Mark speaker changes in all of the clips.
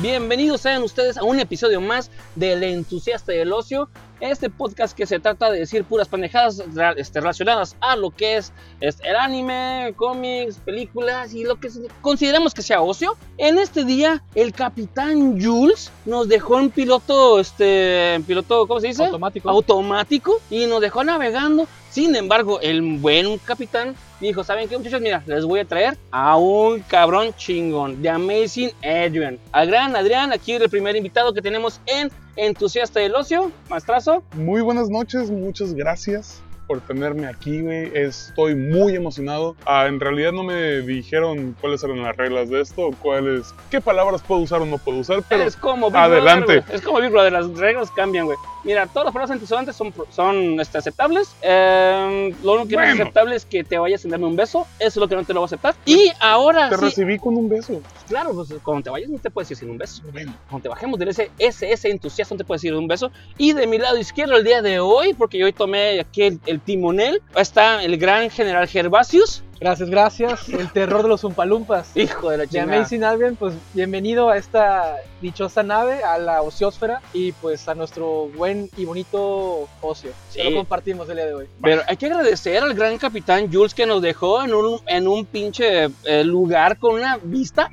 Speaker 1: Bienvenidos sean ustedes a un episodio más del entusiasta del ocio, este podcast que se trata de decir puras pendejadas ra- este, relacionadas a lo que es, es el anime, cómics, películas y lo que se- consideramos que sea ocio. En este día el capitán Jules nos dejó en piloto, este, en piloto, ¿cómo se dice?
Speaker 2: Automático.
Speaker 1: automático y nos dejó navegando. Sin embargo, el buen capitán dijo, ¿saben qué muchachos? Mira, les voy a traer a un cabrón chingón, de Amazing Adrian. Al gran Adrián, aquí el primer invitado que tenemos en Entusiasta del Ocio, Maestrazo.
Speaker 3: Muy buenas noches, muchas gracias por tenerme aquí, güey. Estoy muy emocionado. Ah, en realidad no me dijeron cuáles eran las reglas de esto, cuáles, qué palabras puedo usar o no puedo usar, pero
Speaker 1: Es como Big Brother,
Speaker 3: Adelante.
Speaker 1: güey. es como Big Brother, las reglas cambian, güey. Mira, todas las palabras antisonantes son, pro- son este, aceptables. Eh, lo único que no es
Speaker 3: Bueno. Pues,
Speaker 1: aceptable es que te vayas sin darme un beso. Eso es lo que no te lo voy a aceptar. Y ahora
Speaker 3: te
Speaker 1: sí,
Speaker 3: recibí con un beso.
Speaker 1: claro, pues, cuando te vayas no te puedes ir sin un beso.
Speaker 3: Bueno,
Speaker 1: cuando te bajemos del ese SS entusiasta, no te puedes ir de un beso. Y de mi lado izquierdo el día de hoy, porque yo hoy tomé aquí el, el timonel, está el gran general Gervasius.
Speaker 2: Gracias, gracias. El terror de los Umpalumpas.
Speaker 1: Hijo de la
Speaker 2: De
Speaker 1: chingada.
Speaker 2: Amazing Albion, pues bienvenido a esta dichosa nave, a la ociosfera y pues a nuestro buen y bonito ocio. Se
Speaker 1: Sí.
Speaker 2: lo compartimos el día de hoy.
Speaker 1: Pero hay que agradecer al gran capitán Jules que nos dejó en un, en un pinche eh, lugar con una vista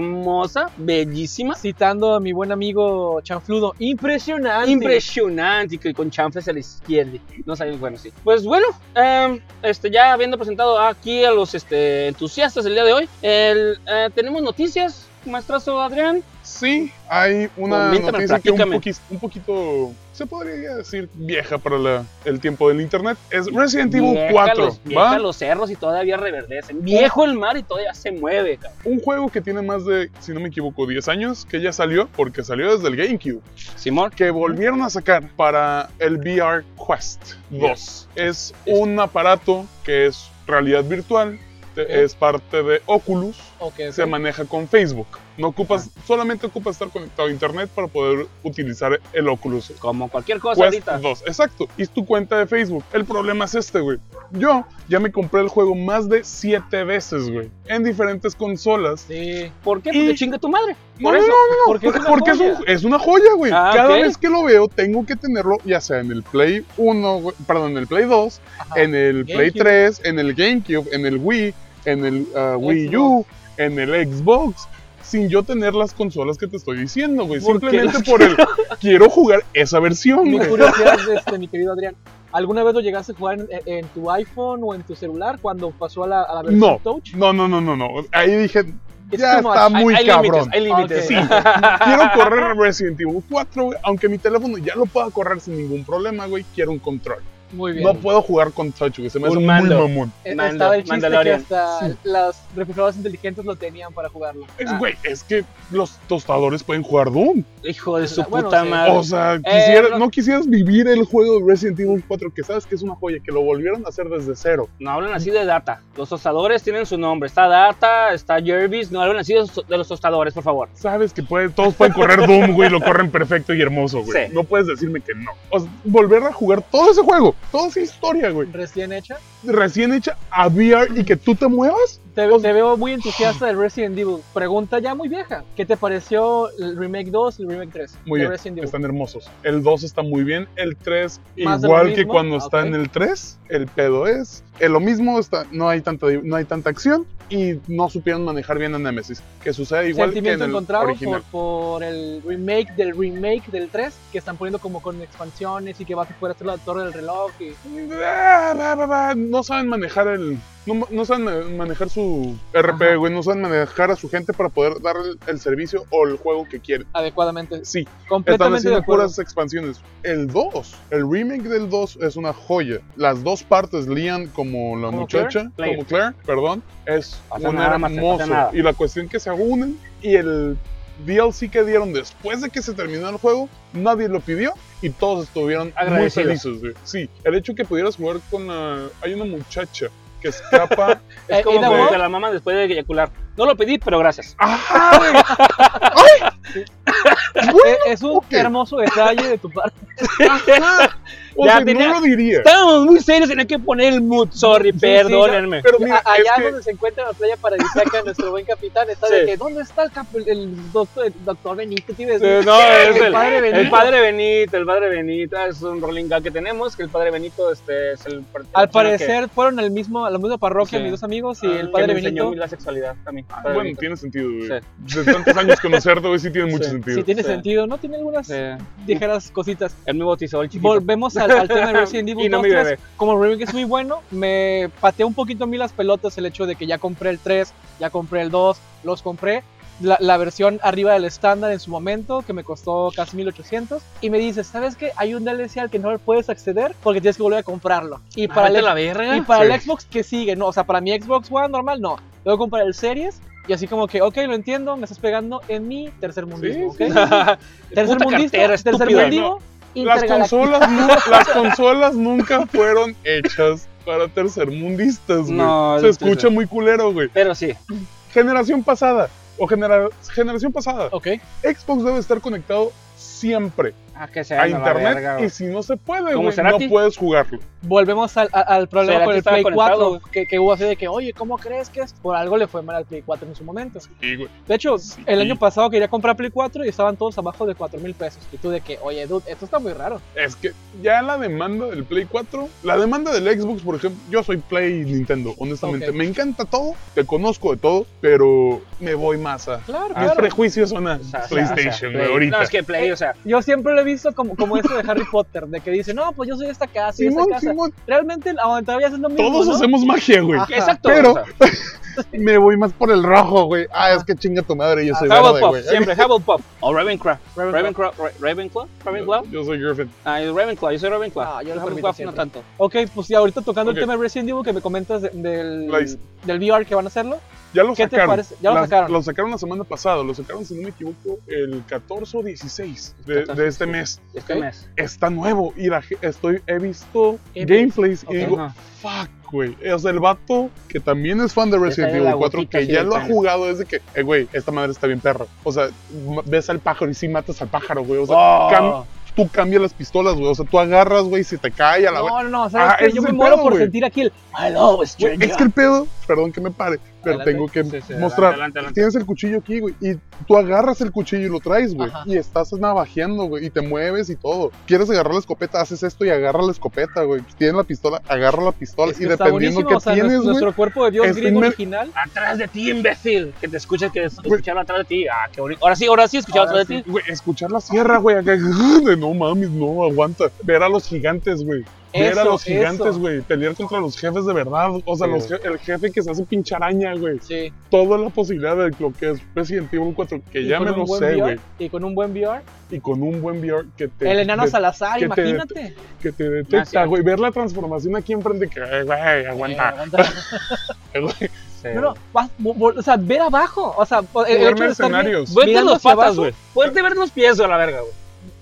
Speaker 1: hermosa, bellísima.
Speaker 2: Citando a mi buen amigo Chanfludo, impresionante.
Speaker 1: Impresionante, que con chanfles a la izquierda. No sabía, bueno, sí. Pues bueno, em, este, ya habiendo presentado aquí a los este, entusiastas el día de hoy, el, eh, tenemos noticias, maestrazo Adrián.
Speaker 3: sí, hay una
Speaker 1: Coméntame,
Speaker 3: noticia que un,
Speaker 1: platícame.
Speaker 3: poquis- un poquito, se podría decir vieja para la- el tiempo del internet. Es Resident Evil
Speaker 1: Vieja
Speaker 3: 4,
Speaker 1: los, vieja
Speaker 3: ¿va?
Speaker 1: los cerros y todavía reverdecen. Viejo el mar y todavía se mueve, cabrón.
Speaker 3: Un juego que tiene más de, si no me equivoco, 10 años, que ya salió porque salió desde el GameCube.
Speaker 1: Simón.
Speaker 3: que volvieron a sacar para el VR Quest 2.
Speaker 1: pues,
Speaker 3: Es un aparato que es realidad virtual, te-
Speaker 2: Ok.
Speaker 3: es parte de Oculus,
Speaker 2: Ok, ok.
Speaker 3: se maneja con Facebook. No ocupas, solamente ocupas estar conectado a internet para poder utilizar el Oculus.
Speaker 1: Como cualquier cosa
Speaker 3: Quest
Speaker 1: ahorita.
Speaker 3: 2, exacto. Pues, Y es tu cuenta de Facebook. El problema es este, güey. Yo ya me compré el juego más de 7 veces, güey. En diferentes consolas.
Speaker 2: Sí.
Speaker 1: ¿Por qué? Porque
Speaker 3: Y-
Speaker 1: pues, chinga tu madre.
Speaker 3: No,
Speaker 1: Por
Speaker 3: no,
Speaker 1: eso.
Speaker 3: no, no,
Speaker 2: Porque es una
Speaker 3: porque es, un-
Speaker 2: joya.
Speaker 3: es una joya, güey.
Speaker 1: Ah,
Speaker 3: Cada
Speaker 1: ok.
Speaker 3: vez que lo veo, tengo que tenerlo, ya sea en el Play 1, güey, perdón, en el Play 2,
Speaker 2: Ajá.
Speaker 3: en el Play
Speaker 2: GameCube.
Speaker 3: 3, en el GameCube, en el Wii, en el ah, Wii U, en el Xbox. Sin yo tener las consolas que te estoy diciendo, güey.
Speaker 2: Porque
Speaker 3: Simplemente
Speaker 2: las
Speaker 3: por el. Quiero jugar esa versión,
Speaker 2: Mi
Speaker 3: güey.
Speaker 2: curiosidad, este, mi querido Adrián. ¿Alguna vez lo llegaste a jugar en, en tu iPhone o en tu celular cuando pasó a la, a la versión
Speaker 3: No.
Speaker 2: Touch?
Speaker 3: No, no, no, no, no. Ahí dije,
Speaker 2: Es
Speaker 3: ya
Speaker 2: como-
Speaker 3: está
Speaker 2: hay-
Speaker 3: muy
Speaker 1: hay límites,
Speaker 3: cabrón.
Speaker 1: hay límites.
Speaker 2: Ok.
Speaker 3: Sí, güey. quiero correr Resident Evil 4, güey. Aunque mi teléfono ya lo pueda correr sin ningún problema, güey. Quiero un control.
Speaker 2: Muy bien.
Speaker 3: No puedo jugar con Touch, güey. Se me
Speaker 1: Un
Speaker 3: hace muy
Speaker 1: mando.
Speaker 3: mamón.
Speaker 2: Eh,
Speaker 1: Mando-
Speaker 2: Estaba el chiste que
Speaker 1: Mandalorian.
Speaker 2: hasta las refrigeradoras inteligentes lo tenían para jugarlo.
Speaker 3: Es,
Speaker 2: Ah,
Speaker 3: güey, es que los tostadores pueden jugar Doom.
Speaker 1: Hijo de su
Speaker 2: Bueno,
Speaker 1: puta
Speaker 2: sí.
Speaker 1: madre.
Speaker 3: O sea, quisiera-
Speaker 1: Eh, no-
Speaker 3: no. quisieras vivir el juego de Resident Evil 4, que sabes que es una joya, que lo volvieron a hacer desde cero.
Speaker 1: No hablan así de Data. Los tostadores tienen su nombre. Está Data, está Jervis. No hablan así de, los- de los tostadores, por favor.
Speaker 3: Sabes que puede, todos pueden correr Doom, güey, lo corren perfecto y hermoso, güey.
Speaker 1: Sí.
Speaker 3: No puedes decirme que no. O sea, volver a jugar todo ese juego, toda esa historia, güey,
Speaker 2: Recién hecha.
Speaker 3: recién hecha a VR y que tú te muevas.
Speaker 2: Te,
Speaker 3: O sea-
Speaker 2: te veo muy entusiasta de Resident Evil. Pregunta ya muy vieja. ¿Qué te pareció el Remake 2 y el Remake 3
Speaker 3: Muy
Speaker 2: de
Speaker 3: bien,
Speaker 2: Resident Evil?
Speaker 3: están hermosos. El 2 está muy bien, el 3
Speaker 2: ¿Más de lo
Speaker 3: igual que
Speaker 2: mismo?
Speaker 3: cuando
Speaker 2: Ah,
Speaker 3: está
Speaker 2: ok.
Speaker 3: en el 3, el pedo es eh, lo mismo, está, no hay tanta no hay tanta acción y no supieron manejar bien a Nemesis, que sucede igual que en
Speaker 2: Sentimiento
Speaker 3: el
Speaker 2: encontrado
Speaker 3: original.
Speaker 2: por, por el remake del remake del 3 que están poniendo como con expansiones y que vas a poder hacer la torre del reloj y
Speaker 3: Ah, bah, bah, bah, No saben manejar el no, no saben ma- manejar su
Speaker 2: Ajá.
Speaker 3: RP, güey, no saben manejar a su gente para poder dar el, el servicio o el juego que quieren.
Speaker 2: adecuadamente.
Speaker 3: Sí, están
Speaker 2: Completamente de
Speaker 3: haciendo
Speaker 2: acuerdo.
Speaker 3: puras expansiones. El 2, el remake del 2 es una joya. Las dos partes, Lian como la
Speaker 1: Como
Speaker 3: muchacha,
Speaker 1: Claire, Claire.
Speaker 3: como Claire, perdón, es
Speaker 1: Pasa
Speaker 3: un
Speaker 1: nada, Marcel,
Speaker 3: hermoso.
Speaker 1: pasa nada.
Speaker 3: Y la cuestión que se unen y el DLC que dieron después de que se terminó el juego, nadie lo pidió y todos estuvieron muy
Speaker 1: Agradecidos.
Speaker 3: felices. güey. Sí, el hecho que pudieras jugar con la... Hay una muchacha que escapa...
Speaker 1: Es
Speaker 2: Eh,
Speaker 1: como
Speaker 2: ¿y la
Speaker 1: cuando
Speaker 2: voz?
Speaker 1: te la maman después de eyacular. No lo pedí, pero gracias. Ah,
Speaker 3: ¡Ajá, güey!
Speaker 2: Eh, es un
Speaker 3: ok.
Speaker 2: eh, hermoso detalle de tu parte.
Speaker 3: Ajá. Ah, O
Speaker 1: Ya
Speaker 3: sea,
Speaker 1: tenía-
Speaker 3: no lo diría.
Speaker 1: Estábamos muy serios, tenía que poner el mood, sorry,
Speaker 2: Sí, sí,
Speaker 1: perdónenme.
Speaker 3: Pero mira,
Speaker 2: A- allá
Speaker 3: es que-
Speaker 2: donde se encuentra la playa paradisíaca nuestro buen capitán está
Speaker 1: Sí.
Speaker 2: de que ¿dónde está el, cap- el doctor, el doctor Benito? Te iba a
Speaker 1: Sí,
Speaker 2: decir.
Speaker 1: No, es el,
Speaker 2: El padre
Speaker 1: el
Speaker 2: Benito.
Speaker 1: padre Benito, el padre Benito, es un rolling gag que tenemos, que el padre Benito este, es el...
Speaker 2: Al
Speaker 1: persona
Speaker 2: parecer fueron al mismo, a la misma parroquia
Speaker 1: Sí.
Speaker 2: mis dos amigos
Speaker 1: que-
Speaker 2: y
Speaker 1: ah, que
Speaker 2: el padre
Speaker 1: me enseñó
Speaker 2: Benito.
Speaker 1: a mí la sexualidad también.
Speaker 3: Ah,
Speaker 1: padre
Speaker 3: bueno,
Speaker 1: Benito.
Speaker 3: tiene sentido, güey.
Speaker 1: Sí.
Speaker 3: De tantos años conocerte, güey, sí tiene mucho
Speaker 1: Sí.
Speaker 3: sentido.
Speaker 2: Si tiene
Speaker 1: Sí.
Speaker 2: sentido, ¿no? Tiene algunas
Speaker 1: Sí.
Speaker 2: ligeras cositas.
Speaker 1: Él me bautizó el chiquito.
Speaker 2: Volvemos al, al tema de Resident
Speaker 1: Y
Speaker 2: Evil
Speaker 1: no
Speaker 2: 2,
Speaker 1: mi
Speaker 2: 3.
Speaker 1: bebé.
Speaker 2: Como el remake es muy bueno, me pateó un poquito a mí las pelotas el hecho de que ya compré el 3, ya compré el 2, los compré. La, la versión arriba del estándar en su momento, que me costó casi 1800. Y me dice, ¿sabes qué? Hay un DLC al que no puedes acceder porque tienes que volver a comprarlo. Y
Speaker 3: Ah,
Speaker 2: para,
Speaker 1: Ah, Vete
Speaker 2: el,
Speaker 1: a la verga.
Speaker 2: y para
Speaker 3: Sí.
Speaker 2: el Xbox, ¿qué sigue? No, o sea, para mi Xbox One normal, no. Luego comprar el Series. Y así como que, ok, lo entiendo, me estás pegando en mi tercer mundismo,
Speaker 3: Sí,
Speaker 2: ¿ok?
Speaker 3: sí, sí.
Speaker 2: Tercer
Speaker 1: Puta
Speaker 2: mundismo,
Speaker 1: cartera,
Speaker 2: tercer
Speaker 1: estúpido.
Speaker 2: mundismo,
Speaker 3: Las
Speaker 2: intergalact-
Speaker 3: consolas, nu- las consolas nunca fueron hechas para tercermundistas, güey.
Speaker 1: No,
Speaker 3: Se
Speaker 1: sí,
Speaker 3: escucha
Speaker 1: sí.
Speaker 3: muy culero, güey.
Speaker 1: Pero sí,
Speaker 3: Generación pasada. O genera- generación pasada.
Speaker 2: Ok.
Speaker 3: Xbox debe estar conectado siempre
Speaker 2: Ah,
Speaker 1: a que se
Speaker 3: a
Speaker 1: vayan la
Speaker 3: internet.
Speaker 1: verga, güey.
Speaker 3: y si no se puede,
Speaker 1: ¿Como
Speaker 3: güey, no
Speaker 1: Cerati?
Speaker 3: puedes jugarlo.
Speaker 2: Volvemos al, al- al problema
Speaker 1: Cerati
Speaker 2: con el
Speaker 1: estaba
Speaker 2: Play
Speaker 1: conectado.
Speaker 2: 4, que, que hubo así de que, oye, ¿cómo crees que es? Por algo le fue mal al Play 4 en su momento.
Speaker 3: Sí, güey.
Speaker 2: De hecho,
Speaker 3: Sí.
Speaker 2: el año pasado quería comprar Play 4 y estaban todos abajo de 4 mil pesos. Y tú de que, oye, dude, esto está muy raro.
Speaker 3: Es que ya la demanda del Play 4, la demanda del Xbox, por ejemplo, yo soy Play Nintendo, honestamente.
Speaker 2: Ok.
Speaker 3: Me encanta todo, te conozco de todo, pero me voy más a.
Speaker 2: Claro,
Speaker 3: Mis
Speaker 2: claro.
Speaker 3: prejuicios son a
Speaker 1: O sea, o sea, o sea,
Speaker 3: PlayStation, güey,
Speaker 1: Play.
Speaker 3: ahorita.
Speaker 1: No, es que Play, o sea,
Speaker 2: Yo siempre lo he visto como, como esto de Harry Potter, de que dice, no, pues yo soy de esta casa y de esta
Speaker 3: Simón,
Speaker 2: casa.
Speaker 3: Simón,
Speaker 2: Realmente, aunque todavía es lo mismo,
Speaker 3: todos
Speaker 2: ¿no? Ah.
Speaker 3: hacemos magia, güey.
Speaker 2: Ajá.
Speaker 1: exacto.
Speaker 3: Pero-
Speaker 1: o sea,
Speaker 3: Me voy más por el rojo, güey. Ah, es que chinga tu madre, yo soy verde,
Speaker 1: Hufflepuff,
Speaker 2: pues,
Speaker 3: güey.
Speaker 1: siempre, Hufflepuff. O Ravenclaw.
Speaker 2: Ravenclaw.
Speaker 1: Ravenclaw, Ra- Ravenclaw, Ravenclaw.
Speaker 3: Yo soy Griffin.
Speaker 1: Ah, yo Ravenclaw, yo soy Ravenclaw.
Speaker 2: Ah, yo lo
Speaker 1: Hufflepuff
Speaker 2: permito
Speaker 1: no
Speaker 2: siempre.
Speaker 1: tanto.
Speaker 2: Ok, pues ya ahorita tocando
Speaker 3: Ok.
Speaker 2: el tema de Resident Evil que me comentas de- del,
Speaker 3: Lice.
Speaker 2: del VR que van a hacerlo.
Speaker 3: Ya lo
Speaker 2: ¿Qué te
Speaker 3: sacaron.
Speaker 2: parece? Ya lo
Speaker 3: La-
Speaker 2: sacaron.
Speaker 3: Lo sacaron la semana pasada. Lo sacaron, si no me equivoco, el 14 o 16 de, de este mes.
Speaker 1: Este
Speaker 2: Ok.
Speaker 1: mes.
Speaker 3: Está nuevo y la ge- estoy, he visto
Speaker 2: He
Speaker 3: gameplays
Speaker 2: visto,
Speaker 3: y
Speaker 2: ok.
Speaker 3: digo,
Speaker 1: Ajá.
Speaker 3: fuck, güey. O sea, el vato que también es fan de Resident
Speaker 1: sale
Speaker 3: Evil
Speaker 1: la
Speaker 3: 4,
Speaker 1: gotita
Speaker 3: que
Speaker 1: así
Speaker 3: ya
Speaker 1: de
Speaker 3: lo ha
Speaker 1: sangre.
Speaker 3: jugado desde que, eh, güey, esta madre está bien perra. O sea, m- ves al pájaro y sí matas al pájaro, güey. O sea,
Speaker 1: Oh.
Speaker 3: cam- tú cambias las pistolas, güey. O sea, tú agarras, güey, y se te cae a la
Speaker 2: No, no, no, ¿sabes
Speaker 3: Ah,
Speaker 2: qué?
Speaker 3: ese
Speaker 2: Yo
Speaker 3: es
Speaker 2: me
Speaker 3: el
Speaker 2: muero
Speaker 3: pedo,
Speaker 2: por
Speaker 3: güey.
Speaker 2: sentir aquí el
Speaker 1: Hello,
Speaker 3: Güey,
Speaker 1: stranger.
Speaker 3: Es que el pedo, perdón que me pare, pero
Speaker 2: Adelante.
Speaker 3: tengo que
Speaker 1: Sí, sí, adelante,
Speaker 3: mostrar.
Speaker 1: adelante, adelante.
Speaker 3: Tienes el cuchillo aquí, güey, y tú agarras el cuchillo y lo traes, güey,
Speaker 2: Ajá.
Speaker 3: y estás navajeando, güey, y te mueves y todo. Quieres agarrar la escopeta, haces esto y agarra la escopeta, güey. Tienes la pistola, agarra la pistola
Speaker 2: Es que
Speaker 3: y
Speaker 2: está
Speaker 3: dependiendo
Speaker 2: buenísimo,
Speaker 3: que
Speaker 2: o sea,
Speaker 3: tienes,
Speaker 2: nuestro,
Speaker 3: güey.
Speaker 2: nuestro cuerpo de Dios
Speaker 3: es
Speaker 2: griego
Speaker 3: inmen-
Speaker 2: original.
Speaker 1: Atrás de ti, imbécil. Que te escuches, que es-
Speaker 3: Güey.
Speaker 1: escucharlo atrás de ti. Ah, qué bonito. Ahora sí, ahora sí, escucharlo
Speaker 2: Ahora
Speaker 1: atrás de ti.
Speaker 3: Ah, Güey, escuchar la sierra, güey, acá, de no mames, no aguanta. Ver a los gigantes, güey. Ver a
Speaker 2: Eso,
Speaker 3: los gigantes,
Speaker 2: eso.
Speaker 3: güey. Pelear contra los jefes de verdad. O sea,
Speaker 1: Sí,
Speaker 3: los je- el jefe que se hace pinche araña, güey.
Speaker 2: Sí.
Speaker 3: Toda la posibilidad de lo que es Resident Evil 4, que
Speaker 2: Y
Speaker 3: ya
Speaker 2: con
Speaker 3: me
Speaker 2: un
Speaker 3: lo
Speaker 2: buen
Speaker 3: sé,
Speaker 2: VR,
Speaker 3: güey.
Speaker 2: Y con un buen VR.
Speaker 3: y con un buen VR que te,
Speaker 2: El enano
Speaker 3: de-
Speaker 2: Salazar,
Speaker 3: que te-
Speaker 2: imagínate.
Speaker 3: que te
Speaker 1: Ah, sí.
Speaker 3: detecta, güey. Ver la transformación aquí enfrente, que, eh, güey,
Speaker 2: Eh,
Speaker 3: aguanta.
Speaker 2: aguanta.
Speaker 1: Eh,
Speaker 3: güey.
Speaker 2: No, no, vas- vo- vo- o sea, ver abajo. O sea, po- el, el
Speaker 3: Jugar
Speaker 2: hecho de estar
Speaker 3: mercenarios.
Speaker 2: mi-
Speaker 1: Vete a
Speaker 2: mirando
Speaker 1: los
Speaker 2: hacia
Speaker 1: patas,
Speaker 2: abajo
Speaker 1: güey. Ponte a ver los pies a la verga, güey.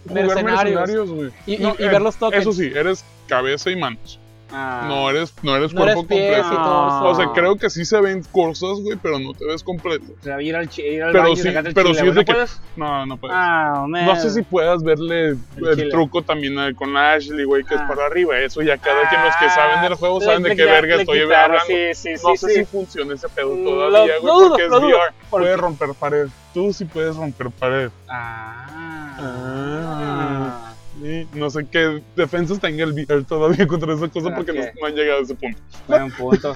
Speaker 3: Jugar
Speaker 2: Mercenarios.
Speaker 3: mercenarios, güey.
Speaker 2: Y, y-
Speaker 3: No,
Speaker 2: y
Speaker 3: eh,
Speaker 2: ver los toques.
Speaker 3: Eso sí, eres cabeza y manos.
Speaker 1: Ah.
Speaker 3: No eres, no eres
Speaker 2: No eres
Speaker 3: cuerpo
Speaker 2: pies y
Speaker 3: completo.
Speaker 2: torso.
Speaker 3: O sea, creo que sí se ven cosas, güey, pero no te ves completo.
Speaker 1: O sea, ir al, chi- ir al
Speaker 3: Pero
Speaker 1: baño y
Speaker 3: sí-
Speaker 1: sacarte el
Speaker 3: pero
Speaker 1: chile,
Speaker 3: sí
Speaker 1: güey.
Speaker 3: es
Speaker 1: ¿No
Speaker 3: de que-
Speaker 1: puedes?
Speaker 3: No, no puedes.
Speaker 1: Ah, man.
Speaker 3: No sé si puedas verle el,
Speaker 1: chile.
Speaker 3: truco también a- con la Ashley, güey, que
Speaker 1: Ah.
Speaker 3: es para arriba. Eso ya cada quien los que saben del juego
Speaker 1: Le-
Speaker 3: saben de
Speaker 1: le
Speaker 3: qué
Speaker 1: quita-
Speaker 3: verga
Speaker 1: le
Speaker 3: estoy
Speaker 1: quitaron,
Speaker 3: hablando.
Speaker 1: Sí, sí, sí.
Speaker 3: No sé
Speaker 1: sí.
Speaker 3: si funciona ese pedo
Speaker 1: Lo-
Speaker 3: todavía,
Speaker 1: lo
Speaker 3: güey,
Speaker 1: dudo,
Speaker 3: porque es
Speaker 1: lo dudo,
Speaker 3: VR.
Speaker 1: porque-
Speaker 3: Puedes romper pared. Tú sí puedes romper pared.
Speaker 1: Ah.
Speaker 3: Ah.
Speaker 1: Ah.
Speaker 3: Y no sé qué defensas tenga el VR todavía contra esa cosa porque
Speaker 1: Ok.
Speaker 3: no, no han llegado a ese punto.
Speaker 1: Buen punto.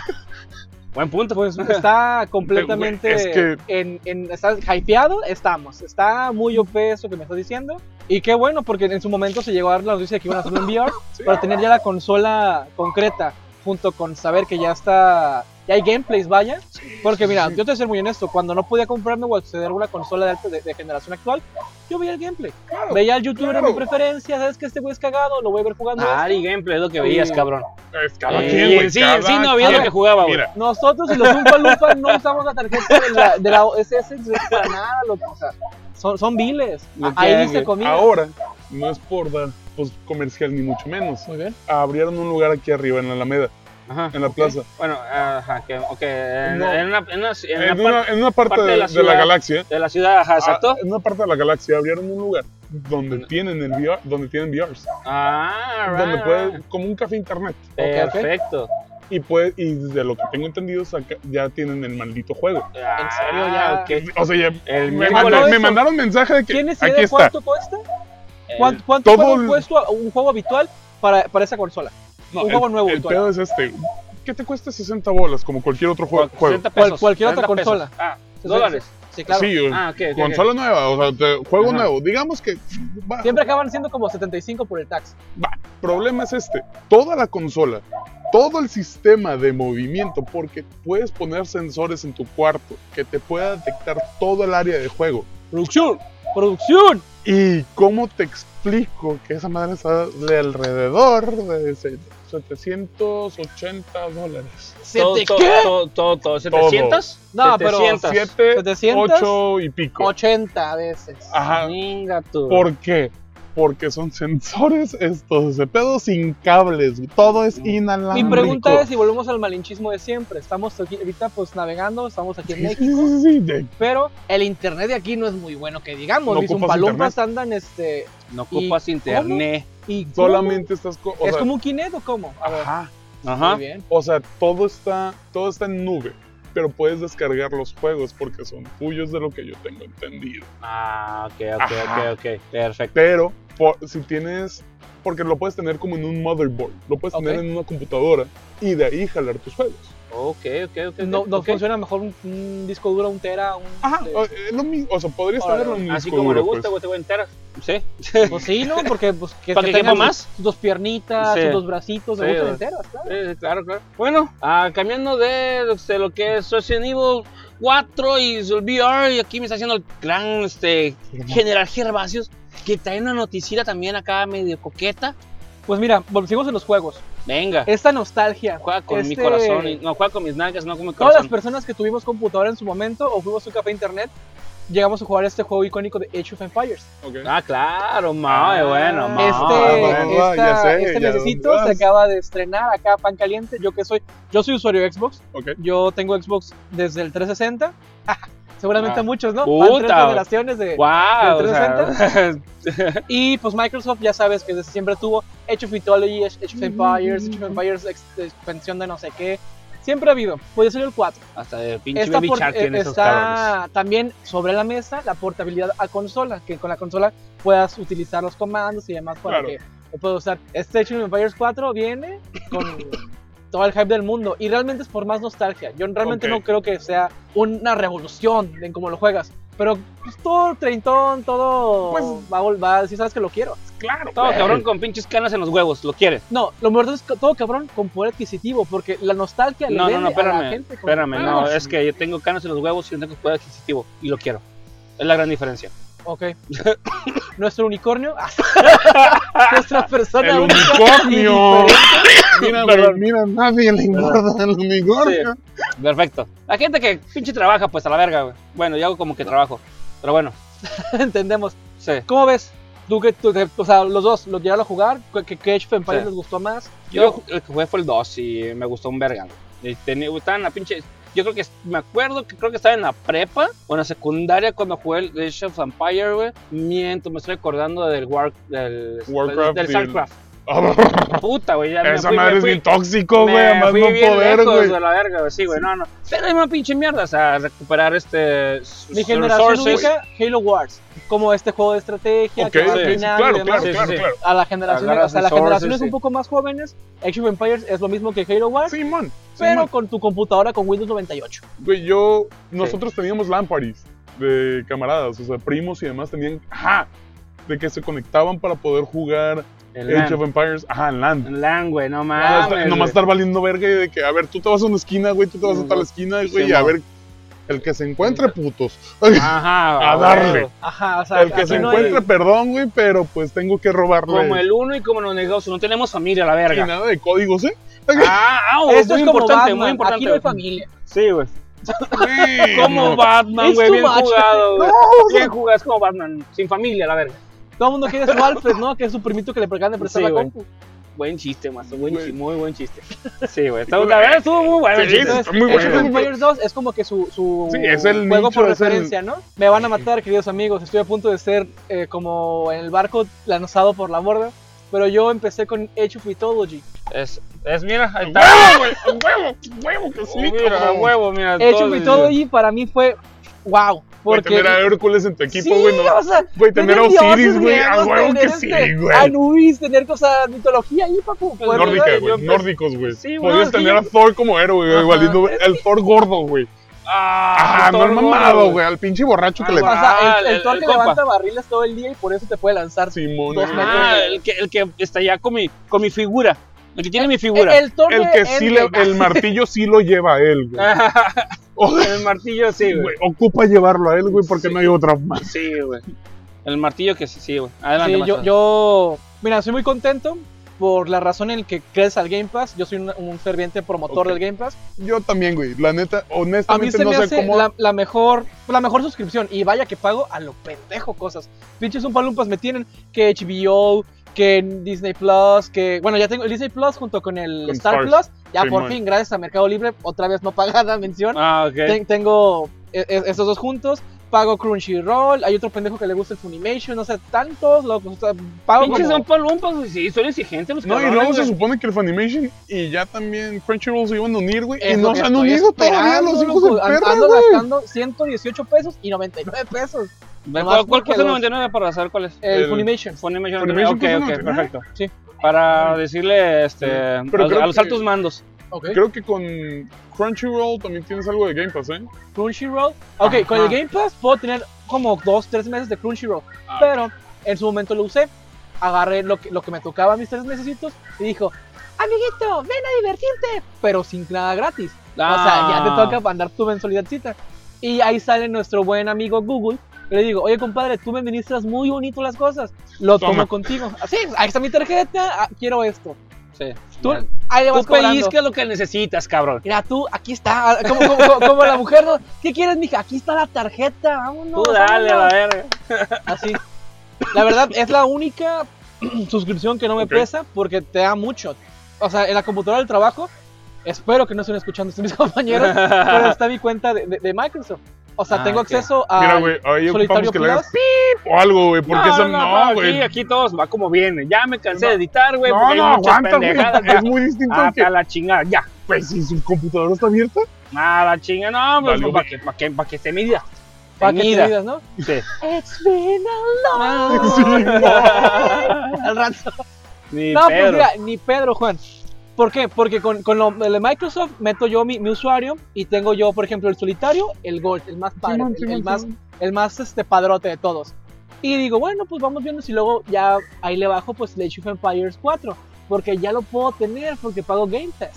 Speaker 1: Buen punto, pues.
Speaker 2: Está completamente
Speaker 3: Es que-
Speaker 2: en, en- está hypeado, estamos. Está muy OP eso que me estás diciendo. Y qué bueno, porque en su momento se llegó a dar la noticia de que iban a hacer un VR
Speaker 3: Sí.
Speaker 2: para tener ya la consola concreta, junto con saber que ya está, ya hay gameplays, vaya. Porque mira, yo te voy a ser muy honesto, cuando no podía comprarme o acceder a una consola de, alta- de- de generación actual, yo veía el gameplay.
Speaker 3: Claro,
Speaker 2: Veía al youtuber de mi
Speaker 3: claro.
Speaker 2: preferencia, sabes que este güey es cagado, lo voy a ver jugando.
Speaker 1: Ah,
Speaker 2: esto.
Speaker 1: y gameplay es lo que veías,
Speaker 2: Sí.
Speaker 1: cabrón.
Speaker 3: es cada
Speaker 1: Eh,
Speaker 3: quien,
Speaker 1: y
Speaker 3: güey,
Speaker 1: en sí,
Speaker 3: cada
Speaker 1: en sí no había
Speaker 3: quien.
Speaker 1: lo que jugaba, güey.
Speaker 3: Mira,
Speaker 2: Nosotros y los Zumpa Lupa no usamos la tarjeta de la, de la OSS para nada, loco. O sea, son, son viles.
Speaker 1: Lo que
Speaker 2: Ahí
Speaker 1: hay,
Speaker 2: dice
Speaker 1: güey.
Speaker 2: comida.
Speaker 3: ahora no es por dar pues, comercial ni mucho menos.
Speaker 2: Muy bien.
Speaker 3: Abrieron un lugar aquí arriba en la Alameda,
Speaker 1: Ajá.
Speaker 3: en la plaza.
Speaker 1: Bueno, ajá, que, ok. En,
Speaker 3: No.
Speaker 1: en una, en una, en una
Speaker 3: En
Speaker 1: parte
Speaker 3: una, en una parte,
Speaker 1: parte de
Speaker 3: de,
Speaker 1: la
Speaker 3: de la
Speaker 1: ciudad.
Speaker 3: galaxia.
Speaker 1: de la ciudad, ajá,
Speaker 3: Ah,
Speaker 1: exacto.
Speaker 3: en una parte de la galaxia abrieron un lugar donde tienen el VR, donde tienen VRs.
Speaker 1: Ah, right,
Speaker 3: donde
Speaker 1: right.
Speaker 3: puedes, como un café internet.
Speaker 2: ok.
Speaker 1: Perfecto.
Speaker 3: Y puede, y de lo que tengo entendido, saca- ya tienen el maldito juego.
Speaker 1: ¿En
Speaker 2: serio, ya?
Speaker 3: O sea, ya
Speaker 1: Ah, El
Speaker 3: me,
Speaker 1: miércoles-
Speaker 3: manda- me
Speaker 2: eso.
Speaker 3: mandaron mensaje de que
Speaker 2: ¿Tienes
Speaker 3: aquí
Speaker 2: idea
Speaker 3: está.
Speaker 2: cuánto cuesta? ¿Cuánto, cuánto
Speaker 3: todo
Speaker 2: paga un,
Speaker 3: el-
Speaker 2: puesto a- un juego habitual para, para esa consola?
Speaker 3: No,
Speaker 2: un
Speaker 3: el,
Speaker 2: juego nuevo,
Speaker 3: El
Speaker 2: Tuana.
Speaker 3: pedo es este. ¿Qué te cuesta 60 bolas como cualquier otro jue- juego?
Speaker 2: Cual- cualquier otra consola.
Speaker 1: Ah, dólares.
Speaker 2: Sí, claro.
Speaker 3: Sí, o-
Speaker 1: Ah, ok, ok,
Speaker 3: consola nueva, o sea, te- juego
Speaker 1: Ajá.
Speaker 3: nuevo. Digamos que va,
Speaker 2: Siempre acaban siendo como 75 por el tax.
Speaker 3: Va, problema es este. Toda la consola, todo el sistema de movimiento, porque puedes poner sensores en tu cuarto que te pueda detectar todo el área de juego.
Speaker 2: Producción. Producción.
Speaker 3: ¿Y cómo te explico que esa madre está de alrededor de se- 780 dólares?
Speaker 2: ¿Se
Speaker 1: Todo,
Speaker 2: te
Speaker 1: todo,
Speaker 2: qué?
Speaker 1: todo, todo, todo.
Speaker 3: Todo.
Speaker 1: ¿700?
Speaker 2: No, pero
Speaker 1: 700.
Speaker 3: 7,
Speaker 2: 700,
Speaker 3: 8 y pico.
Speaker 2: 80 veces.
Speaker 3: Ajá.
Speaker 1: Venga tú.
Speaker 3: Ah. ¿Por qué? Porque son sensores estos de pedo sin cables. Todo es
Speaker 2: Mi
Speaker 3: inalámbrico.
Speaker 2: pregunta es, si volvemos al malinchismo de siempre, estamos aquí, ahorita pues navegando, estamos aquí en
Speaker 3: Sí, sí,
Speaker 2: México,
Speaker 3: sí, sí, de-
Speaker 2: pero el internet de aquí no es muy bueno que digamos,
Speaker 3: No
Speaker 2: mis
Speaker 3: ocupas
Speaker 2: umpalumpas andan este...
Speaker 1: No ocupas internet.
Speaker 2: Y
Speaker 3: solamente estás... co- o
Speaker 2: ¿Es
Speaker 3: sea,
Speaker 2: como un kinet o cómo? A ver,
Speaker 3: Ajá.
Speaker 1: Ajá.
Speaker 2: Muy bien.
Speaker 3: O sea, todo está, todo está en nube, pero puedes descargar los juegos porque son tuyos de lo que yo tengo entendido.
Speaker 1: Ah, ok, ok,
Speaker 3: Ajá.
Speaker 1: ok, ok. Perfecto.
Speaker 3: Pero por- si tienes, porque lo puedes tener como en un motherboard, lo puedes
Speaker 2: Ok.
Speaker 3: tener en una computadora y de ahí jalar tus juegos.
Speaker 1: Ok, ok, ok.
Speaker 2: No,
Speaker 1: ok,
Speaker 2: no
Speaker 1: Eh, ok.
Speaker 2: funciona mejor un, un disco duro, un tera, un... este,
Speaker 3: Ajá,
Speaker 2: de-
Speaker 3: o- es lo mismo, o sea, podrías
Speaker 2: Ahora,
Speaker 3: tenerlo en un
Speaker 1: Así
Speaker 3: disco
Speaker 1: como le
Speaker 3: duro,
Speaker 1: gusta,
Speaker 3: pues.
Speaker 1: güey, te voy a enterar. Sí.
Speaker 2: Pues sí, ¿no? Porque pues que,
Speaker 1: ¿Para
Speaker 2: que
Speaker 1: que quepa
Speaker 2: tengan
Speaker 1: más?
Speaker 2: sus- sus dos piernitas,
Speaker 1: Sí.
Speaker 2: sus dos bracitos, me
Speaker 1: Sí,
Speaker 2: gustan
Speaker 1: güey.
Speaker 2: enteras, claro.
Speaker 1: Sí, claro, claro. Bueno, ah, cambiando de, de lo que es Resident Evil 4 y su VR, y aquí me está haciendo el gran este, General Gervasios, que trae una noticita también acá medio coqueta.
Speaker 2: Pues mira, volvimos en los juegos.
Speaker 1: Venga,
Speaker 2: Esta nostalgia.
Speaker 1: juega con mi
Speaker 2: este-
Speaker 1: corazón. y- no, juega con mis nalgas, no con mi
Speaker 2: Todas las
Speaker 1: corazón.
Speaker 2: personas que tuvimos computadora en su momento o fuimos a un café internet, llegamos a jugar este juego icónico de Age of Empires.
Speaker 3: Ok.
Speaker 1: Ah, claro, ma,
Speaker 3: Ah,
Speaker 1: bueno, ma.
Speaker 2: este
Speaker 3: ah, ah,
Speaker 2: esta-
Speaker 3: ya sé,
Speaker 2: este
Speaker 3: ya
Speaker 2: necesito
Speaker 3: dónde
Speaker 2: se
Speaker 3: vas.
Speaker 2: acaba de estrenar acá pan caliente. Yo que soy, yo soy usuario de Xbox.
Speaker 3: ok.
Speaker 2: Yo tengo Xbox desde el 360. Seguramente
Speaker 3: Ah.
Speaker 2: muchos, ¿no?
Speaker 1: Puta,
Speaker 2: Van tres
Speaker 1: güey.
Speaker 2: generaciones de.
Speaker 1: Wow,
Speaker 2: ¿Del
Speaker 1: o sea,
Speaker 2: Y pues Microsoft ya sabes que desde siempre tuvo Age of Mythology, Age
Speaker 3: Mm.
Speaker 2: Age of Empires, Age of Empires ex- expansión de no sé qué. Siempre ha habido. Puede ser el 4.
Speaker 1: hasta de pinche
Speaker 2: Esta
Speaker 1: baby
Speaker 2: por- eh,
Speaker 1: shark tiene esos cabrones.
Speaker 2: está también sobre la mesa la portabilidad a consola, que con la consola puedas utilizar los comandos y demás para
Speaker 3: Claro.
Speaker 2: que lo puedas usar. Este Age of Empires 4 viene con todo el hype del mundo y realmente es por más nostalgia. Yo realmente
Speaker 3: Ok.
Speaker 2: no creo que sea una revolución en cómo lo juegas, pero pues, todo treintón, todo
Speaker 3: Pues-
Speaker 2: va a volver, si sabes que lo quiero.
Speaker 3: Claro.
Speaker 1: Todo
Speaker 3: güey.
Speaker 1: cabrón con pinches canas en los huevos, lo quiere.
Speaker 2: No, lo mejor es que todo cabrón con poder adquisitivo, porque la nostalgia le
Speaker 1: No, no,
Speaker 2: vende
Speaker 1: no,
Speaker 2: a la
Speaker 1: espérame,
Speaker 2: gente. con-
Speaker 1: espérame, no,
Speaker 3: Ah,
Speaker 1: es
Speaker 3: sí.
Speaker 1: que yo tengo canas en los huevos y no tengo poder adquisitivo y lo quiero. Es la gran diferencia.
Speaker 2: Ok. Nuestro unicornio. Nuestra persona.
Speaker 3: El
Speaker 2: única
Speaker 3: unicornio.
Speaker 2: y diferente.
Speaker 3: Mira, pero mira, nadie le importa el unicornio.
Speaker 1: Perfecto. La gente que pinche trabaja, pues a la verga, güey. Bueno, yo hago como que trabajo. Pero bueno,
Speaker 2: Entendemos.
Speaker 1: sí.
Speaker 2: ¿Cómo ves? Tú que, tú que- o sea, los dos, lo llegaron a jugar, ¿Qué- ¿qué qué Age of Empires
Speaker 1: Sí.
Speaker 2: les gustó más?
Speaker 1: Yo el que jugué fue el 2 y me gustó un verga. Y tenía, estaba en la pinche. Yo creo que me acuerdo que creo que estaba en la prepa o en la secundaria cuando jugué el Age of Empire, güey. Miento, me estoy acordando del War, del,
Speaker 3: Warcraft
Speaker 1: del,
Speaker 3: y el-
Speaker 1: Starcraft. Puta, güey, ya me
Speaker 3: Esa
Speaker 1: fui- me
Speaker 3: madre es
Speaker 1: fui-
Speaker 3: bien tóxico, güey.
Speaker 1: Me
Speaker 3: Además,
Speaker 1: fui
Speaker 3: no
Speaker 1: bien
Speaker 3: poder,
Speaker 1: lejos
Speaker 3: güey.
Speaker 1: de la verga, güey, sí, güey, no, no. Pero hay una pinche mierda, o sea, recuperar este...
Speaker 2: Mi
Speaker 1: sus
Speaker 2: generación
Speaker 1: resources.
Speaker 2: ubica Halo Wars, como este juego de estrategia,
Speaker 3: Ok,
Speaker 2: que vas
Speaker 1: sí, sí,
Speaker 2: afinando y
Speaker 3: claro,
Speaker 2: demás.
Speaker 3: claro,
Speaker 1: Sí, sí,
Speaker 3: claro,
Speaker 1: sí.
Speaker 3: claro.
Speaker 2: A la generación,
Speaker 1: Agarras
Speaker 2: o sea, a las
Speaker 1: resources,
Speaker 2: generaciones
Speaker 1: sí.
Speaker 2: un poco más jóvenes, Age of Empires es lo mismo que Halo Wars,
Speaker 3: Simón.
Speaker 2: pero
Speaker 3: Simón.
Speaker 2: con tu computadora con Windows 98.
Speaker 3: Güey, yo, nosotros teníamos LAN parties de camaradas, o sea, primos y demás tenían, ajá, de que se conectaban para poder jugar
Speaker 1: El
Speaker 3: Age
Speaker 1: LAN,
Speaker 3: of Empires, ajá, en LAN.
Speaker 1: el LAN, güey, no
Speaker 3: Nomás
Speaker 1: mames.
Speaker 3: estar- nomás
Speaker 1: güey.
Speaker 3: estar valiendo verga y de que, a ver, tú te vas a una esquina, güey, tú te vas a tal esquina, güey, y a
Speaker 1: Simón.
Speaker 3: ver, el que se encuentre, putos.
Speaker 1: Ajá,
Speaker 3: A
Speaker 1: güey.
Speaker 3: darle.
Speaker 2: Ajá, o sea,
Speaker 3: El que
Speaker 2: aquí
Speaker 3: se
Speaker 2: no
Speaker 3: encuentre,
Speaker 2: hay-
Speaker 3: perdón, güey, pero pues tengo que robarle.
Speaker 1: Como el uno y como los negocios, no tenemos familia, la
Speaker 3: Y
Speaker 1: verga.
Speaker 3: nada de códigos, ¿eh?
Speaker 1: Ah, ah, güey,
Speaker 2: Esto
Speaker 1: muy
Speaker 2: es como
Speaker 1: importante,
Speaker 2: Batman,
Speaker 1: muy importante.
Speaker 2: aquí no hay
Speaker 1: güey.
Speaker 2: familia.
Speaker 1: Sí, güey.
Speaker 3: Güey,
Speaker 1: Como
Speaker 3: no.
Speaker 1: Batman,
Speaker 2: It's
Speaker 1: güey,
Speaker 2: too
Speaker 1: bien
Speaker 2: much.
Speaker 1: jugado, güey.
Speaker 3: o sea-
Speaker 1: Bien jugado, es como Batman, sin familia, la verga.
Speaker 2: Todo el mundo quiere su Alfred, ¿no? Que es su primito que le acaban de prestar
Speaker 1: Sí,
Speaker 2: la
Speaker 1: güey.
Speaker 2: compu.
Speaker 1: Buen chiste, mazo. Buen
Speaker 3: Güey.
Speaker 1: chi- muy buen chiste. Sí, güey. Estuvo, la verdad, estuvo muy bueno el
Speaker 3: Sí,
Speaker 1: chiste.
Speaker 3: está muy bueno.
Speaker 2: Es que Super Mario 2 es como que su, su
Speaker 3: Sí, es el
Speaker 2: juego
Speaker 3: nicho,
Speaker 2: por
Speaker 3: es el-
Speaker 2: referencia, ¿no? Me van a matar, queridos amigos. Estoy a punto de ser eh, como el barco lanzado por la borda. Pero yo empecé con Age of Mythology.
Speaker 1: Es, es, mira, ahí está.
Speaker 3: ¡Huevo, güey! ¡A ¡Huevo! ¡Huevo! ¡Que sí,
Speaker 1: Oh, mira, a
Speaker 3: cabrón!
Speaker 1: huevo, mira.
Speaker 2: Age of
Speaker 1: todo el-
Speaker 2: Mythology para mí fue wow.
Speaker 3: Güey,
Speaker 2: Porque.
Speaker 3: tener a Hércules en tu equipo,
Speaker 2: Sí,
Speaker 3: güey. no-
Speaker 2: o sea,
Speaker 3: Güey, tener a
Speaker 2: tener
Speaker 3: Osiris,
Speaker 2: dioses
Speaker 3: güey. A
Speaker 2: griegos,
Speaker 3: huevo que
Speaker 2: tener
Speaker 3: sí,
Speaker 2: este
Speaker 3: güey.
Speaker 2: Anubis, tener cosas mitología ahí, papu. poder
Speaker 3: Nórdica,
Speaker 2: jugar.
Speaker 1: yo
Speaker 3: güey.
Speaker 1: empecé-
Speaker 3: Nórdicos, güey.
Speaker 1: Sí, güey,
Speaker 3: Podías
Speaker 1: es que
Speaker 3: tener
Speaker 1: yo-
Speaker 3: a Thor como héroe, güey.
Speaker 1: Ajá.
Speaker 3: Igualito, güey. El Thor gordo, güey.
Speaker 1: Ah,
Speaker 3: Ah, no
Speaker 1: Thor
Speaker 3: el
Speaker 1: gordo,
Speaker 3: mamado,
Speaker 1: güey.
Speaker 3: güey. Al pinche borracho que
Speaker 1: Ah,
Speaker 3: le.
Speaker 1: guau.
Speaker 2: O sea, el,
Speaker 1: Ah,
Speaker 2: el
Speaker 1: el-
Speaker 2: Thor
Speaker 1: el
Speaker 2: que
Speaker 1: compa.
Speaker 2: levanta barriles todo el día y por eso te puede lanzar.
Speaker 3: Simón,
Speaker 2: Dos
Speaker 3: eh.
Speaker 2: metros.
Speaker 1: Ah, el que, el que está ya con mi, con mi figura. El que tiene mi figura.
Speaker 2: El, Thor
Speaker 3: El
Speaker 2: de
Speaker 3: que sí le,
Speaker 2: Endgame.
Speaker 3: el martillo sí lo lleva a él, güey. O-
Speaker 1: el martillo, Ah, sí, güey.
Speaker 3: Oh. güey, Ocupa llevarlo a él, güey, porque
Speaker 1: Sí.
Speaker 3: no hay otra más.
Speaker 1: Sí, güey. El martillo que sí, sí, güey. Adelante,
Speaker 2: Sí, yo,
Speaker 1: Mazatlán.
Speaker 2: yo, mira, soy muy contento por la razón en que crees al Game Pass. Yo soy un, un ferviente promotor
Speaker 3: Ok.
Speaker 2: del Game Pass.
Speaker 3: Yo también, güey. La neta,
Speaker 2: A mí
Speaker 3: honestamente,
Speaker 2: se me
Speaker 3: no sé
Speaker 2: hace
Speaker 3: cómo.
Speaker 2: la, la mejor, la mejor suscripción. Y vaya que pago a lo pendejo cosas. Pinches un palumpas me tienen que HBO, que Disney Plus, que bueno ya tengo el Disney Plus junto con el
Speaker 3: Con
Speaker 2: Star
Speaker 3: Stars.
Speaker 2: Plus. Ya por
Speaker 3: Simón.
Speaker 2: fin, gracias a Mercado Libre, otra vez no pagada mención.
Speaker 1: Ah, ok.
Speaker 2: Ten- tengo e- e- estos dos juntos. Pago Crunchyroll, hay otro pendejo que le gusta el Funimation, no sé, tantos locos. o sea, pago
Speaker 1: Pinches
Speaker 2: como-
Speaker 1: son palumpas, güey. Sí, son exigentes los
Speaker 3: No, y
Speaker 1: cabrones,
Speaker 3: luego se
Speaker 1: güey.
Speaker 3: supone que el Funimation y ya también Crunchyroll se iban a unir, güey. Y
Speaker 2: Es
Speaker 3: no
Speaker 2: lo
Speaker 3: se
Speaker 2: que
Speaker 3: han
Speaker 2: estoy
Speaker 3: unido todavía
Speaker 2: esperando,
Speaker 3: los hijos del
Speaker 2: loco. An-
Speaker 3: perro,
Speaker 2: Ando
Speaker 3: güey.
Speaker 2: gastando 118 pesos y 99 pesos.
Speaker 1: ¿Cuál, cuál
Speaker 2: Nomás
Speaker 1: cuesta
Speaker 2: porque los-
Speaker 1: 99 para saber cuál es?
Speaker 2: El,
Speaker 3: El-
Speaker 2: Funimation.
Speaker 1: Funimation.
Speaker 3: Funimation
Speaker 1: ok,
Speaker 3: cuesta
Speaker 1: ok,
Speaker 3: 99.
Speaker 1: perfecto.
Speaker 2: Sí.
Speaker 1: Para decirle este,
Speaker 3: Pero
Speaker 1: a,
Speaker 3: creo
Speaker 1: a los
Speaker 3: que-
Speaker 1: altos mandos.
Speaker 2: Ok.
Speaker 3: Creo que con Crunchyroll también tienes algo de Game Pass, ¿eh?
Speaker 2: Crunchyroll. Ok, con
Speaker 1: Ajá.
Speaker 2: el Game Pass puedo tener como 2, 3 meses de Crunchyroll.
Speaker 3: Ah.
Speaker 2: Pero en su momento lo usé. Agarré lo que, lo que me tocaba mis 3 mesecitos y dijo, amiguito, ven a divertirte, pero sin nada gratis. O
Speaker 1: Ah,
Speaker 2: sea, ya te toca mandar tu mensualidadcita. Y ahí sale nuestro buen amigo Google. Le digo, oye compadre, tú me administras muy bonito las cosas. Lo
Speaker 3: Toma.
Speaker 2: tomo contigo. Así, ahí está mi tarjeta, ah, quiero esto.
Speaker 1: Sí.
Speaker 2: Tú,
Speaker 1: Ya.
Speaker 2: ahí le vas
Speaker 1: Tú
Speaker 2: cobrando.
Speaker 1: pellizca lo que necesitas, cabrón.
Speaker 2: Mira, tú, aquí está. ah, Como, como- como- como la mujer, ¿no? ¿Qué quieres, mija? Aquí está la tarjeta, vámonos.
Speaker 1: Tú dale a la
Speaker 2: vámonos.
Speaker 1: verga.
Speaker 2: Así. La verdad, es la única suscripción que no me
Speaker 3: Ok.
Speaker 2: pesa porque te da mucho. O sea, en la computadora del trabajo, espero que no estén escuchando esto mis compañeros, pero está mi cuenta de, de- de Microsoft. O sea,
Speaker 1: Ah,
Speaker 2: tengo
Speaker 1: ok.
Speaker 2: acceso a
Speaker 3: Mira, güey, ahí ocupamos
Speaker 2: Solitario
Speaker 3: que le hagas
Speaker 2: Plus.
Speaker 3: pip o algo, güey, porque
Speaker 1: no,
Speaker 3: esa
Speaker 1: no, no,
Speaker 3: no,
Speaker 1: aquí,
Speaker 3: güey.
Speaker 1: aquí todos va como viene. Ya me cansé de editar, güey.
Speaker 3: No,
Speaker 1: porque hay
Speaker 3: no,
Speaker 1: muchas
Speaker 3: aguanta, güey.
Speaker 1: pendejadas.
Speaker 3: Es muy distinto
Speaker 1: Ah,
Speaker 3: a que,
Speaker 1: Hasta la chingada, ya.
Speaker 3: güey, si su computadora está abierta.
Speaker 1: Nada, chinga, no, pues
Speaker 3: Valió
Speaker 1: para que, pa' que, pa' que se mida.
Speaker 2: para que te
Speaker 1: Tenida.
Speaker 2: digas, ¿no?
Speaker 1: Sí.
Speaker 2: It's been a long- Al rato.
Speaker 1: Ni
Speaker 2: No, pues
Speaker 1: pedo.
Speaker 2: mira, ni Pedro, Juan. ¿Por qué? Porque con, con lo de Microsoft meto yo mi, mi usuario y tengo yo, por ejemplo, el solitario, el Gold, el más padre,
Speaker 3: Simón,
Speaker 2: el,
Speaker 3: Simón,
Speaker 2: el más,
Speaker 3: Simón.
Speaker 2: el más este, padrote de todos. Y digo, bueno, pues vamos viendo si luego ya ahí le bajo pues el Age of Empires 4, porque ya lo puedo tener porque pago Game Pass.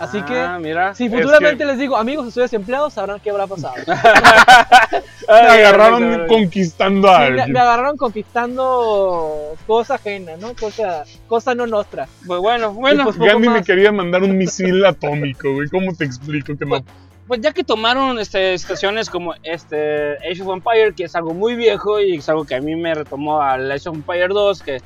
Speaker 2: Así que
Speaker 1: Ah, mira.
Speaker 2: si
Speaker 3: es
Speaker 2: futuramente
Speaker 3: que-
Speaker 2: les digo, amigos, estoy desempleado, sabrán qué habrá pasado. Sí,
Speaker 3: Me
Speaker 2: Ah,
Speaker 1: Ay,
Speaker 3: agarraron
Speaker 1: ay,
Speaker 3: conquistando a
Speaker 2: me,
Speaker 3: alguien.
Speaker 2: me agarraron conquistando cosa ajena, ¿no? Cosa, cosa no nostra.
Speaker 1: ay. Pues bueno, bueno.
Speaker 2: pues,
Speaker 1: Pues,
Speaker 3: Gandhi me
Speaker 2: más.
Speaker 3: quería mandar un misil atómico, güey. ¿Cómo te explico que no?
Speaker 1: pues ya que tomaron este, estaciones como este Age of Empire, que es algo muy viejo y es algo que a mí me retomó al Age of Empire 2, que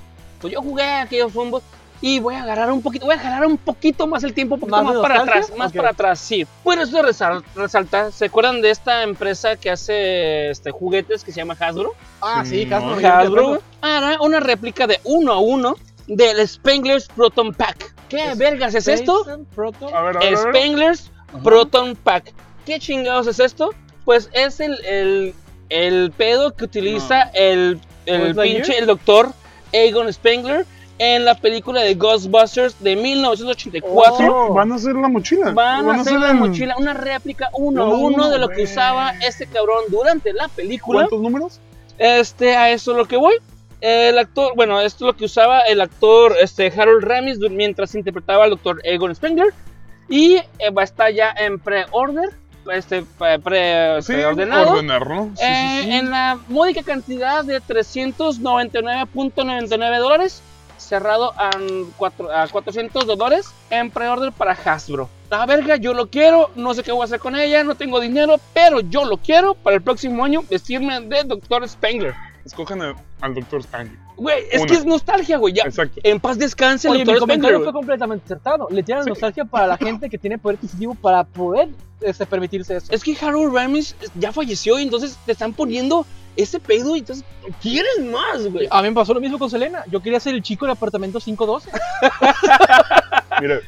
Speaker 1: pues yo jugué aquellos rumbos y voy a agarrar un poquito, voy a agarrar un poquito más el tiempo, un poquito
Speaker 2: ¿Más
Speaker 1: más,
Speaker 2: de
Speaker 1: para
Speaker 2: nostalgia?
Speaker 1: atrás, más
Speaker 2: Ok.
Speaker 1: para atrás, sí. Bueno, eso resalta, resalta, ¿se acuerdan de esta empresa que hace este, juguetes que se llama Hasbro?
Speaker 2: Ah, sí,
Speaker 3: Sí,
Speaker 2: Hasbro,
Speaker 3: no.
Speaker 2: yo te
Speaker 1: Hasbro
Speaker 2: acuerdo.
Speaker 1: hará una réplica de uno a uno del Spenglers Proton Pack. ¿Qué
Speaker 2: Es-
Speaker 1: vergas es esto?
Speaker 2: Jason Proto.
Speaker 3: A ver, a ver, a ver.
Speaker 1: Spenglers Proton Pack. ¿Qué chingados es esto? Pues es el, el, el pedo que utiliza el, el
Speaker 2: ¿Buzz
Speaker 1: pinche el doctor Egon Spengler en la película de Ghostbusters de 1984.
Speaker 2: Oh.
Speaker 3: Van a hacer la mochila.
Speaker 1: Van a hacer la
Speaker 3: el-
Speaker 1: mochila, una réplica uno a
Speaker 3: Uno a
Speaker 1: uno
Speaker 3: uno,
Speaker 1: de lo que
Speaker 3: güey.
Speaker 1: usaba este cabrón durante la película.
Speaker 3: ¿Cuántos números?
Speaker 1: Este, a eso es lo que voy. El actor, bueno, esto es lo que usaba el actor este, Harold Ramis du- mientras interpretaba al doctor Egon Spengler. Y eh, va a estar ya en pre-order, este, pre- pre- preordenado.
Speaker 3: ordenarlo. Sí,
Speaker 1: Este,
Speaker 3: sí,
Speaker 1: eh,
Speaker 3: sí.
Speaker 1: En la módica cantidad de 399.99 dólares, cerrado a, cuatro- a 400 dólares en pre-order para Hasbro. La verga, yo lo quiero, no sé qué voy a hacer con ella, no tengo dinero, pero yo lo quiero para el próximo año vestirme de Dr. Spengler.
Speaker 3: Escojan a- al Dr. Spanky.
Speaker 1: Güey, es
Speaker 3: Una.
Speaker 1: que es nostalgia, güey. Ya,
Speaker 3: Exacto.
Speaker 1: en paz descanse el
Speaker 2: Oye, mi
Speaker 1: doctor
Speaker 2: comentario
Speaker 1: Spengler.
Speaker 2: fue
Speaker 1: güey.
Speaker 2: completamente acertado. Le tiran
Speaker 3: Sí.
Speaker 2: nostalgia para la gente que tiene poder adquisitivo para poder este, permitirse eso.
Speaker 1: Es que Harold Ramis ya falleció y entonces te están poniendo ese pedo y entonces quieren más, güey.
Speaker 2: A mí me pasó lo mismo con Selena. Yo quería ser el chico del apartamento 512.
Speaker 3: Mira,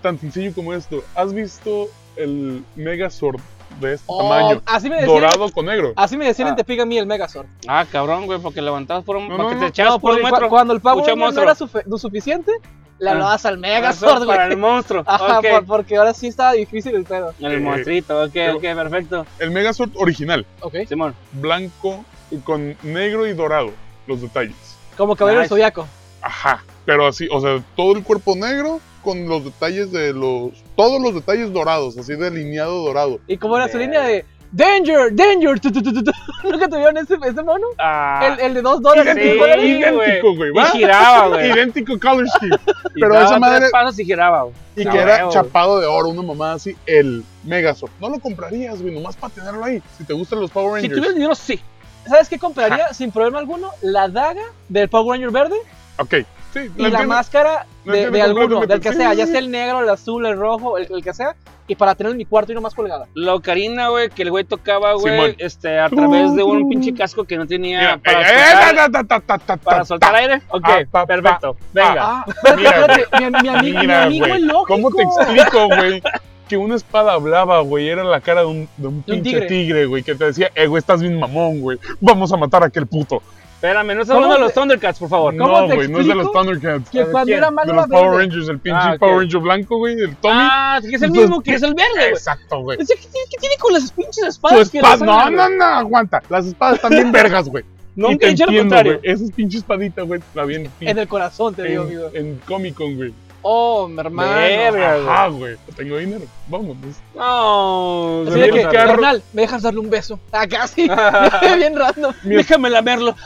Speaker 3: tan sencillo como esto. ¿Has visto el Megazord de este
Speaker 2: Oh,
Speaker 3: tamaño?
Speaker 2: así me decían,
Speaker 3: Dorado con negro.
Speaker 2: así me decían en
Speaker 1: Ah.
Speaker 2: Tepic a mí el Megazord.
Speaker 1: Ah, cabrón, güey, porque levantabas por un.
Speaker 3: No,
Speaker 1: porque
Speaker 3: no,
Speaker 1: te
Speaker 3: no,
Speaker 1: echabas por un
Speaker 2: Cu-
Speaker 1: metro.
Speaker 2: cuando el Power
Speaker 1: Escuché
Speaker 2: Ranger no
Speaker 1: monstruo.
Speaker 2: era sufe- lo suficiente, le
Speaker 1: Ah.
Speaker 2: hablabas al
Speaker 1: Eso
Speaker 2: Megazord, güey.
Speaker 1: Para el monstruo.
Speaker 2: Ajá,
Speaker 1: ok.
Speaker 2: por- porque ahora sí estaba difícil el pedo.
Speaker 1: El monstruito, ok,
Speaker 3: Eh, Pero-
Speaker 1: ok, perfecto.
Speaker 3: El Megazord original.
Speaker 2: Ok.
Speaker 1: Simón.
Speaker 3: Blanco y con negro y dorado. Los detalles.
Speaker 2: Como caballero del
Speaker 1: Nice.
Speaker 2: zodiaco.
Speaker 3: Ajá. Pero así, o sea, todo el cuerpo negro con los detalles de los... Todos los detalles dorados, así delineado dorado.
Speaker 2: Y como era su
Speaker 1: Ver-
Speaker 2: línea de Danger, Danger. tu, tu, tu, tu, tu. ¿Nunca tuvieron ese, ese mono?
Speaker 1: Ah,
Speaker 2: El, el de 2 dólares.
Speaker 1: sí,
Speaker 2: tres dólares.
Speaker 3: idéntico, güey, ¿va?
Speaker 1: Y giraba, güey.
Speaker 3: Idéntico color scheme.
Speaker 1: Y
Speaker 3: pero
Speaker 1: daba
Speaker 3: esa madre-
Speaker 1: tres pasos y giraba, güey.
Speaker 3: Y
Speaker 1: No,
Speaker 3: que era
Speaker 1: huevo.
Speaker 3: chapado de oro, una mamada así, el Megazord. No lo comprarías, güey, nomás para tenerlo ahí. Si te gustan los Power
Speaker 1: Si
Speaker 3: Rangers.
Speaker 1: tuvieras dinero, sí.
Speaker 2: ¿Sabes qué compraría sin problema alguno? La daga del Power Ranger verde
Speaker 3: Ok, sí, lo
Speaker 2: y la
Speaker 3: entiendo.
Speaker 2: máscara
Speaker 3: Lo
Speaker 2: de,
Speaker 3: entiendo
Speaker 2: de alguno,
Speaker 3: completamente.
Speaker 2: del que
Speaker 3: Sí,
Speaker 2: sea,
Speaker 3: sí,
Speaker 2: ya
Speaker 3: sí.
Speaker 2: sea el negro, el azul, el rojo, el, el que sea, y para tener en mi cuarto y no más colgada.
Speaker 1: La ocarina, güey, que el güey tocaba, güey,
Speaker 3: Simón.
Speaker 1: este, a través de un
Speaker 3: Tru, tru.
Speaker 1: pinche casco que no tenía
Speaker 3: Mira,
Speaker 1: para,
Speaker 3: eh,
Speaker 1: soltar,
Speaker 3: eh, ta, ta, ta, ta, ta,
Speaker 1: para
Speaker 3: ta,
Speaker 1: soltar
Speaker 3: ta.
Speaker 1: aire. Ok,
Speaker 3: Ah, pa, pa.
Speaker 1: perfecto. Venga.
Speaker 2: Ah, espérate,
Speaker 3: mira,
Speaker 2: espérate, mi, mi amigo, mi
Speaker 3: Mira,
Speaker 2: amigo
Speaker 3: güey,
Speaker 2: es lógico.
Speaker 3: ¿Cómo te explico, güey? Que una espada hablaba, güey, era la cara de un, de un
Speaker 2: De un
Speaker 3: pinche
Speaker 2: tigre.
Speaker 3: tigre, güey, que te decía, eh, güey, estás bien mamón, güey, vamos a matar a aquel puto.
Speaker 1: Espérame, no estás
Speaker 2: ¿Cómo
Speaker 1: hablando de los
Speaker 2: te-
Speaker 1: Thundercats, por favor.
Speaker 2: ¿Cómo
Speaker 3: ah. no,
Speaker 2: te
Speaker 3: güey, no es de los
Speaker 2: explico
Speaker 3: Thundercats.
Speaker 2: Que
Speaker 3: ¿Sabes
Speaker 2: cuando
Speaker 3: quién?
Speaker 2: era malo
Speaker 3: De
Speaker 2: era
Speaker 3: los Power
Speaker 2: verde.
Speaker 3: Rangers, el pinche
Speaker 1: Ah, ok.
Speaker 3: Power Ranger blanco, güey, el Tommy.
Speaker 1: Ah, que es el
Speaker 3: Entonces,
Speaker 1: mismo que es el verde, güey.
Speaker 3: Exacto, güey.
Speaker 1: Es que- ¿Qué tiene con las pinches
Speaker 3: Su
Speaker 1: espadas? que
Speaker 3: espada,
Speaker 1: no
Speaker 3: Pues, no,
Speaker 1: sangran,
Speaker 3: no,
Speaker 1: güey?
Speaker 3: no, aguanta. Las espadas están bien vergas, güey. Y
Speaker 1: Nunca he dicho lo
Speaker 3: entiendo,
Speaker 1: contrario.
Speaker 3: güey. Esa es pinche espadita, güey, está bien
Speaker 2: En
Speaker 3: pinche.
Speaker 2: el corazón, te digo, amigo.
Speaker 3: En, en Comic Con, güey.
Speaker 2: Oh, mi hermano.
Speaker 1: Verga. Verga,
Speaker 3: Ajá, güey. Tengo dinero. Vamos, pues.
Speaker 1: No,
Speaker 2: Así
Speaker 3: Tenía
Speaker 2: de
Speaker 1: tenemos
Speaker 2: que,
Speaker 3: que
Speaker 1: hablar.
Speaker 3: arro-
Speaker 2: carnal, ¿me dejas darle un beso? Acá sí. Bien random.
Speaker 3: Mi-
Speaker 1: déjame lamerlo.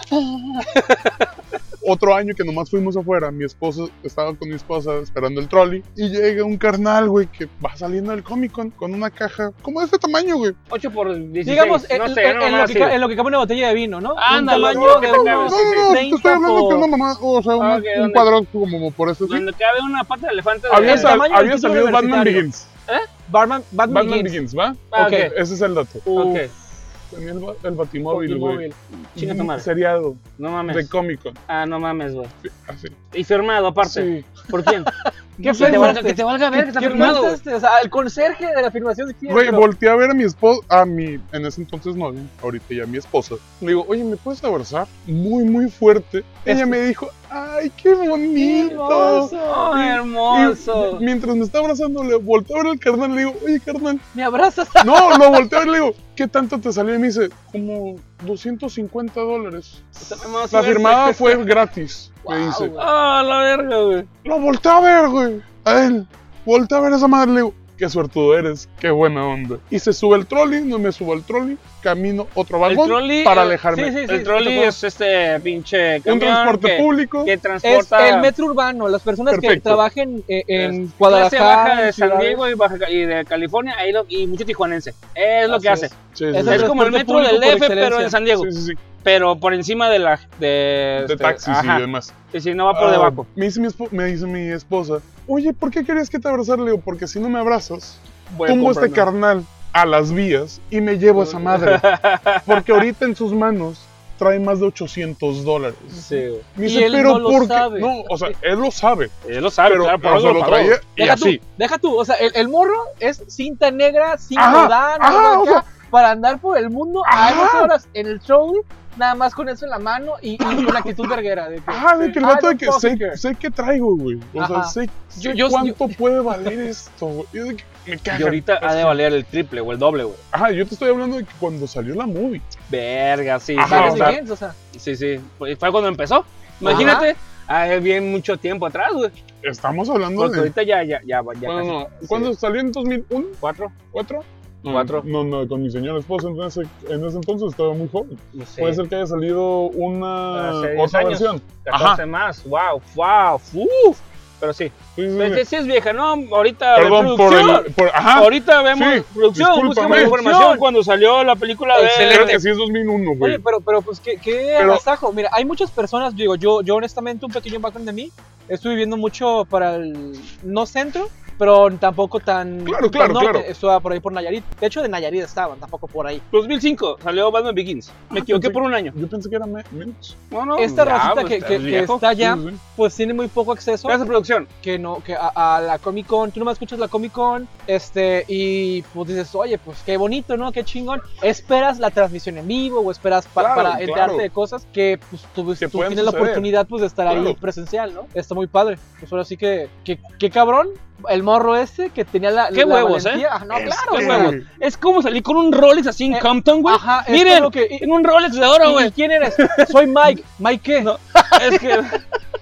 Speaker 3: Otro año que nomás fuimos afuera, mi esposo estaba con mi esposa esperando el trolley y llega un carnal, güey, que va saliendo del Comic Con con una caja como de este tamaño, güey.
Speaker 1: 8 por 16.
Speaker 2: Digamos, en,
Speaker 1: no sé,
Speaker 2: en-
Speaker 1: no
Speaker 2: en
Speaker 1: me
Speaker 2: lo
Speaker 1: va
Speaker 2: que,
Speaker 1: a
Speaker 2: ca- en
Speaker 1: decir.
Speaker 2: lo que cabe una botella de vino, ¿no?
Speaker 1: Ándale,
Speaker 2: un
Speaker 1: no,
Speaker 2: tamaño
Speaker 1: que
Speaker 2: de
Speaker 1: te cabes.
Speaker 2: unos
Speaker 3: No, no, no, te
Speaker 2: 30
Speaker 3: estoy hablando que
Speaker 2: por-
Speaker 3: una mamá, o sea, una-
Speaker 1: Ah, ok,
Speaker 3: un
Speaker 1: ¿dónde?
Speaker 3: cuadro como por eso, sí.
Speaker 1: Donde cabe una pata de elefante.
Speaker 3: Había,
Speaker 2: El
Speaker 3: sal-
Speaker 2: tamaño del
Speaker 3: había
Speaker 2: título
Speaker 3: salido Batman
Speaker 2: universitario.
Speaker 3: Begins.
Speaker 2: Batman, Batman,
Speaker 3: Batman
Speaker 2: Begins.
Speaker 3: Begins, ¿va?
Speaker 1: Ah,
Speaker 2: ok.
Speaker 3: Ese es el dato.
Speaker 1: Ok,
Speaker 3: Tenía el, ba- el Batimóvil, güey.
Speaker 2: Automóvil.
Speaker 1: Chinga tu
Speaker 3: Un
Speaker 1: madre.
Speaker 3: Seriado
Speaker 1: no
Speaker 3: de
Speaker 1: mames.
Speaker 3: Comic Con.
Speaker 1: Ah, no mames, güey.
Speaker 3: Así.
Speaker 1: Y firmado, aparte.
Speaker 3: Sí.
Speaker 1: ¿Por quién?
Speaker 2: ¿Qué
Speaker 1: Que te valga-
Speaker 2: pensaste?
Speaker 1: Que te valga ver que está
Speaker 2: ¿Qué
Speaker 1: firmado. güey.
Speaker 2: pensaste? O sea, el conserje de la afirmación de quién.
Speaker 3: Güey, volteé a ver a mi esposa, a mi, en ese entonces no, ahorita ya mi esposa. Le digo, oye, ¿me puedes abrazar? Muy, muy fuerte. Ella me dijo, ay, qué bonito.
Speaker 1: Oh,
Speaker 2: hermoso.
Speaker 1: hermoso.
Speaker 3: Y mientras me está abrazando, le volteo a ver al carnal, le digo, oye, carnal.
Speaker 2: Me abrazas.
Speaker 3: No, lo volteo a ver, le digo, ¿qué tanto te salió? Y me dice, como 250 dólares.
Speaker 1: Vamos a
Speaker 3: La
Speaker 1: ver.
Speaker 3: firmada fue gratis, me
Speaker 2: Wow,
Speaker 3: dice.
Speaker 2: güey.
Speaker 1: Ah, la verga, güey.
Speaker 3: Lo volteé a ver, güey. A él. Volteé a ver a esa madre. Le digo, qué suertudo eres. Qué buena onda. Y se sube el trolley. No me subo al trolley. Camino otro
Speaker 1: El
Speaker 3: vagón
Speaker 1: trolley,
Speaker 3: para
Speaker 1: eh,
Speaker 3: alejarme.
Speaker 2: sí, sí,
Speaker 1: El trolley es este pinche
Speaker 3: Un
Speaker 1: camión
Speaker 3: transporte
Speaker 1: que,
Speaker 3: público.
Speaker 1: que
Speaker 2: Es
Speaker 1: transporta
Speaker 2: el metro urbano, las personas que
Speaker 3: Perfecto.
Speaker 2: trabajen eh, en
Speaker 1: clase
Speaker 2: Guadalajara.
Speaker 1: baja de San
Speaker 2: en ciudades.
Speaker 1: Diego y, Baja Ca- y de California ahí lo- y mucho tijuanense. Es lo que
Speaker 2: Así
Speaker 1: hace.
Speaker 2: es.
Speaker 3: Sí, sí,
Speaker 2: es
Speaker 3: sí.
Speaker 1: Es como el
Speaker 2: transporte
Speaker 1: metro del
Speaker 2: público
Speaker 1: DF,
Speaker 2: por
Speaker 1: pero en
Speaker 2: excelencia.
Speaker 1: San Diego.
Speaker 3: Sí, sí, sí.
Speaker 1: Pero por encima de la. De,
Speaker 3: De
Speaker 1: este,
Speaker 3: taxis
Speaker 1: ajá.
Speaker 3: y demás.
Speaker 1: Sí, sí, no va por
Speaker 3: Ah,
Speaker 1: debajo.
Speaker 3: Me dice, mi espo- me dice mi esposa, oye, ¿por qué querías que te abrazara? Le digo, porque si no me abrazas,
Speaker 1: Voy a
Speaker 3: tumbo este
Speaker 1: comprar,
Speaker 3: carnal a las vías y me llevo a esa madre. Porque ahorita en sus manos trae más de 800 dólares.
Speaker 1: ¿no? Sí, güey.
Speaker 3: Me
Speaker 2: Y
Speaker 3: dice,
Speaker 2: él
Speaker 3: pero
Speaker 2: no lo
Speaker 3: ¿por qué?
Speaker 2: sabe.
Speaker 3: No, o sea, él lo sabe.
Speaker 1: Él lo sabe,
Speaker 3: pero
Speaker 1: claro, por
Speaker 3: o
Speaker 1: algo
Speaker 3: sea, lo
Speaker 1: lo pagó.
Speaker 3: traía y
Speaker 2: Deja
Speaker 3: así.
Speaker 2: tú, deja tú. O sea, el, el morro es cinta negra, sin
Speaker 3: Ajá,
Speaker 2: rodar,
Speaker 3: ajá,
Speaker 2: nada
Speaker 3: o
Speaker 2: acá, para andar por el mundo a
Speaker 3: Ajá.
Speaker 2: esas horas en el trolley, nada más con eso en la mano y, y una actitud verguera. De que,
Speaker 3: Ajá, de que el
Speaker 2: "I
Speaker 3: vato de
Speaker 2: don't
Speaker 3: que
Speaker 2: fucking
Speaker 3: sé,
Speaker 2: care".
Speaker 3: sé qué traigo, güey. O sea,
Speaker 2: Ajá.
Speaker 3: sé,
Speaker 2: Yo-
Speaker 3: sé
Speaker 2: yo-
Speaker 3: cuánto puede valer esto, güey. Yo de que me caga.
Speaker 1: Y ahorita ha de
Speaker 3: Ajá.
Speaker 1: valer el triple o el doble, güey.
Speaker 3: Ajá, yo te estoy hablando de que cuando salió la movie.
Speaker 1: Verga, sí.
Speaker 3: Ajá,
Speaker 1: sí,
Speaker 2: Ajá,
Speaker 3: o sea,
Speaker 2: o sea,
Speaker 1: Sí, sí. Fue fue cuando empezó. Imagínate. ah, es bien mucho tiempo atrás, güey.
Speaker 3: Estamos hablando
Speaker 1: Porque
Speaker 3: de.
Speaker 1: ahorita ya, ya, ya, ya
Speaker 3: Bueno,
Speaker 1: casi
Speaker 3: no. ¿Cuándo salió en 2001?
Speaker 1: cuatro.
Speaker 3: ¿Cuatro? No,
Speaker 1: Cuatro.
Speaker 3: No, no, con mi señora esposa en ese, en ese entonces estaba muy joven.
Speaker 1: No sé.
Speaker 3: Puede ser que haya salido una
Speaker 1: Hace diez
Speaker 3: otra
Speaker 1: años.
Speaker 3: versión.
Speaker 1: 14 más. Wow, wow. Uf. Pero sí.
Speaker 3: Sí, sí,
Speaker 1: Pero
Speaker 3: sí.
Speaker 1: sí, sí es vieja, ¿no? Ahorita.
Speaker 3: Perdón por
Speaker 1: producción.
Speaker 3: el. por- ajá.
Speaker 1: Ahorita vemos
Speaker 3: sí,
Speaker 1: producción, buscamos
Speaker 3: discúlpame.
Speaker 1: información cuando salió la película de.
Speaker 3: Creo
Speaker 2: Excelente.
Speaker 3: que sí es 2001,
Speaker 2: Oye,
Speaker 3: güey.
Speaker 2: pero, pero pues, ¿qué, qué
Speaker 3: Pero-
Speaker 2: agasajo? Mira, hay muchas personas, digo, yo, yo honestamente, un pequeño background de mí, estuve viviendo mucho para el, no centro, pero tampoco tan... tan
Speaker 3: Claro, claro,
Speaker 2: norte.
Speaker 3: claro.
Speaker 2: Estaba por ahí por Nayarit. De hecho, de Nayarit estaban, tampoco por ahí.
Speaker 1: 2005 salió Batman Begins. Me equivoqué
Speaker 3: pensé-
Speaker 1: por un año.
Speaker 3: Yo pensé que era me- menos.
Speaker 1: No, no,
Speaker 2: Esta
Speaker 1: ya,
Speaker 2: racita
Speaker 1: pues,
Speaker 2: que,
Speaker 1: estás
Speaker 2: que- que
Speaker 1: viejo.
Speaker 2: está allá,
Speaker 3: Sí, sí, sí.
Speaker 2: pues tiene muy poco acceso.
Speaker 1: Gracias, producción.
Speaker 2: que no, que a, a la Comic Con, tú no me escuchas la Comic Con, este, y pues dices, oye, pues qué bonito, ¿no? Qué chingón. Esperas la transmisión en vivo o esperas pa-
Speaker 3: Claro,
Speaker 2: para
Speaker 3: claro.
Speaker 2: enterarte de cosas que pues tú, tú
Speaker 3: Que
Speaker 2: tienes
Speaker 3: pueden
Speaker 2: la
Speaker 3: suceder.
Speaker 2: oportunidad pues de estar ahí
Speaker 3: Claro.
Speaker 2: presencial, ¿no? Está muy padre. Pues ahora sí que, que- qué cabrón, el morro este que tenía la,
Speaker 1: Qué
Speaker 2: la
Speaker 1: huevos, ¿eh?
Speaker 2: valentía. Ah, no,
Speaker 3: Es
Speaker 2: claro,
Speaker 3: que-
Speaker 1: Qué huevos.
Speaker 2: güey.
Speaker 1: Es como salir con un Rolex así en
Speaker 2: Eh,
Speaker 1: Compton, güey.
Speaker 2: Ajá, es
Speaker 1: Miren,
Speaker 2: como que- y-
Speaker 1: en un Rolex de oro,
Speaker 2: ¿Y-
Speaker 1: güey.
Speaker 2: y quién eres? Soy Mike. ¿Mike qué?
Speaker 1: No. Es que.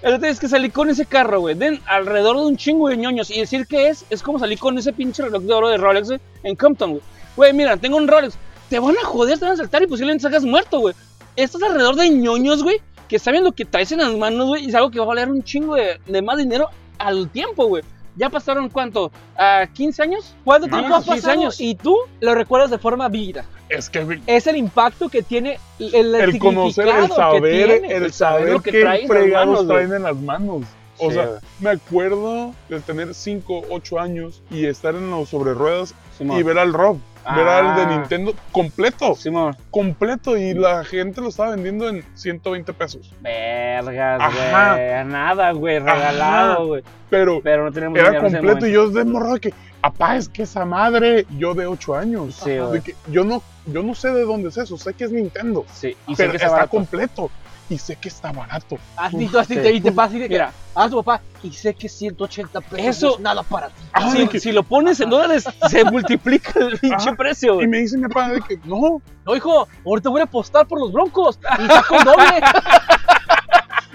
Speaker 1: El detalle es que salí con ese carro, güey. Den alrededor de un chingo de ñoños. Y decir que es, es como salir con ese pinche reloj de oro de Rolex güey, en Compton, güey. Güey, mira, tengo un Rolex. Te van a joder, te van a saltar y posiblemente salgas muerto, güey. Estás alrededor de ñoños, güey, que saben lo que traes en las manos, güey. Y es algo que va a valer un chingo de, de más dinero al tiempo, güey. ¿Ya pasaron cuánto? ¿A 15 años?
Speaker 2: ¿Cuánto
Speaker 3: Mames,
Speaker 2: tiempo ha
Speaker 1: 15
Speaker 2: pasado?
Speaker 1: años.
Speaker 2: Y tú lo recuerdas de forma vívida.
Speaker 3: Es que, güey,
Speaker 2: es el impacto que tiene el, el
Speaker 3: el conocer, el
Speaker 2: significado que
Speaker 3: saber, eh,
Speaker 2: tiene.
Speaker 3: el
Speaker 1: el saber
Speaker 3: saber
Speaker 1: lo que
Speaker 3: qué
Speaker 1: traen en las
Speaker 3: fregados
Speaker 1: manos, güey.
Speaker 3: traen en las manos. O
Speaker 1: Sí,
Speaker 3: sea,
Speaker 1: güey.
Speaker 3: me acuerdo de tener 5, 8 años y estar en los sobre ruedas y ver al Rob, ver al de
Speaker 1: Ah.
Speaker 3: Nintendo completo,
Speaker 1: Simón.
Speaker 3: completo. Y la gente lo estaba vendiendo en 120 pesos.
Speaker 1: Vergas,
Speaker 3: Ajá.
Speaker 1: güey. A Nada, güey.
Speaker 3: Ajá.
Speaker 1: Regalado, güey.
Speaker 3: Pero
Speaker 1: Pero no tenemos
Speaker 3: era
Speaker 1: dinero en ese
Speaker 3: completo y
Speaker 1: momento.
Speaker 3: yo de morro que, apá, es que esa madre, yo de 8 años.
Speaker 1: Sí,
Speaker 3: De
Speaker 1: güey.
Speaker 3: que yo, no, yo no sé de dónde es eso, sé que es Nintendo,
Speaker 1: Sí, y sé
Speaker 3: pero
Speaker 1: que
Speaker 3: está
Speaker 1: está barato.
Speaker 3: completo y sé que está barato.
Speaker 2: Así, tú, así
Speaker 1: Sí.
Speaker 2: te, y te pasa y te
Speaker 1: Mira.
Speaker 2: mira, a tu "Ah, papá y sé que 180 pesos
Speaker 1: Eso-
Speaker 2: no es nada para ti.
Speaker 3: Ah,
Speaker 1: Si-
Speaker 3: de que-
Speaker 1: si lo pones en dólares, se multiplica el pinche
Speaker 3: Ajá.
Speaker 1: precio,
Speaker 3: Y
Speaker 1: güey.
Speaker 3: me dice mi papá de que, no,
Speaker 2: No, hijo, ahorita voy a apostar por los broncos y saco el doble.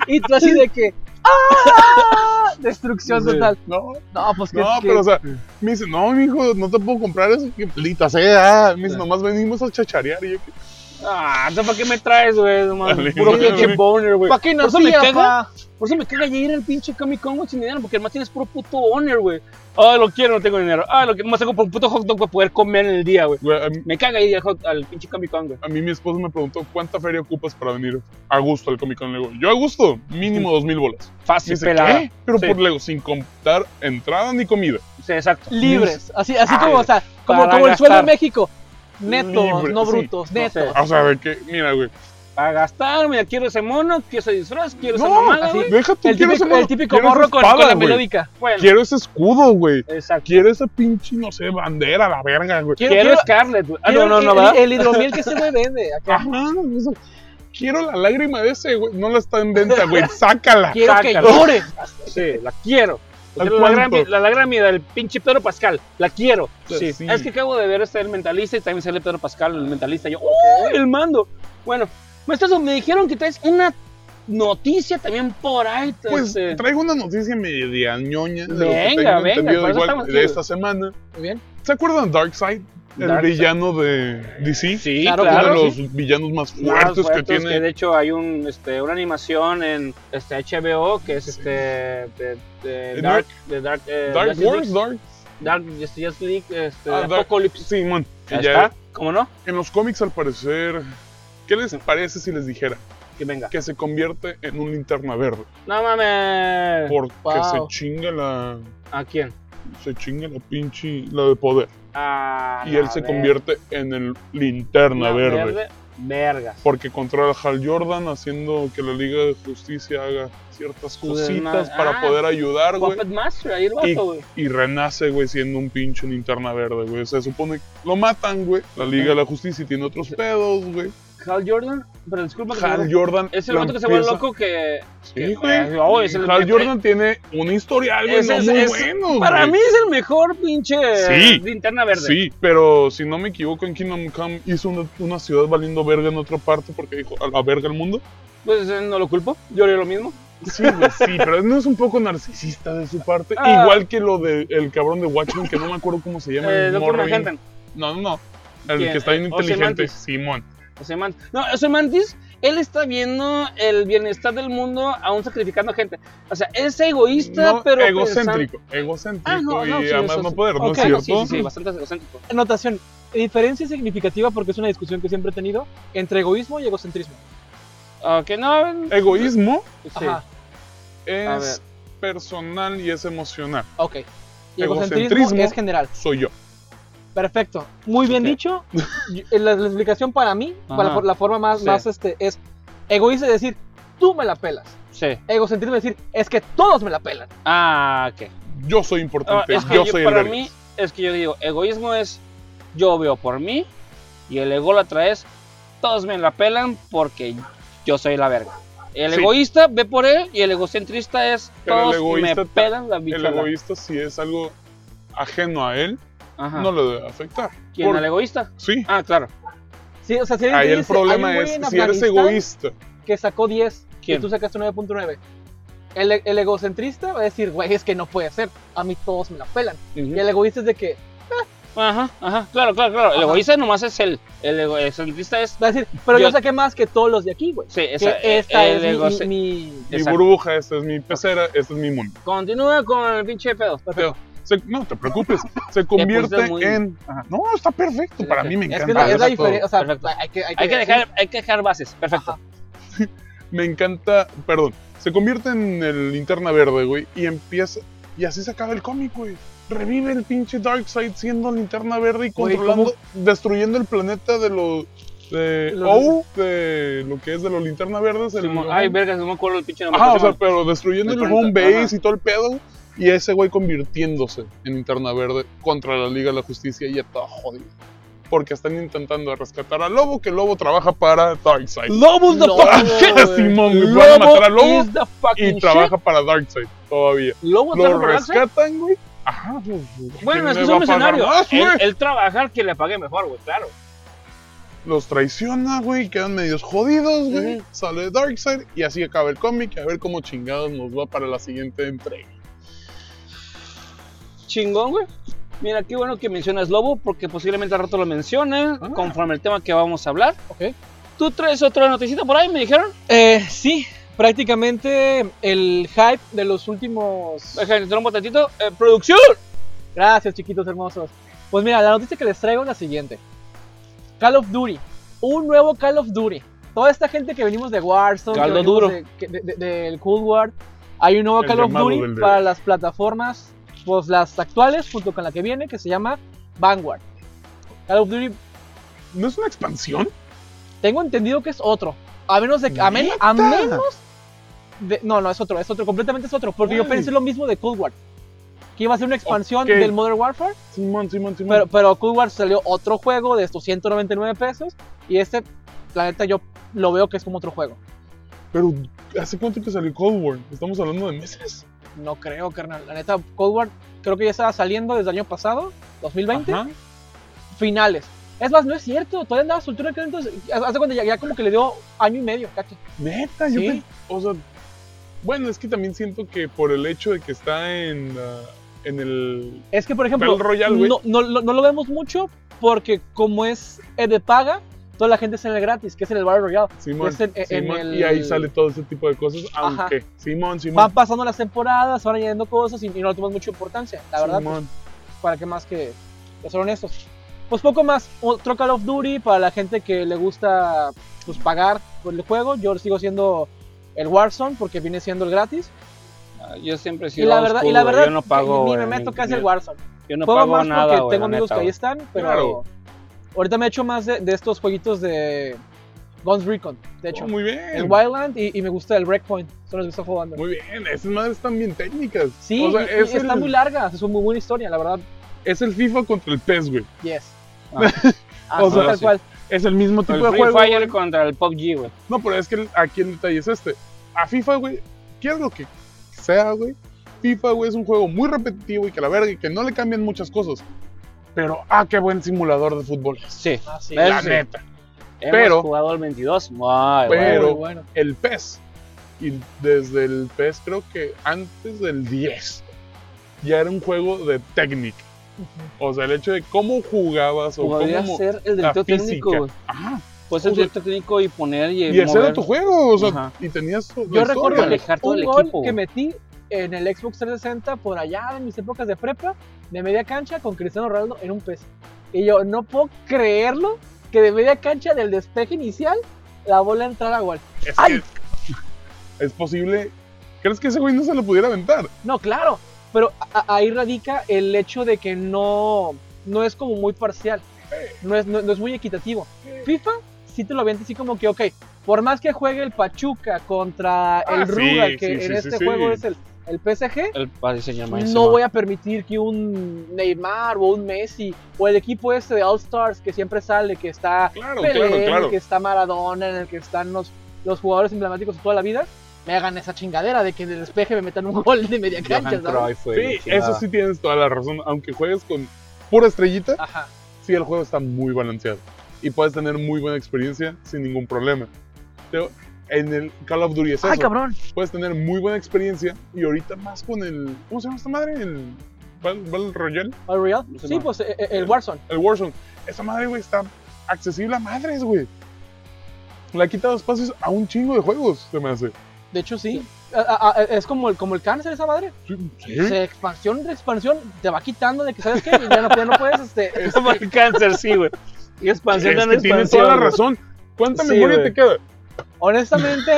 Speaker 2: y tú así de que ¡ah! Destrucción
Speaker 1: Sí.
Speaker 2: total.
Speaker 3: no,
Speaker 2: No, pues que,
Speaker 3: No,
Speaker 2: que-
Speaker 3: pero o sea, me dice, no, mijo, no te puedo comprar eso, que plita sea. Me dice,
Speaker 1: Ah.
Speaker 3: nomás venimos a chacharear. Y yo,
Speaker 1: Ah, entonces, ¿para qué me traes, güey? No mames,
Speaker 3: Dale,
Speaker 1: Puro
Speaker 3: güey.
Speaker 1: pinche boner, güey.
Speaker 2: ¿pa' qué
Speaker 1: Por eso me
Speaker 2: nacía,
Speaker 1: caga.
Speaker 2: pa?
Speaker 1: Por eso me caga ya ir al pinche Comic Con, güey, sin dinero, porque además tienes puro puto owner, güey. Ah, lo quiero, no tengo dinero. Ah, lo que más tengo por un puto hot dog para poder comer en el día, güey.
Speaker 3: güey, a, mí,
Speaker 1: Me caga ir al, hot- al pinche Comic Con, güey.
Speaker 3: a mí mi esposo me preguntó, ¿cuánta feria ocupas para venir a gusto al Comic Con? Le digo, yo a gusto, mínimo dos mil bolas. Me
Speaker 1: Fácil,
Speaker 3: dice,
Speaker 1: pelada.
Speaker 3: ¿qué? Pero
Speaker 1: Sí.
Speaker 3: por Lego, sin contar entrada ni comida.
Speaker 1: Sí, exacto.
Speaker 2: Libres, así, así
Speaker 1: Ay,
Speaker 2: como, o sea, como,
Speaker 1: para
Speaker 2: como el sueldo de
Speaker 1: gastar.
Speaker 2: México. Netos,
Speaker 3: Libre,
Speaker 2: no
Speaker 3: sí. Ah,
Speaker 2: brutos,
Speaker 1: No sé.
Speaker 2: netos.
Speaker 3: O sea, de que, mira, güey.
Speaker 1: Para gastar, mira, quiero ese mono, quiero ese disfraz, quiero esa
Speaker 3: No,
Speaker 1: mamada,
Speaker 2: así.
Speaker 1: güey.
Speaker 3: deja tú,
Speaker 2: El
Speaker 3: quiero
Speaker 2: típico,
Speaker 3: ese
Speaker 2: el típico
Speaker 3: quiero esa
Speaker 2: morro con,
Speaker 3: espada,
Speaker 2: con la
Speaker 3: güey.
Speaker 2: melódica.
Speaker 1: Bueno,
Speaker 3: Quiero ese escudo, güey.
Speaker 1: exacto.
Speaker 3: Quiero esa pinche, no sé, bandera, la verga, güey.
Speaker 1: Quiero, Scarlett, güey. Ah, no,
Speaker 2: Quiero
Speaker 1: no, no,
Speaker 2: el,
Speaker 1: ¿verdad?
Speaker 2: El hidromiel que se me vende. acá.
Speaker 3: Ajá, o sea, quiero la lágrima de ese, güey. No la está en venta, güey. Sácala.
Speaker 2: Quiero que
Speaker 1: sácalo.
Speaker 2: llore.
Speaker 1: Sí, la quiero.
Speaker 3: ¿Al
Speaker 1: Quiero La, gran,
Speaker 3: cuánto?
Speaker 1: la, la gran vida del pinche Pedro Pascal, la quiero.
Speaker 3: Pues
Speaker 1: Sí.
Speaker 3: sí.
Speaker 1: Es que acabo de ver este El Mentalista y también sale Pedro Pascal, el Mentalista. y yo, ¡Uy, el mando! Bueno, maestro, me dijeron que traes una noticia también por ahí.
Speaker 3: Pues
Speaker 1: este,
Speaker 3: traigo una noticia media ñoña. de lo que
Speaker 1: Venga,
Speaker 3: tengo
Speaker 1: venga,
Speaker 3: entendido
Speaker 1: para eso
Speaker 3: igual
Speaker 1: estamos aquí,
Speaker 3: de
Speaker 1: güey.
Speaker 3: esta semana.
Speaker 2: Muy bien.
Speaker 3: ¿Se acuerdan de Darkseid? El
Speaker 1: Darkseid.
Speaker 3: villano de DC.
Speaker 1: sí,
Speaker 2: claro,
Speaker 3: Uno
Speaker 2: claro,
Speaker 3: de los
Speaker 1: sí.
Speaker 3: villanos más
Speaker 1: Más
Speaker 3: fuertes, que
Speaker 1: fuertes
Speaker 3: tiene.
Speaker 1: de hecho hay un, este, una animación en este, HBO que es este de, de
Speaker 3: ¿En
Speaker 1: Dark, de Dark, eh,
Speaker 3: Dark
Speaker 1: Justice
Speaker 3: Wars,
Speaker 1: League-
Speaker 3: Dark.
Speaker 1: Dark Justice League, este,
Speaker 3: Ah, Dark-
Speaker 1: Apocalypse.
Speaker 3: Simón. Que
Speaker 1: Ahí
Speaker 3: ya-
Speaker 1: está, ¿cómo no?
Speaker 3: En los cómics, al parecer. ¿Qué les parece si les dijera
Speaker 1: Que venga.
Speaker 3: que se convierte en un linterna verde?
Speaker 1: No mames.
Speaker 3: Porque se
Speaker 2: Wow.
Speaker 3: chinga la.
Speaker 1: ¿A quién?
Speaker 3: Se chinga la pinche. La de poder.
Speaker 1: Ah,
Speaker 3: y él
Speaker 1: la
Speaker 3: se
Speaker 1: ver-
Speaker 3: convierte en el linterna
Speaker 1: la
Speaker 3: verde.
Speaker 1: Vergas.
Speaker 3: porque controla a Hal Jordan haciendo que la Liga de Justicia haga ciertas
Speaker 1: Su desmadre.
Speaker 3: cositas para
Speaker 1: Ah,
Speaker 3: poder ayudar, güey.
Speaker 1: Puppet Master, ahí el vato, güey.
Speaker 3: Y renace, güey, siendo un pinche linterna verde, güey. Se supone que lo matan, güey. La Liga de la Justicia tiene otros pedos, güey.
Speaker 1: Hal Jordan, pero disculpa que
Speaker 3: Hal
Speaker 1: me-
Speaker 3: Jordan.
Speaker 1: Es el
Speaker 3: lo
Speaker 1: vato que se vuelve
Speaker 3: empieza-
Speaker 1: loco que.
Speaker 3: Sí,
Speaker 1: Eh, no,
Speaker 3: güey.
Speaker 1: es el-
Speaker 3: Hal Jordan tiene un historial, güey,
Speaker 1: Ese
Speaker 3: no
Speaker 1: es-
Speaker 3: muy
Speaker 1: es-
Speaker 3: bueno,
Speaker 1: Para
Speaker 3: güey.
Speaker 1: mí es el mejor pinche
Speaker 3: Sí.
Speaker 1: linterna verde.
Speaker 3: Sí, pero si no me equivoco, en Kingdom Come hizo una, una ciudad valiendo verga en otra parte porque dijo, a la verga el mundo.
Speaker 1: Pues eh, no lo culpo, yo haría lo mismo.
Speaker 3: Sí, güey, sí, pero no es un poco narcisista de su parte.
Speaker 1: Ah.
Speaker 3: Igual que lo del cabrón de Watchmen, que no me acuerdo cómo se llama.
Speaker 1: Eh,
Speaker 3: el
Speaker 1: Doctor
Speaker 3: morro bien-
Speaker 1: Manhattan.
Speaker 3: No, no, no. El
Speaker 1: ¿Quién?
Speaker 3: que está bien
Speaker 1: Ozymandias.
Speaker 3: inteligente, Simón.
Speaker 1: Ozymandias. No, Ozymandias Él está viendo el bienestar del mundo aún sacrificando gente. O sea, es egoísta,
Speaker 3: No,
Speaker 1: pero. pues,
Speaker 3: egocéntrico, egocéntrico
Speaker 1: Ah, no, no,
Speaker 3: y
Speaker 1: sí,
Speaker 3: además
Speaker 1: eso
Speaker 3: no
Speaker 1: sí.
Speaker 3: poder, ¿no
Speaker 2: Ok,
Speaker 3: es
Speaker 1: pensando-
Speaker 3: cierto?
Speaker 2: no,
Speaker 1: Sí, sí, sí, bastante egocéntrico.
Speaker 2: Anotación. Diferencia significativa porque es una discusión que siempre he tenido entre egoísmo y egocentrismo.
Speaker 1: Ok, no.
Speaker 3: Eh,
Speaker 1: pues,
Speaker 3: Egoísmo
Speaker 1: sí.
Speaker 2: Ajá.
Speaker 3: es personal y es emocional.
Speaker 2: Ok. Y egocentrismo,
Speaker 3: Egocentrismo.
Speaker 2: es general.
Speaker 3: Soy yo.
Speaker 2: Perfecto. Muy bien
Speaker 1: Ok.
Speaker 2: dicho. Yo- la, la explicación para mí, para
Speaker 1: Ajá.
Speaker 2: la, la forma más,
Speaker 1: Sí.
Speaker 2: más este, es egoísta es decir, tú me la pelas.
Speaker 1: Sí.
Speaker 2: Egocentrismo es decir, es que todos me la pelan.
Speaker 1: Ah, ok.
Speaker 3: Yo soy
Speaker 1: Ah,
Speaker 3: importante,
Speaker 1: es que
Speaker 3: yo
Speaker 1: yo-
Speaker 3: soy el
Speaker 1: para
Speaker 3: verga.
Speaker 1: mí, es que yo digo, egoísmo es yo veo por mí y el ególatra es todos me la pelan porque yo soy la verga. El
Speaker 3: Sí.
Speaker 1: egoísta ve por él y el egocentrista es
Speaker 3: Pero el
Speaker 1: todos
Speaker 3: egoísta
Speaker 1: me
Speaker 3: ta-
Speaker 1: pelan la
Speaker 3: El
Speaker 1: bichola.
Speaker 3: egoísta, si es algo ajeno a él,
Speaker 1: Ajá.
Speaker 3: no le debe afectar.
Speaker 1: ¿Quién
Speaker 3: Por-
Speaker 1: al egoísta?
Speaker 3: Sí,
Speaker 1: Ah, claro.
Speaker 2: Sí, o sea, si alguien te
Speaker 3: ahí el
Speaker 2: dice, Ah, hay un
Speaker 3: problema
Speaker 2: güey
Speaker 3: es
Speaker 2: en
Speaker 3: si eres
Speaker 2: Afganistán
Speaker 3: egoísta.
Speaker 2: que sacó 10
Speaker 1: ¿Quién?
Speaker 2: y tú sacaste 9.9. El, el egocentrista va a decir, güey, es que no puede ser. A mí todos me la pelan. Y el egoísta es de que
Speaker 1: Ajá, ajá, claro, claro, claro. El
Speaker 2: Ajá.
Speaker 1: egoísta nomás es el, el egocentrista es...
Speaker 2: va a decir, pero yo,
Speaker 1: Yo-
Speaker 2: saqué más que todos los de aquí, güey.
Speaker 1: Sí,
Speaker 2: Que
Speaker 1: esa- eh,
Speaker 2: esta
Speaker 1: el
Speaker 2: es mi-
Speaker 1: egoce-
Speaker 2: mi, mi-
Speaker 3: Mi
Speaker 1: Exacto.
Speaker 3: burbuja, esta es mi pecera, este es mi mundo.
Speaker 1: Continúa con el pinche pedo.
Speaker 2: Perfecto.
Speaker 3: Se- no te preocupes,
Speaker 2: pues,
Speaker 3: se convierte
Speaker 1: pusiste muy-
Speaker 3: en. Ajá. No, está perfecto, para mí me
Speaker 2: Es
Speaker 3: encanta.
Speaker 2: que es la- es la
Speaker 3: todo.
Speaker 2: diferencia. O sea,
Speaker 1: Perfecto.
Speaker 2: hay que, hay
Speaker 1: Hay que dejar, hay que dejar bases, perfecto.
Speaker 3: Me encanta, perdón, se convierte en el linterna verde, güey, y empieza. Y así se acaba el cómic, güey. Revive el pinche Darkseid siendo linterna verde y
Speaker 2: Güey,
Speaker 3: controlando, destruyendo el planeta de los. De
Speaker 2: Los-
Speaker 3: Owl, de lo que es de los linterna verdes. El,
Speaker 1: Simón. Ay, vergas, no me acuerdo el pinche nombre.
Speaker 3: Ajá,
Speaker 1: ¿Cómo
Speaker 3: o
Speaker 1: se
Speaker 3: sea,
Speaker 1: llama?
Speaker 3: pero destruyendo
Speaker 1: El
Speaker 3: el home
Speaker 1: planeta,
Speaker 3: base
Speaker 1: ajá.
Speaker 3: y todo el pedo. Y ese güey convirtiéndose en linterna verde contra la Liga de la Justicia y ya está jodido. Porque están intentando rescatar a Lobo, que Lobo trabaja para Darkseid.
Speaker 2: Lobo
Speaker 1: the fucking
Speaker 3: Simón, güey, van a matar a Lobo
Speaker 2: Ah, is the fucking
Speaker 3: Y
Speaker 2: shit.
Speaker 3: trabaja para Darkseid todavía.
Speaker 2: Lobo
Speaker 3: Lo
Speaker 2: trabaja para Darkseid.
Speaker 3: rescatan, güey. Ajá, pues, ¿quién
Speaker 1: Bueno, es
Speaker 3: le
Speaker 1: que es
Speaker 3: va
Speaker 1: un
Speaker 3: a pagar
Speaker 1: escenario.
Speaker 3: más, güey?
Speaker 1: el, el trabajar que le pague mejor, güey, claro.
Speaker 3: Los traiciona, güey, quedan medios jodidos, güey.
Speaker 1: Ujú.
Speaker 3: Sale Darkseid y así acaba el cómic. A ver cómo chingados nos va para la siguiente entrega.
Speaker 1: Chingón, güey. Mira, qué bueno que mencionas Lobo, porque posiblemente al rato lo mencione,
Speaker 3: Ah.
Speaker 1: conforme el tema que vamos a hablar.
Speaker 2: Ok.
Speaker 1: ¿Tú traes otra noticita por ahí, me dijeron?
Speaker 2: Eh, sí, prácticamente el hype de los últimos...
Speaker 1: Déjame interrumpir un tantito. Eh, ¡Producción!
Speaker 2: Gracias, chiquitos hermosos. Pues mira, la noticia que les traigo es la siguiente. Call of Duty. Un nuevo Call of Duty. Toda esta gente que venimos de Warzone, que
Speaker 1: Caldo
Speaker 2: venimos
Speaker 1: duro.
Speaker 2: de- que- de- de- del Cold War, hay un nuevo
Speaker 3: El
Speaker 2: Call of
Speaker 3: llamado
Speaker 2: Duty
Speaker 3: del dedo.
Speaker 2: para las plataformas, pues las actuales, junto con la que viene, que se llama Vanguard. Call of Duty,
Speaker 3: ¿No es una expansión?
Speaker 2: tengo entendido que es otro. A menos de que- a, men- a
Speaker 3: ¡Neta!
Speaker 2: menos de- no, no, es otro, es otro, completamente es otro, porque yo
Speaker 3: Güey.
Speaker 2: pensé lo mismo de Cold War. Que iba a ser una expansión
Speaker 3: Ok.
Speaker 2: del Modern Warfare
Speaker 3: Simón, Simón, Simón.
Speaker 2: Pero, pero Cold War salió otro juego de estos 199 pesos. Y este, la neta, yo lo veo que es como otro juego.
Speaker 3: Pero, ¿hace cuánto que salió Cold War? Estamos hablando de meses.
Speaker 2: No creo, carnal. La neta, Cold War creo que ya estaba saliendo desde el año pasado, 2020,
Speaker 3: Ajá.
Speaker 1: Ah,
Speaker 2: finales. Es más, no es cierto. Todavía andaba soltura que entonces. Hace cuando ya, ya como que le dio año y medio, cacho.
Speaker 3: Neta,
Speaker 2: Sí.
Speaker 3: yo. pe- O sea, bueno, es que también siento que por el hecho de que está en, ah, en el.
Speaker 2: Es que, por ejemplo,
Speaker 3: Battle Royale, güey.
Speaker 2: no, no, no- no lo vemos mucho porque, como es eh, de paga, toda la gente es en el gratis, que es en el Battle Royale.
Speaker 3: Simón.
Speaker 2: Es Este, en- en
Speaker 3: Simón,
Speaker 2: el-
Speaker 3: Y ahí sale todo ese tipo de cosas.
Speaker 2: Ajá.
Speaker 3: Aunque. Simón,
Speaker 2: Van
Speaker 3: Simón.
Speaker 2: pasando las temporadas, van añadiendo cosas y, y no le toman mucha importancia. La verdad, pues,
Speaker 3: Simón.
Speaker 2: para qué más que, que ser honestos. Pues poco más, otro Call of Duty para la gente que le gusta pues, pagar por el juego. Yo sigo siendo el Warzone porque viene siendo el gratis.
Speaker 1: Ah, Yo siempre he
Speaker 2: y
Speaker 1: sido
Speaker 2: la verdad,
Speaker 1: oscuro,
Speaker 2: y la
Speaker 1: güey,
Speaker 2: verdad
Speaker 1: yo no pago.
Speaker 2: ni me
Speaker 1: güey,
Speaker 2: meto
Speaker 1: ni-
Speaker 2: casi
Speaker 1: ni-
Speaker 2: al Warzone.
Speaker 1: Yo no
Speaker 2: Juego
Speaker 1: pago
Speaker 2: más
Speaker 1: nada,
Speaker 2: porque
Speaker 1: güey,
Speaker 2: tengo
Speaker 1: la
Speaker 2: amigos
Speaker 1: neta,
Speaker 2: que ahí
Speaker 1: güey.
Speaker 2: están, pero
Speaker 3: Claro.
Speaker 2: ahorita me he hecho más de, de estos jueguitos de Guns Recon, de hecho.
Speaker 3: Oh, muy bien.
Speaker 2: el Wildland y, y me gusta el Breakpoint, son los que estoy jugando.
Speaker 3: Muy bien. Esas madres están bien técnicas.
Speaker 2: Sí,
Speaker 3: O sea,
Speaker 2: y- y
Speaker 3: es,
Speaker 2: está
Speaker 3: el,
Speaker 2: muy larga, es una muy buena historia, la verdad.
Speaker 3: es el FIFA contra el PES, güey.
Speaker 2: Yes.
Speaker 1: Ah.
Speaker 2: Así
Speaker 3: O sea,
Speaker 2: tal
Speaker 1: sí.
Speaker 2: cual.
Speaker 3: Es el mismo tipo
Speaker 1: El
Speaker 3: de
Speaker 1: Free
Speaker 3: juego.
Speaker 1: Fire
Speaker 3: güey.
Speaker 1: contra el PUBG, güey.
Speaker 3: No, pero es que aquí el detalle es este. A FIFA, güey, quieres lo que sea, güey. FIFA, güey, es un juego muy repetitivo y que la verga y que no le cambian muchas cosas. Pero, ah, qué buen simulador de fútbol.
Speaker 1: Sí.
Speaker 2: Así,
Speaker 1: Eso
Speaker 3: la
Speaker 1: sí.
Speaker 3: neta.
Speaker 1: Hemos
Speaker 3: Pero-
Speaker 1: jugado el 22. Ay, güey.
Speaker 3: Pero-
Speaker 2: muy bueno.
Speaker 3: El PES. Y desde el PES, creo que antes del 10, ya era un juego de técnica. O sea, el hecho de cómo jugabas o
Speaker 1: Podría
Speaker 3: cómo.
Speaker 1: ser el
Speaker 3: la
Speaker 1: director técnico,
Speaker 3: física.
Speaker 1: güey.
Speaker 3: Ajá.
Speaker 1: Puedes ser
Speaker 3: O sea,
Speaker 1: director técnico y poner y,
Speaker 3: Y ese
Speaker 1: mover.
Speaker 3: era tu juego, o sea,
Speaker 1: Ajá.
Speaker 3: y tenías tu tu
Speaker 2: Yo
Speaker 3: historia.
Speaker 2: recuerdo
Speaker 1: Manejar todo
Speaker 2: un
Speaker 1: el
Speaker 2: gol
Speaker 1: equipo.
Speaker 2: que metí en el Xbox 360 por allá en mis épocas de prepa, de media cancha con Cristiano Ronaldo en un peso. Y yo no puedo creerlo que de media cancha del despeje inicial la bola entrara a gol.
Speaker 3: Es,
Speaker 2: ¡Ay!
Speaker 3: que es posible. ¿Crees que ese güey no se lo pudiera aventar?
Speaker 2: No, claro, pero a- a- ahí radica el hecho de que no, no es como muy parcial, no es, no, no es muy equitativo. FIFA sí te lo avienta así como que, ok, por más que juegue el Pachuca contra
Speaker 3: Ah,
Speaker 2: el
Speaker 3: sí,
Speaker 2: Ruga,
Speaker 3: sí,
Speaker 2: que en
Speaker 3: sí, sí,
Speaker 2: este
Speaker 3: sí.
Speaker 2: juego es el, el PSG,
Speaker 1: El Paris se llama
Speaker 2: no voy a permitir que un Neymar o un Messi o el equipo este de All Stars que siempre sale, que está
Speaker 3: Claro,
Speaker 2: Pelé,
Speaker 3: claro,
Speaker 2: en el
Speaker 3: claro.
Speaker 2: que está Maradona, en el que están los, los jugadores emblemáticos de toda la vida, me hagan esa chingadera de que en el despeje me metan un gol de media cancha, ¿sabes?
Speaker 3: Sí, eso sí tienes toda la razón. Aunque juegues con pura estrellita,
Speaker 2: Ajá.
Speaker 3: sí el juego está muy balanceado. Y puedes tener muy buena experiencia sin ningún problema. Pero en el Call of Duty es
Speaker 2: ¡Ay,
Speaker 3: eso.
Speaker 2: cabrón!
Speaker 3: Puedes tener muy buena experiencia y ahorita más con el... ¿Cómo se llama esta madre? El Battle Battle Royale.
Speaker 2: ¿All real?
Speaker 1: No sé
Speaker 2: Sí,
Speaker 1: más.
Speaker 2: pues eh, eh, el Warzone.
Speaker 3: El Warzone. Esa madre, güey, está accesible a madres, güey. Le ha quitado espacios a un chingo de juegos, se me hace.
Speaker 2: De hecho, sí. A- a- a- es como el, como el cáncer esa madre.
Speaker 3: Sí, sí.
Speaker 2: Se expansión de expansión te va quitando de que, ¿sabes qué? Ya no, ya no puedes, este...
Speaker 1: Como el cáncer, sí, güey. Y expansión,
Speaker 3: Es
Speaker 1: dan
Speaker 3: que tiene
Speaker 1: expansión,
Speaker 3: toda la
Speaker 1: güey.
Speaker 3: razón. ¿Cuánta
Speaker 1: Sí,
Speaker 3: memoria
Speaker 1: güey.
Speaker 3: te queda?
Speaker 2: Honestamente,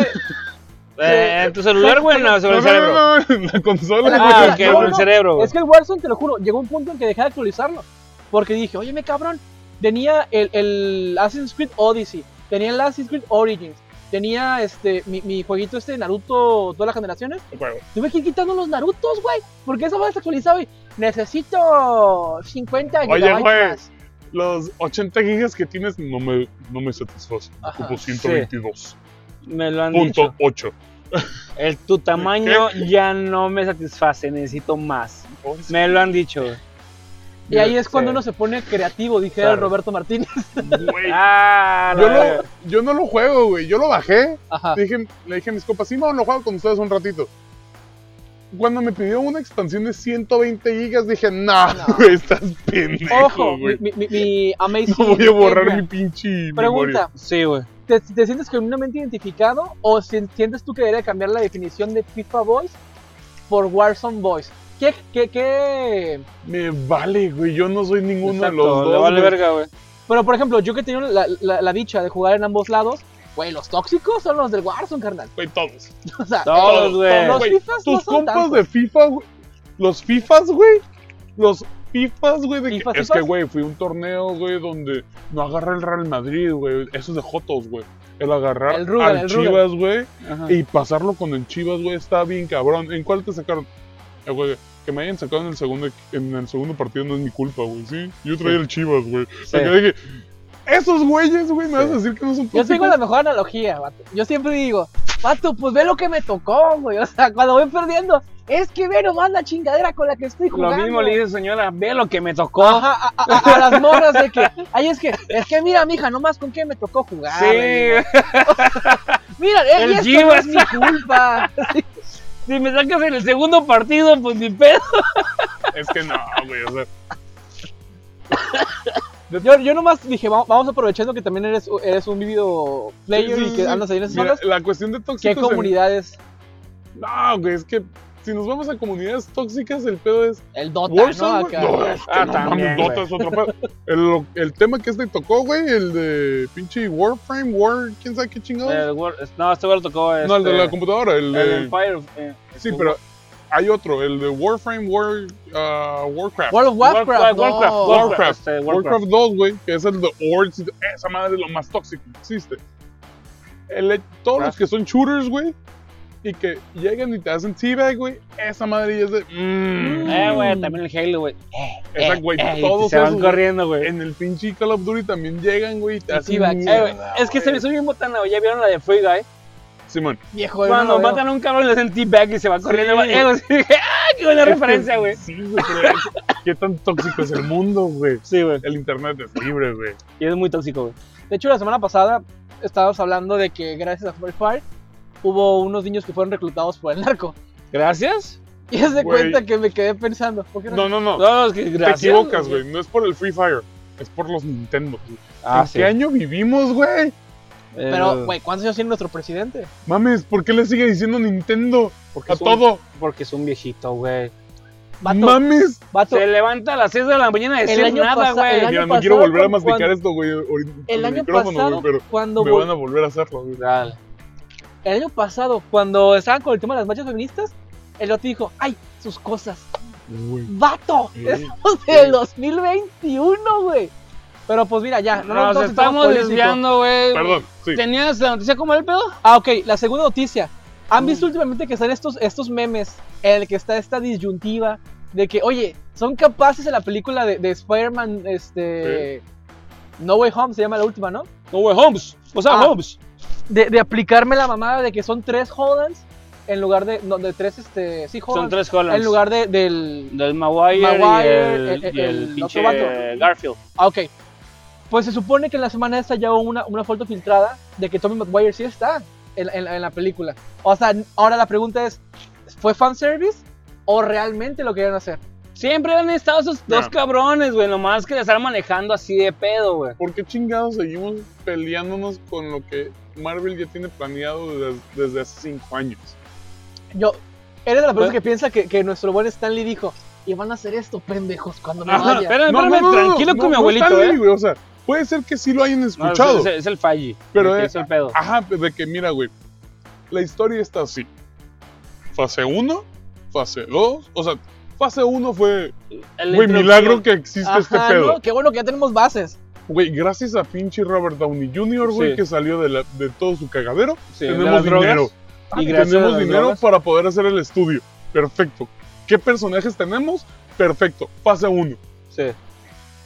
Speaker 1: Eh, ¿En tu celular, güey? No, sobre el cerebro.
Speaker 3: no, no, la consola.
Speaker 1: Ah,
Speaker 2: no,
Speaker 1: ok,
Speaker 2: no,
Speaker 1: sobre el
Speaker 2: no.
Speaker 1: cerebro, güey.
Speaker 2: es que el Warzone, te lo juro, llegó un punto en que dejé de actualizarlo. Porque dije, oye, me cabrón, tenía el, el Assassin's Creed Odyssey, tenía el Assassin's Creed Origins, tenía este mi, mi jueguito este de Naruto, todas las generaciones.
Speaker 3: Bueno,
Speaker 2: Tuve que ir quitando los Narutos, güey. Porque esa madre se actualizaba y necesito 50
Speaker 3: Oye,
Speaker 2: gigabytes
Speaker 3: güey.
Speaker 2: más.
Speaker 3: los 80 gigas que tienes no me, no me satisfacen.
Speaker 2: Ajá.
Speaker 3: Ocupo
Speaker 1: Sí.
Speaker 3: 122.8.
Speaker 1: Me lo han dicho. El, tu tamaño ya no me satisface, necesito más. Me lo han dicho. güey.
Speaker 2: Y ahí es cuando
Speaker 1: Sí.
Speaker 2: uno se pone creativo, dijera el
Speaker 1: Claro.
Speaker 2: Roberto Martínez.
Speaker 3: Güey,
Speaker 1: Ah,
Speaker 3: yo,
Speaker 1: la
Speaker 3: lo-
Speaker 1: verga.
Speaker 3: yo no lo juego, güey. Yo lo bajé.
Speaker 2: Ajá.
Speaker 3: Le dije, le dije a mis compas, sí, vamos, lo juego con ustedes un ratito. Cuando me pidió una expansión de 120 gigas, dije, nah,
Speaker 2: No.
Speaker 3: güey, estás pendejo,
Speaker 2: Ojo, mi,
Speaker 3: güey.
Speaker 2: mi, mi- mi Amazing.
Speaker 3: No voy a borrar mi
Speaker 2: Eggman.
Speaker 3: pinche memoria.
Speaker 2: Pregunta:
Speaker 1: Sí, güey.
Speaker 2: ¿te, te sientes genuinamente identificado o si- sientes tú que debería cambiar la definición de FIFA Boys por Warzone Boys? ¿Qué, qué, qué?
Speaker 3: Me vale, güey. Yo no soy ninguno de los
Speaker 1: Exacto,
Speaker 3: dos.
Speaker 1: le vale
Speaker 3: güey.
Speaker 1: verga, güey.
Speaker 2: Pero por ejemplo, yo que he tenido la, la, la dicha de jugar en ambos lados, güey, los tóxicos son los del Warzone, carnal.
Speaker 3: Güey, todos.
Speaker 2: O sea,
Speaker 1: Todos, güey.
Speaker 2: Los
Speaker 3: Güey,
Speaker 2: Fifas no
Speaker 3: tus
Speaker 2: son
Speaker 3: compas
Speaker 2: tantos.
Speaker 3: de FIFA, güey. Los FIFAs, güey. Los FIFAs, güey. de que-
Speaker 2: ¿Fifas,
Speaker 3: es
Speaker 2: fifas?
Speaker 3: que, güey, fui a un torneo, güey, donde no agarré el Real Madrid, güey. Eso es de Jotos, güey. El agarrar
Speaker 2: El Rugal,
Speaker 3: al
Speaker 2: el Ah. Rugal.
Speaker 3: Chivas, güey.
Speaker 1: Ajá.
Speaker 3: Y pasarlo con el Chivas, güey, está bien cabrón. ¿En cuál te sacaron? Eh, güey, que me hayan sacado en el segundo, en el segundo partido no es mi culpa, güey, ¿sí? Yo traía el Chivas, güey.
Speaker 1: Sí.
Speaker 3: Acá dije, esos güeyes, güey, me vas a decir que no son
Speaker 2: Yo tengo la
Speaker 3: tóxicos?"
Speaker 2: mejor analogía, vato. Yo siempre digo, vato, pues ve lo que me tocó, güey. O sea, cuando voy perdiendo, es que ve nomás la chingadera con la que estoy
Speaker 1: Lo
Speaker 2: jugando.
Speaker 1: mismo le dice, señora, ve lo que me tocó.
Speaker 2: Ajá, a, a- a- a las morras de que, ay, es que, es que mira, mija, nomás con qué me tocó jugar.
Speaker 1: sí,
Speaker 2: le digo. Mira, eh,
Speaker 1: El
Speaker 2: y esto no
Speaker 1: Givas.
Speaker 2: es mi culpa. Sí.
Speaker 1: si me sacas en el segundo partido, pues ni pedo.
Speaker 3: Es que no, güey, o sea,
Speaker 2: Yo, yo nomás dije, "Va- vamos aprovechando que también eres, eres un video player
Speaker 3: Sí, sí,
Speaker 2: y que
Speaker 3: sí.
Speaker 2: andas ahí en esas
Speaker 3: mira,
Speaker 2: zonas.
Speaker 3: la cuestión de tóxicos...
Speaker 2: ¿Qué
Speaker 3: en-
Speaker 2: comunidades?
Speaker 3: No, güey, es que si nos vamos a comunidades tóxicas, el pedo es...
Speaker 2: El Dota, ¿no?
Speaker 3: Warzone, güey.
Speaker 2: Acá.
Speaker 3: No, es que
Speaker 1: Ah,
Speaker 3: no
Speaker 1: también,
Speaker 3: mames, Dota
Speaker 1: güey.
Speaker 3: es otro pedo. El, el tema que este tocó, güey, el de pinche Warframe, War, quién sabe qué chingados.
Speaker 1: El Word- no, este güey lo tocó.
Speaker 3: no, el de la
Speaker 1: este,
Speaker 3: computadora, el,
Speaker 1: el
Speaker 3: de...
Speaker 1: Empire. eh,
Speaker 3: Sí,
Speaker 1: este,
Speaker 3: pero hay otro, el de Warframe, War, ah, Warcraft.
Speaker 2: World of
Speaker 1: Warcraft,
Speaker 2: Warcraft. no.
Speaker 1: Warcraft, Warcraft, este,
Speaker 3: Warcraft.
Speaker 1: Warcraft.
Speaker 3: 2, güey, que es el de Orcs. y- Esa madre es lo más tóxico que existe. El- todos los que son shooters, güey, y que llegan y te hacen teabag, güey, esa madre ya es de. mm.
Speaker 1: Eh, güey, también el Halo, güey.
Speaker 3: Esa, güey,
Speaker 1: Eh, y
Speaker 3: todos
Speaker 1: se van
Speaker 3: esos, güey,
Speaker 1: corriendo, güey.
Speaker 3: En el pinche Call of Duty también llegan, güey, y te
Speaker 2: Y
Speaker 3: hacen.
Speaker 2: teabag,
Speaker 1: Eh, güey,
Speaker 3: mierda,
Speaker 1: es que se me subió un botanado. ¿Ya vieron la de Free Guy?
Speaker 3: Simón.
Speaker 2: Viejo, yo
Speaker 1: Cuando
Speaker 2: no lo veo.
Speaker 1: matan a un cabrón, le hacen T-Bag y se va corriendo.
Speaker 3: Sí.
Speaker 1: güey. Eh, güey, sí, dije, ¡Ah, qué buena
Speaker 3: Es que-
Speaker 1: referencia, güey!
Speaker 3: Sí, güey, pero es- qué tan tóxico es el mundo, güey.
Speaker 1: Sí, güey.
Speaker 3: El internet es libre, güey.
Speaker 1: Y es muy tóxico, güey.
Speaker 2: De hecho, la semana pasada estábamos hablando de que gracias a Free Fire hubo unos niños que fueron reclutados por el narco.
Speaker 1: ¿Gracias?
Speaker 2: Y es de
Speaker 3: Güey.
Speaker 2: cuenta que me quedé pensando, ¿por qué no?
Speaker 3: No, no, no.
Speaker 1: No, es que gracias.
Speaker 3: Te equivocas, güey. No es por el Free Fire. Es por los Nintendo. güey.
Speaker 1: Ah,
Speaker 3: ¿En
Speaker 1: sí. Eh,
Speaker 3: qué año vivimos, güey?
Speaker 2: Pero, güey, ¿cuántos años tiene nuestro presidente?
Speaker 3: Mames, ¿por qué le sigue diciendo Nintendo
Speaker 1: porque
Speaker 3: a
Speaker 1: es un-
Speaker 3: todo?
Speaker 1: Porque es un viejito, güey.
Speaker 2: Vato,
Speaker 3: Mames.
Speaker 2: vato,
Speaker 1: Se levanta a las 6 de la mañana a
Speaker 2: El
Speaker 1: decir
Speaker 2: año
Speaker 1: nada,
Speaker 2: pasa- el
Speaker 1: güey.
Speaker 2: año-
Speaker 3: Mira, no quiero
Speaker 2: pasado,
Speaker 3: volver a
Speaker 2: cuando-
Speaker 3: masticar esto, güey. ahorita con
Speaker 2: el
Speaker 3: el
Speaker 2: año
Speaker 3: micrófono, güey,
Speaker 2: pasado,
Speaker 3: pero
Speaker 2: cuando
Speaker 3: me
Speaker 2: vol-
Speaker 3: van a volver a hacerlo. güey.
Speaker 1: Dale.
Speaker 2: el año pasado, cuando estaban con el tema de las marchas feministas, el otro dijo, ay, sus cosas.
Speaker 3: Güey.
Speaker 2: ¡Vato!
Speaker 3: Sí.
Speaker 2: Estamos en el 2021, güey. Pero pues mira, ya, no
Speaker 1: Nos
Speaker 2: vamos a
Speaker 1: estamos
Speaker 2: político.
Speaker 1: desviando, güey.
Speaker 3: Perdón, sí.
Speaker 1: ¿Tenías la noticia como el pedo?
Speaker 2: Ah, ok, la segunda noticia. ¿Han visto últimamente que están estos, estos memes en el que está esta disyuntiva de que, oye, son capaces en la película de, de Spider-Man, este... No Way Home se llama la última, ¿no?
Speaker 1: No, güey, Holmes. O
Speaker 2: sea,
Speaker 1: Holmes.
Speaker 2: De, de aplicarme la mamada de que son tres Hollands en lugar de... No, de tres, este... Sí,
Speaker 1: Son
Speaker 2: Hollands.
Speaker 1: tres Hollands.
Speaker 2: en lugar de, del...
Speaker 1: Del Maguire,
Speaker 2: Maguire,
Speaker 1: y el,
Speaker 2: el-
Speaker 1: y el
Speaker 2: el
Speaker 1: pinche
Speaker 2: otro vato.
Speaker 1: Garfield.
Speaker 2: Ah, ok. Pues se supone que en la semana esta ya hubo una, una foto filtrada de que Tommy Maguire sí está en, en- en la película. O sea, ahora la pregunta es, ¿fue fanservice o realmente lo querían hacer?
Speaker 1: Siempre han estado esos dos
Speaker 3: No.
Speaker 1: cabrones, güey. Nomás que le están manejando así de pedo, güey.
Speaker 3: ¿Por qué chingados seguimos peleándonos con lo que Marvel ya tiene planeado desde, desde hace cinco años?
Speaker 2: Yo, eres de la persona
Speaker 1: Bueno.
Speaker 2: que piensa que, que nuestro buen Stanley dijo, y van a hacer esto, pendejos, cuando me
Speaker 1: Ajá,
Speaker 2: vaya.
Speaker 1: espérame, espérame, Eh, tranquilo con mi abuelito,
Speaker 3: está bien,
Speaker 1: ¿eh?
Speaker 3: güey, o sea, puede ser que sí lo hayan
Speaker 1: No, es-
Speaker 3: escuchado.
Speaker 1: es, es el falli.
Speaker 3: Pero,
Speaker 1: de que
Speaker 3: eh,
Speaker 1: es el pedo.
Speaker 3: Ajá, de que mira, güey. La historia está así. Fase 1, fase 2, o sea, fase 1 fue,
Speaker 1: El
Speaker 3: güey, milagro que existe
Speaker 2: Ajá,
Speaker 3: este pedo.
Speaker 2: ¿no? Qué bueno que ya tenemos bases.
Speaker 3: Güey, gracias a pinche Robert Downey Jr., güey,
Speaker 1: Sí.
Speaker 3: que salió de, la- de todo su cagadero,
Speaker 1: Sí, de
Speaker 3: tenemos
Speaker 1: las drogas.
Speaker 3: dinero. Ah,
Speaker 1: Y gracias a
Speaker 3: tenemos
Speaker 1: las
Speaker 3: dinero
Speaker 1: drogas.
Speaker 3: para poder hacer el estudio. Perfecto. ¿Qué personajes tenemos? Perfecto. Fase 1.
Speaker 1: Sí.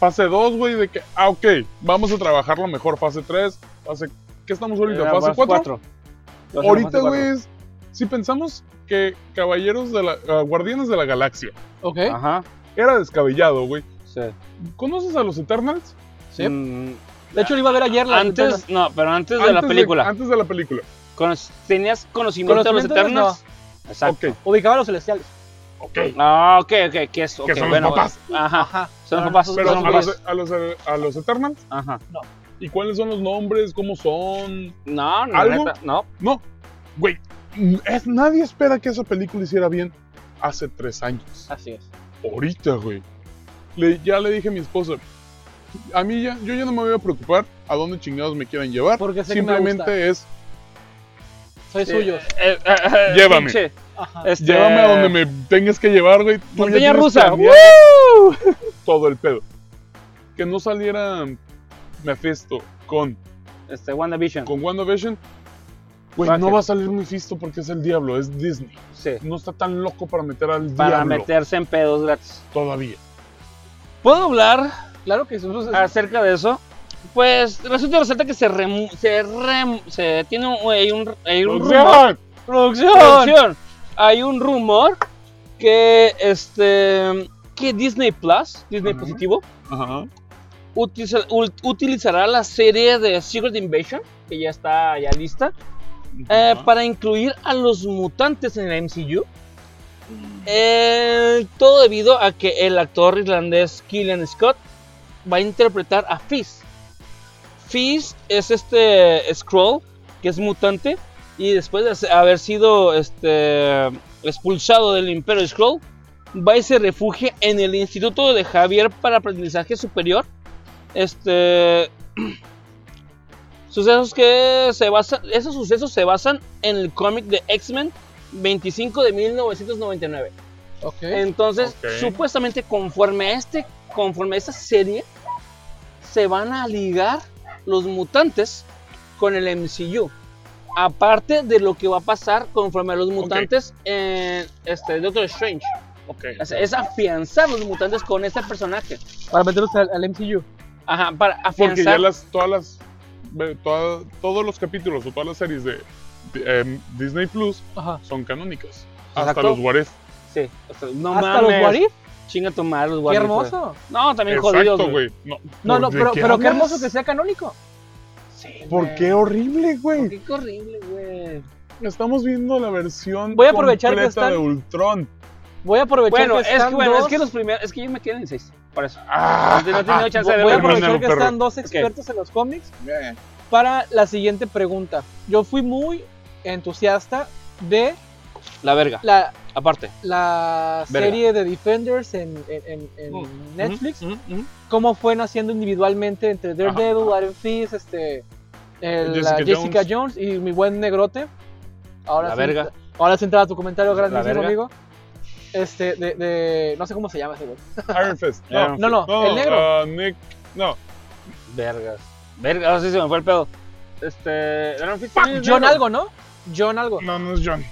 Speaker 3: Fase 2, güey, de que, ah, ok, vamos a trabajarlo mejor. Fase 3, fase... ¿Qué estamos ahorita?
Speaker 1: Era
Speaker 3: ¿Fase
Speaker 1: Eh, fase
Speaker 3: 4?
Speaker 1: cuatro. Fase
Speaker 3: Ahorita,
Speaker 1: cuatro.
Speaker 3: güey, es- si pensamos que Caballeros de la... ah, Guardianes de la Galaxia
Speaker 2: Ok.
Speaker 1: Ajá.
Speaker 3: era descabellado, güey.
Speaker 1: ¿Eh? Sí.
Speaker 3: ¿Conoces a los Eternals?
Speaker 2: Sí.
Speaker 1: Mm,
Speaker 2: de hecho, lo iba a ver ayer. la ventana.
Speaker 1: antes, no, pero antes, de la película.
Speaker 3: antes de la película.
Speaker 1: Cono- ¿Tenías conocimiento de los
Speaker 2: ¿Conocimiento de los
Speaker 1: Eternals? Exacto.
Speaker 3: Ok,
Speaker 2: ubicaba a los celestiales.
Speaker 3: ok.
Speaker 1: Ah, ok, ok, que es, ok,
Speaker 3: son los
Speaker 1: bueno, pues,
Speaker 3: papás.
Speaker 1: Ajá,
Speaker 2: Ajá.
Speaker 1: son los papás,
Speaker 3: Pero
Speaker 1: son
Speaker 3: a
Speaker 1: los
Speaker 3: los,
Speaker 1: papás.
Speaker 3: a, los, a los Eternals,
Speaker 1: Ajá.
Speaker 3: ¿y cuáles son los nombres? ¿Cómo son?
Speaker 1: No, no,
Speaker 3: ¿Algo?
Speaker 1: neta, no.
Speaker 3: No, güey, n- es, nadie espera que esa película hiciera bien hace tres años.
Speaker 1: Así es.
Speaker 3: Ahorita, güey. Le- ya le dije a mi esposa, a mí ya, yo ya no me voy a preocupar a dónde chingados me quieran llevar.
Speaker 2: Porque sé que me va a
Speaker 3: Simplemente es,
Speaker 2: Soy suyo.
Speaker 1: Eh, eh, eh,
Speaker 3: Llévame.
Speaker 1: pinche,
Speaker 2: Ajá.
Speaker 1: este,
Speaker 3: llévame a donde me tengas que llevar, güey. Tú ya
Speaker 1: Montaña
Speaker 3: tienes
Speaker 1: rusa.
Speaker 3: planeado Todo el pedo. Que no saliera Mephisto con
Speaker 1: Este, WandaVision.
Speaker 3: con WandaVision, güey,
Speaker 1: Baje.
Speaker 3: no va a salir Mephisto porque es el diablo, es Disney.
Speaker 1: Sí.
Speaker 3: No está tan loco para meter al
Speaker 1: Para
Speaker 3: diablo
Speaker 1: meterse en pedos gratis.
Speaker 3: todavía.
Speaker 1: ¿Puedo hablar
Speaker 2: Claro que somos-
Speaker 1: acerca de eso? Pues resulta, resulta que se remu- se rem- se tiene un, hay un, hay un
Speaker 3: O
Speaker 1: rumor-
Speaker 3: sea,
Speaker 2: ¡Producción!
Speaker 1: producción. Hay un rumor que este que Disney Plus, Disney
Speaker 3: Ajá.
Speaker 1: positivo,
Speaker 3: Ajá.
Speaker 1: utiliza- ul- utilizará la serie de Secret Invasion que ya está ya lista eh,
Speaker 3: Ajá.
Speaker 1: para incluir a los mutantes en la MCU. Eh, todo debido a que el actor irlandés Killian Scott va a interpretar a Fizz. Fizz es este Scroll que es mutante y después de hace- haber sido este, expulsado del Imperio Scroll va y se refugia en el Instituto de Javier para Aprendizaje Superior. Este sucesos que se basan esos sucesos se basan en el cómic de X-Men 25 de 1999.
Speaker 2: Ok.
Speaker 1: Entonces,
Speaker 3: Ok.
Speaker 1: supuestamente conforme a este, conforme a esta serie, se van a ligar los mutantes con el MCU. Aparte de lo que va a pasar conforme a los mutantes en este Doctor Strange.
Speaker 3: Ok.
Speaker 1: O sea, es afianzar los mutantes con este personaje.
Speaker 2: Para meterlos al, al MCU.
Speaker 1: Ajá, para
Speaker 3: Porque ya
Speaker 1: afianzar.
Speaker 3: las, todas las, ve- toda- todos los capítulos o todas las series de, de, em, Disney Plus
Speaker 2: Ajá.
Speaker 3: son canónicas. Hasta
Speaker 1: Exacto.
Speaker 3: los What If.
Speaker 1: Sí, o sea, no
Speaker 2: Hasta los
Speaker 1: mames.
Speaker 2: What If.
Speaker 1: Chinga tu madre, los
Speaker 2: Qué
Speaker 1: What If, güey.
Speaker 2: hermoso.
Speaker 1: No, también jodidos.
Speaker 3: Exacto,
Speaker 1: güey.
Speaker 3: güey. No,
Speaker 2: No, no,
Speaker 3: Pues, ¿de
Speaker 2: pero, pero qué
Speaker 3: hablas?
Speaker 2: hermoso que sea canónico.
Speaker 3: ¿Por qué horrible, güey?
Speaker 1: Qué horrible, güey.
Speaker 3: Estamos viendo la versión
Speaker 2: Voy a aprovechar que
Speaker 3: completa
Speaker 2: están-
Speaker 3: de Ultron.
Speaker 2: Voy a aprovechar
Speaker 1: Bueno,
Speaker 2: que
Speaker 1: es
Speaker 2: están
Speaker 1: que, bueno,
Speaker 2: dos,
Speaker 1: es que los primeros. Es que yo me quedé en el 6. Por eso.
Speaker 3: Ah,
Speaker 1: No he tenido chance de
Speaker 2: voy a
Speaker 3: Pero
Speaker 1: verlo.
Speaker 3: no,
Speaker 2: aprovechar que
Speaker 3: perro.
Speaker 2: están dos
Speaker 1: Ok.
Speaker 2: expertos en los cómics
Speaker 3: eh,
Speaker 2: para la siguiente pregunta. Yo fui muy entusiasta de
Speaker 1: La verga.
Speaker 2: la,
Speaker 1: Aparte.
Speaker 2: la
Speaker 1: Verga.
Speaker 2: serie de Defenders en, en- en- en
Speaker 1: Mm.
Speaker 2: Netflix.
Speaker 1: Ujú, ujú, ujú.
Speaker 2: Cómo fue naciendo individualmente entre Daredevil, Iron Fist, este, el- la
Speaker 3: Jessica
Speaker 2: Jessica, Jones. y mi buen negrote. Ahora
Speaker 1: La
Speaker 2: sí,
Speaker 1: verga.
Speaker 2: Ahora sí entraba tu comentario
Speaker 1: La
Speaker 2: grandísimo,
Speaker 1: verga.
Speaker 2: amigo. Este, de, de- No sé cómo se llama ese güey.
Speaker 3: Iron Fist.
Speaker 1: No,
Speaker 2: no, no, el negro.
Speaker 1: oh.
Speaker 3: ah, Nick. No,
Speaker 1: Vergas. Vergas, ahora sí se me fue el pedo. Este. Iron Fist también es
Speaker 2: John
Speaker 1: negro.
Speaker 2: algo, ¿no? John algo.
Speaker 3: no, no es John.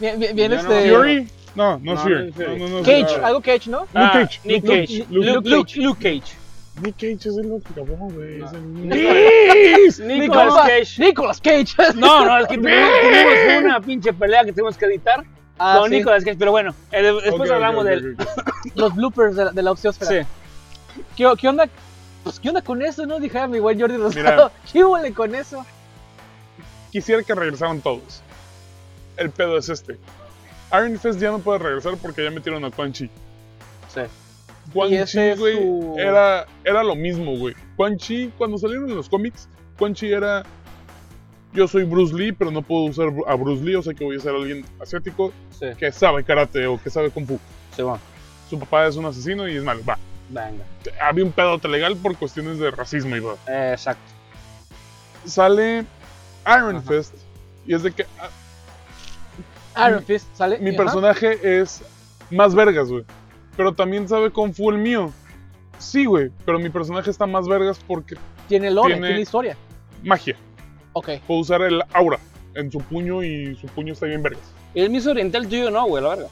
Speaker 2: Bien, bien, bien,
Speaker 1: Yo no-
Speaker 2: este.
Speaker 3: Fury. No, no,
Speaker 1: No,
Speaker 3: es
Speaker 1: no
Speaker 3: Fury.
Speaker 1: es Fury.
Speaker 3: No, no, no es
Speaker 2: Cage,
Speaker 3: Fury.
Speaker 2: algo Cage, ¿no?
Speaker 3: Nick
Speaker 1: Ah,
Speaker 3: Cage.
Speaker 1: Nick
Speaker 3: Luke-
Speaker 1: Cage.
Speaker 3: Luke-
Speaker 1: Luke,
Speaker 3: Luke
Speaker 1: Luke- Luke Cage.
Speaker 3: Nick Cage es el otro cabrón, güey. Es
Speaker 1: Nicolas,
Speaker 3: el-
Speaker 2: Nicolas-
Speaker 1: Cage.
Speaker 2: Nicolas Cage.
Speaker 1: No, no, es que tuvimos, tuvimos una pinche pelea que tuvimos que editar
Speaker 2: Ah,
Speaker 1: con
Speaker 2: sí,
Speaker 1: Nicolas Cage, pero bueno, eh, de- después
Speaker 3: Ok, ok,
Speaker 1: hablamos
Speaker 3: ok,
Speaker 1: de
Speaker 3: ok, ok.
Speaker 2: Los bloopers de la, de la opciósfera.
Speaker 1: Sí.
Speaker 2: ¿Qué, qué onda? Pues, ¿qué onda con eso, no? Dije a mi buen Jordi Rosado. ¿Qué huele con eso?
Speaker 3: Quisiera que regresaran todos. El pedo es este. Iron Fist ya no puede regresar porque ya metieron a Quan Chi.
Speaker 1: Sí.
Speaker 3: Quan
Speaker 2: Y ese
Speaker 3: Chi,
Speaker 2: es
Speaker 3: güey,
Speaker 2: su-
Speaker 3: era, era lo mismo, güey. Quan Chi, cuando salieron los cómics, Quan Chi era. Yo soy Bruce Lee, pero no puedo usar a Bruce Lee, o sea que voy a ser alguien asiático
Speaker 1: Sí,
Speaker 3: que sabe karate o que sabe kung fu.
Speaker 1: sí, bueno,
Speaker 3: Su papá es un asesino y es malo. Va.
Speaker 1: venga,
Speaker 3: Había un pedote legal por cuestiones de racismo y va.
Speaker 1: eh, exacto.
Speaker 3: Sale Iron
Speaker 1: Ajá.
Speaker 3: Fist y es de que ah,
Speaker 2: Iron Fist sale.
Speaker 3: mi
Speaker 2: Ajá.
Speaker 3: personaje es más vergas, güey. Pero también sabe Kung Fu el mío. Sí, güey, pero mi personaje está más vergas porque
Speaker 2: Tiene lore,
Speaker 3: tiene-
Speaker 2: tiene, historia.
Speaker 3: magia.
Speaker 2: Ok. e-,
Speaker 3: Puedo usar el aura en su puño y su puño está bien vergas.
Speaker 1: El mismo oriental tuyo no, güey, la verga.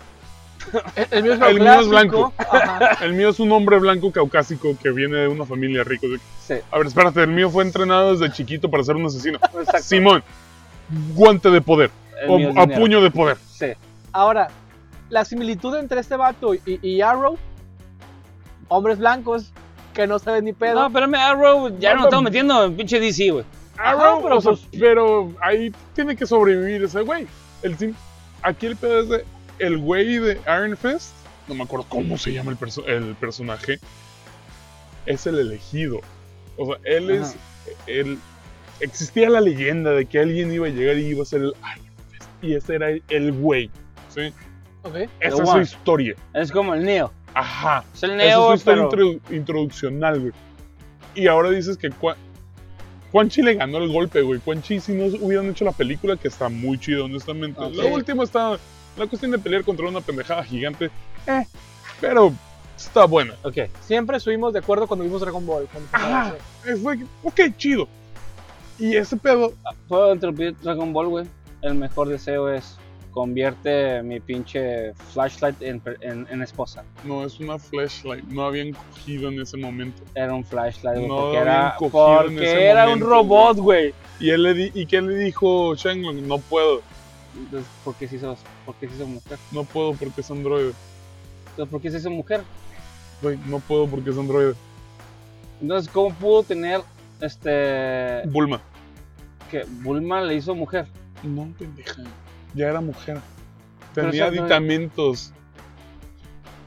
Speaker 2: El, el mío es,
Speaker 3: El mío es
Speaker 2: clásico.
Speaker 3: blanco.
Speaker 2: Ajá.
Speaker 3: El mío es un hombre blanco caucásico que viene de una familia rica. de-
Speaker 1: Sí,
Speaker 3: A ver, espérate, el mío fue entrenado desde chiquito para ser un asesino.
Speaker 1: exacto.
Speaker 3: Simón, guante de poder
Speaker 1: El
Speaker 3: o
Speaker 1: mío es
Speaker 3: a
Speaker 1: dinero.
Speaker 3: puño de poder.
Speaker 1: Sí,
Speaker 2: Ahora, la similitud entre este vato y, y Arrow, hombres blancos que no saben ni pedo.
Speaker 1: No, espérame, Arrow, ya
Speaker 3: No,
Speaker 1: no estamos
Speaker 3: no.
Speaker 1: metiendo en pinche DC, güey.
Speaker 3: Arrow,
Speaker 2: pero
Speaker 3: o sea,
Speaker 2: pues-
Speaker 3: pero ahí tiene que sobrevivir ese güey. El sim- aquí el pedo es de el güey de Iron Fist, no me acuerdo cómo se llama el, perso- el personaje, es el elegido. O sea, él es el existía la leyenda de que alguien iba a llegar y iba a ser el Iron Fist y ese era el- el güey, ¿sí?
Speaker 2: Ok.
Speaker 3: Esa
Speaker 1: The
Speaker 3: es su
Speaker 1: one.
Speaker 3: historia.
Speaker 1: Es como el Neo.
Speaker 3: Ajá.
Speaker 1: Es el
Speaker 3: Esa es
Speaker 1: Neo,
Speaker 3: su
Speaker 1: güey,
Speaker 3: historia
Speaker 1: pero...
Speaker 3: introdu- introduccional, güey. Y ahora dices que Quan, Quan Chi le ganó el golpe, güey. Quan Chi, si no hubieran hecho la película, que está muy chido, honestamente.
Speaker 1: Ok.
Speaker 3: Lo último está. La cuestión de pelear contra una pendejada gigante. Eh, pero está buena.
Speaker 1: Ok,
Speaker 2: Siempre estuvimos de acuerdo cuando vimos Dragon Ball. cuando empezaba,
Speaker 3: Ajá.
Speaker 2: sí.
Speaker 3: Eh, Fue, ok, chido. Y ese pedo.
Speaker 1: puedo interrumpir Dragon Ball, güey. El mejor deseo es convierte mi pinche flashlight en, en- en esposa.
Speaker 3: No es una flashlight. No habían cogido en ese momento.
Speaker 1: Era un flashlight, güey,
Speaker 3: No
Speaker 1: porque
Speaker 3: habían
Speaker 1: era,
Speaker 3: cogido en
Speaker 1: porque
Speaker 3: ese
Speaker 1: era un
Speaker 3: momento,
Speaker 1: robot, güey.
Speaker 3: ¿Y, él le di- ¿y qué le dijo Shenlong? No puedo.
Speaker 1: Entonces, ¿por qué se hizo, por qué se hizo mujer?
Speaker 3: No puedo porque es androide.
Speaker 1: Entonces, ¿por qué se hizo mujer?
Speaker 3: Güey, no puedo porque es androide.
Speaker 1: Entonces, ¿cómo pudo tener este
Speaker 3: Bulma.
Speaker 1: que Bulma le hizo mujer?
Speaker 3: No, pendeja. Ya era mujer.
Speaker 1: Pero
Speaker 3: Tenía
Speaker 1: eso no-
Speaker 3: aditamentos.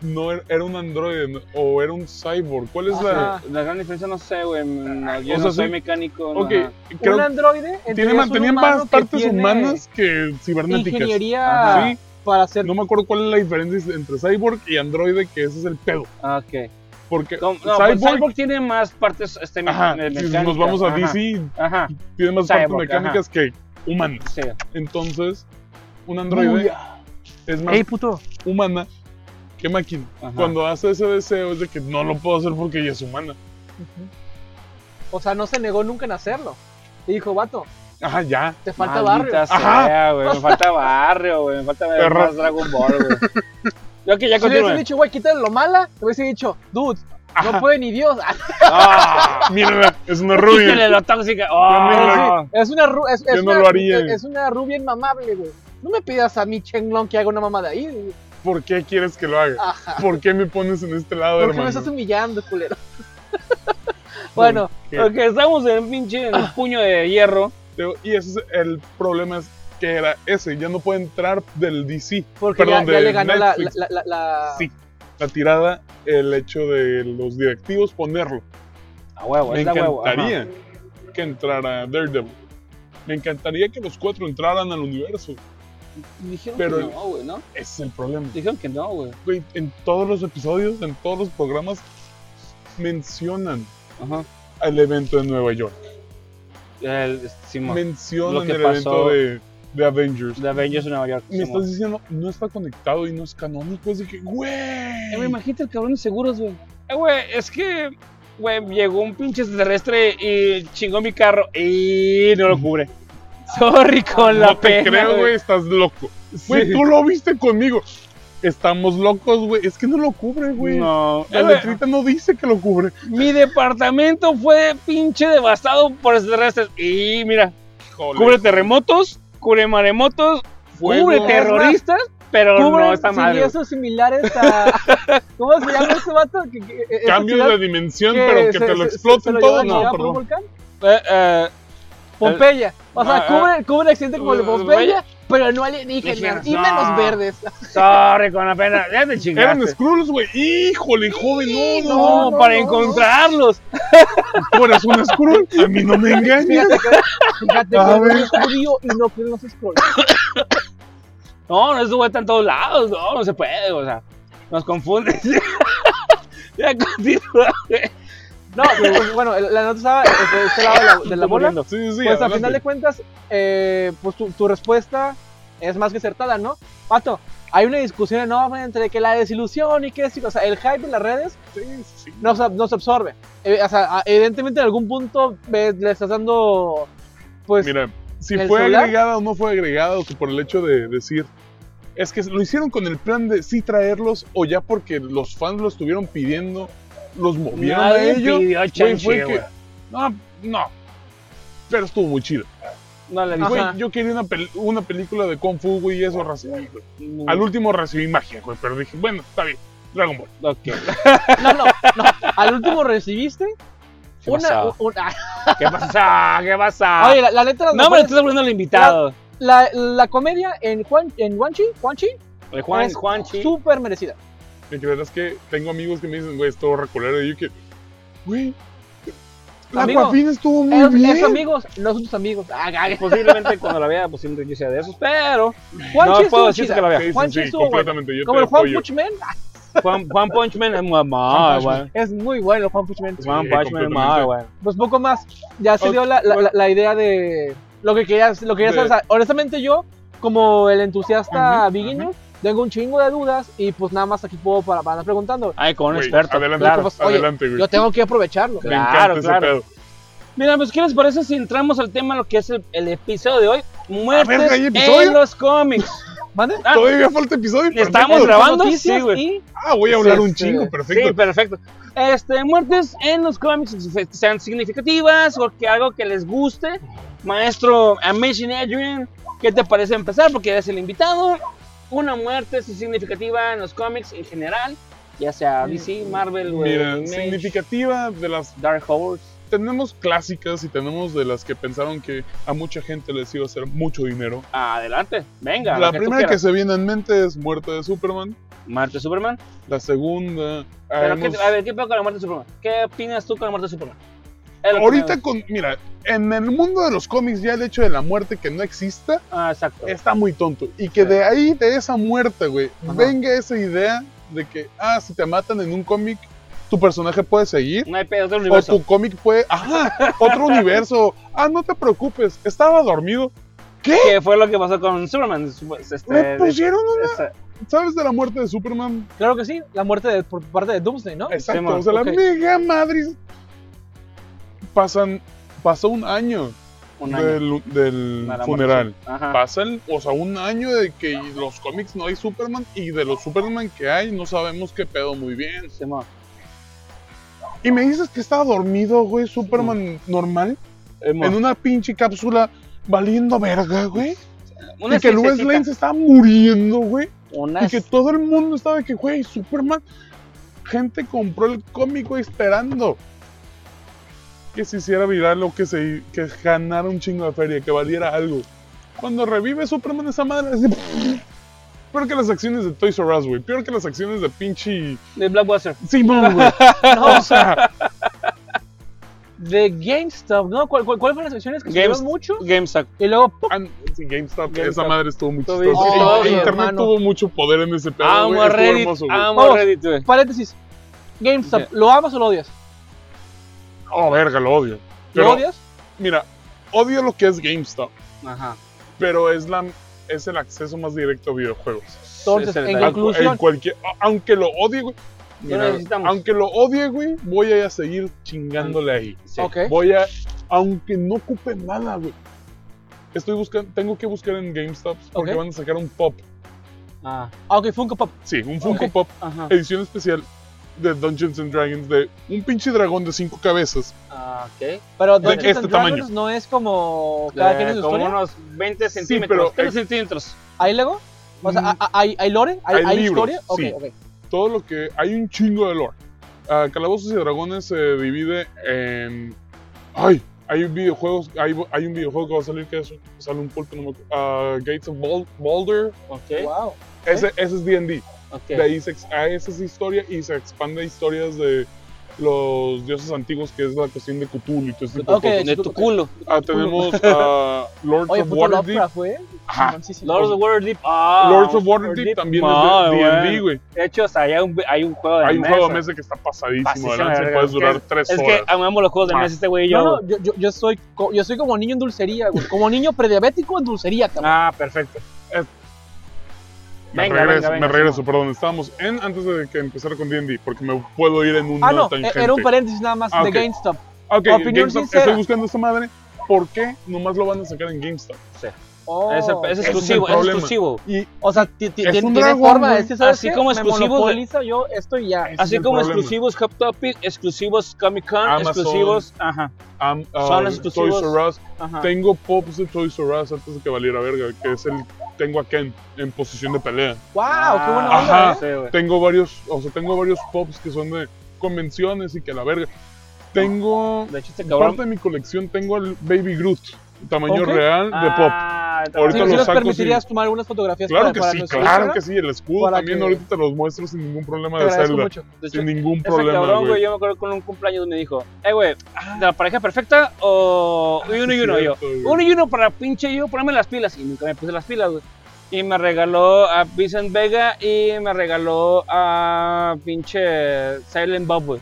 Speaker 3: No er-, era- era un androide ¿no? o era un cyborg. ¿Cuál es
Speaker 2: Ajá.
Speaker 3: la.?
Speaker 2: Ah.
Speaker 1: La gran diferencia no sé, güey. no, yo
Speaker 3: Ah, o
Speaker 1: no
Speaker 3: sea,
Speaker 1: soy
Speaker 3: sí.
Speaker 1: mecánico. no,
Speaker 3: Ok,
Speaker 1: ajá.
Speaker 3: creo
Speaker 2: un
Speaker 3: que
Speaker 2: androide. en
Speaker 3: tiene,
Speaker 2: teoría, es un
Speaker 3: tenían
Speaker 2: humano
Speaker 3: más
Speaker 2: que
Speaker 3: partes
Speaker 2: tiene
Speaker 3: humanas que cibernéticas.
Speaker 2: Ingeniería
Speaker 1: Ajá.
Speaker 3: Sí,
Speaker 2: para hacer.
Speaker 3: no me acuerdo cuál es la diferencia entre cyborg y androide, que ese es el pedo.
Speaker 1: Ah, ok.
Speaker 3: Porque
Speaker 1: No, no, pues,
Speaker 3: cyborg.
Speaker 1: cyborg, tiene más partes este, me-
Speaker 3: ajá,
Speaker 1: me-
Speaker 3: si
Speaker 1: mecánicas,
Speaker 3: nos vamos a
Speaker 1: ajá,
Speaker 3: DC,
Speaker 1: Ajá,
Speaker 3: tiene más
Speaker 1: Cyborg,
Speaker 3: partes mecánicas que humanas.
Speaker 1: sí.
Speaker 3: Entonces, un androide es más
Speaker 2: puto!
Speaker 3: humana que máquina.
Speaker 1: Ajá.
Speaker 3: Cuando hace ese deseo es de que no lo puedo hacer porque ella es humana.
Speaker 2: O sea, no se negó nunca en hacerlo. Y dijo, vato,
Speaker 3: Ajá, ya.
Speaker 2: te falta
Speaker 1: Maldita
Speaker 2: barrio.
Speaker 1: sea, güey. Me falta barrio, güey. Me falta ver
Speaker 3: Perro.
Speaker 1: más Dragon Ball, güey. Yo que ya
Speaker 2: Si le hubiesen
Speaker 1: continúe.
Speaker 2: dicho, güey, quítale lo mala, te hubiese dicho, dude, no
Speaker 3: Ajá.
Speaker 2: puede ni Dios.
Speaker 1: Ah,
Speaker 3: Mírala, es una
Speaker 1: Quítale
Speaker 3: rubia.
Speaker 1: lo tóxica.
Speaker 3: mira,
Speaker 1: Oh,
Speaker 2: Sí, es una ru- es, es
Speaker 3: Yo no
Speaker 2: una-
Speaker 3: lo haría.
Speaker 2: es- es una rubia inmamable, güey. No me pidas a mi Chenglong que haga una mamada ahí. güey.
Speaker 3: ¿Por qué quieres que lo haga?
Speaker 2: Ajá.
Speaker 3: ¿Por qué me pones en este lado,
Speaker 2: ¿Por qué me
Speaker 3: hermano?
Speaker 2: estás humillando, culero? bueno,
Speaker 3: ¿Qué?
Speaker 1: Porque estamos en pinche en el puño de hierro.
Speaker 3: Digo, Y ese es el problema es que era ese. Ya no puede entrar del DC.
Speaker 2: porque ya-
Speaker 3: Perdón,
Speaker 2: ya,
Speaker 3: de
Speaker 2: le ganó la,
Speaker 3: Netflix.
Speaker 2: la, la-
Speaker 1: Ah.
Speaker 2: la-
Speaker 3: Sí. La tirada, el hecho de los directivos ponerlo.
Speaker 1: A huevo,
Speaker 3: me
Speaker 1: Pues es de huevo. ajá.
Speaker 3: encantaría que entrara Daredevil. Me encantaría que los cuatro entraran al universo.
Speaker 4: Dijeron
Speaker 3: Pero-
Speaker 4: que no, güey, ¿no?
Speaker 3: Ese es el problema.
Speaker 4: Dijeron que no, güey.
Speaker 3: Güey, en todos los episodios, en todos los programas, mencionan
Speaker 4: Ajá.
Speaker 3: al evento de Nueva York.
Speaker 4: El, Simón. lo
Speaker 3: Mencionan
Speaker 4: que
Speaker 3: el
Speaker 4: pasó-
Speaker 3: evento de, de Avengers.
Speaker 4: De Avengers en Nueva York.
Speaker 3: Me
Speaker 4: Simón.
Speaker 3: estás diciendo, no está conectado y no es canónico. Es de que, güey.
Speaker 4: Eh, güey, imagínate el cabrón de seguros, güey.
Speaker 1: Eh, güey, es que, güey, llegó un pinche extraterrestre y chingó mi carro y no lo cubre.
Speaker 2: Sorry con la
Speaker 3: no te
Speaker 2: pena,
Speaker 3: creo,
Speaker 2: güey.
Speaker 3: güey, estás loco. Güey, tú lo viste conmigo. Estamos locos, güey. Es que no lo cubre, güey.
Speaker 1: No.
Speaker 3: La
Speaker 1: Eh, güey,
Speaker 3: letrita no dice que lo cubre.
Speaker 1: mi departamento fue pinche devastado por extraterrestres. Y mira,
Speaker 3: Híjole.
Speaker 1: cubre terremotos, cubre maremotos,
Speaker 3: Fuego.
Speaker 1: cubre terroristas, pero
Speaker 2: Cubren
Speaker 1: no está mal.
Speaker 2: siniestros similares a. ¿Cómo se llama ese vato? Que- que- eh, esa
Speaker 3: Eh, Cambios
Speaker 2: ciudad
Speaker 3: de dimensión,
Speaker 2: que
Speaker 3: pero que
Speaker 2: se-
Speaker 3: te
Speaker 2: se-
Speaker 3: lo
Speaker 2: se- se
Speaker 3: exploten
Speaker 2: lo
Speaker 3: todo.
Speaker 2: llevan allá
Speaker 3: No,
Speaker 2: por un
Speaker 3: perdón.
Speaker 2: volcán.
Speaker 1: Eh, eh,
Speaker 2: Pompeya. O sea,
Speaker 1: Ah,
Speaker 2: cubre, cubre accidente como el de
Speaker 3: Uh,
Speaker 1: ah,
Speaker 2: Pompeya, pero no alienígenas.
Speaker 1: Alienígenas,
Speaker 2: Y
Speaker 1: no.
Speaker 2: menos verdes.
Speaker 1: sorry, con la pena. Ya te
Speaker 3: Eran
Speaker 1: chingaste.
Speaker 3: Skrulls, güey. Híjole, joven, no, no.
Speaker 1: No,
Speaker 2: no,
Speaker 1: para
Speaker 2: no, no.
Speaker 1: encontrarlos.
Speaker 3: Tú eres un Skrull. A mí no me engañes.
Speaker 2: Fíjate que, fíjate que
Speaker 3: A
Speaker 2: no
Speaker 3: ver.
Speaker 2: es judío y no quieren los scrolls.
Speaker 1: No, no, eso güey está en todos lados. No, no se puede, o sea, nos confundes. ya continúa, güey.
Speaker 2: No, pero, pues, bueno, la nota estaba eh, de este lado de la, de la bola.
Speaker 3: Sí, sí, sí.
Speaker 2: Pues al
Speaker 3: adelante.
Speaker 2: final de cuentas, eh, pues tu, tu respuesta es más que acertada, ¿no? Pato, hay una discusión enorme entre que la desilusión y que es, o sea, el hype en las redes
Speaker 3: Sí, sí.
Speaker 2: nos, ab- nos absorbe. Eh, o sea, a- evidentemente en algún punto ves- le estás dando, pues,
Speaker 3: Mira, si
Speaker 2: ¿El
Speaker 3: fue
Speaker 2: celular?
Speaker 3: agregada o no fue agregada, o que por el hecho de decir. Es que lo hicieron con el plan de sí traerlos, o ya porque los fans lo estuvieron pidiendo, los movieron a
Speaker 1: Nadie
Speaker 3: ellos.
Speaker 1: pidió
Speaker 3: Güey, fue
Speaker 1: chanchi,
Speaker 3: que-
Speaker 1: güey.
Speaker 3: No, no. Pero estuvo muy chido.
Speaker 1: No le
Speaker 2: Ajá.
Speaker 3: Güey, yo quería una, pel- una película de Kung Fu, güey, y eso recibí, güey. Al último recibí magia, güey, pero dije, bueno, está bien. Dragon Ball.
Speaker 1: Ok.
Speaker 2: no, no, no, al último recibiste
Speaker 1: ¿Qué
Speaker 2: una...
Speaker 1: pasó?
Speaker 2: un- ah,
Speaker 1: ¿Qué pasa? ¿Qué pasa?
Speaker 2: oye, la, la letra...
Speaker 1: no, me lo estás hablando al invitado.
Speaker 2: la, la comedia en Juan, en Wanchi, Wanchi,
Speaker 1: El Juan,
Speaker 2: es
Speaker 1: Juanchi.
Speaker 2: súper merecida.
Speaker 3: Y que la verdad es que tengo amigos que me dicen, güey, estuvo reculero. Y yo que, güey, la
Speaker 2: Amigo,
Speaker 3: guapina estuvo muy
Speaker 2: Es,
Speaker 3: bien.
Speaker 2: es amigos, no son tus amigos. Ah, ah,
Speaker 1: Posiblemente cuando la vea, posiblemente yo sea de esos, pero no
Speaker 2: Wanchi
Speaker 1: puedo
Speaker 2: estuvo
Speaker 1: decirte
Speaker 2: chida.
Speaker 1: que la
Speaker 3: Sí,
Speaker 1: vea.
Speaker 3: sí,
Speaker 2: Juanchi
Speaker 3: sí,
Speaker 2: estuvo bueno.
Speaker 3: completamente. Yo
Speaker 2: Como
Speaker 3: te
Speaker 2: el Juan
Speaker 3: apoyo.
Speaker 2: Puchman,
Speaker 1: Juan, Juan Punchman es mamá,
Speaker 3: Juan
Speaker 1: güey.
Speaker 2: es muy bueno el Juan Puchman.
Speaker 3: Sí,
Speaker 1: Juan Punchman es mamá,
Speaker 3: completamente.
Speaker 1: güey.
Speaker 2: Pues poco más. Ya se
Speaker 3: Ok,
Speaker 2: dio la, la, la- la idea de lo que querías, lo que querías
Speaker 3: De-
Speaker 2: hacer. O sea, honestamente yo, como el entusiasta
Speaker 3: Ajá,
Speaker 2: beginner, tengo un chingo de dudas y pues nada más aquí puedo para, para andar preguntando.
Speaker 1: Ay, con un
Speaker 3: Güey,
Speaker 1: experto.
Speaker 3: Adelante,
Speaker 1: claro.
Speaker 2: Pues, oye,
Speaker 3: adelante, güey.
Speaker 2: Yo tengo que aprovecharlo.
Speaker 3: Me
Speaker 1: Claro,
Speaker 3: encanta
Speaker 1: claro.
Speaker 3: ese pedo.
Speaker 1: Mira, pues, ¿qué les parece si entramos al tema, lo que es el, el episodio de hoy? Muertes
Speaker 3: ¿hay episodio?
Speaker 1: en los cómics.
Speaker 2: ¿Mande?
Speaker 1: Ah,
Speaker 3: Todavía falta episodio.
Speaker 1: Estamos
Speaker 3: perfecto.
Speaker 1: grabando.
Speaker 2: Noticias
Speaker 1: Sí, güey.
Speaker 2: y
Speaker 3: Ah, voy a hablar
Speaker 2: Sí,
Speaker 3: un
Speaker 2: sí.
Speaker 3: chingo, perfecto.
Speaker 1: Sí, pues, perfecto. Este, muertes en los cómics se- sean significativas o que algo que les guste. Maestro Amazing Adrian, ¿qué te parece empezar? Porque eres el invitado. Una muerte sí significativa en los cómics en general, ya sea DC, Marvel o
Speaker 3: Mm, Mira,
Speaker 1: Image,
Speaker 3: significativa de las
Speaker 1: Dark Horse.
Speaker 3: tenemos clásicas y tenemos de las que pensaron que a mucha gente les iba a hacer mucho dinero.
Speaker 1: Adelante, venga.
Speaker 3: La
Speaker 1: lo tú
Speaker 3: primera que
Speaker 1: quieras.
Speaker 3: se viene en mente es Muerte de Superman.
Speaker 1: Muerte de Superman.
Speaker 3: La segunda.
Speaker 1: Pero
Speaker 3: Ah, hemos-
Speaker 1: ¿qué- a ver, ¿qué pasa con la muerte de Superman? ¿Qué opinas tú con la muerte de Superman? Es lo que
Speaker 3: Ahorita
Speaker 1: me-
Speaker 3: con. Mira, en el mundo de los cómics ya el hecho de la muerte que no exista
Speaker 1: Ah, exacto.
Speaker 3: está muy tonto. Y que
Speaker 1: Sí.
Speaker 3: de ahí, de esa muerte, güey,
Speaker 2: Ajá.
Speaker 3: venga esa idea de que, ah, si te matan en un cómic, tu personaje puede seguir.
Speaker 1: No hay pedo, otro
Speaker 3: O
Speaker 1: universo.
Speaker 3: tu cómic puede. Ajá, otro universo. Ah, no te preocupes, estaba dormido.
Speaker 1: ¿Qué fue lo que pasó con Superman? Pues, Este,
Speaker 3: Le pusieron una.
Speaker 1: este-
Speaker 3: ¿Sabes de la muerte de Superman?
Speaker 2: claro que sí, la muerte de- por parte de Doomsday, ¿no?
Speaker 3: Exacto,
Speaker 1: Simón,
Speaker 3: o sea,
Speaker 2: ok.
Speaker 3: la mega Madrid. Pasan. Pasó un año,
Speaker 1: un año.
Speaker 3: del, del
Speaker 1: Nada más.
Speaker 3: funeral.
Speaker 1: Ajá.
Speaker 3: Pasan, o sea, un año de que los cómics no hay Superman y de los Superman que hay no sabemos qué pedo muy bien.
Speaker 1: Simón.
Speaker 3: Y me dices que estaba dormido, güey, Superman normal, en una pinche cápsula valiendo verga, güey.
Speaker 1: Una
Speaker 3: y que Lois
Speaker 1: siestecita.
Speaker 3: Lane se estaba muriendo, güey.
Speaker 1: Una
Speaker 3: Y que todo el mundo estaba de que, güey, Superman. Gente compró el cómic, güey, esperando que se hiciera viral o que se que ganara un chingo de feria, que valiera algo. Cuando revive Superman esa madre, así. Peor que las acciones de Toys R Us, güey. Peor que las acciones de pinche
Speaker 1: de Blackbuster.
Speaker 3: Simón, güey. O sea,
Speaker 2: de GameStop, ¿no? ¿Cuál, cuál, cuál fueron las versiones que
Speaker 1: Games-
Speaker 2: subieron mucho?
Speaker 1: GameStop.
Speaker 2: Y luego, ¡pum!
Speaker 3: Ah, sí, GameStop, esa
Speaker 1: GameStop.
Speaker 3: madre estuvo muy
Speaker 1: Estuvo
Speaker 3: chistosa.
Speaker 1: bien
Speaker 3: El-
Speaker 2: chistoso,
Speaker 3: el Internet
Speaker 2: hermano.
Speaker 3: tuvo mucho poder en ese pedo.
Speaker 1: Amo
Speaker 3: Ah, güey,
Speaker 1: a
Speaker 3: estuvo
Speaker 1: Reddit,
Speaker 3: hermoso, güey.
Speaker 1: amo a
Speaker 2: Vamos.
Speaker 1: Reddit, güey.
Speaker 2: paréntesis, GameStop, ¿lo amas o lo odias?
Speaker 3: Oh, verga, lo odio.
Speaker 2: ¿Lo
Speaker 3: Pero,
Speaker 2: odias?
Speaker 3: mira, odio lo que es GameStop,
Speaker 1: Ajá.
Speaker 3: pero es, la, es el acceso más directo a videojuegos.
Speaker 2: Entonces,
Speaker 1: Sí, sí,
Speaker 2: en
Speaker 1: tal.
Speaker 3: Al-
Speaker 2: conclusión,
Speaker 3: en cualquier, a- aunque lo odie, güey.
Speaker 1: Lo
Speaker 3: mira,
Speaker 1: necesitamos.
Speaker 3: aunque lo odie, güey, voy a seguir chingándole ahí.
Speaker 1: Sí.
Speaker 2: ok.
Speaker 3: Voy a, aunque no ocupe nada, güey. Estoy buscando, tengo que buscar en GameStop porque
Speaker 2: Ok.
Speaker 3: van a sacar un pop.
Speaker 1: Ah,
Speaker 2: Ah, ok, Funko Pop.
Speaker 3: Sí, un Funko
Speaker 2: Ok.
Speaker 3: Pop
Speaker 1: ajá.
Speaker 3: edición especial de Dungeons and Dragons de un pinche dragón de cinco cabezas.
Speaker 1: Ah, ok.
Speaker 2: Pero
Speaker 3: De
Speaker 2: Dungeons
Speaker 3: este
Speaker 2: and Dragons
Speaker 3: tamaño.
Speaker 2: no es como cada quien
Speaker 1: Eh,
Speaker 2: en su
Speaker 1: como
Speaker 2: historia.
Speaker 1: unos 20
Speaker 3: Sí,
Speaker 1: centímetros.
Speaker 3: pero-
Speaker 1: 30 centímetros.
Speaker 2: ¿Hay Lego? O sea,
Speaker 3: Mm.
Speaker 2: ¿ha- ha- ¿hay, hay lore? ¿Hay,
Speaker 3: Hay
Speaker 2: hay
Speaker 3: libros,
Speaker 2: historia? Ok,
Speaker 3: sí.
Speaker 2: ok.
Speaker 3: Todo lo que hay un chingo de lore. Ah, Calabozos y Dragones se divide en ay, hay videojuegos, hay, hay un videojuego que va a salir que es, sale un pulpo no me acu- ah, Gates of Bal- Balder.
Speaker 1: Ok.
Speaker 2: Wow.
Speaker 3: Ese, ese es D&D.
Speaker 1: Ok.
Speaker 3: De ahí se, ex- a esa es historia y se expande a historias de los dioses antiguos que es la cuestión de Cthulhu y todo ese tipo de
Speaker 2: Ok.
Speaker 3: cosas.
Speaker 1: De tu culo.
Speaker 3: Ah, tenemos a Lords
Speaker 2: Oye,
Speaker 3: of
Speaker 2: puto
Speaker 3: Waterdeep.
Speaker 2: Lovecraft, güey.
Speaker 3: Ajá.
Speaker 2: Chingoncísimo.
Speaker 1: Lords of Waterdeep. Ah,
Speaker 3: Lords of Waterdeep también
Speaker 1: Ah,
Speaker 3: es de
Speaker 1: bueno.
Speaker 3: D&D, güey.
Speaker 1: De hecho, hasta allá hay un, hay un juego de
Speaker 3: Hay un
Speaker 1: mesa.
Speaker 3: juego de mesa que está pasadísimo,
Speaker 1: Pasísimo de
Speaker 3: ¿verdad? Se
Speaker 1: verga,
Speaker 3: puedes
Speaker 1: es
Speaker 3: durar
Speaker 1: que-
Speaker 3: tres
Speaker 1: Es que
Speaker 3: horas.
Speaker 1: amamos los juegos de
Speaker 3: Más.
Speaker 1: mesa este güey y yo.
Speaker 2: No, no,
Speaker 1: güey.
Speaker 2: yo, yo, yo soy, co- yo soy como niño en dulcería, güey. Como niño prediabético en dulcería, cabrón.
Speaker 1: Ah, perfecto.
Speaker 3: Me
Speaker 1: Venga,
Speaker 3: regreso,
Speaker 1: venga, venga,
Speaker 3: me regreso, perdón. Estábamos en antes de que empezara con D&D, porque me puedo ir en un
Speaker 2: Ah, no,
Speaker 3: tangente.
Speaker 2: e- era un paréntesis nada más
Speaker 3: Ah,
Speaker 2: de
Speaker 3: ok.
Speaker 2: GameStop.
Speaker 3: Ok,
Speaker 2: opinión
Speaker 3: GameStop,
Speaker 2: sincera.
Speaker 3: estoy buscando esta madre. ¿Por qué nomás lo van a sacar en GameStop?
Speaker 2: Oh.
Speaker 1: Es, es
Speaker 3: ese es
Speaker 1: exclusivo,
Speaker 3: el
Speaker 1: es,
Speaker 3: problema.
Speaker 1: exclusivo.
Speaker 3: Y
Speaker 2: o sea, ti- ti-
Speaker 3: es
Speaker 2: tiene
Speaker 3: un
Speaker 2: tiene
Speaker 3: dragón,
Speaker 2: forma.
Speaker 3: güey.
Speaker 2: Es que, ¿sabes
Speaker 1: Así
Speaker 2: qué?
Speaker 1: como
Speaker 2: Me
Speaker 1: exclusivos de-
Speaker 2: monopolizo yo esto y ya.
Speaker 3: Ese es
Speaker 1: Así
Speaker 3: el
Speaker 1: como
Speaker 3: problema.
Speaker 1: exclusivos Hot Topic, exclusivos Comic Con,
Speaker 3: Amazon.
Speaker 1: exclusivos. Ajá,
Speaker 3: am- ah,
Speaker 1: Son exclusivos.
Speaker 3: Toys R Us.
Speaker 1: ajá.
Speaker 3: Tengo Pops de Toys R Us antes de que valiera verga, que es el... Tengo a Ken en posición de pelea.
Speaker 2: ¡Wow! ¡Qué buena onda!
Speaker 3: Ah, Ajá.
Speaker 2: ¿eh?
Speaker 1: Sí, güey.
Speaker 3: Tengo varios, o sea, tengo varios Pops que son de convenciones y que la verga. Tengo...
Speaker 1: De hecho, este
Speaker 3: Parte
Speaker 1: cabrón.
Speaker 3: de mi colección tengo al Baby Groot, tamaño
Speaker 2: Ok.
Speaker 3: real de Pop.
Speaker 1: Ah, está
Speaker 3: Ahorita
Speaker 2: Si
Speaker 1: bien.
Speaker 3: lo
Speaker 2: nos
Speaker 3: saco,
Speaker 2: permitirías tomar algunas fotografías
Speaker 3: Claro
Speaker 2: para,
Speaker 3: que
Speaker 2: para
Speaker 3: sí,
Speaker 2: nuestro
Speaker 3: claro
Speaker 2: Instagram?
Speaker 3: que sí. El escudo
Speaker 2: Para
Speaker 3: también
Speaker 2: que-
Speaker 3: ahorita te los muestro sin ningún problema
Speaker 2: Te
Speaker 3: de
Speaker 2: agradezco
Speaker 3: Zelda.
Speaker 2: mucho.
Speaker 1: De hecho,
Speaker 3: Sin ningún
Speaker 1: Ese
Speaker 3: problema,
Speaker 1: cabrón, güey,
Speaker 3: güey.
Speaker 1: yo me acuerdo con un cumpleaños donde me dijo, eh, güey, ¿la pareja perfecta o
Speaker 3: Ah, sí,
Speaker 1: uno y uno? Yo,
Speaker 3: cierto, güey.
Speaker 1: uno y uno para pinche yo ponerme las pilas. Y nunca me puse las pilas, güey. Y me regaló a Vincent Vega y me regaló a pinche Silent Bob, güey.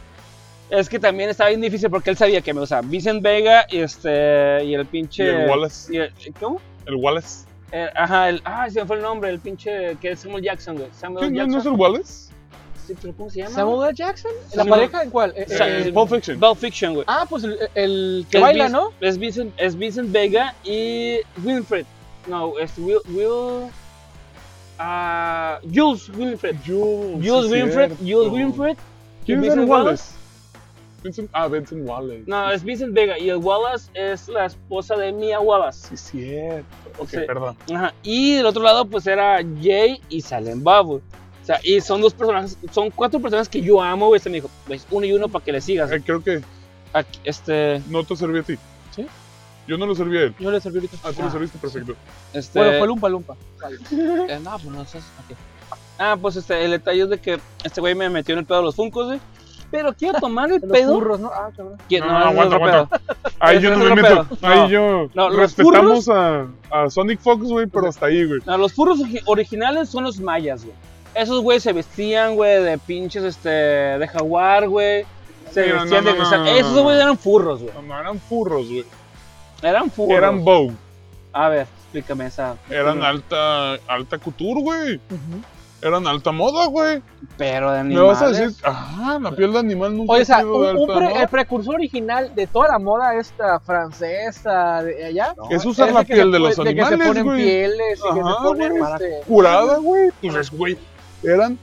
Speaker 1: Es que también estaba bien difícil porque él sabía que me usaba Vincent Vega y este y el
Speaker 3: Y
Speaker 1: pinche...
Speaker 3: el Wallace.
Speaker 1: y el- ¿Cómo?
Speaker 3: El Wallace.
Speaker 1: Eh, ajá, el, ah, se me fue el nombre, el pinche que es Samuel Jackson, güey.
Speaker 3: ¿Qué,
Speaker 1: Samuel
Speaker 3: ¿No, no es
Speaker 1: Jackson.
Speaker 3: el Wallace?
Speaker 1: Sí, pero ¿Cómo se llama?
Speaker 2: ¿Samuel L. Jackson? ¿La
Speaker 1: Sí,
Speaker 2: pareja en cuál? Eh,
Speaker 1: Sí.
Speaker 2: eh,
Speaker 3: Eh, Pulp Fiction.
Speaker 1: Pulp Fiction, güey.
Speaker 2: ah, pues el, el que
Speaker 1: Es
Speaker 2: baila,
Speaker 1: Vince-
Speaker 2: ¿no?
Speaker 1: Es Vincent, es Vincent Vega y Wilfred. No, es Will. Will ah, Jules Wilfred.
Speaker 3: Jules.
Speaker 1: Jules
Speaker 3: Oh, sí,
Speaker 1: Wilfred.
Speaker 3: cierto.
Speaker 1: Jules Wilfred.
Speaker 3: ¿Quién es el
Speaker 1: Vincent
Speaker 3: Wallace? Vincent- ah, Vincent Wallace.
Speaker 1: No, es Vincent Vega. Y el Wallace es la esposa de Mia Wallace.
Speaker 3: Sí, cierto. Ok,
Speaker 1: Sí.
Speaker 3: perdón.
Speaker 1: Ajá. Y del otro lado, pues era Jay y Salem Babu. O sea, y son dos personajes, son cuatro personas que yo amo, güey. Se me dijo, pues uno y uno para que le sigas.
Speaker 3: Eh, creo que
Speaker 1: Aquí, este,
Speaker 3: no te serví a ti.
Speaker 2: ¿Sí?
Speaker 3: Yo no lo serví a él.
Speaker 2: Yo le serví ahorita.
Speaker 3: Ah, tú
Speaker 1: Ah.
Speaker 3: lo serviste perfecto.
Speaker 1: este.
Speaker 2: Bueno, fue Lumpa Lumpa.
Speaker 1: Eh, no, pues no es eso, ok. Ah, pues este, el detalle es de que este güey me metió en el pedo de los funcos, güey. Pero quiero tomar el
Speaker 2: Los
Speaker 1: pedo.
Speaker 2: burros, ¿no? Ah, cabrón.
Speaker 1: que-
Speaker 3: No, aguanta,
Speaker 1: es otro
Speaker 3: aguanta.
Speaker 1: pedo.
Speaker 3: Ahí
Speaker 1: Ese
Speaker 3: yo
Speaker 1: es
Speaker 3: no
Speaker 1: otro
Speaker 3: me meto.
Speaker 1: pedo.
Speaker 3: Ahí
Speaker 1: No.
Speaker 3: yo.
Speaker 1: No, los
Speaker 3: respetamos a, a Sonic Fox, güey, pero hasta ahí, güey.
Speaker 1: No, los furros orgi- originales son los mayas, güey. Esos güeyes se vestían, güey, de pinches, este, de jaguar, güey. Se
Speaker 3: Mira,
Speaker 1: vestían
Speaker 3: no,
Speaker 1: de
Speaker 3: no, no,
Speaker 1: cristal.
Speaker 3: no, no,
Speaker 1: Esos
Speaker 3: no.
Speaker 1: güeyes eran furros, güey.
Speaker 3: No eran furros, güey.
Speaker 1: Eran furros.
Speaker 3: Eran bow.
Speaker 1: A ver, explícame esa.
Speaker 3: Eran
Speaker 1: Ujú.
Speaker 3: alta, alta couture, güey. Eran alta moda, güey.
Speaker 1: Pero de
Speaker 3: Me vas a
Speaker 1: animales.
Speaker 3: decir, ah, la piel de animal nunca
Speaker 2: Oye, o
Speaker 3: ha
Speaker 2: sea,
Speaker 3: sido de
Speaker 2: un, un
Speaker 3: alta
Speaker 2: pre- el
Speaker 3: moda.
Speaker 2: precursor original de toda la moda esta francesa de allá.
Speaker 1: No,
Speaker 3: Es usar la
Speaker 2: que
Speaker 3: piel
Speaker 2: se
Speaker 3: de
Speaker 2: pone-
Speaker 3: los
Speaker 2: que se
Speaker 3: animales,
Speaker 2: ponen
Speaker 3: güey.
Speaker 2: pieles y que
Speaker 3: Ajá,
Speaker 2: se ponen
Speaker 3: güey.
Speaker 2: este,
Speaker 3: Curada, güey. Pues es, güey. Eran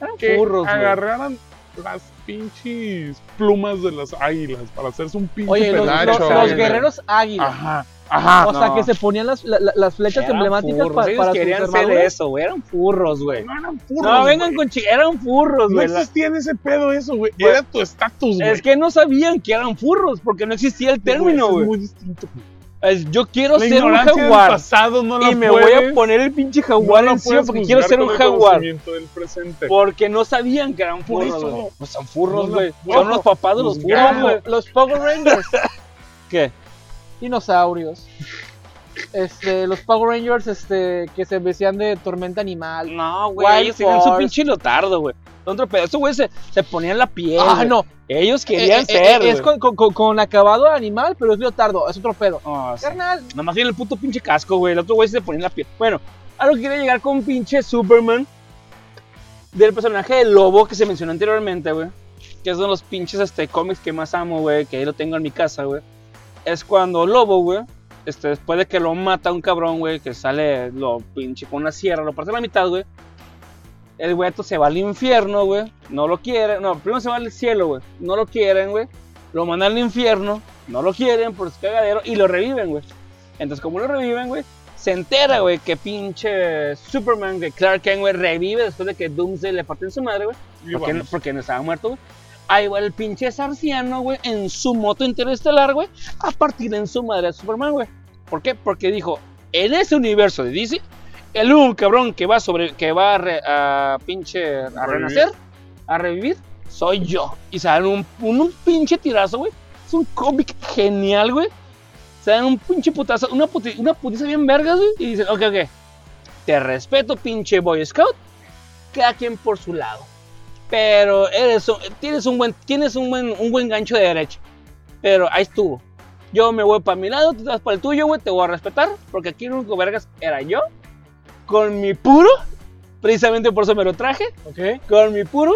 Speaker 1: Eran
Speaker 3: que
Speaker 1: furros, güey.
Speaker 3: agarraran las pinches plumas de las águilas para hacerse un pinche
Speaker 2: Oye, los, los-
Speaker 3: penacho.
Speaker 2: los
Speaker 3: güey.
Speaker 2: guerreros águilas.
Speaker 3: Ajá, ajá.
Speaker 2: o sea,
Speaker 1: Ah, no.
Speaker 2: que se ponían las, la- la- las flechas
Speaker 1: Eran
Speaker 2: emblemáticas
Speaker 1: furros.
Speaker 2: pa-
Speaker 1: Ellos
Speaker 2: para sus
Speaker 1: querían ser
Speaker 2: armaduras.
Speaker 1: eso, güey. Eran furros, güey.
Speaker 3: No eran furros,
Speaker 1: No, vengan
Speaker 3: güey.
Speaker 1: con chi- Eran furros,
Speaker 3: No
Speaker 1: güey. La-
Speaker 3: existía en ese pedo eso, güey.
Speaker 1: Güey.
Speaker 3: Era tu estatus, güey.
Speaker 1: Es que no sabían que eran furros porque no existía el término,
Speaker 3: Eso Es
Speaker 1: güey.
Speaker 3: muy distinto, güey.
Speaker 1: Es- Yo quiero
Speaker 3: La
Speaker 1: ser un
Speaker 3: ignorancia del
Speaker 1: jaguar.
Speaker 3: pasado no la
Speaker 1: Y me
Speaker 3: puedes-
Speaker 1: voy a poner el pinche jaguar
Speaker 3: no la
Speaker 1: encima
Speaker 3: puedes
Speaker 1: porque quiero
Speaker 3: juzgar
Speaker 1: ser un
Speaker 3: con el
Speaker 1: jaguar.
Speaker 3: conocimiento del presente.
Speaker 1: Porque no sabían que eran furros,
Speaker 3: eso.
Speaker 1: güey. Pues son furros,
Speaker 3: No la
Speaker 1: güey.
Speaker 3: puedo
Speaker 1: Son los papás de los
Speaker 3: juzgar.
Speaker 1: furros,
Speaker 2: Como
Speaker 1: güey.
Speaker 2: los Power Rangers,
Speaker 1: ¿Qué?
Speaker 2: dinosaurios. Este, los Power Rangers, este, que se vestían de tormenta animal.
Speaker 1: No, güey.
Speaker 2: Wild
Speaker 1: Ellos tenían su
Speaker 2: Force.
Speaker 1: pinche lotardo, güey. Otro pedazo, Estos güey se, se ponían la piel.
Speaker 2: Ah,
Speaker 1: güey.
Speaker 2: no.
Speaker 1: Ellos
Speaker 2: Eh,
Speaker 1: querían
Speaker 2: eh,
Speaker 1: ser.
Speaker 2: eh, es
Speaker 1: güey.
Speaker 2: con, con- con- con acabado animal, pero es leotardo, es otro pedo.
Speaker 1: Ah, sí.
Speaker 2: Carnal,
Speaker 1: Nomás tiene el puto pinche casco, güey. El otro güey se ponía en la piel. Bueno, a lo que quería llegar con pinche Superman. Del personaje del lobo que se mencionó anteriormente, güey. Que es uno de los pinches este, cómics que más amo, güey. Que ahí lo tengo en mi casa, güey. Es cuando Lobo, güey. Este, después de que lo mata un cabrón, güey. Que sale, lo pinche con una sierra, lo parte a la mitad, güey. El güey se va al infierno, güey. No lo quieren. No, primero se va al cielo, güey. No lo quieren, güey. Lo mandan al infierno. No lo quieren por su cagadero. Y lo reviven, güey. Entonces, como lo reviven, güey, se entera, güey, que pinche Superman, que Clark Kent, güey, revive después de que Doomsday le parte en su madre, güey.
Speaker 3: Y
Speaker 1: Porque, no,
Speaker 3: vamos.
Speaker 1: porque no estaba muerto, güey. Ahí va el pinche Sarciano, güey, en su moto interestelar, güey, a partir en su madre a Superman, güey. ¿Por qué? Porque dijo, en ese universo de DC, el único cabrón que va sobre, que va a, re- a pinche a
Speaker 3: Revivir.
Speaker 1: renacer, a revivir, soy yo. Y se dan un, un- un pinche tirazo, güey. Es un cómic genial, güey. Se dan un pinche putazo, una, puti- una putiza bien vergas, güey. Y dicen, ok, ok. Te respeto, pinche Boy Scout. Cada quien por su lado. Pero eres un- tienes, un buen, tienes un, buen, un buen gancho de derecha. Pero ahí estuvo. Yo me voy para mi lado, tú te vas para el tuyo, güey. Te voy a respetar. Porque aquí el único vergas era yo. Con mi puro. Precisamente por eso me lo traje
Speaker 2: ok.
Speaker 1: con mi puro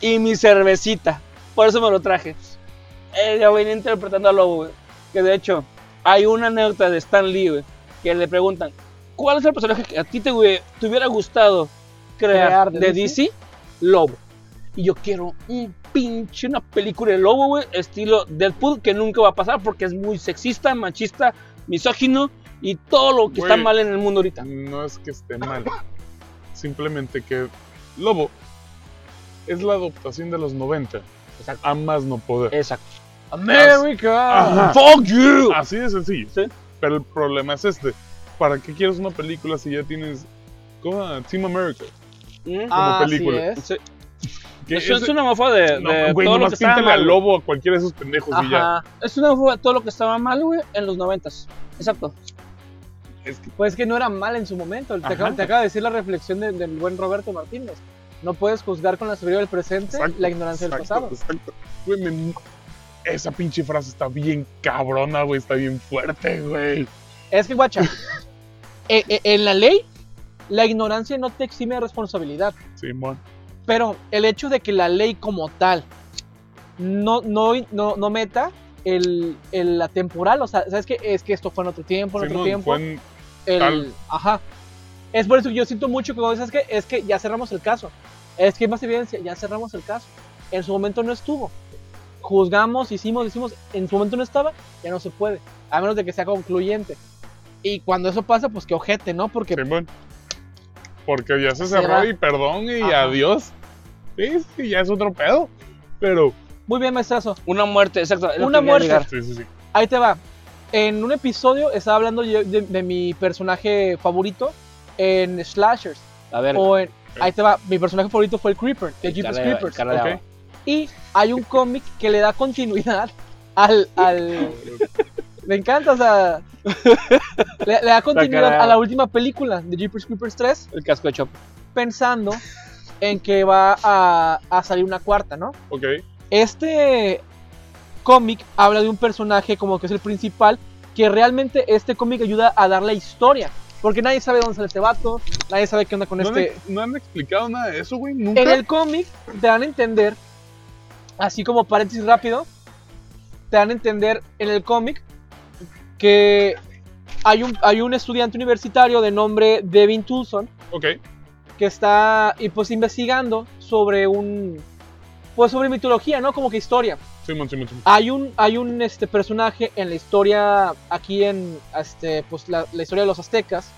Speaker 1: y mi cervecita. Por eso me lo traje. Él ya venía interpretando a Lobo, güey. Que de hecho, hay una anécdota de Stan Lee, güey, que le preguntan, ¿cuál es el personaje que a ti te, güey, te hubiera gustado crear,
Speaker 2: Crear
Speaker 1: de,
Speaker 2: de
Speaker 1: DC? Lobo. Y yo quiero un pinche, una película de Lobo, güey, estilo Deadpool, que nunca va a pasar porque es muy sexista, machista, misógino y todo lo que está
Speaker 3: Güey.
Speaker 1: mal en el mundo ahorita.
Speaker 3: No es que esté mal. Simplemente que Lobo es la adaptación de los 90.
Speaker 1: Exacto.
Speaker 3: A más no poder.
Speaker 1: Exacto.
Speaker 2: America.
Speaker 3: Ajá.
Speaker 1: ¡Fuck you!
Speaker 3: Así de sencillo.
Speaker 1: Sí.
Speaker 3: Pero el problema es este. ¿Para qué quieres una película si ya tienes ¿cómo? Team America?
Speaker 1: Mm.
Speaker 2: Así
Speaker 3: película.
Speaker 2: es.
Speaker 1: Sí.
Speaker 3: Que
Speaker 1: Eso
Speaker 3: es-
Speaker 1: es una mofa de,
Speaker 3: no,
Speaker 1: de
Speaker 3: güey,
Speaker 1: todo lo
Speaker 3: nomás
Speaker 1: que estaba
Speaker 3: píntale al
Speaker 1: mal.
Speaker 3: lobo a cualquiera de esos pendejos y ya.
Speaker 1: Ajá. Es una mofa de todo lo que estaba mal, güey, en los noventas. Exacto.
Speaker 2: Pues que no era mal en su momento. Te
Speaker 3: Ajá.
Speaker 2: acaba, te acaba de decir la reflexión de- del buen Roberto Martínez. No puedes juzgar con la sabiduría del presente
Speaker 3: Exacto,
Speaker 2: la ignorancia
Speaker 3: exacto,
Speaker 2: del pasado.
Speaker 3: exacto. Güey, me- esa pinche frase está bien cabrona, güey. Está bien fuerte, güey.
Speaker 2: Es que, guacha, e- e- en la ley, la ignorancia no te exime de responsabilidad.
Speaker 3: Simón.
Speaker 2: Pero el hecho de que la ley como tal no, no, no, no meta el, el- la temporal, o sea, ¿sabes qué? Es que esto fue en otro tiempo, en otro
Speaker 3: Simón,
Speaker 2: tiempo.
Speaker 3: fue en-
Speaker 2: el-
Speaker 3: Tal.
Speaker 2: Ajá. Es por eso que yo siento mucho que cuando dices que es que ya cerramos el caso. Es que hay más evidencia, ya cerramos el caso. En su momento no estuvo. Juzgamos, hicimos, hicimos. En su momento no estaba, ya no se puede. A menos de que sea concluyente. Y cuando eso pasa, pues que ojete, ¿no? Porque
Speaker 3: Simón. Porque ya
Speaker 2: Se
Speaker 3: se cerró
Speaker 2: va.
Speaker 3: y perdón y
Speaker 2: Ajá.
Speaker 3: adiós. Sí, sí, ya es otro pedo. Pero.
Speaker 2: muy bien, maestrazo.
Speaker 1: Una muerte, exacto. es lo
Speaker 2: Una
Speaker 1: que quería
Speaker 2: muerte.
Speaker 1: llegar.
Speaker 3: Sí, sí, sí.
Speaker 2: Ahí te va. En un episodio estaba hablando yo de, de mi personaje favorito en Slashers.
Speaker 1: A ver.
Speaker 2: O en- ahí te va. Mi personaje favorito fue el Creeper, de Jeepers
Speaker 1: cara de-
Speaker 2: Creepers.
Speaker 1: cara de
Speaker 3: ok.
Speaker 1: agua.
Speaker 2: Y hay un cómic que le da continuidad al. al me encanta, o sea. Le, le da continuidad a la última película de Jeepers Creepers 3,
Speaker 1: El casco de Chop.
Speaker 2: pensando en que va a, a salir una cuarta, ¿no?
Speaker 3: Ok.
Speaker 2: Este cómic habla de un personaje como que es el principal, que realmente este cómic ayuda a dar la historia. Porque nadie sabe dónde sale este vato, nadie sabe qué onda con
Speaker 3: ¿No,
Speaker 2: este.
Speaker 3: han, no han explicado nada de eso, güey. Nunca.
Speaker 2: En el cómic te dan a entender, así como paréntesis rápido, te dan a entender en el cómic que hay un, hay un estudiante universitario de nombre Devin Tulson
Speaker 3: Ok.
Speaker 2: que está y pues investigando sobre un pues sobre mitología, ¿no? Como que historia.
Speaker 3: Simón, Simón, Simón.
Speaker 2: Hay un hay un este personaje en la historia aquí en este pues la, la historia de los aztecas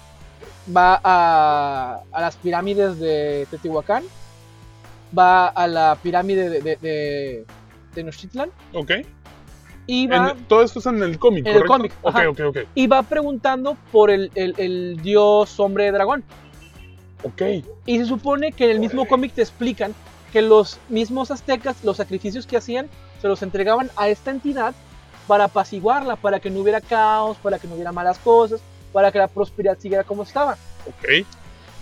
Speaker 2: va a, a las pirámides de Teotihuacán, va a la pirámide de, de, de Tenochtitlan
Speaker 3: Ok.
Speaker 2: y va,
Speaker 3: En- todo esto es en el cómic,
Speaker 2: En el
Speaker 3: ¿correcto?
Speaker 2: cómic,
Speaker 3: Ok,
Speaker 2: ajá.
Speaker 3: ok, ok.
Speaker 2: y va preguntando por el, el- el dios hombre dragón.
Speaker 3: Ok.
Speaker 2: Y se supone que en el mismo cómic te explican que los mismos aztecas, los sacrificios que hacían, se los entregaban a esta entidad para apaciguarla, para que no hubiera caos, para que no hubiera malas cosas, para que la prosperidad siguiera como estaba.
Speaker 3: Ok.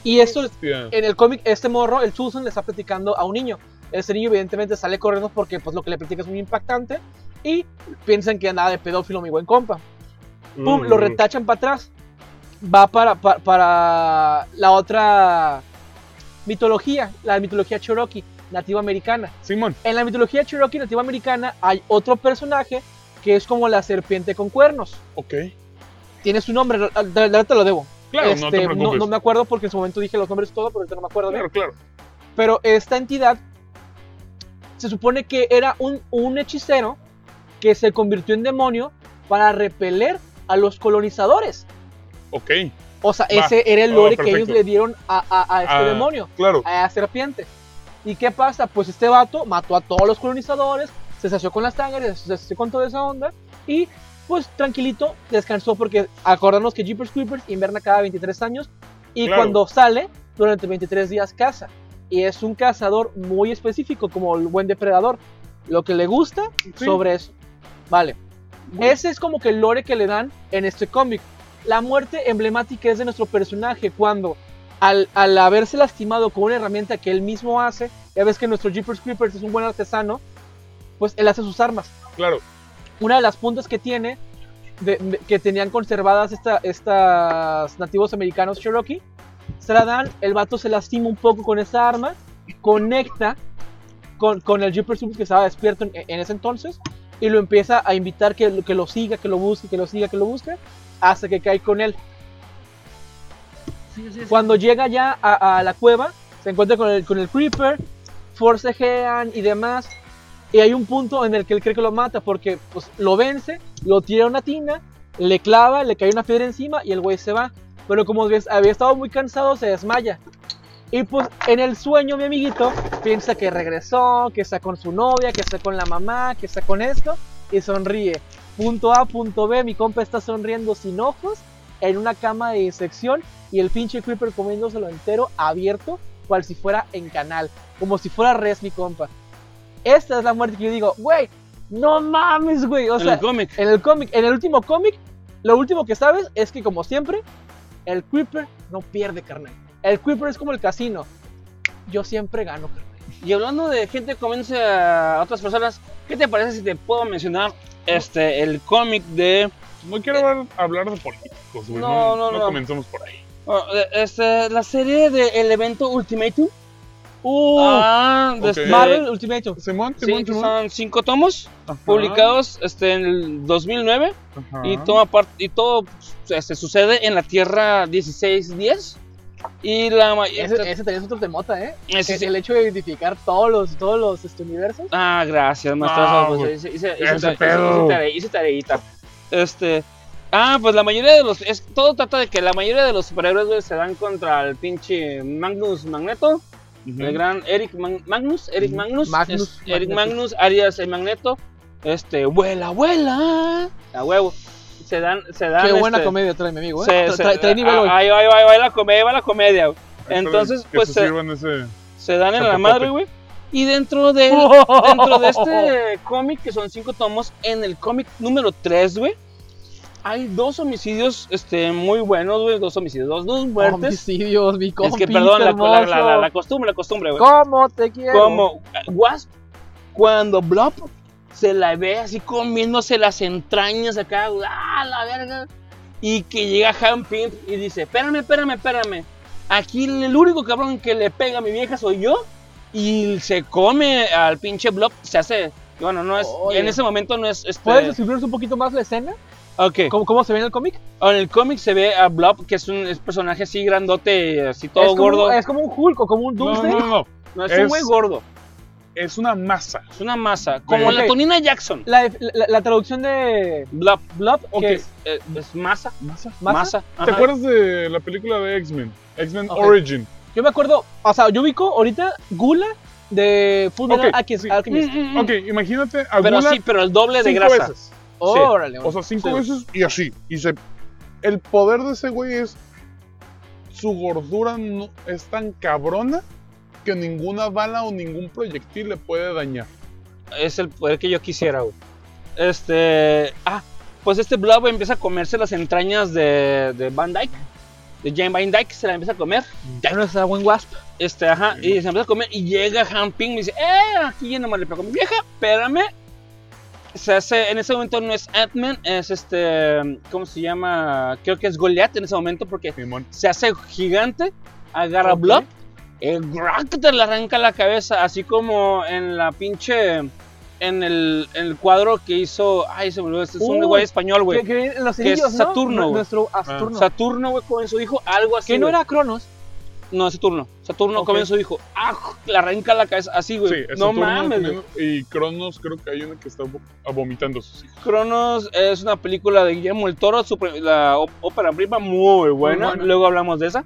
Speaker 2: Y esto
Speaker 3: Hostia.
Speaker 2: en el cómic, este morro, el Susan, le está platicando a un niño. Este niño, evidentemente, sale corriendo porque pues, lo que le platica es muy impactante. Y piensan que andaba de pedófilo, mi buen compa. Pum,
Speaker 3: Mm.
Speaker 2: lo retachan para atrás. Va para, pa- para la otra mitología, la mitología Cherokee, nativa americana.
Speaker 3: Simón.
Speaker 2: En la mitología Cherokee nativa americana hay otro personaje que es como la serpiente con cuernos.
Speaker 3: Ok.
Speaker 2: Tiene su nombre, de de verdad te lo debo.
Speaker 3: Claro, no te
Speaker 2: Este,
Speaker 3: preocupes.
Speaker 2: no me acuerdo porque en su momento dije los nombres todo, pero ahorita no me acuerdo. bien.
Speaker 3: Claro, claro.
Speaker 2: Pero esta entidad se supone que era un, un hechicero que se convirtió en demonio para repeler a los colonizadores.
Speaker 3: Ok.
Speaker 2: O sea,
Speaker 3: Va.
Speaker 2: ese era el
Speaker 3: Oh,
Speaker 2: lore que
Speaker 3: perfecto.
Speaker 2: ellos le dieron a, a- a este
Speaker 3: Ah,
Speaker 2: demonio,
Speaker 3: Claro.
Speaker 2: a la serpiente. ¿Y qué pasa? Pues este vato mató a todos los colonizadores, se sació con las sangres, se sació con toda esa onda y pues tranquilito descansó porque acordarnos que Jeepers Creepers inverna cada 23 años y
Speaker 3: Claro.
Speaker 2: cuando sale durante 23 días caza. Y es un cazador muy específico como el buen depredador. Lo que le gusta
Speaker 3: Sí.
Speaker 2: sobre eso. Vale. Ese es como que el lore que le dan en este cómic. La muerte emblemática es de nuestro personaje cuando al, al haberse lastimado con una herramienta que él mismo hace, ya ves que nuestro Jeepers Creepers es un buen artesano, pues él hace sus armas.
Speaker 1: Ah.
Speaker 3: Claro.
Speaker 2: Una de las puntas que tiene, de- de- que tenían conservadas esta, estas nativos americanos Cherokee, se la dan, el vato se lastima un poco con esa arma, conecta con, con el Jeepers Creepers que estaba despierto en, en ese entonces y lo empieza a invitar que, que lo siga, que lo busque, que lo siga, que lo busque, hasta que cae con él. Cuando llega ya a, a la cueva, se encuentra con el, con el Creeper, forcejean y demás. Y hay un punto en el que él cree que lo mata porque pues, lo vence, lo tira a una tina, le clava, le cae una piedra encima y el güey se va. Pero como había- había estado muy cansado, se desmaya. Y pues en el sueño, mi amiguito piensa que regresó, que está con su novia, que está con la mamá, que está con esto, y sonríe. Punto A, punto B, mi compa está sonriendo sin ojos, en una cama de disección, y el pinche creeper comiéndoselo entero, abierto, cual si fuera en canal, como si fuera res, mi compa. Esta es la muerte que yo digo, güey, no mames, güey. O
Speaker 1: en
Speaker 2: sea,
Speaker 1: el cómic.
Speaker 2: en el cómic, en el último cómic, lo último que sabes es que como siempre, el Creeper no pierde, carnal. El Creeper es como el casino. Yo siempre gano, carnal.
Speaker 1: Y hablando de gente comienza a otras personas, ¿qué te parece si te puedo mencionar este el cómic de
Speaker 3: No
Speaker 1: Eh.
Speaker 3: quiero hablar, hablar de políticos, güey. No, no, no. comencemos por ahí.
Speaker 1: oh, de- este la serie de el evento Ultimatum?
Speaker 2: Uh,
Speaker 1: ah, de
Speaker 3: ok.
Speaker 1: este-
Speaker 2: Marvel Ultimatum.
Speaker 3: Simón,
Speaker 1: Sí,
Speaker 3: Simón,
Speaker 1: que
Speaker 3: Simón.
Speaker 1: son cinco tomos
Speaker 3: Ajá,
Speaker 1: publicados este, en el 2009
Speaker 3: ajá.
Speaker 1: y toma parte y todo este, sucede en la Tierra 1610 y la ma- este,
Speaker 2: Ese, ese también es otro temota, ¿eh?
Speaker 1: Ese
Speaker 2: el,
Speaker 1: sí.
Speaker 2: el hecho de identificar todos los, todos los este, universos.
Speaker 1: Ah, gracias,
Speaker 3: Ah,
Speaker 1: maestro. pues,
Speaker 3: güey.
Speaker 1: hice, hice-
Speaker 3: Ese
Speaker 1: hice tare-
Speaker 3: pedo.
Speaker 1: hice tare- hice tareita. Este. Ah, pues la mayoría de los. es- todo trata de que la mayoría de los superhéroes güey, se dan contra el pinche Magnus Magneto.
Speaker 3: Ujú. Mm,
Speaker 1: El gran Eric Man- Magnus. Eric
Speaker 3: Ujú.
Speaker 1: Magnus.
Speaker 2: Magnus
Speaker 1: es- Eric
Speaker 2: Magnetus.
Speaker 1: Magnus, Arias el Magneto. Este, vuela, vuela. A huevo. Se dan. Se dan
Speaker 2: Qué buena
Speaker 1: este,
Speaker 2: comedia trae mi amigo, ¿eh?
Speaker 1: se-
Speaker 2: Tra-
Speaker 1: se- ah,
Speaker 2: trae, trae nivel hoy.
Speaker 1: Ahí va, ahí va, ahí va la comedia, ahí va la comedia. güey.
Speaker 3: Espera,
Speaker 1: Entonces,
Speaker 3: que
Speaker 1: pues
Speaker 3: se
Speaker 1: se,
Speaker 3: sirvan ese-
Speaker 1: se dan en la
Speaker 3: Chapopote.
Speaker 1: madre, güey. Y dentro de dentro de este cómic, que son cinco tomos, en el cómic número 3, güey, hay dos homicidios este, muy buenos, güey, dos homicidios, dos, dos muertes.
Speaker 2: Homicidios, mi
Speaker 1: es
Speaker 2: compi,
Speaker 1: que, perdón, la, la- la- la- la
Speaker 2: hermoso.
Speaker 1: costumbre, la costumbre, güey.
Speaker 2: ¿Cómo te quiero?
Speaker 1: Como Wasp, cuando Blob se la ve así comiéndose las entrañas acá, güey, ¡ah, la verga! Y que llega Han Pym y dice, espérame, espérame, espérame. Aquí el único cabrón que le pega a mi vieja soy yo. Y se come al pinche Blob, se hace... y Bueno, no es...
Speaker 2: Oye.
Speaker 1: En ese momento no es... Este,
Speaker 2: ¿Puedes describirnos un poquito más la escena?
Speaker 1: ok.
Speaker 2: ¿Cómo, cómo se ve en el cómic?
Speaker 1: En el cómic se ve a Blob, que es un es personaje así grandote, así todo
Speaker 2: es como,
Speaker 1: gordo.
Speaker 2: Es como un Hulk o como un
Speaker 3: No,
Speaker 2: Doomsday.
Speaker 3: no, no, no.
Speaker 1: no, es, un
Speaker 3: es-
Speaker 1: güey gordo.
Speaker 3: Es una masa.
Speaker 1: Es una masa. Como
Speaker 2: Ok.
Speaker 1: la Tonina Jackson.
Speaker 2: La, la- la traducción de
Speaker 1: Blob.
Speaker 2: Blob,
Speaker 1: Ok,
Speaker 2: que es
Speaker 1: eh, es masa,
Speaker 3: ¿Masa?
Speaker 2: masa.
Speaker 1: masa.
Speaker 3: ¿Te
Speaker 1: ajá.
Speaker 3: acuerdas de la película de X-Men? X-Men
Speaker 2: Ok.
Speaker 3: Origin.
Speaker 2: Yo me acuerdo, o sea, yo ubico ahorita Gula de Full Metal
Speaker 3: Ok,
Speaker 2: Alchemist-
Speaker 3: sí.
Speaker 1: Mm,
Speaker 2: Alchemist.
Speaker 1: mm, mm.
Speaker 3: Ok, imagínate a
Speaker 1: Pero
Speaker 3: Gula
Speaker 1: sí, pero el doble de
Speaker 3: cinco
Speaker 1: grasa. Oh,
Speaker 3: veces.
Speaker 2: Órale,
Speaker 3: O sea, cinco
Speaker 2: Sí.
Speaker 3: veces y así. Y se... El poder de ese güey es... Su gordura no, es tan cabrona que ninguna bala o ningún proyectil le puede dañar.
Speaker 1: Es el poder que yo quisiera, güey. Este. Ah, pues este Blob empieza a comerse las entrañas de, de Van Dyke. De Jane Van Dyke se la empieza a comer.
Speaker 2: ya no está buen Wasp.
Speaker 1: Este, ajá, y se empieza a comer. Y llega Han Ping y dice: ¡Eh! Aquí ya nomás le pego a mi vieja, espérame. Se hace, en ese momento no es Atman, es este. ¿Cómo se llama? Creo que es Goliath en ese momento porque
Speaker 3: Simón.
Speaker 1: se hace gigante, agarra
Speaker 2: Ok.
Speaker 1: Blob, el Grock te le arranca la cabeza, así como en la pinche. En el, en el cuadro que hizo. Ay, se me olvidó, este es un
Speaker 2: Uy,
Speaker 1: güey español,
Speaker 2: Que,
Speaker 1: güey.
Speaker 2: que los
Speaker 1: Que es
Speaker 2: anillos, ¿no?
Speaker 1: Saturno,
Speaker 2: Nu-
Speaker 1: güey. Ah,
Speaker 2: Nuestro Saturno.
Speaker 1: Saturno, güey, con su hijo, algo así.
Speaker 2: que no
Speaker 1: güey.
Speaker 2: era Cronos.
Speaker 1: No, Saturno. Saturno
Speaker 2: Ok.
Speaker 1: comienza su hijo. ¡Ah! Le arranca la cabeza, así,
Speaker 3: Sí,
Speaker 1: güey.
Speaker 3: es
Speaker 1: Pues, no
Speaker 3: Saturno
Speaker 1: mames, güey.
Speaker 3: comiendo- Y Cronos creo que hay una que está vo- vomitando a sus hijos.
Speaker 1: Cronos es una película de Guillermo el Toro, su pre- la ó- ópera prima muy buena.
Speaker 2: Muy buena.
Speaker 1: Luego hablamos de esa.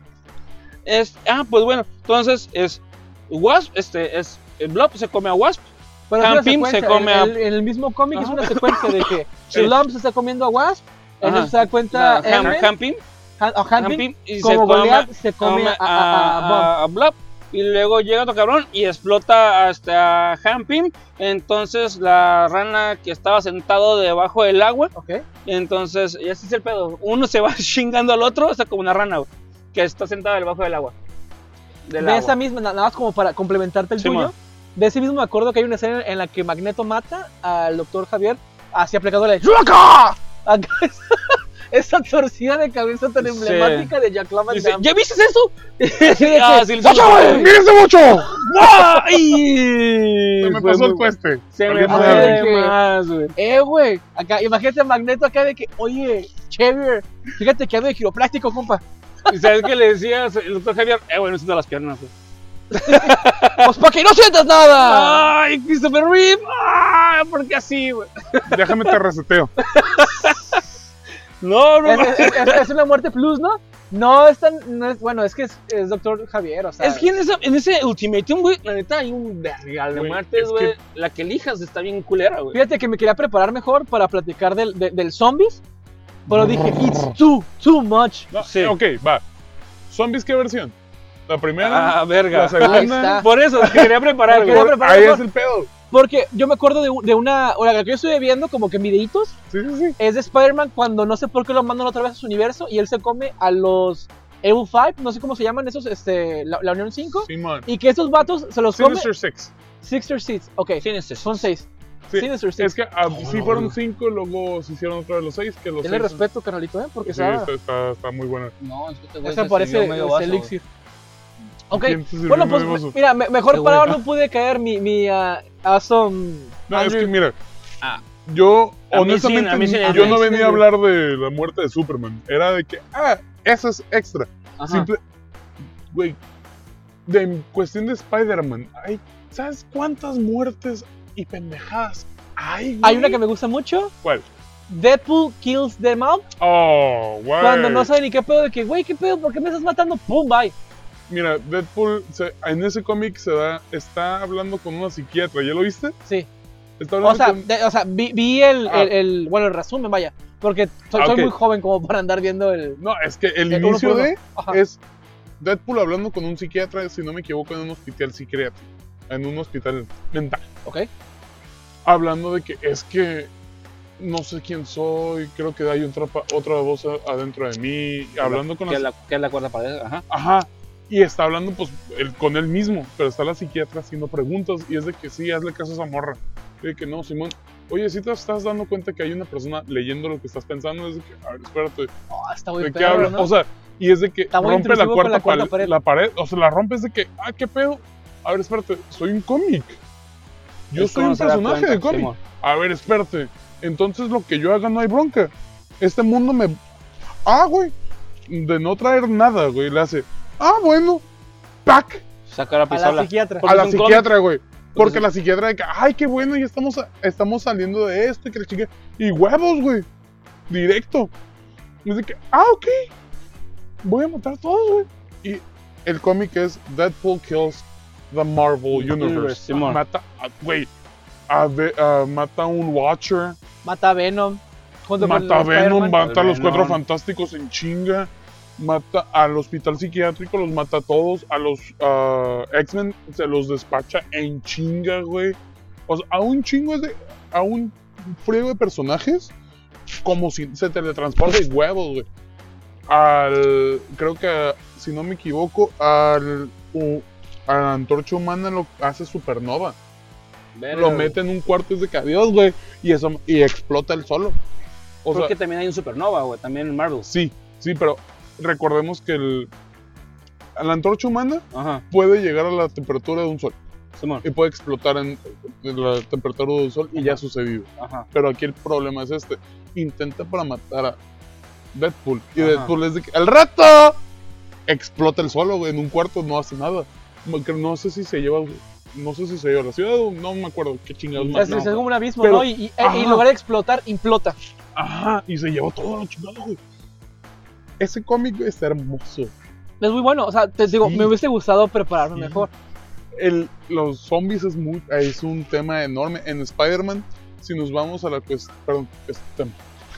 Speaker 1: Es, ah, pues bueno, entonces es Wasp, este es el Blob se come a Wasp.
Speaker 2: Pero es una
Speaker 1: Campim se
Speaker 2: secuencia,
Speaker 1: come
Speaker 2: en-
Speaker 1: a-
Speaker 2: en- en el mismo cómic es
Speaker 1: Ajá.
Speaker 2: una secuencia de que Shulam se está comiendo a Wasp, en
Speaker 1: Ajá.
Speaker 2: eso se da cuenta
Speaker 1: a Ham-
Speaker 2: Ant-Man,
Speaker 1: Hamping,
Speaker 2: Han- o Hanpin,
Speaker 1: Hamping, y se
Speaker 2: como
Speaker 1: come,
Speaker 2: Goliath se come
Speaker 1: come
Speaker 2: a, a- a- a Bomb.
Speaker 1: a Blob. Y luego llega otro cabrón y explota hasta Hamping. Entonces la rana que estaba sentado debajo del agua
Speaker 2: Ok.
Speaker 1: Entonces, y así es el pedo. Uno se va chingando al otro, hasta como una rana, güey, que está sentada debajo del agua. Del
Speaker 2: de
Speaker 1: agua.
Speaker 2: esa misma, na- nada más como para complementarte el
Speaker 1: Sí,
Speaker 2: tuyo.
Speaker 1: man.
Speaker 2: De ese mismo me acuerdo que hay una escena en la que Magneto mata al doctor Javier así aplicándole de Acá es- Esa torcida de cabeza tan
Speaker 1: Sí.
Speaker 2: emblemática de Jack Lama
Speaker 1: Dice, ¿ya viste eso? ah, sí,
Speaker 3: ¡Sacha, güey! ¡Mira ese bocho!
Speaker 1: ¡Ay!
Speaker 3: Se me
Speaker 1: Fue
Speaker 3: pasó el
Speaker 1: muy-
Speaker 3: cueste.
Speaker 1: Se me
Speaker 3: Valiendo
Speaker 1: pasó
Speaker 2: madre.
Speaker 1: de más, güey.
Speaker 2: Eh, güey. Acá, imagínate a Magneto acá de que, oye, chévere. Fíjate que ando de quiropráctico, compa.
Speaker 1: ¿Y ¿Sabes qué le decía el doctor Javier? Eh, güey, no siento las piernas, güey.
Speaker 2: Pues para que no sientas nada.
Speaker 1: ¡Ay, Christopher Reeve! ¡Ay, por qué así, güey!
Speaker 3: Déjame te reseteo.
Speaker 1: No, no,
Speaker 2: Es,
Speaker 1: no.
Speaker 2: es- es- es una muerte plus, ¿no? No es tan. No es, bueno, es que es, es doctor Javier, o sea.
Speaker 1: Es que en, esa- en ese Ultimatum, güey, la neta hay un vergal de
Speaker 3: Güey,
Speaker 1: muertes,
Speaker 3: es
Speaker 1: güey. La que elijas está bien culera, güey.
Speaker 2: Pues, Fíjate que me quería preparar mejor para platicar del, de- del zombies, pero dije, it's too, too much.
Speaker 3: No,
Speaker 1: Sí.
Speaker 3: Ok, va. ¿Zombies qué versión? ¿La primera?
Speaker 1: Ah, verga.
Speaker 3: ¿La segunda?
Speaker 2: está.
Speaker 1: Por eso te quería preparar, güey.
Speaker 2: Me quería
Speaker 3: Por-
Speaker 2: preparar
Speaker 3: ahí
Speaker 2: mejor.
Speaker 3: es el pedo.
Speaker 2: Porque yo me acuerdo de, un- de una, o la que yo estuve viendo como que videitos,
Speaker 3: Sí, sí, sí.
Speaker 2: es de Spider-Man cuando no sé por qué lo mandan otra vez a su universo y él se come a los Evil Five, no sé cómo se llaman esos, este, la, la Unión 5,
Speaker 3: Simón.
Speaker 2: y que esos vatos se los come
Speaker 3: Sinister Six.
Speaker 2: Sixer Seeds, ok,
Speaker 1: Sinister Six.
Speaker 2: son seis.
Speaker 3: Sí,
Speaker 2: Sinister Seeds.
Speaker 3: Es que si fueron cinco, luego se hicieron otra de los seis. Que los
Speaker 2: Denle
Speaker 3: seis son-
Speaker 2: respeto, canalito, ¿eh? Porque
Speaker 3: Sí,
Speaker 2: sabe.
Speaker 3: está, está- está muy buena.
Speaker 5: No, es que
Speaker 1: este
Speaker 5: te voy
Speaker 1: pues,
Speaker 2: Ese parece es elixir. Ok,
Speaker 3: ¿Quién te sirvió
Speaker 2: Bueno,
Speaker 3: mi
Speaker 2: pues
Speaker 3: vaso?
Speaker 2: me- mira, me- mejor
Speaker 5: Qué
Speaker 2: parado
Speaker 5: bueno.
Speaker 2: no pude caer mi, mi ah, awesome
Speaker 3: No, es
Speaker 2: Andrew.
Speaker 3: que mira.
Speaker 1: Ah. A
Speaker 3: Yo,
Speaker 1: mí sí,
Speaker 3: honestamente,
Speaker 1: a mí sí me-
Speaker 3: yo
Speaker 1: a mí
Speaker 3: no
Speaker 2: sí
Speaker 3: venía
Speaker 2: me-
Speaker 3: a hablar de la muerte de Superman. Era de que, ah, eso es extra. Simple. Güey, de en cuestión de Spider-Man, hay- ¿sabes cuántas muertes y pendejadas hay? güey?
Speaker 2: Hay una que me gusta mucho.
Speaker 3: ¿Cuál?
Speaker 2: Deadpool kills them all.
Speaker 3: Oh, güey.
Speaker 2: Cuando no sabe ni qué pedo de que, güey, qué pedo, ¿por qué me estás matando? ¡Pum! Bye.
Speaker 3: Mira, Deadpool se- en ese cómic se da, está hablando con una psiquiatra, ¿ya lo viste?
Speaker 2: Sí.
Speaker 3: Está hablando
Speaker 2: O sea,
Speaker 3: con-
Speaker 2: de- o sea vi, vi el,
Speaker 3: Ah.
Speaker 2: el, el- Bueno, el resumen, vaya. Porque soy,
Speaker 3: Ah,
Speaker 2: soy
Speaker 3: ok.
Speaker 2: muy joven como para andar viendo el.
Speaker 3: No, es que el
Speaker 2: de uno
Speaker 3: inicio
Speaker 2: por uno.
Speaker 3: de
Speaker 2: Ajá.
Speaker 3: es Deadpool hablando con un psiquiatra, si no me equivoco, en un hospital psiquiátrico, en un hospital mental.
Speaker 2: Ok.
Speaker 3: hablando de que es que no sé quién soy, creo que hay otra, pa- otra voz a- adentro de mí, hablando con
Speaker 1: Que es
Speaker 3: la...
Speaker 1: la, que es la cuarta pared, ajá.
Speaker 3: Ajá, y está hablando pues él- con él mismo, pero está la psiquiatra haciendo preguntas y es de que sí, hazle caso a esa morra. Y de que no, Simón, oye, si te estás dando cuenta que hay una persona leyendo lo que estás pensando, es de que, a ver, espérate,
Speaker 2: Ah, está muy
Speaker 3: ¿de qué
Speaker 2: perro,
Speaker 3: habla?
Speaker 2: ¿no?
Speaker 3: O sea, y es de que
Speaker 2: Está muy
Speaker 3: rompe la
Speaker 2: intrusivo con
Speaker 3: cuarta,
Speaker 2: la cuarta
Speaker 3: pal-
Speaker 2: pared.
Speaker 3: la pared, o sea, la rompes de que, ah, qué pedo, a ver, espérate, soy un cómic. Yo
Speaker 1: Es
Speaker 3: soy
Speaker 1: como
Speaker 3: un
Speaker 1: se da
Speaker 3: personaje
Speaker 1: cuenta,
Speaker 3: de cómic.
Speaker 1: Simón.
Speaker 3: A ver, espérate. Entonces lo que yo haga no hay bronca. Este mundo me. Ah, güey. De no traer nada, güey. Le hace. Ah, bueno. Pac.
Speaker 1: Sacar a
Speaker 3: pues
Speaker 2: a
Speaker 1: pistola.
Speaker 2: la psiquiatra.
Speaker 1: Porque
Speaker 3: a la
Speaker 1: es un
Speaker 3: psiquiatra, güey. Porque
Speaker 1: es-
Speaker 3: la psiquiatra de que, ay, qué bueno, ya estamos, estamos saliendo de esto y que la chica. Y huevos, güey. Directo. Y dice que, ah, ok. Voy a matar a todos, güey. Y el cómic es Deadpool Kills the Marvel Universe.
Speaker 1: Universe, Simón.
Speaker 3: mata, a- güey. a ve- a- mata a un Watcher.
Speaker 2: Mata a Venom. junto con
Speaker 3: Mata a
Speaker 2: los
Speaker 3: Venom,
Speaker 2: Spider-Man.
Speaker 3: mata a los
Speaker 1: Venom.
Speaker 3: cuatro fantásticos en chinga. Mata al hospital psiquiátrico, los mata a todos. A los ah, X-Men se los despacha en chinga, güey. O sea, a un chingo de. A un friego de personajes. Como si se teletransporta y huevos, güey. Al. Creo que, a- si no me equivoco, al. u- a la antorcha humana lo hace supernova. Lo mete en un cuarto y es de que adiós, güey. Y, eso, y explota el solo. O
Speaker 1: Creo
Speaker 3: sea,
Speaker 1: que también hay un supernova, güey, también en Marvel.
Speaker 3: Sí, sí, pero recordemos que el, la antorcha humana
Speaker 1: Ajá,
Speaker 3: puede llegar a la temperatura de un sol
Speaker 1: Simón.
Speaker 3: y puede explotar en, en la temperatura de un sol y ya sucedió.
Speaker 1: Ajá.
Speaker 3: Pero aquí el problema es este: intenta para matar a Deadpool y
Speaker 1: Ajá.
Speaker 3: Deadpool es de que al rato explota el solo, güey, en un cuarto no hace nada. Como que No sé si se lleva, no sé si se lleva a la ciudad o no me acuerdo qué chingados
Speaker 1: Es-
Speaker 2: Es,
Speaker 3: más.
Speaker 2: es como un abismo,
Speaker 3: Pero-
Speaker 2: ¿no? Y, y- e-
Speaker 3: Ajá.
Speaker 2: y en lugar de explotar, implota.
Speaker 3: Ajá, y se llevó todo lo chingado, güey. Ese cómic güey, está hermoso.
Speaker 2: Es muy bueno. O sea, te digo,
Speaker 3: Sí.
Speaker 2: me hubiese gustado prepararme
Speaker 3: Sí.
Speaker 2: mejor.
Speaker 3: el, los zombies es, muy, es un tema enorme. En Spider-Man, si nos vamos a la cuestión. Perdón, este tema.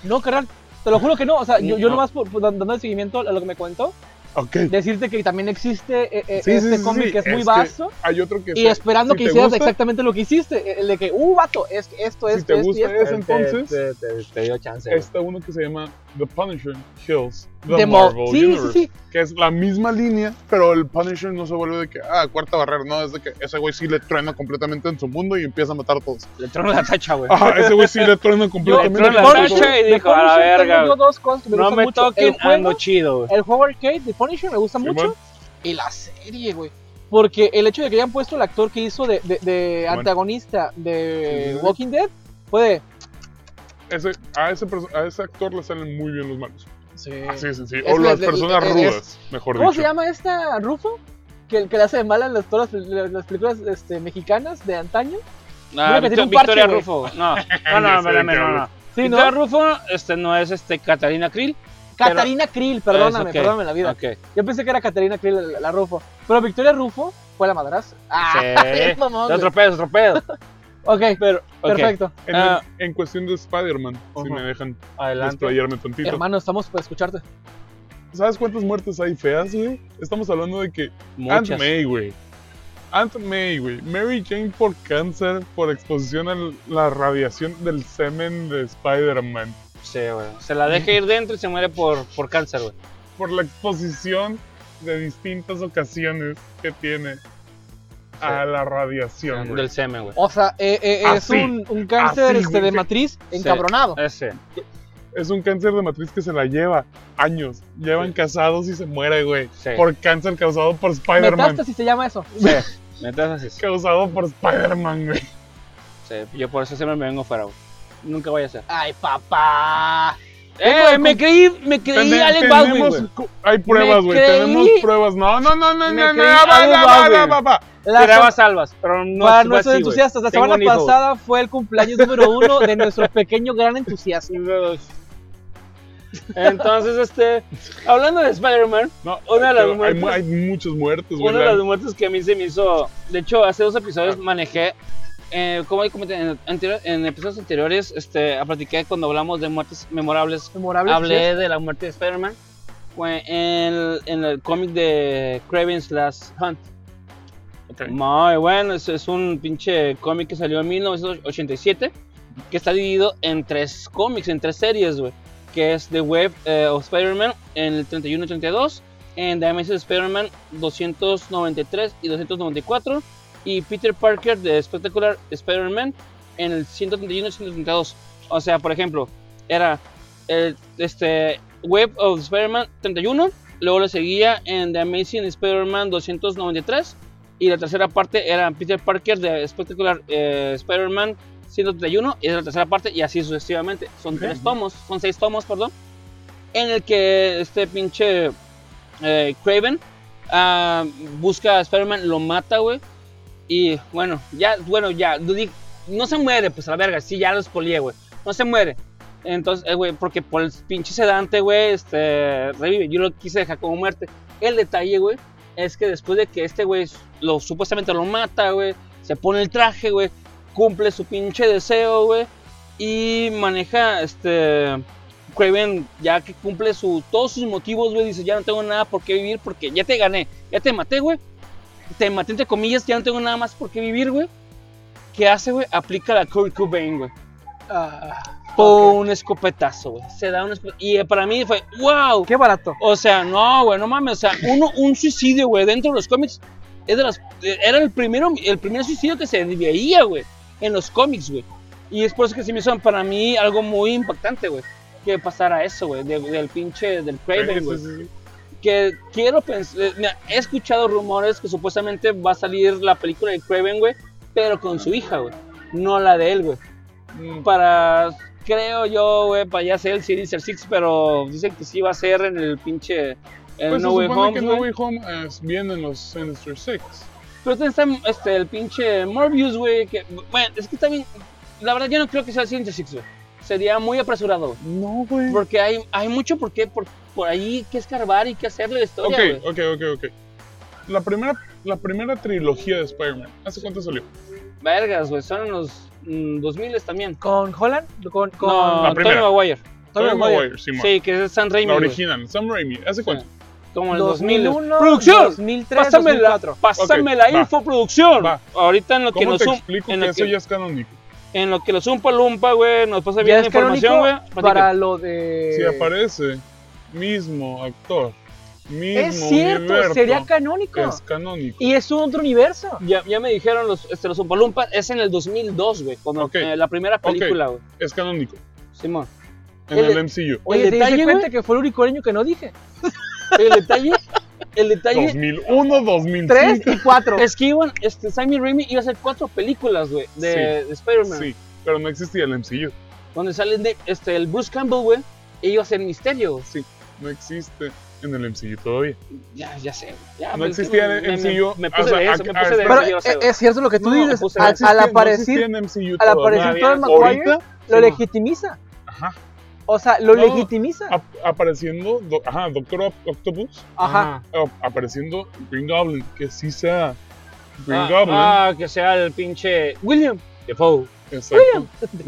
Speaker 2: No, carnal. Te lo juro que no. O sea, yo, yo
Speaker 1: No.
Speaker 2: nomás por, por dando el seguimiento a lo que me comentó,
Speaker 3: Ok.
Speaker 2: decirte que también existe eh, eh,
Speaker 3: Sí, sí,
Speaker 2: este
Speaker 3: sí,
Speaker 2: cómic
Speaker 3: sí,
Speaker 2: que es, muy
Speaker 3: es que-
Speaker 2: vasto.
Speaker 3: Hay otro que.
Speaker 2: Y
Speaker 3: se-
Speaker 2: esperando
Speaker 3: si
Speaker 2: que
Speaker 3: te
Speaker 2: hicieras
Speaker 3: gusta-
Speaker 2: exactamente lo que hiciste. El de que, uh, vato, es que esto,
Speaker 3: Si
Speaker 2: es
Speaker 3: te
Speaker 2: esto,
Speaker 3: gusta
Speaker 2: esto,
Speaker 3: ese, Pues entonces-
Speaker 1: Te, te- te dio chance. güey.
Speaker 3: Está uno que se llama The Punisher Hills. The,
Speaker 2: De mo-
Speaker 3: Marvel
Speaker 2: sí, sí,
Speaker 3: Universe.
Speaker 2: sí.
Speaker 3: Que es la misma línea, pero el Punisher no se vuelve de que, ah, cuarta barrera, no, es de que ese güey sí le truena completamente en su mundo y empieza a matar a todos.
Speaker 1: Le trono la tacha, güey.
Speaker 3: Ajá, ese güey sí le truena completamente.
Speaker 1: truena
Speaker 3: a
Speaker 1: la
Speaker 3: todos.
Speaker 1: tacha. y
Speaker 2: de
Speaker 1: dijo, a la
Speaker 2: Punisher
Speaker 1: verga,
Speaker 2: tengo yo dos cosas que me
Speaker 1: No
Speaker 2: gustan
Speaker 1: me
Speaker 2: mucho.
Speaker 1: toquen,
Speaker 2: el
Speaker 1: ando
Speaker 2: juego,
Speaker 1: chido,
Speaker 3: Eh,
Speaker 1: güey.
Speaker 2: el juego arcade de Punisher me gusta
Speaker 3: Sí,
Speaker 2: mucho.
Speaker 3: bueno.
Speaker 2: Y la serie, güey. Porque el hecho de que hayan puesto el actor que hizo de, de- de
Speaker 3: Bueno.
Speaker 2: antagonista de
Speaker 3: Sí, sí, sí.
Speaker 2: Walking Dead puede.
Speaker 3: Ese- a, ese, perso- a ese actor le salen muy bien los malos. Así de sencillo.
Speaker 2: Es
Speaker 3: O las
Speaker 2: le- le-
Speaker 3: personas
Speaker 2: es-
Speaker 3: rudas, mejor
Speaker 2: ¿Cómo
Speaker 3: dicho.
Speaker 2: se llama esta Rufo? Que el que le hace de mal en las, todas las, las- las películas este, mexicanas de antaño.
Speaker 1: Ah,
Speaker 2: Mira que
Speaker 1: Victor-
Speaker 2: tiene un parche,
Speaker 1: Victoria
Speaker 2: güey.
Speaker 1: Rufo. güey. No, no, no,
Speaker 3: Ya sé de
Speaker 1: espérame,
Speaker 3: qué
Speaker 1: no, no.
Speaker 3: hablas.
Speaker 2: Sí, ¿no?
Speaker 1: Victoria Rufo este, no es este, Catalina Krill.
Speaker 2: Catarina Krill, perdóname,
Speaker 1: ok.
Speaker 2: perdóname la vida.
Speaker 1: Ok.
Speaker 2: Yo pensé que era Catarina Krill la, la Rufo. Pero Victoria Rufo fue la madraza.
Speaker 1: Sí.
Speaker 2: es mamón,
Speaker 1: Es
Speaker 2: güey.
Speaker 1: otro pedo, es otro pedo.
Speaker 2: Ok, pero,
Speaker 1: Ok.
Speaker 2: perfecto.
Speaker 3: En,
Speaker 1: Ah.
Speaker 3: en cuestión de Spider-man,
Speaker 1: Ujú.
Speaker 3: si me dejan
Speaker 1: Adelante.
Speaker 3: desplayarme tantito.
Speaker 2: Hermano, estamos para escucharte.
Speaker 3: ¿Sabes cuántas muertes hay feas, güey? Estamos hablando de que Aunt
Speaker 1: Muchas.
Speaker 3: May, güey. Aunt May, güey. Mary Jane por cáncer, por exposición a la radiación del semen de Spider-Man.
Speaker 1: Sí, güey. Se la deja ir dentro y se muere por, por cáncer, güey.
Speaker 3: Por la exposición de distintas ocasiones que tiene a la radiación, güey.
Speaker 1: Del semen, güey.
Speaker 2: O sea, eh, eh, es
Speaker 3: Así.
Speaker 2: un, un cáncer
Speaker 3: Así,
Speaker 2: este,
Speaker 3: güey.
Speaker 2: de matriz
Speaker 1: Sí.
Speaker 2: encabronado.
Speaker 1: Ese.
Speaker 3: Es un cáncer de matriz que se la lleva años. Llevan
Speaker 1: Sí.
Speaker 3: casados y se muere, güey.
Speaker 1: Sí.
Speaker 3: Por cáncer causado por Spider-Man.
Speaker 2: Metástasis se llama eso.
Speaker 1: Sí. Metástasis.
Speaker 3: Causado por Spider-Man, güey.
Speaker 1: Sí. Yo por eso siempre me vengo fuera, güey. Nunca voy a ser.
Speaker 2: Ay, papá.
Speaker 1: Eh, me creí, me creí
Speaker 3: Tene-
Speaker 1: Alec
Speaker 3: tenemos-
Speaker 1: Baldwin, güey.
Speaker 3: cu- Hay pruebas,
Speaker 1: Me
Speaker 3: güey. Tenemos
Speaker 1: creí-
Speaker 3: pruebas. No, no, no, no,
Speaker 1: Me
Speaker 3: no, no,
Speaker 1: creí
Speaker 3: no,
Speaker 1: Alec
Speaker 3: no, no,
Speaker 1: Baldwin.
Speaker 3: no, papá.
Speaker 2: La
Speaker 1: Tiraba salvas, pero no
Speaker 2: para
Speaker 1: estuvo
Speaker 2: nuestros
Speaker 1: así, güey.
Speaker 2: Ah, entusiastas, la
Speaker 1: Tengo
Speaker 2: semana
Speaker 1: un hijo, güey.
Speaker 2: pasada fue el cumpleaños número uno de nuestro pequeño gran entusiasta.
Speaker 1: Entonces, este, hablando de Spider-Man,
Speaker 3: No,
Speaker 1: Una de las
Speaker 3: pero hay, mu-
Speaker 1: muertes-
Speaker 3: hay muchas muertes, güey.
Speaker 1: una de
Speaker 3: La-
Speaker 1: las muertes que a mí se me hizo, de hecho, hace dos episodios manejé, eh, como comenté en, anterior- en episodios anteriores, este, platiqué cuando hablamos de muertes memorables,
Speaker 2: Memorable.
Speaker 1: hablé de la muerte de Spider-Man fue en el, en el cómic de Craven's Last Hunt.
Speaker 3: Ok.
Speaker 1: Muy bueno, es, es un pinche cómic que salió en 1987, que está dividido en tres cómics, en tres series, güey. Que es The Web eh, of Spider-Man en el 31-32, en The Amazing Spider-Man 293 y 294, y Peter Parker de Spectacular Spider-Man en el 131-132. O sea, por ejemplo, era el, este, Web of Spider-Man 31, luego le seguía en The Amazing Spider-Man 293 y la tercera parte era Peter Parker de Spectacular eh, Spider-Man 131 y es la tercera parte y así sucesivamente. Son
Speaker 3: Ok.
Speaker 1: tres tomos, son seis tomos, perdón, en el que este pinche eh, Craven ah, busca a Spider-Man, lo mata, güey. Y bueno, ya, bueno, ya, di- no se muere, pues a la verga, sí, ya lo espolié, güey. No se muere. Entonces, eh, güey, porque por el pinche sedante, güey, este, revive. Yo lo quise dejar como muerte. El detalle, güey, es que después de que este güey lo, supuestamente lo mata, güey, se pone el traje, güey, cumple su pinche deseo, güey, y maneja este Craven ya que cumple su, todos sus motivos, güey, dice, ya no tengo nada por qué vivir porque ya te gané, ya te maté, güey. Te maté entre comillas, ya no tengo nada más por qué vivir, güey. ¿Qué hace, güey? Aplica la Kurt Cobain, güey.
Speaker 2: Ah,
Speaker 1: Pum, un escopetazo, güey. Se da un escopetazo. Y eh, para mí fue, wow.
Speaker 2: Qué barato.
Speaker 1: O sea, no, güey, no mames. O sea, uno, un suicidio, güey, dentro de los cómics. Es de las, eh, era el, primero, el primer suicidio que se veía, güey, en los cómics, güey. Y es por eso que se me hizo para mí algo muy impactante, güey. Que pasara eso, güey, de- del pinche, del Craven, güey. Que quiero pensar, eh, mira, he escuchado rumores que supuestamente va a salir la película de Craven, güey, pero con su hija, güey. No la de él, güey
Speaker 3: Mm.
Speaker 1: Pues
Speaker 3: Pues
Speaker 1: para, creo yo, güey, para ya ser el Sinister Six, pero dicen que sí va a ser en el pinche el
Speaker 3: Pues
Speaker 1: No
Speaker 3: se
Speaker 1: Way
Speaker 3: supone
Speaker 1: Home,
Speaker 3: que No
Speaker 1: güey.
Speaker 3: Way Home es bien en los Sinister Six.
Speaker 1: Pero también está este, el pinche Morbius, güey, que, bueno, es que también, la verdad yo no creo que sea el Sinister Six, güey. Sería muy apresurado, güey.
Speaker 3: No, güey.
Speaker 1: Porque hay, hay mucho por qué, por, por ahí que escarbar y que hacerle la historia,
Speaker 3: Ok,
Speaker 1: güey.
Speaker 3: ok, ok, ok. La primera, la primera trilogía de Spider-Man, ¿hace cuánto salió?
Speaker 1: Vergas, güey, son en los mm, 2000 también.
Speaker 2: ¿Con Holland? ¿Con, con
Speaker 1: No, Tobey
Speaker 3: primera.
Speaker 1: Maguire.
Speaker 3: Tobey
Speaker 2: Maguire.
Speaker 3: Maguire, sí, ma.
Speaker 1: Sí, que es San Raimi,
Speaker 3: La
Speaker 1: güey.
Speaker 3: original, Sam Raimi, ¿hace cuánto?
Speaker 1: Como en el 2000.
Speaker 2: 2001,
Speaker 1: ¡Producción!
Speaker 2: 2003,
Speaker 1: Pásame la,
Speaker 2: 2004.
Speaker 1: pásame la
Speaker 3: Ok, va.
Speaker 1: infoproducción.
Speaker 3: Va.
Speaker 1: Ahorita en lo que
Speaker 3: ¿Cómo
Speaker 1: nos
Speaker 3: te
Speaker 1: zum-
Speaker 3: explico
Speaker 1: en
Speaker 3: que
Speaker 1: lo
Speaker 3: eso
Speaker 1: que,
Speaker 3: ya es canónico?
Speaker 1: en lo que los Zumpa Lumpa, güey, nos pasa
Speaker 2: Ya
Speaker 1: bien la
Speaker 2: es
Speaker 1: información, güey.
Speaker 2: canónico
Speaker 1: Platica.
Speaker 2: para lo de...
Speaker 3: Si aparece mismo actor, mismo
Speaker 2: Es cierto,
Speaker 3: universo,
Speaker 2: sería canónico.
Speaker 3: es canónico.
Speaker 2: Y es un otro universo.
Speaker 1: Ya, ya me dijeron los este los Zumpa Lumpa, es en el 2002, güey, cuando
Speaker 3: Ok.
Speaker 1: eh, la primera película, güey.
Speaker 3: Es canónico
Speaker 1: Simón.
Speaker 3: en
Speaker 1: Él-
Speaker 3: el, MCU.
Speaker 1: Oye,
Speaker 2: Oye, ¿te diste
Speaker 1: detalle,
Speaker 2: cuenta que fue el único año que no dije?
Speaker 1: El detalle, el detalle
Speaker 3: 2001, 2005.
Speaker 2: Tres y cuatro.
Speaker 1: es que iban este Sammy Raimi iba a hacer cuatro películas, güey, de,
Speaker 3: Sí.
Speaker 1: de Spider-Man,
Speaker 3: Sí, pero no existía el MCU.
Speaker 1: donde sale de- este el Bruce Campbell, güey, e iba a ser Misterio. güey.
Speaker 3: No existe en el MCU todavía.
Speaker 1: Ya, ya sé. güey, ya,
Speaker 3: No
Speaker 1: pues, es que
Speaker 3: existía
Speaker 1: me-
Speaker 3: en
Speaker 1: me-
Speaker 3: MCU,
Speaker 1: Me
Speaker 3: o
Speaker 1: puse
Speaker 3: sea,
Speaker 1: de eso,
Speaker 3: a-
Speaker 1: me
Speaker 3: a-
Speaker 1: puse de
Speaker 2: Pero
Speaker 1: eso, yo lo sé,
Speaker 2: eh,
Speaker 1: güey.
Speaker 2: es cierto lo que tú
Speaker 3: No,
Speaker 2: dices.
Speaker 1: pues,
Speaker 2: al,
Speaker 1: no
Speaker 2: al
Speaker 3: existía- no
Speaker 2: aparecer,
Speaker 3: existía en MCU
Speaker 2: al
Speaker 3: todavía.
Speaker 2: aparecer Tobey
Speaker 3: Ahorita,
Speaker 2: Maguire, lo
Speaker 1: Sí.
Speaker 2: legitimiza.
Speaker 3: Ajá.
Speaker 2: O sea, lo
Speaker 3: No. Ah,
Speaker 2: legitimiza.
Speaker 3: ap- apareciendo, do- ajá, Doctor Oc- Octopus,
Speaker 2: Ajá.
Speaker 3: ap- apareciendo Green Goblin, que sí sea Green
Speaker 1: Ah,
Speaker 3: Goblin.
Speaker 1: ah, que sea el pinche William Defoe.
Speaker 3: exacto.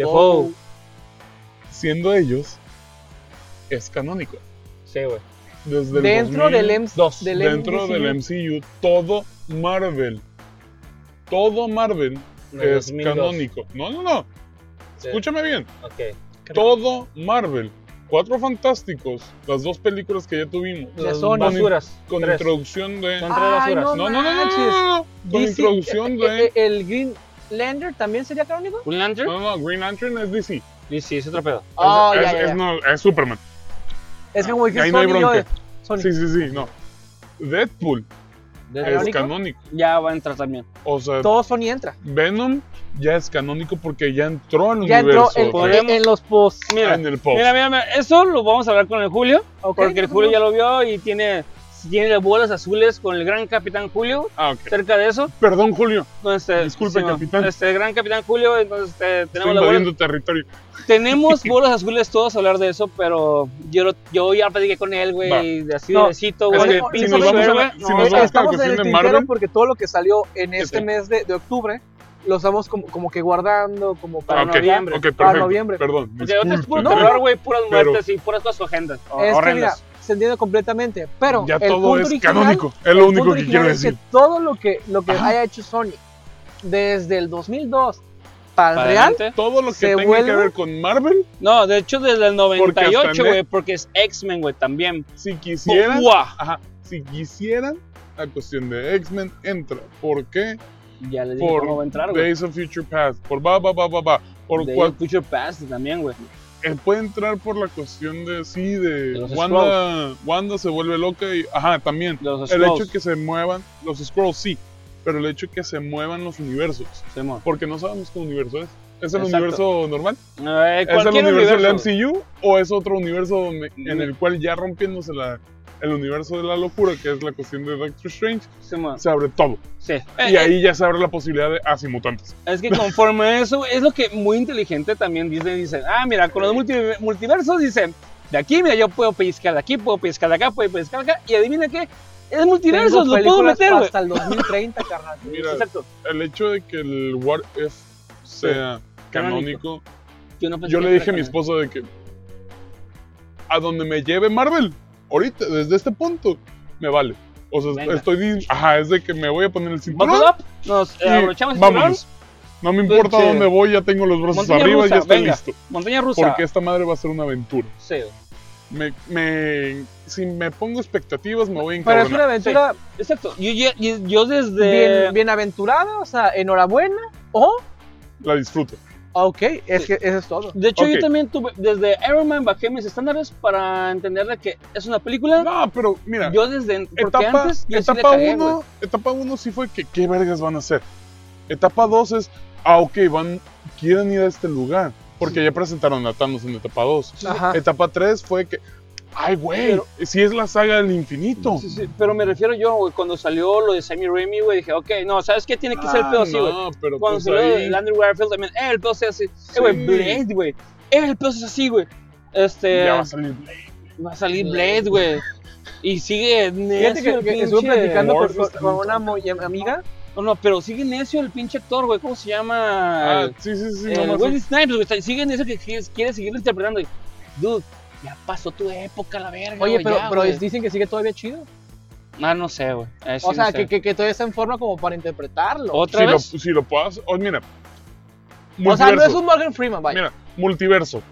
Speaker 2: Oh,
Speaker 1: Defoe.
Speaker 3: Siendo ellos, es canónico.
Speaker 1: Sí, güey.
Speaker 3: Desde el
Speaker 2: Dentro
Speaker 3: 2000,
Speaker 2: del, M-
Speaker 1: Dos.
Speaker 2: del
Speaker 3: dentro
Speaker 2: MCU.
Speaker 3: del MCU, todo Marvel, todo Marvel
Speaker 1: De
Speaker 3: es
Speaker 1: 2002.
Speaker 3: canónico. No, no, no.
Speaker 1: Sí,
Speaker 3: Escúchame bien.
Speaker 1: ok.
Speaker 3: Todo Marvel. Cuatro Fantásticos, las dos películas que ya tuvimos,
Speaker 2: De
Speaker 1: Son
Speaker 2: Sony.
Speaker 3: Con-
Speaker 1: basuras.
Speaker 3: con
Speaker 1: tres.
Speaker 3: introducción de...
Speaker 1: Son tres
Speaker 2: Ay,
Speaker 1: basuras.
Speaker 2: no,
Speaker 3: No, no, no, no, no,
Speaker 2: manches.
Speaker 3: no, no. Con
Speaker 2: DC,
Speaker 3: introducción
Speaker 2: eh, eh,
Speaker 3: de...
Speaker 2: El Green Lander también sería canónico.
Speaker 1: ¿Un Lantern?
Speaker 3: No, no, Green Lantern es DC. Es,
Speaker 1: Sí, sí, es otro pedo.
Speaker 2: Ah,
Speaker 3: es-
Speaker 2: ya, ya,
Speaker 3: es-
Speaker 2: ya.
Speaker 3: no, es Superman.
Speaker 2: Es como que
Speaker 3: Ah, ahí
Speaker 2: Sony
Speaker 3: no hay
Speaker 2: y yo de-
Speaker 3: bronca.
Speaker 2: Sony.
Speaker 3: Sí, sí, sí, no. Deadpool
Speaker 1: De-
Speaker 3: es
Speaker 2: ¿Canónico?
Speaker 3: canónico.
Speaker 1: Ya va a entrar también.
Speaker 3: O sea,
Speaker 2: Todo Sony entra.
Speaker 3: Venom ya es canónico porque ya entró al
Speaker 2: Ya entró
Speaker 3: universo.
Speaker 2: en,
Speaker 1: Podemos-
Speaker 2: en los posts.
Speaker 1: Mira,
Speaker 3: en el pop.
Speaker 1: Ah. mira, mira, mira, eso lo vamos a hablar con el Julio,
Speaker 2: Ok,
Speaker 1: porque el Julio ya lo vio y tiene, tiene bolas azules con el gran capitán Julio,
Speaker 3: Ah, ok.
Speaker 1: cerca de eso.
Speaker 3: Perdón, Julio.
Speaker 1: Entonces, este,
Speaker 3: Disculpe,
Speaker 1: no,
Speaker 3: capitán.
Speaker 1: Este el gran capitán Julio, entonces este,
Speaker 3: Estoy
Speaker 1: tenemos la bola
Speaker 3: invadiendo territorio.
Speaker 1: Tenemos bolas azules todos a hablar de eso, pero yo, lo- yo ya platiqué con él,
Speaker 3: Va.
Speaker 1: güey, de así
Speaker 2: No,
Speaker 1: besito,
Speaker 3: es
Speaker 1: güey.
Speaker 2: que
Speaker 1: pinche
Speaker 2: si nos vamos a
Speaker 1: suerte,
Speaker 3: la-
Speaker 1: güey.
Speaker 3: si
Speaker 1: No,
Speaker 3: nos
Speaker 1: es-
Speaker 3: vamos-
Speaker 2: Eh, Estamos
Speaker 3: cada
Speaker 2: en el
Speaker 3: cuestión de
Speaker 2: tintero
Speaker 3: Marvel.
Speaker 2: porque todo lo que salió en este
Speaker 3: Sí.
Speaker 2: mes de, de octubre lo estamos como, como que guardando como para
Speaker 3: Ah, ok,
Speaker 1: noviembre.
Speaker 3: ok, perfecto.
Speaker 2: Para noviembre.
Speaker 3: Perdón.
Speaker 1: porque ahorita es puro
Speaker 3: disculpe.
Speaker 1: terror, güey, puras
Speaker 3: Pero-
Speaker 1: muertes y puras cosas agendas.
Speaker 2: Es que mira,
Speaker 1: horrendas.
Speaker 2: se entiende completamente, pero
Speaker 3: ya
Speaker 2: el
Speaker 3: todo
Speaker 2: punto
Speaker 3: es
Speaker 2: original-
Speaker 3: canónico. Es lo
Speaker 2: el punto
Speaker 3: único que
Speaker 2: original
Speaker 3: quiero
Speaker 2: es
Speaker 3: decir.
Speaker 2: todo lo que, lo que
Speaker 3: Ajá.
Speaker 2: haya hecho Sony desde el 2002 para,
Speaker 1: Para
Speaker 2: el real
Speaker 1: adelante.
Speaker 3: Todo lo
Speaker 2: se
Speaker 3: que tenga
Speaker 2: vuelve-
Speaker 3: que ver con Marvel,
Speaker 1: No, de hecho desde el
Speaker 3: Porque hasta
Speaker 1: 98,
Speaker 3: en- e-
Speaker 1: güey, porque es X-Men, güey, también.
Speaker 3: si quisieran,
Speaker 1: Buah.
Speaker 3: ajá, si quisieran, la cuestión de X-Men entra. ¿Por qué?
Speaker 1: Ya le dije
Speaker 3: Por
Speaker 1: cómo va a entrar, güey.
Speaker 3: Days of Future Past, por va, va, va, va, va, por
Speaker 1: De
Speaker 3: cual,
Speaker 1: Future Past también, güey.
Speaker 3: eh, puede entrar por la cuestión de, sí, de,
Speaker 1: De los
Speaker 3: Wanda, Wanda se vuelve loca y, ajá, también,
Speaker 1: de Los
Speaker 3: el hecho
Speaker 1: Scrolls.
Speaker 3: que se muevan, los Scrolls sí, pero el hecho que se muevan los universos,
Speaker 1: Simón.
Speaker 3: porque no sabemos qué universo es. ¿Es el
Speaker 1: Exacto.
Speaker 3: universo normal?
Speaker 1: Eh,
Speaker 3: ¿Es el
Speaker 1: cualquier
Speaker 3: universo,
Speaker 1: universo, güey.
Speaker 3: del MCU o es otro universo donde- en
Speaker 1: Mm.
Speaker 3: el cual ya rompiéndose la, el universo de la locura, que es la cuestión de Doctor Strange,
Speaker 1: Simón.
Speaker 3: se abre todo?
Speaker 1: Sí. Eh,
Speaker 3: Y ahí ya se abre la posibilidad de así mutantes.
Speaker 1: Es que conforme a eso, es lo que muy inteligente también Disney dice, ah, mira, con los multi- multiversos dicen, de aquí, mira, yo puedo pescar de aquí, puedo pescar de acá, puedo pescar de acá, y adivina qué, es multiverso,
Speaker 2: tengo
Speaker 1: lo puedo
Speaker 2: películas
Speaker 1: meter, güey.
Speaker 2: hasta el 2030, carnal.
Speaker 3: Mira,
Speaker 1: Exacto.
Speaker 3: el hecho de que el What If sea canónico,
Speaker 1: Yo, no pensé
Speaker 3: Yo
Speaker 1: que
Speaker 3: le
Speaker 1: fuera
Speaker 3: dije a mi
Speaker 1: tan-
Speaker 3: esposa de que a donde me lleve Marvel, ahorita, desde este punto, me vale. O sea,
Speaker 1: Venga.
Speaker 3: estoy, di- ajá, es de que me voy a poner el cinturón.
Speaker 1: Buckle up, nos eh,
Speaker 3: y
Speaker 1: abrochamos el cinturón.
Speaker 3: vámonos. No me importa
Speaker 1: Entonces,
Speaker 3: dónde voy, ya tengo los brazos
Speaker 1: montaña
Speaker 3: arriba y
Speaker 1: rusa,
Speaker 3: ya estoy
Speaker 1: venga.
Speaker 3: listo.
Speaker 1: Montaña rusa.
Speaker 3: Porque esta madre va a ser una aventura.
Speaker 1: Sí.
Speaker 3: Me, me- si me pongo expectativas, me voy a
Speaker 2: Pero es una
Speaker 3: encabronar.
Speaker 2: aventura
Speaker 1: Exacto. Yo, yo, yo- yo desde.
Speaker 2: bien, aventurada, o sea, enhorabuena. O, ah,
Speaker 3: La disfruto.
Speaker 2: ok, es que eso es todo.
Speaker 1: De hecho,
Speaker 3: Ok.
Speaker 1: yo también tuve. Desde Iron Man bajé mis estándares para entender de que es una película.
Speaker 3: No, pero mira,
Speaker 1: yo desde. Porque
Speaker 3: etapa,
Speaker 1: antes. yo sí le
Speaker 3: etapa
Speaker 1: cagué, güey.
Speaker 3: uno, etapa uno sí fue que qué vergas van a hacer. Etapa 2 es, ah, ok, van, quieren ir a este lugar. Porque ya presentaron a Thanos en etapa 2.
Speaker 2: Ajá.
Speaker 3: Etapa 3 fue que, ay, güey, si es la saga del infinito.
Speaker 1: Sí, sí, pero me refiero yo, güey, cuando salió lo de Sammy Raimi, güey, dije, ok, no, ¿sabes qué? Tiene que ser el pedo
Speaker 3: Ah,
Speaker 1: así, güey.
Speaker 3: No, pero
Speaker 1: Cuando
Speaker 3: pues
Speaker 1: salió
Speaker 3: ahí,
Speaker 1: el Andrew Garfield también, eh, el pedo es así. Eh, güey,
Speaker 3: Sí.
Speaker 1: Blade, güey. Eh, el pedo es así, güey. Este,
Speaker 3: ya va
Speaker 1: va
Speaker 3: a salir Blade.
Speaker 1: a salir Blade, güey. Y sigue necio
Speaker 2: Fíjate que,
Speaker 1: el
Speaker 2: que
Speaker 1: pinche... Oh,
Speaker 2: estuve platicando con,
Speaker 3: Morpheus
Speaker 2: con- con una mo- amiga.
Speaker 1: No, no, pero sigue necio el pinche actor, güey, ¿cómo se
Speaker 3: Ah,
Speaker 1: llama?
Speaker 3: sí, sí, sí.
Speaker 1: el
Speaker 3: nomás
Speaker 1: Wesley
Speaker 3: es-
Speaker 1: Snipes, güey, está- sigue necio que quiere quiere seguir interpretando. y, Dude, ya pasó tu época, la verga,
Speaker 2: Oye,
Speaker 1: güey,
Speaker 2: pero,
Speaker 1: Ah, ya,
Speaker 2: pero
Speaker 1: güey.
Speaker 2: dicen que sigue todavía chido.
Speaker 1: Ah, no sé, güey. Eh, sí,
Speaker 2: O sea,
Speaker 1: no sé.
Speaker 2: que, que, que todavía está en forma como para interpretarlo.
Speaker 1: ¿Otra
Speaker 3: si,
Speaker 1: vez?
Speaker 3: lo, si lo puedas, oh, mira.
Speaker 2: O sea, no es
Speaker 3: multiverso.
Speaker 2: un Morgan Freeman, vaya.
Speaker 3: Mira, multiverso.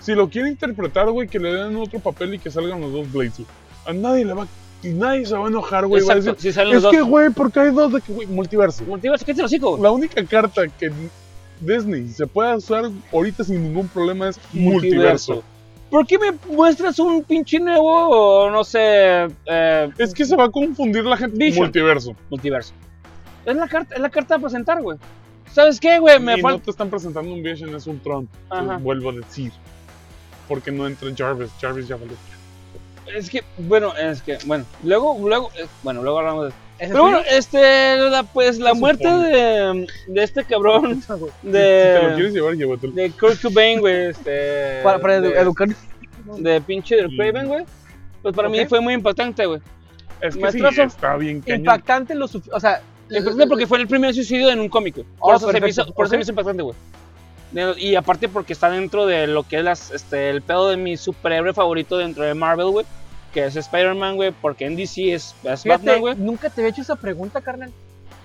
Speaker 3: Si lo quiere interpretar, güey, que le den otro papel y que salgan los dos Blades, güey. A nadie le va y nadie se va a enojar, güey. Va a
Speaker 1: Exacto,
Speaker 3: decir,
Speaker 1: si salen
Speaker 3: es
Speaker 1: los
Speaker 3: que,
Speaker 1: dos.
Speaker 3: güey, porque hay dos de que, güey, multiverso.
Speaker 1: Multiverso, ¿qué te lo sigo?
Speaker 3: La única carta que Disney se puede usar ahorita sin ningún problema es multiverso.
Speaker 1: ¿Por qué me muestras un pinche nuevo, no sé, eh,
Speaker 3: Es que se va a confundir la gente.
Speaker 1: Vision.
Speaker 3: Multiverso.
Speaker 1: multiverso? Es la carta, es la carta a presentar, güey. ¿Sabes qué, güey? Me
Speaker 3: y no
Speaker 1: falta.
Speaker 3: te están presentando un Vision, es un Tron.
Speaker 1: Ajá.
Speaker 3: Vuelvo a decir. Porque no entra Jarvis. Jarvis ya valió.
Speaker 1: Es que, bueno, es que, bueno, luego, luego, eh, bueno, luego hablamos de.
Speaker 2: Ese
Speaker 1: Pero bueno,
Speaker 2: sí.
Speaker 1: este, la- pues la
Speaker 3: Se
Speaker 1: muerte
Speaker 3: supone.
Speaker 1: de, de este cabrón,
Speaker 3: Si te lo
Speaker 1: de,
Speaker 3: quieres llevar, llévatelo.
Speaker 1: de Kurt Cobain, güey, este.
Speaker 2: para, para edu-
Speaker 1: de,
Speaker 2: educar.
Speaker 1: de pinche Kurt Cobain, güey. Pues para mí
Speaker 2: Ok.
Speaker 1: fue muy impactante, güey.
Speaker 3: Es que sí,
Speaker 1: Maestrazo.
Speaker 3: está bien cañón.
Speaker 2: Impactante lo suficiente. O sea,
Speaker 1: Impactante porque fue el primer suicidio en un cómic. güey. Por,
Speaker 2: Oh,
Speaker 1: eso, se me
Speaker 2: perfecto.
Speaker 1: hizo, por eso se me
Speaker 2: Ok.
Speaker 1: hizo impactante, güey. De- Y aparte porque está dentro de lo que es las, este, el pedo de mi superhéroe favorito dentro de Marvel, güey. Que es Spider-Man, güey. Porque en DC es, es Batman,
Speaker 2: Fíjate,
Speaker 1: güey.
Speaker 2: nunca te había hecho esa pregunta, carnal.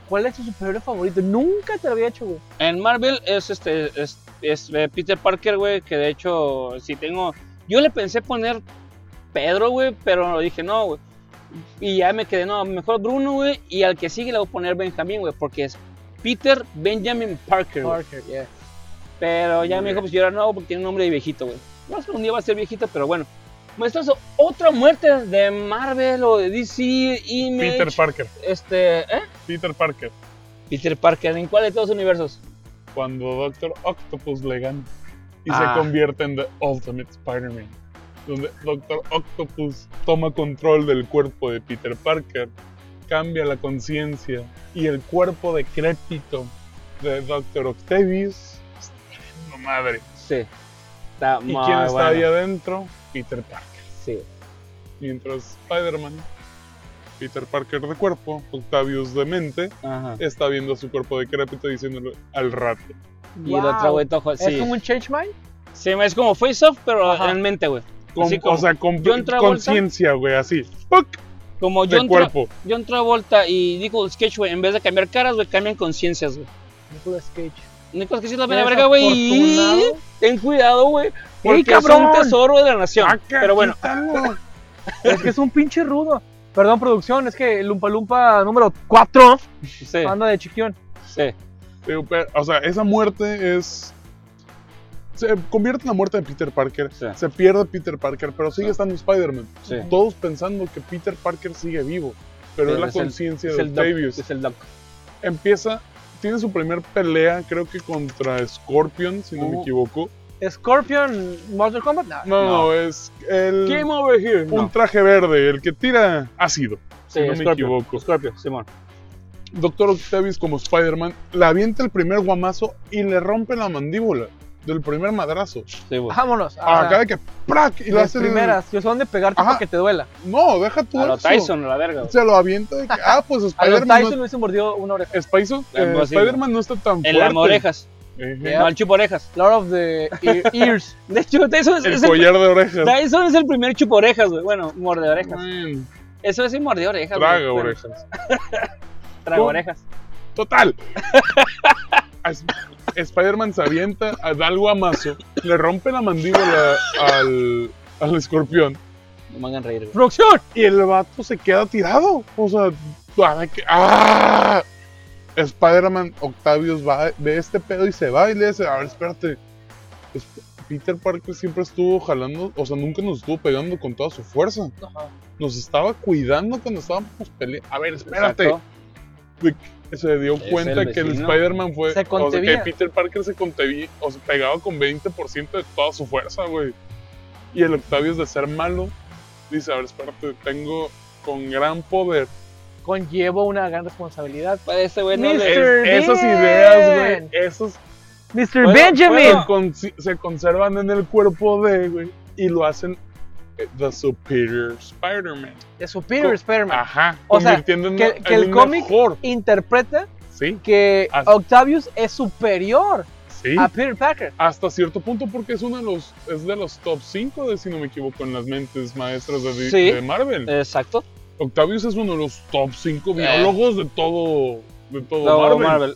Speaker 2: ¿Cuál es tu superhéroe favorito? Nunca te lo había hecho, güey.
Speaker 1: En Marvel es, este, es, es, eh, Peter Parker, güey. Que de hecho, si tengo... Yo le pensé poner Pedro, güey. Pero dije, no, güey. Y ya me quedé, no, mejor Bruno, güey. Y al que sigue le voy a poner Benjamín, güey. Porque es Peter Benjamin Parker, güey.
Speaker 2: Parker, yeah.
Speaker 1: Pero ya me dijo, pues yo era nuevo porque tiene un nombre de viejito, güey. No sé, un día va a ser viejito, pero bueno. Muestras otra muerte de Marvel o de DC, Image,
Speaker 3: Peter Parker.
Speaker 1: este, ¿eh?
Speaker 3: Peter Parker.
Speaker 1: Peter Parker, ¿en cuál de todos los universos?
Speaker 3: Cuando Doctor Octopus le gana y
Speaker 1: Ah.
Speaker 3: se convierte en The Ultimate Spider-Man. Donde Doctor Octopus toma control del cuerpo de Peter Parker, cambia la conciencia y el cuerpo decrépito de Doctor Octavius. está valiendo Madre.
Speaker 1: Sí. Está
Speaker 3: ¿Y
Speaker 1: muy
Speaker 3: quién está
Speaker 1: bueno.
Speaker 3: ahí adentro? Peter Parker.
Speaker 1: Sí.
Speaker 3: Mientras Spider-Man, Peter Parker de cuerpo, Octavius de mente,
Speaker 1: Ajá.
Speaker 3: está viendo su cuerpo decrépito diciéndole al rato.
Speaker 1: Y el otro güey tojo,
Speaker 2: ¿Es
Speaker 1: sí.
Speaker 2: como un change mind?
Speaker 1: Sí, es como Face Off, pero
Speaker 2: Ajá.
Speaker 1: en mente, güey.
Speaker 3: Con-
Speaker 1: Así como,
Speaker 3: o sea, con
Speaker 1: John Travolta.
Speaker 3: conciencia, güey, así. ¡Puc!
Speaker 1: como
Speaker 3: De
Speaker 1: John, Tra
Speaker 3: cuerpo.
Speaker 1: John Travolta y Nicolas Cage, güey, en vez de cambiar caras, güey, cambian conciencias, güey.
Speaker 2: Nicolas Cage.
Speaker 1: Nicolas Cage es la pena verga, güey. y-
Speaker 2: Desafortunado.
Speaker 1: Ten cuidado, güey. Porque
Speaker 3: Porque
Speaker 1: cabrón.
Speaker 3: es
Speaker 1: es
Speaker 3: un
Speaker 1: un tesoro de la nación.
Speaker 3: Acá,
Speaker 1: Pero bueno,
Speaker 3: quítalo.
Speaker 2: Es que es un pinche rudo. Perdón, producción, es que Lumpa Lumpa número 4,
Speaker 1: sí,
Speaker 2: banda de Chiquión.
Speaker 1: sí.
Speaker 3: Digo, pero, o sea, esa muerte es. Se convierte en la muerte de Peter Parker.
Speaker 1: Sí.
Speaker 3: Se pierde Peter Parker, pero sigue
Speaker 1: Sí.
Speaker 3: estando Spider-Man.
Speaker 1: Sí.
Speaker 3: Todos pensando que Peter Parker sigue vivo. Pero
Speaker 1: Sí,
Speaker 3: es la
Speaker 1: es el-
Speaker 3: conciencia
Speaker 1: Es
Speaker 3: de
Speaker 1: el Doc.
Speaker 3: Octavius.
Speaker 1: Es el Doc.
Speaker 3: Empieza. Tiene su primer pelea, creo que contra Scorpion, si no me
Speaker 1: Oh.
Speaker 3: equivoco.
Speaker 2: Scorpion, Mortal Kombat, nada.
Speaker 3: No,
Speaker 1: No.
Speaker 3: no, es el.
Speaker 1: Game over here.
Speaker 3: un traje verde, el que tira ácido.
Speaker 1: sí,
Speaker 3: si no me
Speaker 1: Scorpio.
Speaker 3: equivoco.
Speaker 1: Scorpio, Simón.
Speaker 3: Doctor Octavius como Spider-Man le avienta el primer guamazo y le rompe la mandíbula del primer madrazo.
Speaker 1: Sí, güey.
Speaker 3: Ah,
Speaker 2: Vámonos. o
Speaker 1: Ah.
Speaker 2: sea,
Speaker 3: Acá de que ¡prac! y le
Speaker 2: las
Speaker 3: hace el-
Speaker 2: primeras, yo sé dónde pegarte
Speaker 3: Ajá.
Speaker 2: para que te duela.
Speaker 3: No, deja tú
Speaker 1: A lo
Speaker 3: eso.
Speaker 1: Tyson, a la verga. güey.
Speaker 3: Se lo avienta de que, ah, pues
Speaker 2: A los
Speaker 3: Spider-Man
Speaker 2: Tyson
Speaker 3: no,
Speaker 2: le hubiese mordido una oreja.
Speaker 3: Spice- eh,
Speaker 1: Algo así,
Speaker 3: Spider-Man no está tan
Speaker 1: En
Speaker 3: fuerte.
Speaker 1: las orejas.
Speaker 3: Ujú.
Speaker 2: Yeah.
Speaker 1: No, el chuporejas.
Speaker 2: Lord of the Ear- Ears.
Speaker 1: De hecho, Tyson es,
Speaker 3: El
Speaker 1: es el,
Speaker 3: collar de orejas.
Speaker 1: Tyson es el primer chuporejas, güey. Bueno, morde orejas.
Speaker 3: Man,
Speaker 1: Eso es sí morde orejas. güey,
Speaker 3: Traga
Speaker 1: pero-
Speaker 3: orejas.
Speaker 1: Traga orejas.
Speaker 3: Total. A Sp- Spider-Man se avienta, a- da el guamazo, le rompe la mandíbula al, al escorpión
Speaker 6: No me hagan reír, güey.
Speaker 2: ¡Producción!
Speaker 3: y el vato se queda tirado. O sea, para que- ¡Ah! Spider-Man Octavius va, ve este pedo y se va y le dice, a ver, espérate. Es- Peter Parker siempre estuvo jalando, o sea, nunca nos estuvo pegando con toda su fuerza. Nos estaba cuidando cuando estábamos peleando. A ver, espérate.
Speaker 1: Exacto.
Speaker 3: de que se dio
Speaker 6: Es
Speaker 3: cuenta
Speaker 6: el
Speaker 3: que el
Speaker 6: vecino.
Speaker 3: Spider-Man fue.
Speaker 2: Se
Speaker 3: o sea, que
Speaker 2: contevía.
Speaker 3: Peter Parker se contevía, o sea, pegaba con 20% de toda su fuerza, güey. Y el Octavius, de ser malo, dice: A ver, espérate, tengo con gran poder.
Speaker 2: Conllevo una gran responsabilidad.
Speaker 1: Para ese Este güey no le.
Speaker 2: Mister-
Speaker 3: Es- esas
Speaker 2: Bien.
Speaker 3: ideas, güey, esos
Speaker 2: Mr.
Speaker 1: Bueno,
Speaker 2: Benjamin.
Speaker 1: bueno.
Speaker 3: se con- se conservan en el cuerpo de, güey, y lo hacen eh, The Superior Spider-Man.
Speaker 2: De Superior Spider-Man.
Speaker 1: ah.
Speaker 3: Ajá.
Speaker 2: O sea,
Speaker 3: convirtiendo en
Speaker 2: que-
Speaker 3: una-
Speaker 2: que
Speaker 3: en
Speaker 2: el
Speaker 3: un
Speaker 2: cómic-
Speaker 3: mejor.
Speaker 2: Interpreta
Speaker 3: Sí,
Speaker 2: que
Speaker 1: Ah.
Speaker 3: Así.
Speaker 2: Octavius es superior
Speaker 3: sí.
Speaker 2: a Peter Parker.
Speaker 3: hasta cierto punto porque es uno de los es de los top 5 de si no me equivoco en las mentes maestras de, Di-
Speaker 1: Sí. Eh.
Speaker 3: de Marvel.
Speaker 1: Exacto.
Speaker 3: Octavius es uno de los top 5 biólogos de todo de todo
Speaker 1: No,
Speaker 3: Marvel.
Speaker 1: Eh. Marvel.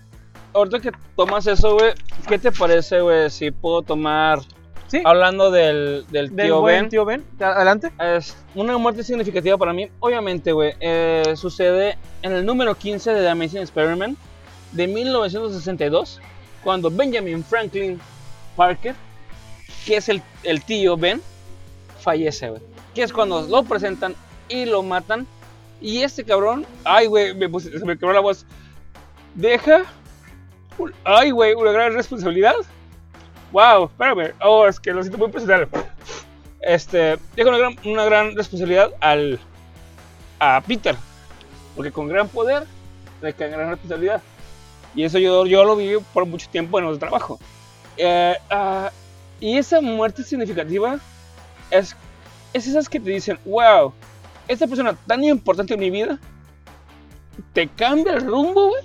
Speaker 1: Eh, ahorita que tomas eso, güey, ¿qué te parece, güey, si puedo tomar.
Speaker 2: Sí.
Speaker 1: Hablando del, del
Speaker 2: Del
Speaker 1: tío
Speaker 2: buen
Speaker 1: Ben.
Speaker 2: tío Ben. Adelante.
Speaker 1: Es una muerte significativa para mí, obviamente, güey. eh, sucede en el número 15 de The Amazing Experiment de 1962, cuando Benjamin Franklin Parker, que es el, el tío Ben, fallece, güey. Que es cuando lo presentan y lo matan. Y este cabrón, ay, güey, me, puse- se me quebró la voz. Deja, un- ay, güey, una gran responsabilidad. Wow, espérame. Oh, es que lo siento muy personal este, deja una gran, una gran responsabilidad al, a Peter, porque con gran poder recae gran responsabilidad. Y eso yo, yo lo viví por mucho tiempo en el trabajo. Eh, ah, y esa muerte significativa es, es esas que te dicen, wow, esta persona tan importante en mi vida te cambia el rumbo güey,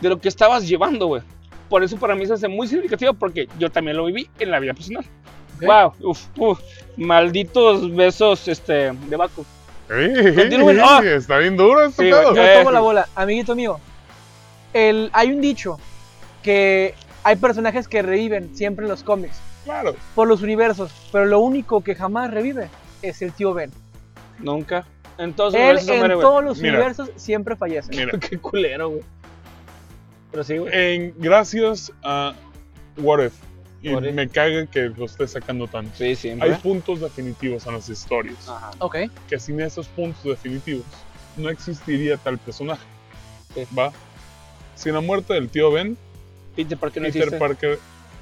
Speaker 1: de lo que estabas llevando, güey. Por eso para mí se hace muy significativa porque yo también lo viví en la vida personal.
Speaker 2: Ok.
Speaker 1: Wow, uf, uf, malditos besos este, de Baco.
Speaker 3: Eh,
Speaker 1: Continúen.
Speaker 3: eh,
Speaker 1: Ah.
Speaker 3: Está bien duro este
Speaker 1: Sí,
Speaker 3: pedo.
Speaker 1: güey.
Speaker 2: Yo
Speaker 1: Eh,
Speaker 2: tomo
Speaker 1: sí.
Speaker 2: la bola. Amiguito mío, el, hay un dicho que hay personajes que reviven siempre en los cómics,
Speaker 3: Claro.
Speaker 2: por los universos, pero lo único que jamás revive es el tío Ben.
Speaker 1: Nunca. Entonces,
Speaker 2: Él
Speaker 1: eso
Speaker 2: en
Speaker 1: muere, güey.
Speaker 2: todos los
Speaker 3: Mira.
Speaker 2: universos siempre fallece.
Speaker 3: Mira,
Speaker 1: Qué culero, güey. Pero sí, güey.
Speaker 3: en gracias a What If y
Speaker 1: What If.
Speaker 3: me caga que lo esté sacando tanto.
Speaker 1: Sí,
Speaker 3: Hay
Speaker 1: siempre.
Speaker 3: puntos definitivos en las historias,
Speaker 1: Ajá.
Speaker 2: Ok.
Speaker 3: que sin esos puntos definitivos no existiría tal personaje.
Speaker 1: Sí.
Speaker 3: ¿Va? Sin la muerte del tío Ben,
Speaker 1: Peter Parker no
Speaker 3: Peter
Speaker 1: existe.
Speaker 3: Parker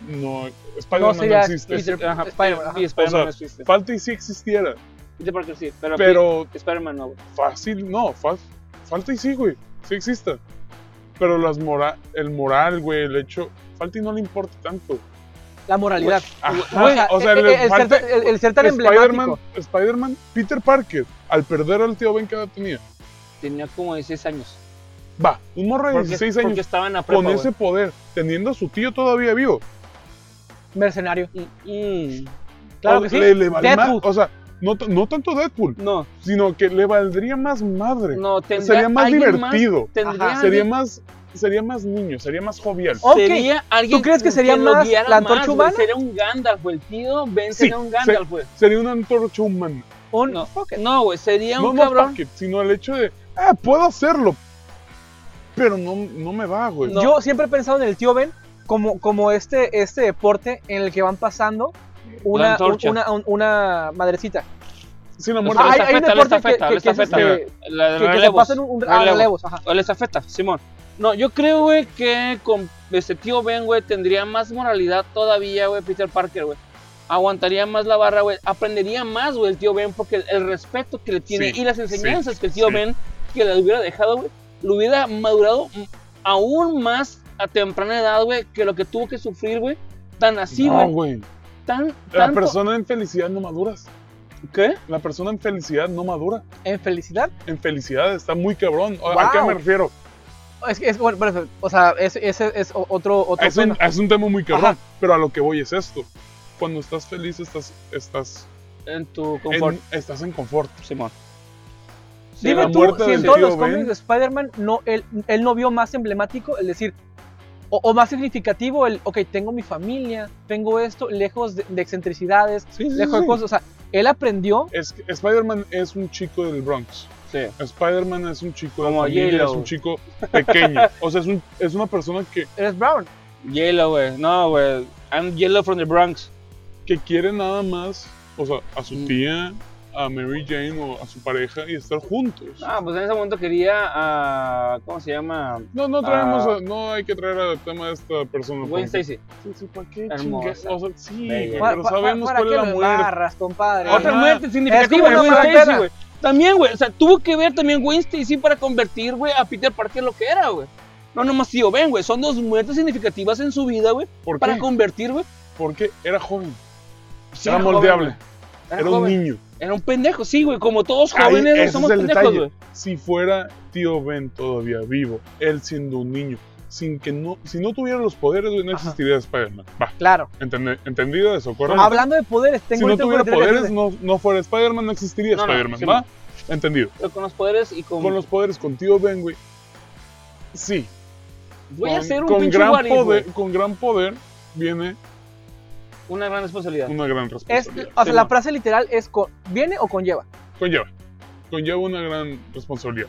Speaker 3: no.
Speaker 2: No
Speaker 3: Spider-Man no,
Speaker 2: sería
Speaker 3: existe.
Speaker 2: Peter
Speaker 1: Ajá.
Speaker 2: Spider-Man. Este, ajá.
Speaker 1: Sí, Spider-Man
Speaker 3: O sea,
Speaker 1: no existe.
Speaker 3: Falta y si existiera.
Speaker 1: Peter Parker sí, pero,
Speaker 3: Pero
Speaker 1: Pe- Spider-Man no, güey.
Speaker 3: fácil, no. fa- falta y sí, güey. Sí exista. Pero las mora el moral, güey, el hecho. Falta y no le importa tanto.
Speaker 2: La moralidad.
Speaker 3: Ajá,
Speaker 2: O sea,
Speaker 3: Ah, o sea,
Speaker 2: el,
Speaker 3: le
Speaker 2: eh, el- el ser,
Speaker 3: falta-
Speaker 2: tan- el- el ser tan
Speaker 3: Spider-Man,
Speaker 2: emblemático.
Speaker 3: Spider-Man, Peter Parker, al perder al tío Ben que edad tenía.
Speaker 1: Tenía como 16 años.
Speaker 3: Va, un morro de
Speaker 1: Porque,
Speaker 3: 16
Speaker 1: porque
Speaker 3: Ah, años
Speaker 1: estaba en la prepa,
Speaker 3: con ese poder, teniendo a su tío todavía vivo.
Speaker 2: Mercenario.
Speaker 1: güey. Mm, mm,
Speaker 2: Claro
Speaker 3: O-
Speaker 2: que sí.
Speaker 3: Oh, le- le valdría-
Speaker 2: Deadpool.
Speaker 3: o sea, no, t- no tanto Deadpool,
Speaker 1: No,
Speaker 3: sino que le valdría más madre.
Speaker 1: no, tendría
Speaker 3: sería más
Speaker 1: alguien
Speaker 3: divertido.
Speaker 1: tendría
Speaker 2: Ajá,
Speaker 3: sería
Speaker 1: alguien-
Speaker 3: más sería más niño, sería más jovial.
Speaker 1: Oh.
Speaker 2: Ok.
Speaker 1: sería alguien
Speaker 2: crees que sería
Speaker 1: lo
Speaker 2: más
Speaker 1: guiara
Speaker 2: la
Speaker 1: más,
Speaker 2: antorcha
Speaker 1: güey.
Speaker 2: humana?
Speaker 1: Sería un Gandalf, güey. El tío Ben
Speaker 3: Sí,
Speaker 1: sería un Gandalf, güey.
Speaker 3: Sería una antorcha humana.
Speaker 2: Un,
Speaker 1: No.
Speaker 2: ok.
Speaker 1: No, güey, sería
Speaker 3: No,
Speaker 1: un
Speaker 3: no
Speaker 1: cabrón.
Speaker 3: fuck it, sino el hecho de, ah, puedo hacerlo. Pero no, no me va, güey.
Speaker 1: No.
Speaker 2: Yo siempre he pensado en el tío Ben como, como este, este deporte en el que van pasando
Speaker 1: La
Speaker 2: una,
Speaker 1: antorcha.
Speaker 2: una, un- una madrecita.
Speaker 3: Sin la
Speaker 1: O sea,
Speaker 3: muerte.
Speaker 2: Ah,
Speaker 1: la
Speaker 2: hay- hay un
Speaker 1: estafeta, la
Speaker 2: deporte
Speaker 1: estafeta, la
Speaker 2: que- que- que es
Speaker 1: estafeta.
Speaker 2: este-
Speaker 1: La de
Speaker 2: Que, que se
Speaker 1: relevos.
Speaker 2: pasan un, un- ah,
Speaker 1: Relevos.
Speaker 2: relevos, ajá.
Speaker 1: O la estafeta, Simón. No, yo creo, güey, que con este tío Ben, güey, tendría más moralidad todavía, güey, Peter Parker, güey. Aguantaría más la barra, güey. Aprendería más, güey, el tío Ben, porque el, el respeto que le tiene
Speaker 3: Sí,
Speaker 1: y las enseñanzas
Speaker 3: sí,
Speaker 1: que el tío
Speaker 3: sí.
Speaker 1: Ben que le hubiera dejado, güey, lo hubiera madurado m- aún más a temprana edad, güey, que lo que tuvo que sufrir, güey. Tan así,
Speaker 3: no,
Speaker 1: güey.
Speaker 3: güey.
Speaker 1: tan,
Speaker 3: La
Speaker 1: tanto-
Speaker 3: persona en felicidad no maduras.
Speaker 1: ¿Qué?
Speaker 3: La persona en felicidad no madura.
Speaker 2: En felicidad.
Speaker 3: En felicidad está muy cabrón. ¿A- ¿A qué
Speaker 2: Wow.
Speaker 3: me refiero?
Speaker 2: Es, que es- bueno, bueno, o sea, ese es, es otro, otro
Speaker 3: Es
Speaker 2: tema.
Speaker 3: un, es un tema muy cabrón,
Speaker 2: Ajá.
Speaker 3: pero a lo que voy es esto. Cuando estás feliz, estás, estás,
Speaker 1: en tu confort,
Speaker 3: en, estás en confort.
Speaker 1: Simón.
Speaker 3: Sí,
Speaker 2: Dime
Speaker 3: la
Speaker 2: tú,
Speaker 3: muerte
Speaker 2: si en
Speaker 3: del
Speaker 2: todos
Speaker 3: tío
Speaker 2: los
Speaker 3: Ben.
Speaker 2: cómics de Spider-Man no, él, él no vio más emblemático, el decir, o, o más significativo, el, ok, tengo mi familia, tengo esto, lejos de, de excentricidades,
Speaker 3: Sí, sí,
Speaker 2: lejos
Speaker 3: sí.
Speaker 2: de cosas, o sea, él aprendió,
Speaker 3: Es, que Spider-Man es un chico del Bronx.
Speaker 1: Sí.
Speaker 3: Spider-man es un chico de
Speaker 1: Como
Speaker 3: familia,
Speaker 1: J-Lo.
Speaker 3: es un chico pequeño. O sea, es, un- es una persona que,
Speaker 2: eres Brown,
Speaker 1: Yellow, güey. No, güey. I'm yellow from the Bronx.
Speaker 3: que quiere nada más, o sea, a su
Speaker 1: Mm.
Speaker 3: tía, a Mary Jane o a su pareja y estar juntos.
Speaker 1: Ah, pues en ese momento quería a. ¿Cómo se llama?
Speaker 3: No, no traemos,
Speaker 1: Ah.
Speaker 3: a- no hay que traer al tema de esta persona.
Speaker 1: Gwen
Speaker 3: porque-
Speaker 1: Stacy.
Speaker 3: Sí, sí, ¿para qué?
Speaker 1: Hermosa.
Speaker 3: chingas? O sea, sí,
Speaker 1: Bella.
Speaker 3: güey,
Speaker 2: Pa-
Speaker 3: pero
Speaker 2: pa-
Speaker 3: sabemos
Speaker 2: pa-
Speaker 3: cuál es la
Speaker 2: los
Speaker 3: muerte.
Speaker 2: barras, compadre?
Speaker 3: Otra
Speaker 1: Otra
Speaker 2: Ajá.
Speaker 1: muerte
Speaker 2: Es como
Speaker 1: significativa de
Speaker 2: una
Speaker 1: Gwen
Speaker 2: balacera.
Speaker 1: Stacy, güey. También, güey. O sea, tuvo que ver también Gwen Stacy para convertir, güey, a Peter Parker lo que era, güey. No nomás tío Ben, güey. Son dos muertes significativas en su vida, güey.
Speaker 3: ¿Por
Speaker 1: Para
Speaker 3: qué?
Speaker 1: convertir, güey.
Speaker 3: Porque era joven,
Speaker 1: Sí,
Speaker 3: era
Speaker 1: joven,
Speaker 3: moldeable,
Speaker 1: güey.
Speaker 3: era,
Speaker 1: Era,
Speaker 3: un
Speaker 1: joven.
Speaker 3: niño.
Speaker 1: Era un pendejo, sí, güey. Como todos
Speaker 3: Ahí,
Speaker 1: jóvenes
Speaker 3: ese
Speaker 1: güey,
Speaker 3: es
Speaker 1: somos
Speaker 3: el
Speaker 1: pendejos,
Speaker 3: detalle.
Speaker 1: güey.
Speaker 3: Si fuera tío Ben todavía vivo, él siendo un niño, sin que no, si no tuviera los poderes, güey, no
Speaker 2: Ajá.
Speaker 3: existiría Spider-Man. Va,
Speaker 2: Claro.
Speaker 3: entende- entendido eso, correcto.
Speaker 2: Hablando de poderes, tengo
Speaker 3: si no
Speaker 2: ahorita
Speaker 3: tuviera
Speaker 2: por detrás-
Speaker 3: poderes, no, no fuera Spider-Man, no existiría
Speaker 1: No, no,
Speaker 3: Spider-Man,
Speaker 1: sí,
Speaker 3: ¿va? Entendido.
Speaker 1: Pero con los poderes y con.
Speaker 3: Con los poderes, con tío Ben, güey. Sí.
Speaker 1: Voy
Speaker 3: con,
Speaker 1: a hacer un
Speaker 3: con
Speaker 1: pinche
Speaker 3: gran
Speaker 1: what if,
Speaker 3: poder,
Speaker 1: güey.
Speaker 3: Con gran poder viene
Speaker 1: Una gran responsabilidad.
Speaker 3: una gran
Speaker 2: Es,
Speaker 3: responsabilidad.
Speaker 2: o sea, la
Speaker 1: Sí,
Speaker 2: frase literal es con- viene o conlleva.
Speaker 3: Conlleva. Conlleva una gran responsabilidad.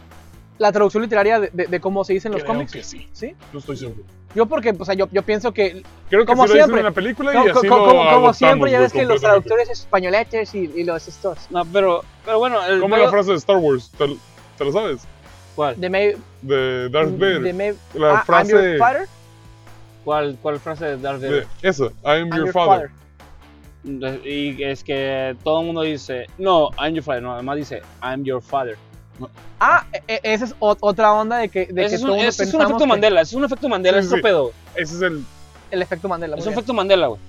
Speaker 2: La traducción literaria de, de- de cómo se dice en los
Speaker 3: Creo
Speaker 2: cómics.
Speaker 3: que sí.
Speaker 2: ¿Sí?
Speaker 3: No estoy seguro.
Speaker 2: Yo porque, o sea, yo, yo pienso que
Speaker 3: Creo que
Speaker 2: Como
Speaker 3: sí lo
Speaker 2: siempre.
Speaker 3: dicen en la película
Speaker 2: Co-
Speaker 3: y
Speaker 2: co-
Speaker 3: así
Speaker 2: co-
Speaker 3: lo
Speaker 2: como, como
Speaker 3: adoptamos,
Speaker 2: siempre, ya
Speaker 3: güey,
Speaker 2: ves que los
Speaker 3: completamente.
Speaker 2: traductores españoletes y, y los estos.
Speaker 1: No, pero. Pero bueno, el
Speaker 3: Como
Speaker 1: pedo-
Speaker 3: la frase de Star Wars, ¿te, te la sabes?
Speaker 1: ¿Cuál?
Speaker 2: De May.
Speaker 3: De Darth Vader.
Speaker 2: Mm, De May.
Speaker 3: la
Speaker 2: ah,
Speaker 3: frase.
Speaker 2: I'm your father.
Speaker 1: ¿Cuál, cuál frase de Darth Vader?
Speaker 3: de- esa, I am
Speaker 2: I'm
Speaker 3: your, father.
Speaker 1: Y es que todo el mundo dice, no, I'm your father. No, además dice, I'm your father.
Speaker 2: Ah, e- e- esa es ot- otra onda de que, de
Speaker 1: Ese
Speaker 2: que
Speaker 1: es
Speaker 2: todo
Speaker 1: un,
Speaker 2: mundo
Speaker 1: ese es un
Speaker 2: pensamos
Speaker 1: efecto
Speaker 2: que-
Speaker 1: Mandela, ese es un efecto Mandela,
Speaker 3: Sí,
Speaker 1: es otro
Speaker 3: sí.
Speaker 1: pedo.
Speaker 3: Ese es el.
Speaker 2: El efecto Mandela. muy
Speaker 1: Es un
Speaker 2: bien.
Speaker 1: efecto Mandela, güey.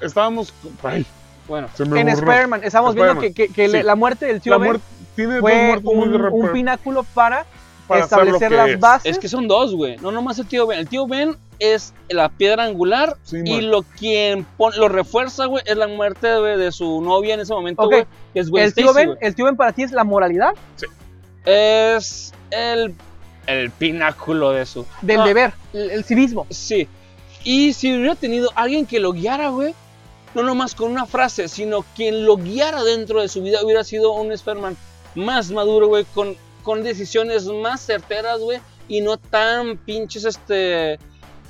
Speaker 3: Estábamos. Ay,
Speaker 1: Bueno,
Speaker 3: se me
Speaker 2: En
Speaker 3: borró.
Speaker 2: Spider-man, estamos viendo que,
Speaker 3: Spider-Man.
Speaker 2: que- que
Speaker 3: Sí.
Speaker 2: la muerte del tío
Speaker 3: La
Speaker 2: Ben
Speaker 3: muerte tiene dos
Speaker 2: fue
Speaker 3: muertes muy
Speaker 2: un, un
Speaker 3: repre-
Speaker 2: pináculo para,
Speaker 3: para hacer lo
Speaker 2: establecer
Speaker 3: que
Speaker 2: las
Speaker 3: es.
Speaker 2: bases.
Speaker 1: es que son dos, güey. No nomás el tío Ben. El tío Ben es la piedra angular
Speaker 3: Sí,
Speaker 1: y
Speaker 3: man.
Speaker 1: lo quien pon- lo refuerza, güey, es la muerte güey, de su novia en ese momento,
Speaker 2: Ok.
Speaker 1: güey, que es Gwen
Speaker 2: el, tío
Speaker 1: Stacy,
Speaker 2: ben,
Speaker 1: güey.
Speaker 2: el tío Ben para ti es la moralidad
Speaker 1: Es el, el pináculo de su...
Speaker 2: del
Speaker 1: No,
Speaker 2: deber, el, el civismo.
Speaker 1: Sí. Y si hubiera tenido alguien que lo guiara, güey, no nomás con una frase, sino quien lo guiara dentro de su vida hubiera sido un Spider-Man más maduro, güey, con, con decisiones más certeras, güey, y no tan pinches, este,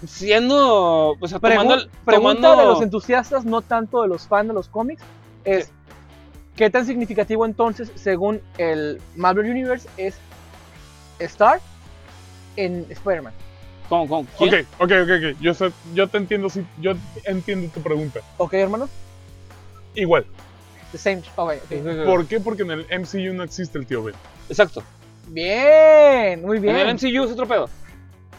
Speaker 1: siendo, o sea,
Speaker 2: Pregu-
Speaker 1: tomando, el-
Speaker 2: pregunta
Speaker 1: tomando-
Speaker 2: de los entusiastas, no tanto de los fans de los cómics, es qué tan significativo entonces, según el Marvel Universe, es Star en Spider-Man.
Speaker 1: ¿Cómo, cómo?
Speaker 3: Ok,
Speaker 1: ¿Quién?
Speaker 3: ok, ok, ok. Yo, sé- yo te entiendo, sí, yo entiendo tu pregunta.
Speaker 2: ¿Ok, hermano?
Speaker 3: Igual.
Speaker 2: The same. Ok, ok.
Speaker 1: Ah.
Speaker 3: ¿Por qué? Porque en el MCU no existe el tío Ben.
Speaker 1: Exacto.
Speaker 2: Bien, muy
Speaker 1: En el
Speaker 2: bien.
Speaker 1: MCU es otro pedo.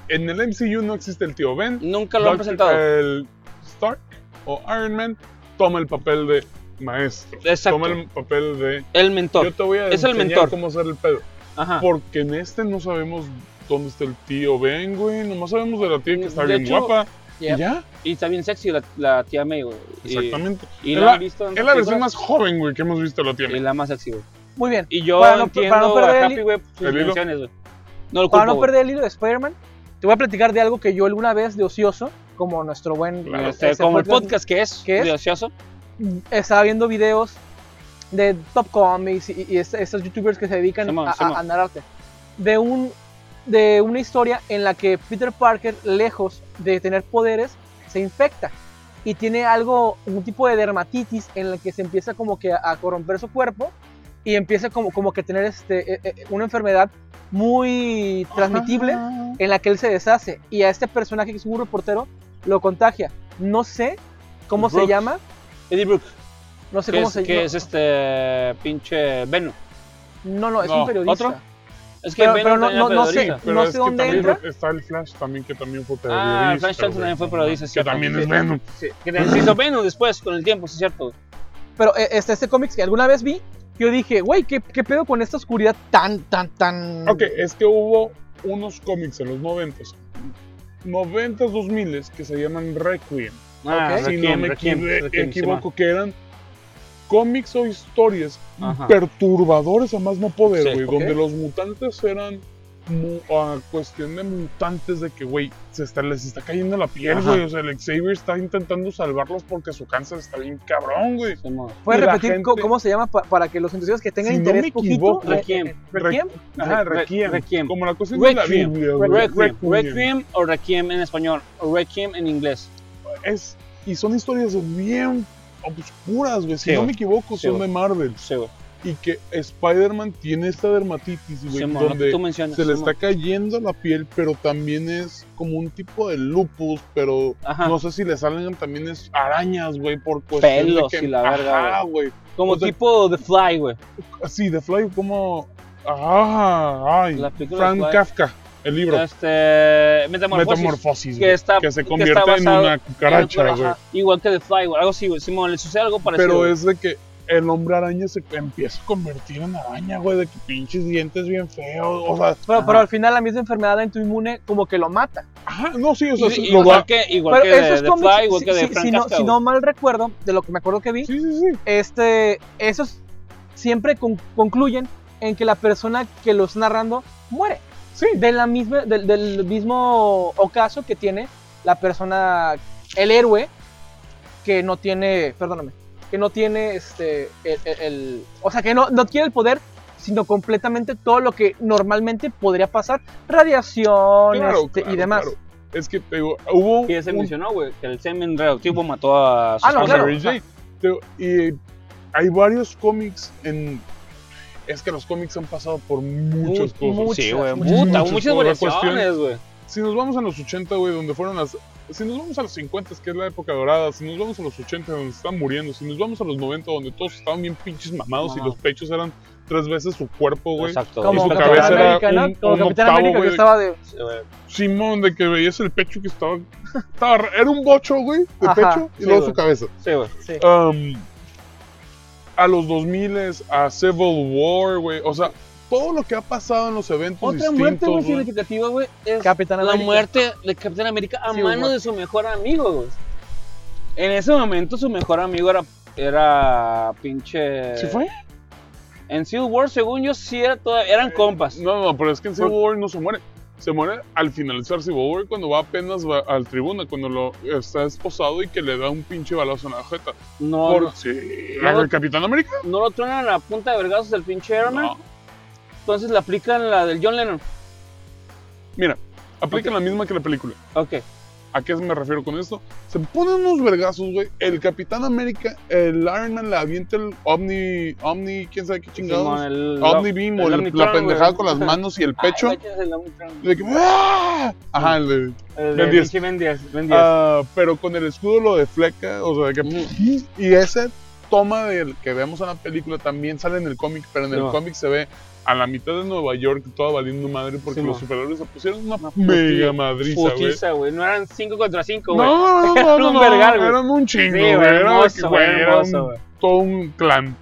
Speaker 3: En el MCU no existe el tío Ben.
Speaker 1: Nunca lo han
Speaker 3: Doctor-
Speaker 1: presentado.
Speaker 3: El Stark o Iron Man toma el papel de maestro.
Speaker 1: Exacto.
Speaker 3: Toma el papel de.
Speaker 1: El
Speaker 3: Yo
Speaker 1: mentor.
Speaker 3: te voy a
Speaker 1: Es el
Speaker 3: enseñar
Speaker 1: mentor. Ah.
Speaker 3: cómo hacer el pedo.
Speaker 1: Ajá.
Speaker 3: Porque en este no sabemos dónde está el tío Ben, güey. Nomás sabemos de la tía que está
Speaker 1: De
Speaker 3: bien
Speaker 1: hecho,
Speaker 3: guapa.
Speaker 2: Yeah.
Speaker 3: Y ya,
Speaker 1: Y está bien sexy la, la tía May, güey. Y-
Speaker 3: exactamente.
Speaker 1: Y,
Speaker 3: Es
Speaker 1: la,
Speaker 3: la-
Speaker 1: han visto en
Speaker 3: Es la versión
Speaker 1: películas,
Speaker 3: más joven, güey, que hemos visto de la tía.
Speaker 1: Y
Speaker 3: May.
Speaker 1: la más sexy, güey.
Speaker 2: Muy bien.
Speaker 1: Y yo
Speaker 2: Para no-
Speaker 1: entiendo
Speaker 2: para no perder
Speaker 1: a
Speaker 2: el-
Speaker 1: Happy, güey, sus
Speaker 3: el hilo.
Speaker 1: intenciones, güey. No lo culpo,
Speaker 2: Para no
Speaker 1: güey.
Speaker 2: perder el hilo de Spider-Man, te voy a platicar de algo que yo alguna vez de ocioso, como nuestro buen...
Speaker 3: Claro.
Speaker 1: Este,
Speaker 2: este,
Speaker 1: como el podcast que es,
Speaker 2: ¿Qué es?
Speaker 1: de ocioso.
Speaker 2: Mm. estaba viendo videos de Top Comics y, y est- estos youtubers que se dedican
Speaker 1: Simón,
Speaker 2: a,
Speaker 1: Simón.
Speaker 2: a- a narrarte. De, un, de una historia en la que Peter Parker, lejos de tener poderes, se infecta y tiene algo, un tipo de dermatitis en la que se empieza como que a, a corromper su cuerpo y empieza como, como que tener este, eh, eh, una enfermedad muy transmitible
Speaker 3: Ajá.
Speaker 2: en la que él se deshace y a este personaje que es un reportero lo contagia. No sé cómo se
Speaker 1: Brooks.
Speaker 2: llama,
Speaker 1: Eddie Brooke,
Speaker 2: no sé
Speaker 1: que,
Speaker 2: cómo
Speaker 1: es,
Speaker 2: se
Speaker 1: que
Speaker 2: no-
Speaker 1: es este pinche Venom.
Speaker 2: No, no, es
Speaker 3: No,
Speaker 2: un periodista.
Speaker 1: ¿otro? Es que
Speaker 2: Pero-
Speaker 1: Venom
Speaker 2: pero no-
Speaker 1: también
Speaker 2: no-
Speaker 1: fue
Speaker 2: no sé.
Speaker 1: periodista.
Speaker 3: Pero
Speaker 2: no
Speaker 3: es
Speaker 2: sé
Speaker 3: que
Speaker 2: dónde
Speaker 3: también
Speaker 2: entra.
Speaker 3: está el Flash también, que también fue periodista.
Speaker 1: Ah, Flash Thompson
Speaker 3: güey.
Speaker 1: también fue periodista,
Speaker 3: Que
Speaker 1: cierto.
Speaker 3: también es
Speaker 1: Sí.
Speaker 3: Venom.
Speaker 1: Sí, Que también se hizo Venom después, con el tiempo, sí, cierto. güey.
Speaker 2: Pero eh, este, este cómic que alguna vez vi, yo dije, güey, ¿qué, ¿qué pedo con esta oscuridad tan, tan, tan.
Speaker 3: Ok, es que hubo unos cómics en los 90, 90, 2000 que se llaman Requiem.
Speaker 1: Ah,
Speaker 2: Ok.
Speaker 3: si
Speaker 1: Requiem,
Speaker 3: no me
Speaker 1: Requiem,
Speaker 3: equive-
Speaker 1: Requiem, sí,
Speaker 3: equivoco, que eran cómics o historias
Speaker 1: Ajá.
Speaker 3: perturbadores a más no poder,
Speaker 1: Sí,
Speaker 3: güey,
Speaker 2: ok.
Speaker 3: donde los mutantes eran mu- a cuestión de mutantes de que, güey, se está, les está cayendo la piel,
Speaker 1: Ajá.
Speaker 3: güey, o sea, el Xavier está intentando salvarlos porque su cáncer está bien cabrón, güey.
Speaker 1: sí, mo-
Speaker 2: ¿Puedes
Speaker 3: Y la
Speaker 2: repetir co-
Speaker 3: gente-
Speaker 2: cómo se llama pa- para que los entusiastas que tengan
Speaker 3: Si no
Speaker 2: interés
Speaker 3: me
Speaker 2: poquito?
Speaker 3: equivoco,
Speaker 2: eh,
Speaker 1: Requiem.
Speaker 2: eh, ¿Requiem?
Speaker 3: Ajá,
Speaker 1: Re-
Speaker 3: Requiem.
Speaker 1: Requiem.
Speaker 3: Como la cuestión de la
Speaker 1: Requiem.
Speaker 3: Biblia, güey.
Speaker 1: Requiem, Requiem o Requiem en español, o Requiem en inglés.
Speaker 3: Es, y son historias bien obscuras, güey,
Speaker 1: Sí,
Speaker 3: si no
Speaker 1: güey.
Speaker 3: me equivoco,
Speaker 1: Sí,
Speaker 3: son
Speaker 1: güey.
Speaker 3: de Marvel.
Speaker 1: Sí, güey.
Speaker 3: Y que Spider-Man tiene esta dermatitis, güey,
Speaker 1: Sí, mo, lo que
Speaker 3: donde
Speaker 1: tú mencionas.
Speaker 3: se le
Speaker 1: sí, mo.
Speaker 3: está cayendo la piel, pero también es como un tipo de lupus, pero
Speaker 1: Ajá.
Speaker 3: no sé si le salen también es arañas, güey, por cuestión
Speaker 1: Pelos
Speaker 3: de que...
Speaker 1: y la verga,
Speaker 3: Ajá, güey.
Speaker 1: Como
Speaker 3: o sea-
Speaker 1: tipo The Fly, güey.
Speaker 3: Sí, The Fly como... Ah, ay.
Speaker 1: La película
Speaker 3: Frank
Speaker 1: The Fly.
Speaker 3: Kafka, el libro.
Speaker 1: Este. Metamorfosis.
Speaker 3: Metamorfosis,
Speaker 1: que
Speaker 3: güey,
Speaker 1: está-
Speaker 3: que se
Speaker 1: que
Speaker 3: convierte
Speaker 1: está
Speaker 3: en
Speaker 1: basado
Speaker 3: una cucaracha,
Speaker 1: Ajá,
Speaker 3: güey.
Speaker 1: Igual que The Fly, güey. Algo así, güey. Simón, le sucede algo parecido.
Speaker 3: Pero
Speaker 1: güey.
Speaker 3: es de que el hombre araña se empieza a convertir en araña, güey, de que pinches dientes bien feos, o sea...
Speaker 2: Pero, pero
Speaker 1: Ajá.
Speaker 2: al final la misma enfermedad autoinmune como que lo mata.
Speaker 3: Ajá, no, sí, o sea,
Speaker 1: Y-
Speaker 3: sí,
Speaker 1: y-
Speaker 3: lo
Speaker 1: igual
Speaker 3: da...
Speaker 1: que, igual
Speaker 2: Pero
Speaker 1: que de,
Speaker 2: esos
Speaker 1: The
Speaker 2: cómics,
Speaker 1: Fly, igual
Speaker 2: si,
Speaker 1: que de
Speaker 2: si-
Speaker 1: Frank
Speaker 2: si no,
Speaker 1: Kafka,
Speaker 2: si
Speaker 1: güey.
Speaker 2: no mal recuerdo, de lo que me acuerdo que vi,
Speaker 3: Sí, sí, sí.
Speaker 2: este, esos siempre con- concluyen en que la persona que los narrando muere.
Speaker 3: Sí.
Speaker 2: De la misma, del, del mismo ocaso que tiene la persona, el héroe, que no tiene, perdóname, que no tiene este, el, el- el- o sea, que no, no tiene el poder, sino completamente todo lo que normalmente podría pasar, radiación
Speaker 3: Claro,
Speaker 2: este, y
Speaker 3: claro,
Speaker 2: demás.
Speaker 3: claro. Es que te digo, hubo
Speaker 1: Que ya se
Speaker 3: un
Speaker 1: mencionó, güey. Que el semen radioactivo mató a su
Speaker 2: Ah, no,
Speaker 3: con
Speaker 1: esposa,
Speaker 2: claro.
Speaker 1: güey.
Speaker 3: Mary Jane. Te digo, Y hay varios cómics en... Es que los cómics han pasado por muchas
Speaker 2: Mu-
Speaker 3: cosas.
Speaker 2: mu-
Speaker 1: Sí,
Speaker 2: Muchas,
Speaker 1: güey.
Speaker 2: muchas,
Speaker 1: Puta,
Speaker 3: muchas
Speaker 1: muchas
Speaker 3: cosas.
Speaker 1: variaciones, güey.
Speaker 3: Si nos vamos a los 80, güey, donde fueron las... Si nos vamos a los 50, que es la época dorada, si nos vamos a los 80, donde se están muriendo, si nos vamos a los 90, donde todos estaban bien pinches mamados y
Speaker 1: Mamados.
Speaker 3: los pechos eran tres veces su cuerpo, güey.
Speaker 1: Exacto.
Speaker 2: Como
Speaker 3: su
Speaker 1: güey.
Speaker 2: Capitán
Speaker 3: cabeza era
Speaker 2: América, ¿no?
Speaker 3: un-
Speaker 2: Como
Speaker 3: un
Speaker 2: Capitán
Speaker 3: octavo,
Speaker 2: América que
Speaker 3: güey.
Speaker 2: estaba de...
Speaker 1: Sí, güey.
Speaker 3: Simón, de que veías el pecho que estaba... estaba ra- era un bocho, güey, de
Speaker 2: Ajá,
Speaker 3: pecho y
Speaker 1: sí,
Speaker 3: luego su
Speaker 1: güey.
Speaker 3: cabeza.
Speaker 1: Sí, güey.
Speaker 2: sí.
Speaker 3: um, a los 2000, a Civil War, güey. O sea, todo lo que ha pasado en los eventos
Speaker 1: Otra
Speaker 3: distintos.
Speaker 1: muerte muy
Speaker 3: güey.
Speaker 1: significativa, güey, es
Speaker 2: Capitán
Speaker 1: la
Speaker 2: América.
Speaker 1: muerte de Capitán América a
Speaker 2: Sí,
Speaker 1: mano
Speaker 2: güey.
Speaker 1: de su mejor amigo, güey. En ese momento su mejor amigo era, era pinche...
Speaker 3: ¿Sí fue?
Speaker 1: En Civil War, según yo, sí era toda- eran compas.
Speaker 3: No, no, pero es que en Civil War no se muere. Se muere al finalizar Civil War cuando va apenas va al tribuna, cuando lo está esposado y que le da un pinche balazo en la jeta.
Speaker 1: No,
Speaker 3: Por
Speaker 1: no,
Speaker 3: sí.
Speaker 1: No.
Speaker 3: ¿El Capitán América?
Speaker 1: no lo truenan a la punta de vergazos el pinche Iron Man.
Speaker 3: No.
Speaker 1: Entonces le aplican la del John Lennon.
Speaker 3: Mira, aplican la misma que la película.
Speaker 1: Ok.
Speaker 3: ¿A qué me refiero con esto? Se ponen unos vergazos, güey. El Capitán América, el Iron Man le avienta el Omni, Omni, quién sabe qué chingados.
Speaker 1: Simón, el-
Speaker 3: Omni Beam o
Speaker 1: el
Speaker 3: el-
Speaker 1: Omnitron,
Speaker 3: la pendejada
Speaker 1: güey.
Speaker 3: con las manos y el
Speaker 1: Ay,
Speaker 3: pecho.
Speaker 1: güey, tienes el Omnitron.
Speaker 3: de que, ¡ah! Ajá, el de-
Speaker 1: El
Speaker 3: Ben
Speaker 1: de
Speaker 3: 10.
Speaker 1: pinche Ben 10. Ben 10.
Speaker 3: ah, pero con el escudo lo defleca, o sea, de que, y ese toma del que vemos en la película también sale en el cómic, pero en el
Speaker 1: Sí, ma.
Speaker 3: cómic se ve a la mitad de Nueva York toda valiendo madre porque
Speaker 1: Sí, ma.
Speaker 3: los superhéroes se pusieron una,
Speaker 1: Una
Speaker 3: mega
Speaker 1: puti-
Speaker 3: madriza, güey.
Speaker 1: Putiza, güey. No eran 5 contra 5, güey.
Speaker 3: No, no, no,
Speaker 1: Era
Speaker 3: no,
Speaker 1: un
Speaker 3: no,
Speaker 1: vergal, güey.
Speaker 3: eran un
Speaker 1: Sí,
Speaker 3: chingo,
Speaker 1: güey,
Speaker 3: güey, era de que,
Speaker 1: hermoso, güey,
Speaker 3: güey, era un-
Speaker 1: hermoso, güey.
Speaker 3: todo un clan.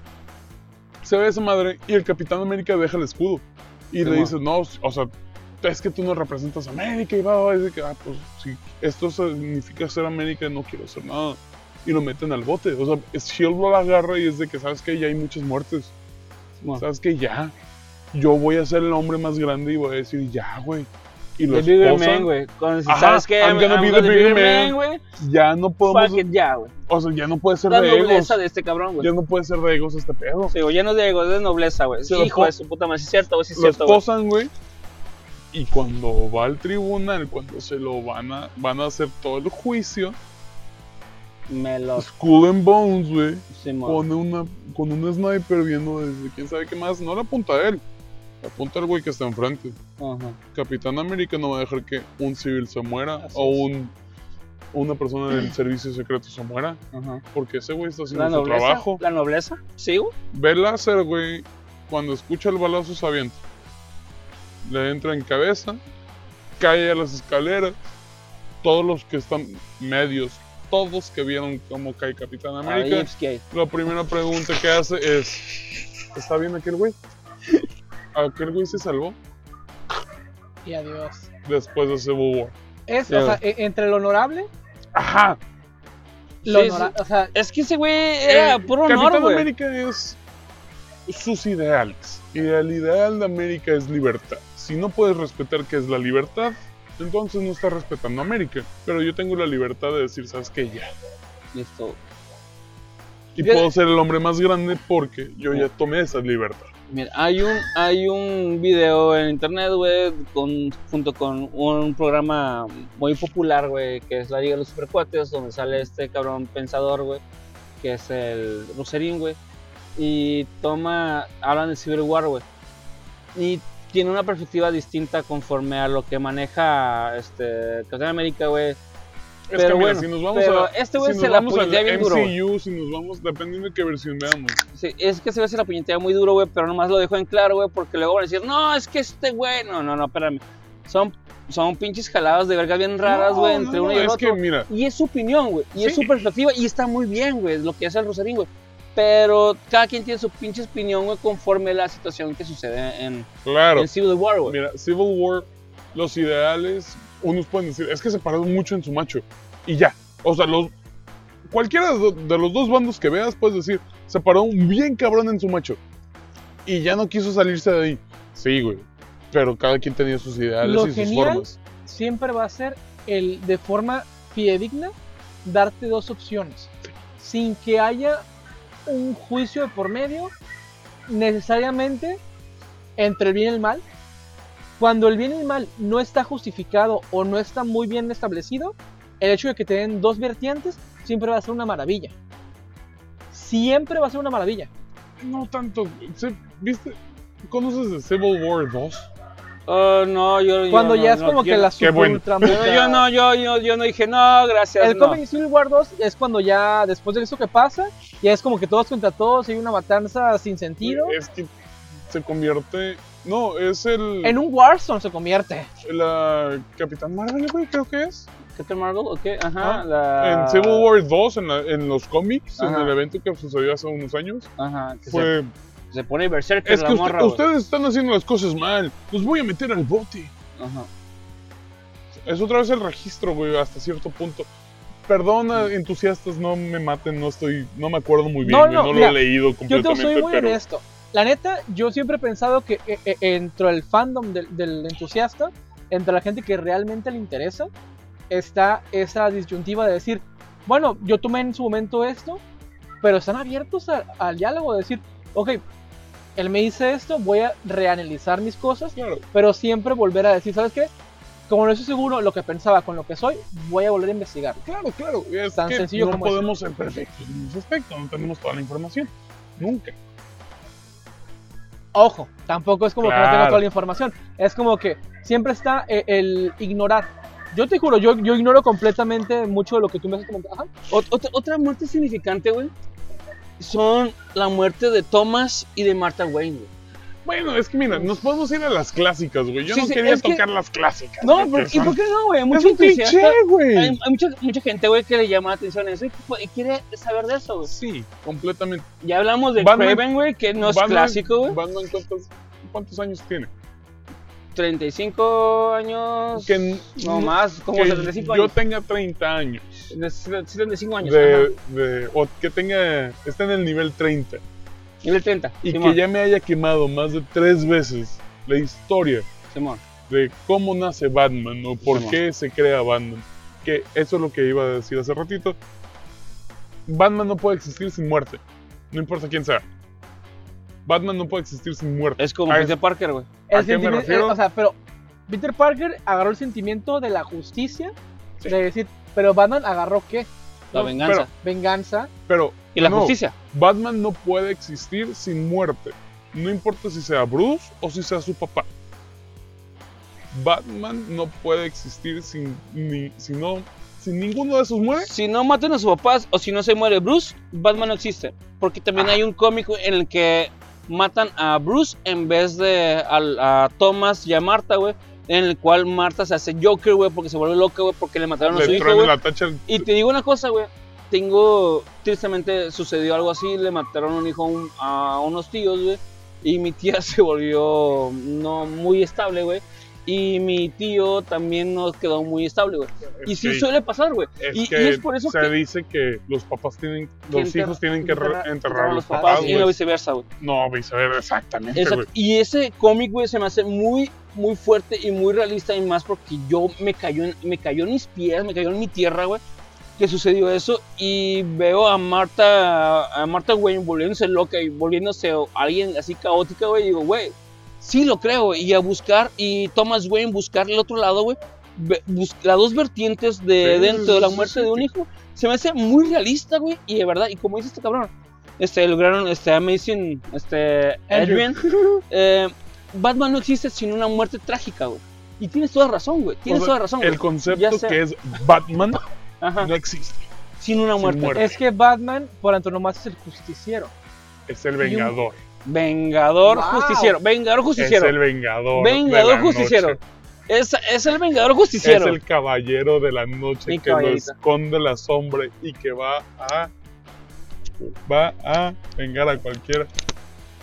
Speaker 3: Se ve esa madre y el Capitán América deja el escudo. Y le
Speaker 1: Simón.
Speaker 3: dice, no, o sea, es que tú no representas a América. Y va, va, y dice que, ah, pues si esto significa ser América, no quiero hacer nada. Y lo meten al bote. O sea, Shield lo agarra y es de que, ¿sabes que Ya hay muchas muertes.
Speaker 1: Simón.
Speaker 3: ¿Sabes que Ya. Yo voy a ser el hombre más grande y voy a decir, ya, güey. Y
Speaker 1: The
Speaker 3: los
Speaker 1: Bigger
Speaker 3: esposan.
Speaker 1: Man, güey. Cuando si
Speaker 3: Ajá,
Speaker 1: sabes que
Speaker 3: I'm gonna be the bigger man.
Speaker 1: güey.
Speaker 3: Ya no podemos,
Speaker 1: Fuck it, ya, güey.
Speaker 3: o sea, ya no puede ser
Speaker 1: La
Speaker 3: de egos.
Speaker 1: nobleza de este cabrón, güey.
Speaker 3: Ya no puede ser de egos este pedo.
Speaker 1: Sí, güey, ya no es de ego, es de nobleza, güey.
Speaker 3: Se lo
Speaker 1: Hijo
Speaker 3: po-
Speaker 1: de su puta madre, sí es cierto, güey, sí es
Speaker 3: lo
Speaker 1: cierto, güey.
Speaker 3: esposan, güey. Y cuando va al tribunal, cuando se lo van a, van a hacer todo el juicio,
Speaker 1: Me lo
Speaker 3: Skull and Bones, güey,
Speaker 1: Simón.
Speaker 3: pone una, con un sniper viendo desde quién sabe qué más, no la apunta a él, la apunta al güey que está enfrente.
Speaker 1: Ajá.
Speaker 3: Capitán América no va a dejar que un civil se muera
Speaker 1: Así
Speaker 3: o
Speaker 1: es.
Speaker 3: un, una persona del servicio secreto se muera,
Speaker 1: Ajá.
Speaker 3: porque ese güey está
Speaker 1: La
Speaker 3: haciendo su
Speaker 1: nobleza.
Speaker 3: trabajo.
Speaker 1: La nobleza, sí, güey.
Speaker 3: Ve el láser, güey, cuando escucha el balazo se avienta. Le entra en cabeza, cae a las escaleras. Todos los que están medios, todos que vieron cómo cae Capitán América,
Speaker 1: Dostoyevsky.
Speaker 3: la primera pregunta que hace es, ¿está bien aquel güey? ¿Aquel güey se salvó?
Speaker 2: Y adiós.
Speaker 3: después de Civil War.
Speaker 2: Es,
Speaker 1: Ya.
Speaker 2: o sea, e- entre lo honorable,
Speaker 3: Ajá.
Speaker 2: lo
Speaker 1: Sí, sí.
Speaker 2: honora- o sea,
Speaker 1: Es que ese güey era
Speaker 3: Eh,
Speaker 1: puro honor,
Speaker 3: Capitán
Speaker 1: güey.
Speaker 3: América es sus ideales. Y el ideal de América es libertad. Si no puedes respetar qué es la libertad, entonces no estás respetando a América. Pero yo tengo la libertad de decir, ¿sabes qué? Ya.
Speaker 1: Listo.
Speaker 3: Y
Speaker 1: Yo-
Speaker 3: puedo ser el hombre más grande porque yo ya tomé esa libertad.
Speaker 1: Mira, hay un, hay un video en internet, güey, con, junto con un programa muy popular, güey, que es La Liga de los Supercuates, donde sale este cabrón pensador, güey, que es el Ruserín, güey, y toma, hablan de Civil War, güey, y tiene una perspectiva distinta conforme a lo que maneja este Capitán América, güey.
Speaker 3: es que
Speaker 1: Pero
Speaker 3: mira,
Speaker 1: bueno,
Speaker 3: si nos vamos
Speaker 1: Pero
Speaker 3: a...
Speaker 1: este güey
Speaker 3: si
Speaker 1: se
Speaker 3: nos
Speaker 1: la
Speaker 3: vamos al
Speaker 1: puñetea bien duro. güey.
Speaker 3: MCU, si nos vamos, dependiendo de qué versión veamos.
Speaker 1: Sí, es que ese güey se la puñetea muy duro, güey, pero nomás lo dejó en claro, güey, porque luego van a decir, no, es que este güey, no, no, no, espérame. Son, son pinches jaladas de verga bien raras,
Speaker 3: No,
Speaker 1: güey,
Speaker 3: no,
Speaker 1: entre
Speaker 3: no,
Speaker 1: uno y el
Speaker 3: Es
Speaker 1: otro.
Speaker 3: que mira,
Speaker 1: Y es su opinión, güey, y es
Speaker 3: Sí.
Speaker 1: su perspectiva, y está muy bien, güey, lo que hace el Rosarín, güey. Pero cada quien tiene su pinche opinión, güey, conforme a la situación que sucede en,
Speaker 3: claro.
Speaker 1: en Civil War, güey.
Speaker 3: Pues, Mira, Civil War, los ideales, unos pueden decir, es que se pararon mucho en su macho. Y ya. O sea, los, cualquiera de de los dos bandos que veas, puedes decir, se paró un bien cabrón en su macho. Y ya no quiso salirse de ahí. Sí, güey. Pero cada quien tenía sus ideales
Speaker 2: Lo
Speaker 3: y sus
Speaker 2: genial-
Speaker 3: formas.
Speaker 2: siempre va a ser el de forma fidedigna darte dos opciones sin que haya un juicio de por medio necesariamente entre el bien y el mal cuando el bien y el mal no está justificado o no está muy bien establecido el hecho de que te den dos vertientes siempre va a ser una maravilla siempre va a ser una maravilla
Speaker 3: No tanto. se- ¿Viste? ¿Conoces de Civil War 2?
Speaker 1: Oh, no, yo, yo
Speaker 2: cuando
Speaker 1: no,
Speaker 2: ya es
Speaker 1: no,
Speaker 2: como
Speaker 1: yo-
Speaker 2: que la
Speaker 3: qué bueno.
Speaker 2: ultra
Speaker 1: Yo, yo no, yo, yo, yo no dije, no, gracias,
Speaker 2: El
Speaker 1: no.
Speaker 2: cómic de Civil War 2 es cuando ya, después de eso que pasa, ya es como que todos contra todos y hay una matanza sin sentido.
Speaker 3: Es que se convierte. No, es el.
Speaker 2: En un Warzone se convierte.
Speaker 3: La Capitán Marvel, güey, creo que es.
Speaker 1: Captain Marvel, ok, ajá,
Speaker 3: Ah,
Speaker 1: la...
Speaker 3: En Civil War 2, en, la- en los cómics, en
Speaker 1: Ajá.
Speaker 3: el evento que sucedió hace unos años,
Speaker 1: Ajá, que se-
Speaker 3: fue...
Speaker 1: se, pone berserker
Speaker 3: Es
Speaker 1: la
Speaker 3: que usted-
Speaker 1: morra, güey.
Speaker 3: ustedes están haciendo las cosas mal, los voy a meter al bote.
Speaker 1: Ajá.
Speaker 3: Es otra vez el registro, güey, hasta cierto punto. Perdona,
Speaker 1: Mm.
Speaker 3: entusiastas, no me maten, no estoy, no me acuerdo muy bien,
Speaker 2: No,
Speaker 3: güey,
Speaker 2: no,
Speaker 3: lo
Speaker 2: mira,
Speaker 3: he
Speaker 2: Yo
Speaker 3: leído
Speaker 2: te
Speaker 3: completamente,
Speaker 2: soy muy
Speaker 3: pero...
Speaker 2: honesto. La neta, yo siempre he pensado que eh, eh, entre el fandom del, del entusiasta, entre la gente que realmente le interesa, está esa disyuntiva de decir, bueno, yo tomé en su momento esto, pero están abiertos a- al diálogo, de decir, ok, él me dice esto, voy a reanalizar mis cosas
Speaker 3: Claro,
Speaker 2: pero siempre volver a decir, ¿sabes qué? Como no estoy seguro lo que pensaba con lo que soy, voy a volver a investigar.
Speaker 3: claro, claro. Es
Speaker 2: Tan
Speaker 3: que
Speaker 2: sencillo
Speaker 3: no
Speaker 2: como eso.
Speaker 3: podemos ser perfectos en ese aspecto, no tenemos toda la información. Nunca.
Speaker 2: Ojo, tampoco es como que no tengo
Speaker 3: Claro.
Speaker 2: toda la información. Es como que siempre está eh, el, ignorar. Yo te juro, yo, yo ignoro completamente mucho de lo que tú me has comentado. Ajá.
Speaker 1: Ot- otra, otra muerte significante, güey, son la muerte de Thomas y de Martha Wayne, güey.
Speaker 3: Bueno, es que mira, nos podemos ir a las clásicas, güey. Yo
Speaker 1: Sí,
Speaker 3: no
Speaker 1: sí,
Speaker 3: quería
Speaker 1: es que-
Speaker 3: tocar las clásicas.
Speaker 1: No,
Speaker 3: porque
Speaker 1: pero- ¿y
Speaker 3: son-
Speaker 1: por qué no, güey?
Speaker 3: Es
Speaker 1: Mucho
Speaker 3: un cliché,
Speaker 1: entusiasta.
Speaker 3: güey.
Speaker 1: Hay, hay mucha, mucha gente, güey, que le llama la atención eso y, y quiere saber de eso, güey.
Speaker 3: Sí, completamente.
Speaker 1: Ya hablamos de
Speaker 3: Batman-
Speaker 1: Craven, güey, que no es
Speaker 3: Batman-
Speaker 1: clásico, güey.
Speaker 3: Batman, ¿cuántos, cuántos años tiene?
Speaker 1: 35 años.
Speaker 3: Que n-
Speaker 1: no más, como
Speaker 3: que
Speaker 1: 75
Speaker 3: yo
Speaker 1: años.
Speaker 3: tenga 30 años.
Speaker 1: De 75 años.
Speaker 3: De, de- o que tenga, esté en el nivel 30.
Speaker 1: ajá. Nivel 30.
Speaker 3: Y
Speaker 1: Simón,
Speaker 3: que ya me haya quemado más de tres veces la historia
Speaker 1: Simón.
Speaker 3: de cómo nace Batman o por
Speaker 1: Simón.
Speaker 3: qué se crea Batman. Que eso es lo que iba a decir hace ratito. Batman no puede existir sin muerte. No importa quién sea. Batman no puede existir sin muerte.
Speaker 1: Es como
Speaker 3: Ah,
Speaker 1: Peter Parker, güey.
Speaker 3: ¿A
Speaker 2: El
Speaker 3: qué me
Speaker 2: sentimiento-
Speaker 3: refiero?
Speaker 2: eh, o sea, pero Peter Parker agarró el sentimiento de la justicia,
Speaker 3: Sí.
Speaker 2: de decir, pero Batman agarró qué?
Speaker 1: La
Speaker 3: No,
Speaker 1: venganza.
Speaker 2: Venganza.
Speaker 3: Pero
Speaker 1: y la
Speaker 3: no,
Speaker 1: justicia.
Speaker 3: Batman no puede existir sin muerte. No importa si sea Bruce o si sea su papá. Batman no puede existir sin, ni, si no, si ninguno de esos muere.
Speaker 1: Si no matan a sus papás o si no se muere Bruce, Batman no existe. Porque
Speaker 3: Ah.
Speaker 1: también hay un cómic en el que matan a Bruce en vez de al- a, Thomas y a Marta, güey. En el cual Marta se hace Joker, güey, porque se vuelve loca, güey, porque le mataron a su
Speaker 3: le
Speaker 1: hijo, güey.
Speaker 3: traen la tacha. al-
Speaker 1: Y te digo una cosa, güey. Tengo, tristemente sucedió algo así, le mataron un hijo a, un- a unos tíos, güey. Y mi tía se volvió no muy estable, güey. Y mi tío también nos quedó muy estable, güey. Y sí suele pasar, güey.
Speaker 3: este, Es
Speaker 1: Y,
Speaker 3: que
Speaker 1: y es por eso
Speaker 3: se
Speaker 1: que
Speaker 3: dice que los papás tienen, los
Speaker 1: enterra-
Speaker 3: hijos tienen que re-
Speaker 2: enterrar-
Speaker 3: enterrar a los
Speaker 1: papás
Speaker 3: papás,
Speaker 1: y
Speaker 3: ah, güey.
Speaker 1: no viceversa, güey.
Speaker 3: No, viceversa, exactamente,
Speaker 1: Exacto.
Speaker 3: güey.
Speaker 1: Y ese cómic, güey, se me hace muy, muy fuerte y muy realista y más porque yo me cayó en, me cayó en mis pies, me cayó en mi tierra, güey, que sucedió eso y veo a Marta, a Marta Wayne volviéndose loca y volviéndose alguien así caótica, güey, y digo, güey, sí lo creo, güey, y a buscar, y Thomas Wayne buscar el otro lado, güey, ve- bus- las dos vertientes de
Speaker 3: Sí,
Speaker 1: dentro de la
Speaker 3: sí,
Speaker 1: muerte
Speaker 3: sí,
Speaker 1: de un
Speaker 3: sí.
Speaker 1: hijo, se me hace muy realista, güey, y de verdad, y como dice este cabrón, este, lograron este Amazing este,
Speaker 2: Andrew.
Speaker 1: Adrian. eh, Batman no existe sin una muerte trágica, güey. Y tienes toda razón, güey. Tienes
Speaker 3: O sea,
Speaker 1: toda razón, güey.
Speaker 3: El concepto
Speaker 1: sé.
Speaker 3: que es Batman
Speaker 1: Ajá.
Speaker 3: no existe.
Speaker 1: Sin una
Speaker 3: sin
Speaker 1: muerte.
Speaker 3: muerte.
Speaker 2: Es que Batman, por antonomasia, es el justiciero.
Speaker 3: Es el Vengador.
Speaker 1: Vengador
Speaker 2: Wow.
Speaker 1: justiciero. Vengador
Speaker 3: Es
Speaker 1: justiciero.
Speaker 3: el Vengador. de
Speaker 1: Vengador
Speaker 3: la
Speaker 1: justiciero.
Speaker 3: noche.
Speaker 1: Es, es el Vengador
Speaker 3: Es
Speaker 1: justiciero.
Speaker 3: el caballero de la noche
Speaker 1: Mi
Speaker 3: que lo
Speaker 1: caballerito.
Speaker 3: esconde la sombra y que va a. Va a vengar a cualquier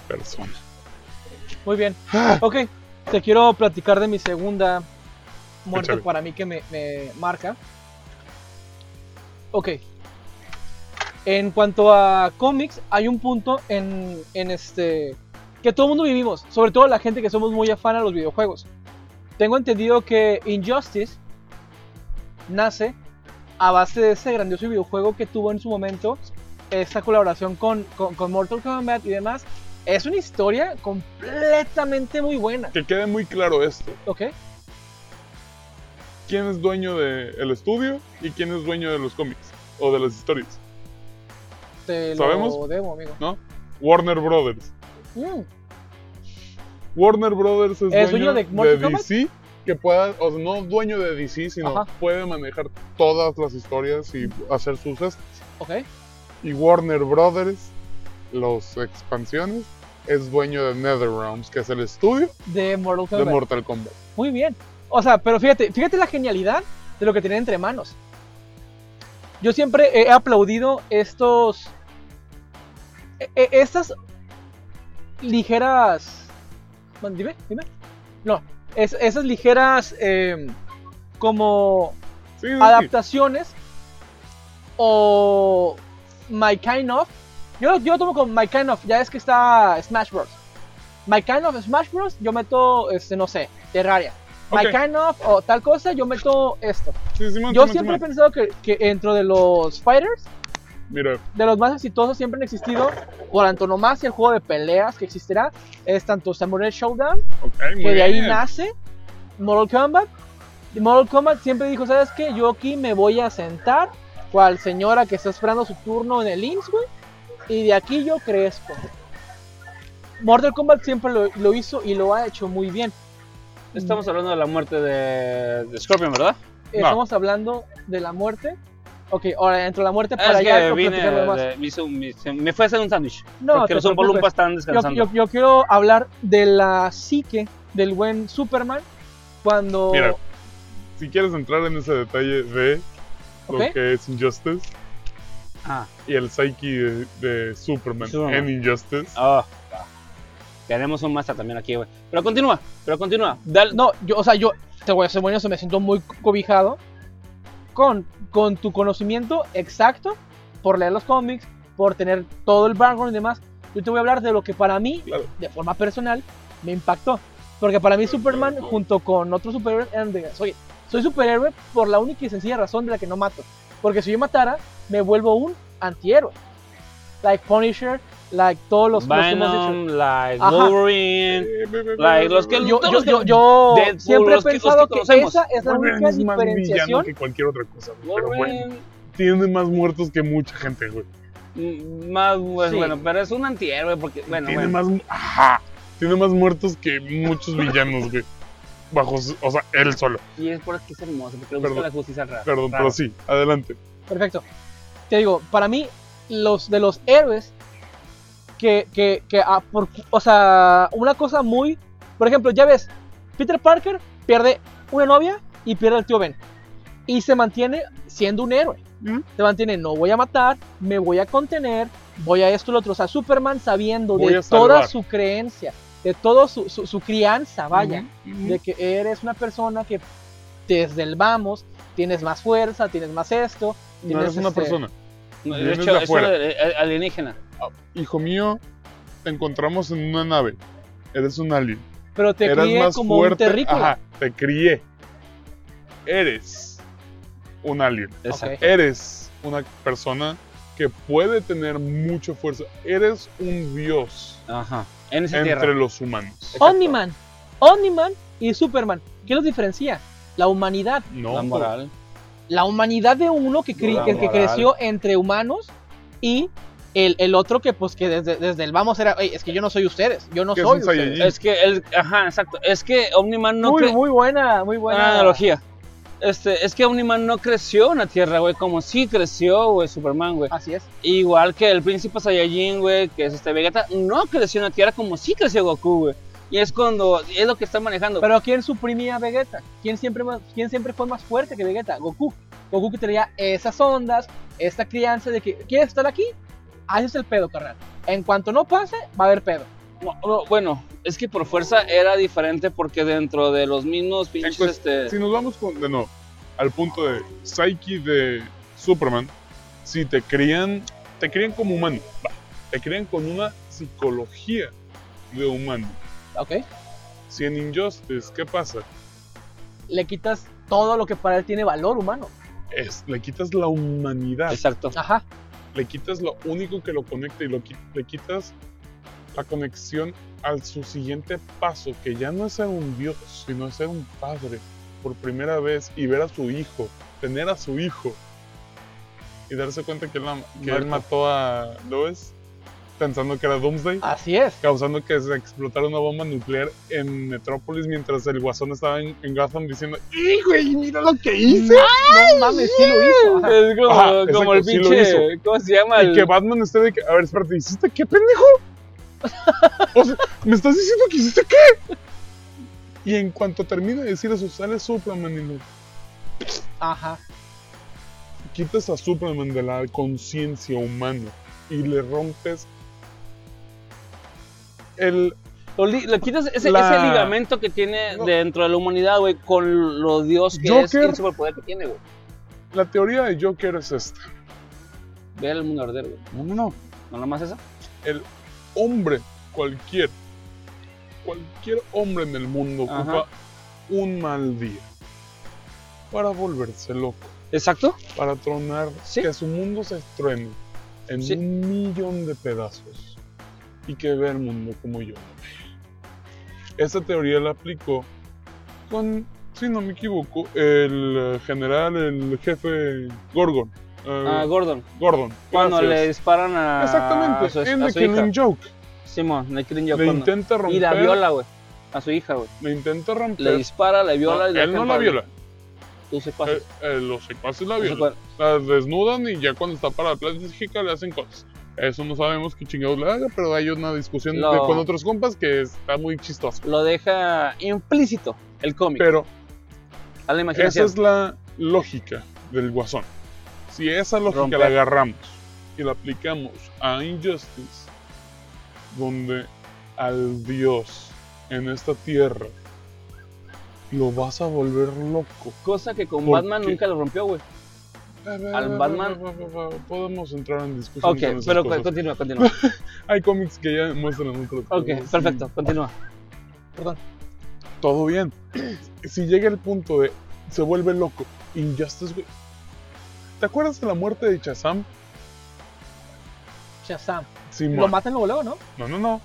Speaker 3: persona.
Speaker 2: Muy bien. Ok, te quiero platicar de mi segunda muerte
Speaker 3: Échale.
Speaker 2: para mí que me, me marca. Ok. En cuanto a cómics, hay un punto en, en este que todo el mundo vivimos, sobre todo la gente que somos muy afán a los videojuegos. Tengo entendido que Injustice nace a base de ese grandioso videojuego que tuvo en su momento esta colaboración con, con, con Mortal Kombat y demás. Es una historia completamente muy buena,
Speaker 3: Que quede muy claro esto.
Speaker 2: ¿ok?
Speaker 3: ¿Quién es dueño del estudio y quién es dueño de los cómics? O de las historias.
Speaker 2: Te lo
Speaker 3: ¿Sabemos?
Speaker 2: debo, amigo.
Speaker 3: Warner Brothers.
Speaker 2: Mm,
Speaker 3: Warner Brothers es,
Speaker 2: ¿Es dueño de Mortal Kombat?
Speaker 3: DC. Que pueda, o sea, no dueño de DC, sino
Speaker 2: Ajá.
Speaker 3: puede manejar todas las historias y hacer sus gestos.
Speaker 2: ok,
Speaker 3: y Warner Brothers, los expansiones, es dueño de NetherRealms, que es el estudio
Speaker 2: de Mortal
Speaker 3: de
Speaker 2: Kombat.
Speaker 3: Mortal Kombat.
Speaker 2: muy bien. O sea, pero fíjate, fíjate la genialidad de lo que tienen entre manos. Yo siempre he aplaudido estos. e- e- Estas ligeras. Bueno, Dime, dime. No, es, esas ligeras. em, como
Speaker 3: Sí, sí, sí.
Speaker 2: adaptaciones o My Kind of. Yo, lo- yo lo tomo con My Kind of, ya es que está Smash Bros. My Kind of Smash Bros, yo meto, este, no sé, Terraria. My
Speaker 3: Ok.
Speaker 2: Kind of o tal cosa, yo meto esto.
Speaker 3: Sí, Simón,
Speaker 2: Yo
Speaker 3: Simón,
Speaker 2: siempre he
Speaker 3: Simón.
Speaker 2: pensado que, que dentro de los fighters,
Speaker 3: Mira,
Speaker 2: de los más exitosos siempre han existido, por antonomasia, el juego de peleas que existirá, es tanto Samurai Showdown
Speaker 3: ok, muy
Speaker 2: que de ahí
Speaker 3: bien.
Speaker 2: nace Mortal Kombat. Y Mortal Kombat siempre dijo, ¿sabes qué? Yo aquí me voy a sentar cual señora que está esperando su turno en el IMSS, güey. Y de aquí yo crezco. Mortal Kombat siempre lo, lo hizo y lo ha hecho muy bien.
Speaker 1: Estamos hablando de la muerte de, de Scorpion, ¿verdad?
Speaker 2: Eh,
Speaker 3: No.
Speaker 2: Estamos hablando de la muerte. Ok, ahora dentro de la muerte para
Speaker 1: Ah, Es
Speaker 2: allá
Speaker 1: que vine,
Speaker 2: platicar lo demás.
Speaker 1: de- me, hice un- me hice- me fue a hacer un sándwich.
Speaker 2: No,
Speaker 1: porque
Speaker 2: te
Speaker 1: los Oompa
Speaker 2: preocupes.
Speaker 1: están
Speaker 2: yo,
Speaker 1: descansando.
Speaker 2: yo- yo quiero hablar de la psique del buen Superman cuando...
Speaker 3: Mira, si quieres entrar en ese detalle de
Speaker 2: Ok.
Speaker 3: lo que es Injustice
Speaker 1: Ah,
Speaker 3: y el psyche de, de Superman,
Speaker 1: Superman.
Speaker 3: en Injustice.
Speaker 1: ah, ah. Tenemos un master también aquí, güey. Pero continúa, pero continúa. Dale,
Speaker 2: No, yo, o sea, yo te voy a ser muy honesto, me siento muy cobijado con, con tu conocimiento exacto, por leer los cómics, por tener todo el background y demás. Yo te voy a hablar de lo que para mí,
Speaker 3: Claro.
Speaker 2: de forma personal, me impactó. Porque para mí Superman,
Speaker 3: claro.
Speaker 2: junto con otros superhéroes, eran de, oye, soy superhéroe por la única y sencilla razón de la que no mato. Porque si yo matara, me vuelvo un antihéroe. Like Punisher, like todos los, los que hemos dicho.
Speaker 1: Venom, like
Speaker 2: Ajá.
Speaker 1: Wolverine,
Speaker 3: Eh, ve, ve,
Speaker 1: Like,
Speaker 3: ve,
Speaker 1: los
Speaker 3: ve,
Speaker 1: que-
Speaker 3: ve.
Speaker 2: yo,
Speaker 1: todos
Speaker 2: yo,
Speaker 1: que-
Speaker 2: yo, yo
Speaker 1: Deadpool,
Speaker 2: siempre he
Speaker 1: los que- los
Speaker 2: pensado
Speaker 1: que
Speaker 2: que,
Speaker 1: conocemos.
Speaker 2: esa es la única
Speaker 3: Wolverine es más villano
Speaker 2: diferenciación.
Speaker 3: que cualquier otra cosa, güey, pero bueno,
Speaker 1: Wolverine,
Speaker 3: tiene más muertos que mucha gente, güey.
Speaker 1: mm, más pues,
Speaker 2: Sí.
Speaker 1: bueno, pero es un antihéroe porque bueno,
Speaker 3: tiene
Speaker 1: bueno.
Speaker 3: más mu- ajá, tiene más muertos que muchos villanos, güey. Bajo, su- o sea, él solo.
Speaker 1: y es por que es hermoso porque le
Speaker 3: Perdón.
Speaker 1: gusta la justicia rara.
Speaker 3: Perdón,
Speaker 1: rara.
Speaker 3: pero sí, adelante.
Speaker 2: Perfecto. Te digo, para mí, los de los héroes, que, que, que ah, por- o sea, una cosa muy, por ejemplo, ya ves, Peter Parker pierde una novia y pierde al tío Ben. Y se mantiene siendo un héroe.
Speaker 1: Ujú.
Speaker 2: Se mantiene, no voy a matar, me voy a contener, voy a esto y lo otro. O sea, Superman sabiendo
Speaker 3: Voy
Speaker 2: de
Speaker 3: a salvar.
Speaker 2: toda su creencia, de todo su, su- su crianza, vaya,
Speaker 5: Ujú.
Speaker 2: de que eres una persona que desde el vamos tienes más fuerza, tienes más esto,
Speaker 3: No eres
Speaker 2: tienes,
Speaker 3: una
Speaker 2: este,
Speaker 3: persona.
Speaker 1: De
Speaker 3: Vienes
Speaker 1: hecho,
Speaker 3: de
Speaker 1: es
Speaker 3: afuera.
Speaker 1: una de- a- alienígena.
Speaker 3: Hijo mío, te encontramos en una nave. Eres un alien.
Speaker 2: pero te
Speaker 3: Eras
Speaker 2: crié
Speaker 3: más
Speaker 2: como
Speaker 3: fuerte.
Speaker 2: un terrícola.
Speaker 3: Ajá, te crié. Eres un alien.
Speaker 1: Esa.
Speaker 2: Ok.
Speaker 3: Eres una persona que puede tener mucha fuerza. Eres un dios
Speaker 1: Ajá. En esa
Speaker 3: entre
Speaker 1: tierra.
Speaker 3: los humanos.
Speaker 2: Omniman, Omniman y Superman, ¿qué los diferencia? La humanidad,
Speaker 3: No,
Speaker 1: La moral.
Speaker 2: la humanidad de uno que, cre-
Speaker 1: La
Speaker 2: que- que
Speaker 1: moral.
Speaker 2: creció entre humanos y el, el otro que pues que desde, desde el vamos era, "Ey, es que yo no soy ustedes, yo no
Speaker 3: Que es
Speaker 2: soy
Speaker 3: un
Speaker 2: ustedes". pues,
Speaker 3: Saiyajin.
Speaker 1: Es que el. Ajá, exacto. Es que Omniman no.
Speaker 2: muy,
Speaker 1: cre-
Speaker 2: muy buena, muy buena
Speaker 1: Buena analogía. Este, es que Omniman no creció en la Tierra, güey, como sí creció, güey, Superman, güey.
Speaker 2: Así es.
Speaker 1: Igual que el príncipe Saiyajin, güey, que es este Vegeta, no creció en la Tierra como sí creció Goku, güey. Y es cuando, es lo que está manejando.
Speaker 2: Pero ¿quién suprimía a Vegeta? ¿Quién siempre, más- ¿Quién siempre fue más fuerte que Vegeta? Goku. Goku que tenía esas ondas, esta crianza de que ¿quieres estar aquí? Haces el pedo, carnal. En cuanto no pase, va a haber pedo.
Speaker 1: No, no, bueno, es que por fuerza era diferente porque dentro de los mismos pinches,
Speaker 3: Entonces,
Speaker 1: este...
Speaker 3: Si nos vamos con, de nuevo al punto de Psyche de Superman, si te crían, te crían como humano, va, te crían con una psicología de humano.
Speaker 2: ¿Ok?
Speaker 3: Si en Injustice, ¿qué pasa?
Speaker 2: Le quitas todo lo que para él tiene valor humano.
Speaker 3: Es, le quitas la humanidad,
Speaker 1: Exacto.
Speaker 2: Ajá.
Speaker 3: le quitas lo único que lo conecta y lo, qui- le quitas la conexión al su siguiente paso, que ya no es ser un dios, sino es ser un padre por primera vez y ver a su hijo, tener a su hijo y darse cuenta que él, la- que
Speaker 1: Muerto.
Speaker 3: él mató a Lois pensando que era Doomsday,
Speaker 2: Así es.
Speaker 3: causando que se explotara una bomba nuclear en Metrópolis mientras el guasón estaba en, en Gotham diciendo, ¡Ey, güey, mira lo que hice!
Speaker 2: No mames, sí lo hizo. Ajá.
Speaker 1: Es como,
Speaker 3: Ajá,
Speaker 1: como el
Speaker 3: exacto, sí lo
Speaker 1: pinche, ¿cómo se llama?
Speaker 3: Y
Speaker 1: El-
Speaker 3: que Batman esté de que, a ver, espérate, ¿hiciste qué, pendejo? O sea, ¿me estás diciendo que hiciste qué? Y en cuanto termina de decir eso, sale Superman y lo
Speaker 2: Ajá.
Speaker 3: quitas a Superman de la conciencia humana y le rompes el...
Speaker 1: lo li- le quitas ese,
Speaker 3: La-
Speaker 1: ese ligamento que tiene
Speaker 3: No.
Speaker 1: dentro de la humanidad, güey, con lo dios que es y
Speaker 3: Joker.
Speaker 1: el superpoder que tiene, güey.
Speaker 3: La teoría de Joker es esta.
Speaker 1: Ver el mundo arder, güey.
Speaker 3: No, no, no.
Speaker 1: No nomás esa.
Speaker 3: El hombre cualquier, cualquier hombre en el mundo
Speaker 1: Ajá.
Speaker 3: ocupa un mal día para volverse loco.
Speaker 1: Exacto.
Speaker 3: para tronar,
Speaker 1: Sí.
Speaker 3: que su mundo se estruene en
Speaker 1: Sí.
Speaker 3: un millón de pedazos y que vea el mundo como yo. Esa teoría la aplicó con, si no me equivoco, el eh, general, el jefe Gorgon. eh,
Speaker 1: Ah, Gordon.
Speaker 3: Gordon.
Speaker 1: Cuando
Speaker 3: gracias.
Speaker 1: le disparan a.
Speaker 3: Exactamente,
Speaker 1: A su,
Speaker 3: en
Speaker 1: a
Speaker 3: The
Speaker 1: su hija.
Speaker 3: Killing Joke.
Speaker 1: Simón, le quieren
Speaker 3: Le
Speaker 1: llevar cuando-
Speaker 3: intenta romper.
Speaker 1: Y la viola, güey. A su hija, güey.
Speaker 3: Le intenta romper.
Speaker 1: Le dispara, la viola.
Speaker 3: No,
Speaker 1: y la
Speaker 3: él no
Speaker 1: dejan
Speaker 3: la
Speaker 1: para-
Speaker 3: viola.
Speaker 1: Tus secuaces.
Speaker 3: eh, eh, los secuaces la
Speaker 1: tus
Speaker 3: violan.
Speaker 1: secuaces.
Speaker 3: las desnudan y ya cuando está para la plática le hacen cosas. Eso no sabemos qué chingados le haga, pero hay una discusión
Speaker 1: No.
Speaker 3: de- con otros compas que está muy chistoso.
Speaker 1: Lo deja implícito el cómic.
Speaker 3: Pero
Speaker 1: a la
Speaker 3: esa
Speaker 1: imaginación.
Speaker 3: es la lógica del guasón. Si esa lógica
Speaker 1: Romper.
Speaker 3: la agarramos y la aplicamos a Injustice, donde al Dios en esta tierra lo vas a volver loco.
Speaker 1: Cosa que con
Speaker 3: ¿Por
Speaker 1: Batman
Speaker 3: qué?
Speaker 1: nunca lo rompió, güey. Al Batman.
Speaker 3: Podemos entrar en discusión.
Speaker 1: Ok,
Speaker 3: con esas
Speaker 1: pero cu-
Speaker 3: cosas.
Speaker 1: continúa, continúa.
Speaker 3: Hay cómics que ya muestran otro.
Speaker 1: Ok, perfecto, continúa.
Speaker 3: Todo bien. Si llega el punto de se vuelve loco, Injustice, güey. ¿Te acuerdas de la muerte de Shazam?
Speaker 2: Shazam.
Speaker 3: Simón.
Speaker 2: Lo matan luego, luego, ¿no?
Speaker 3: no, no, no.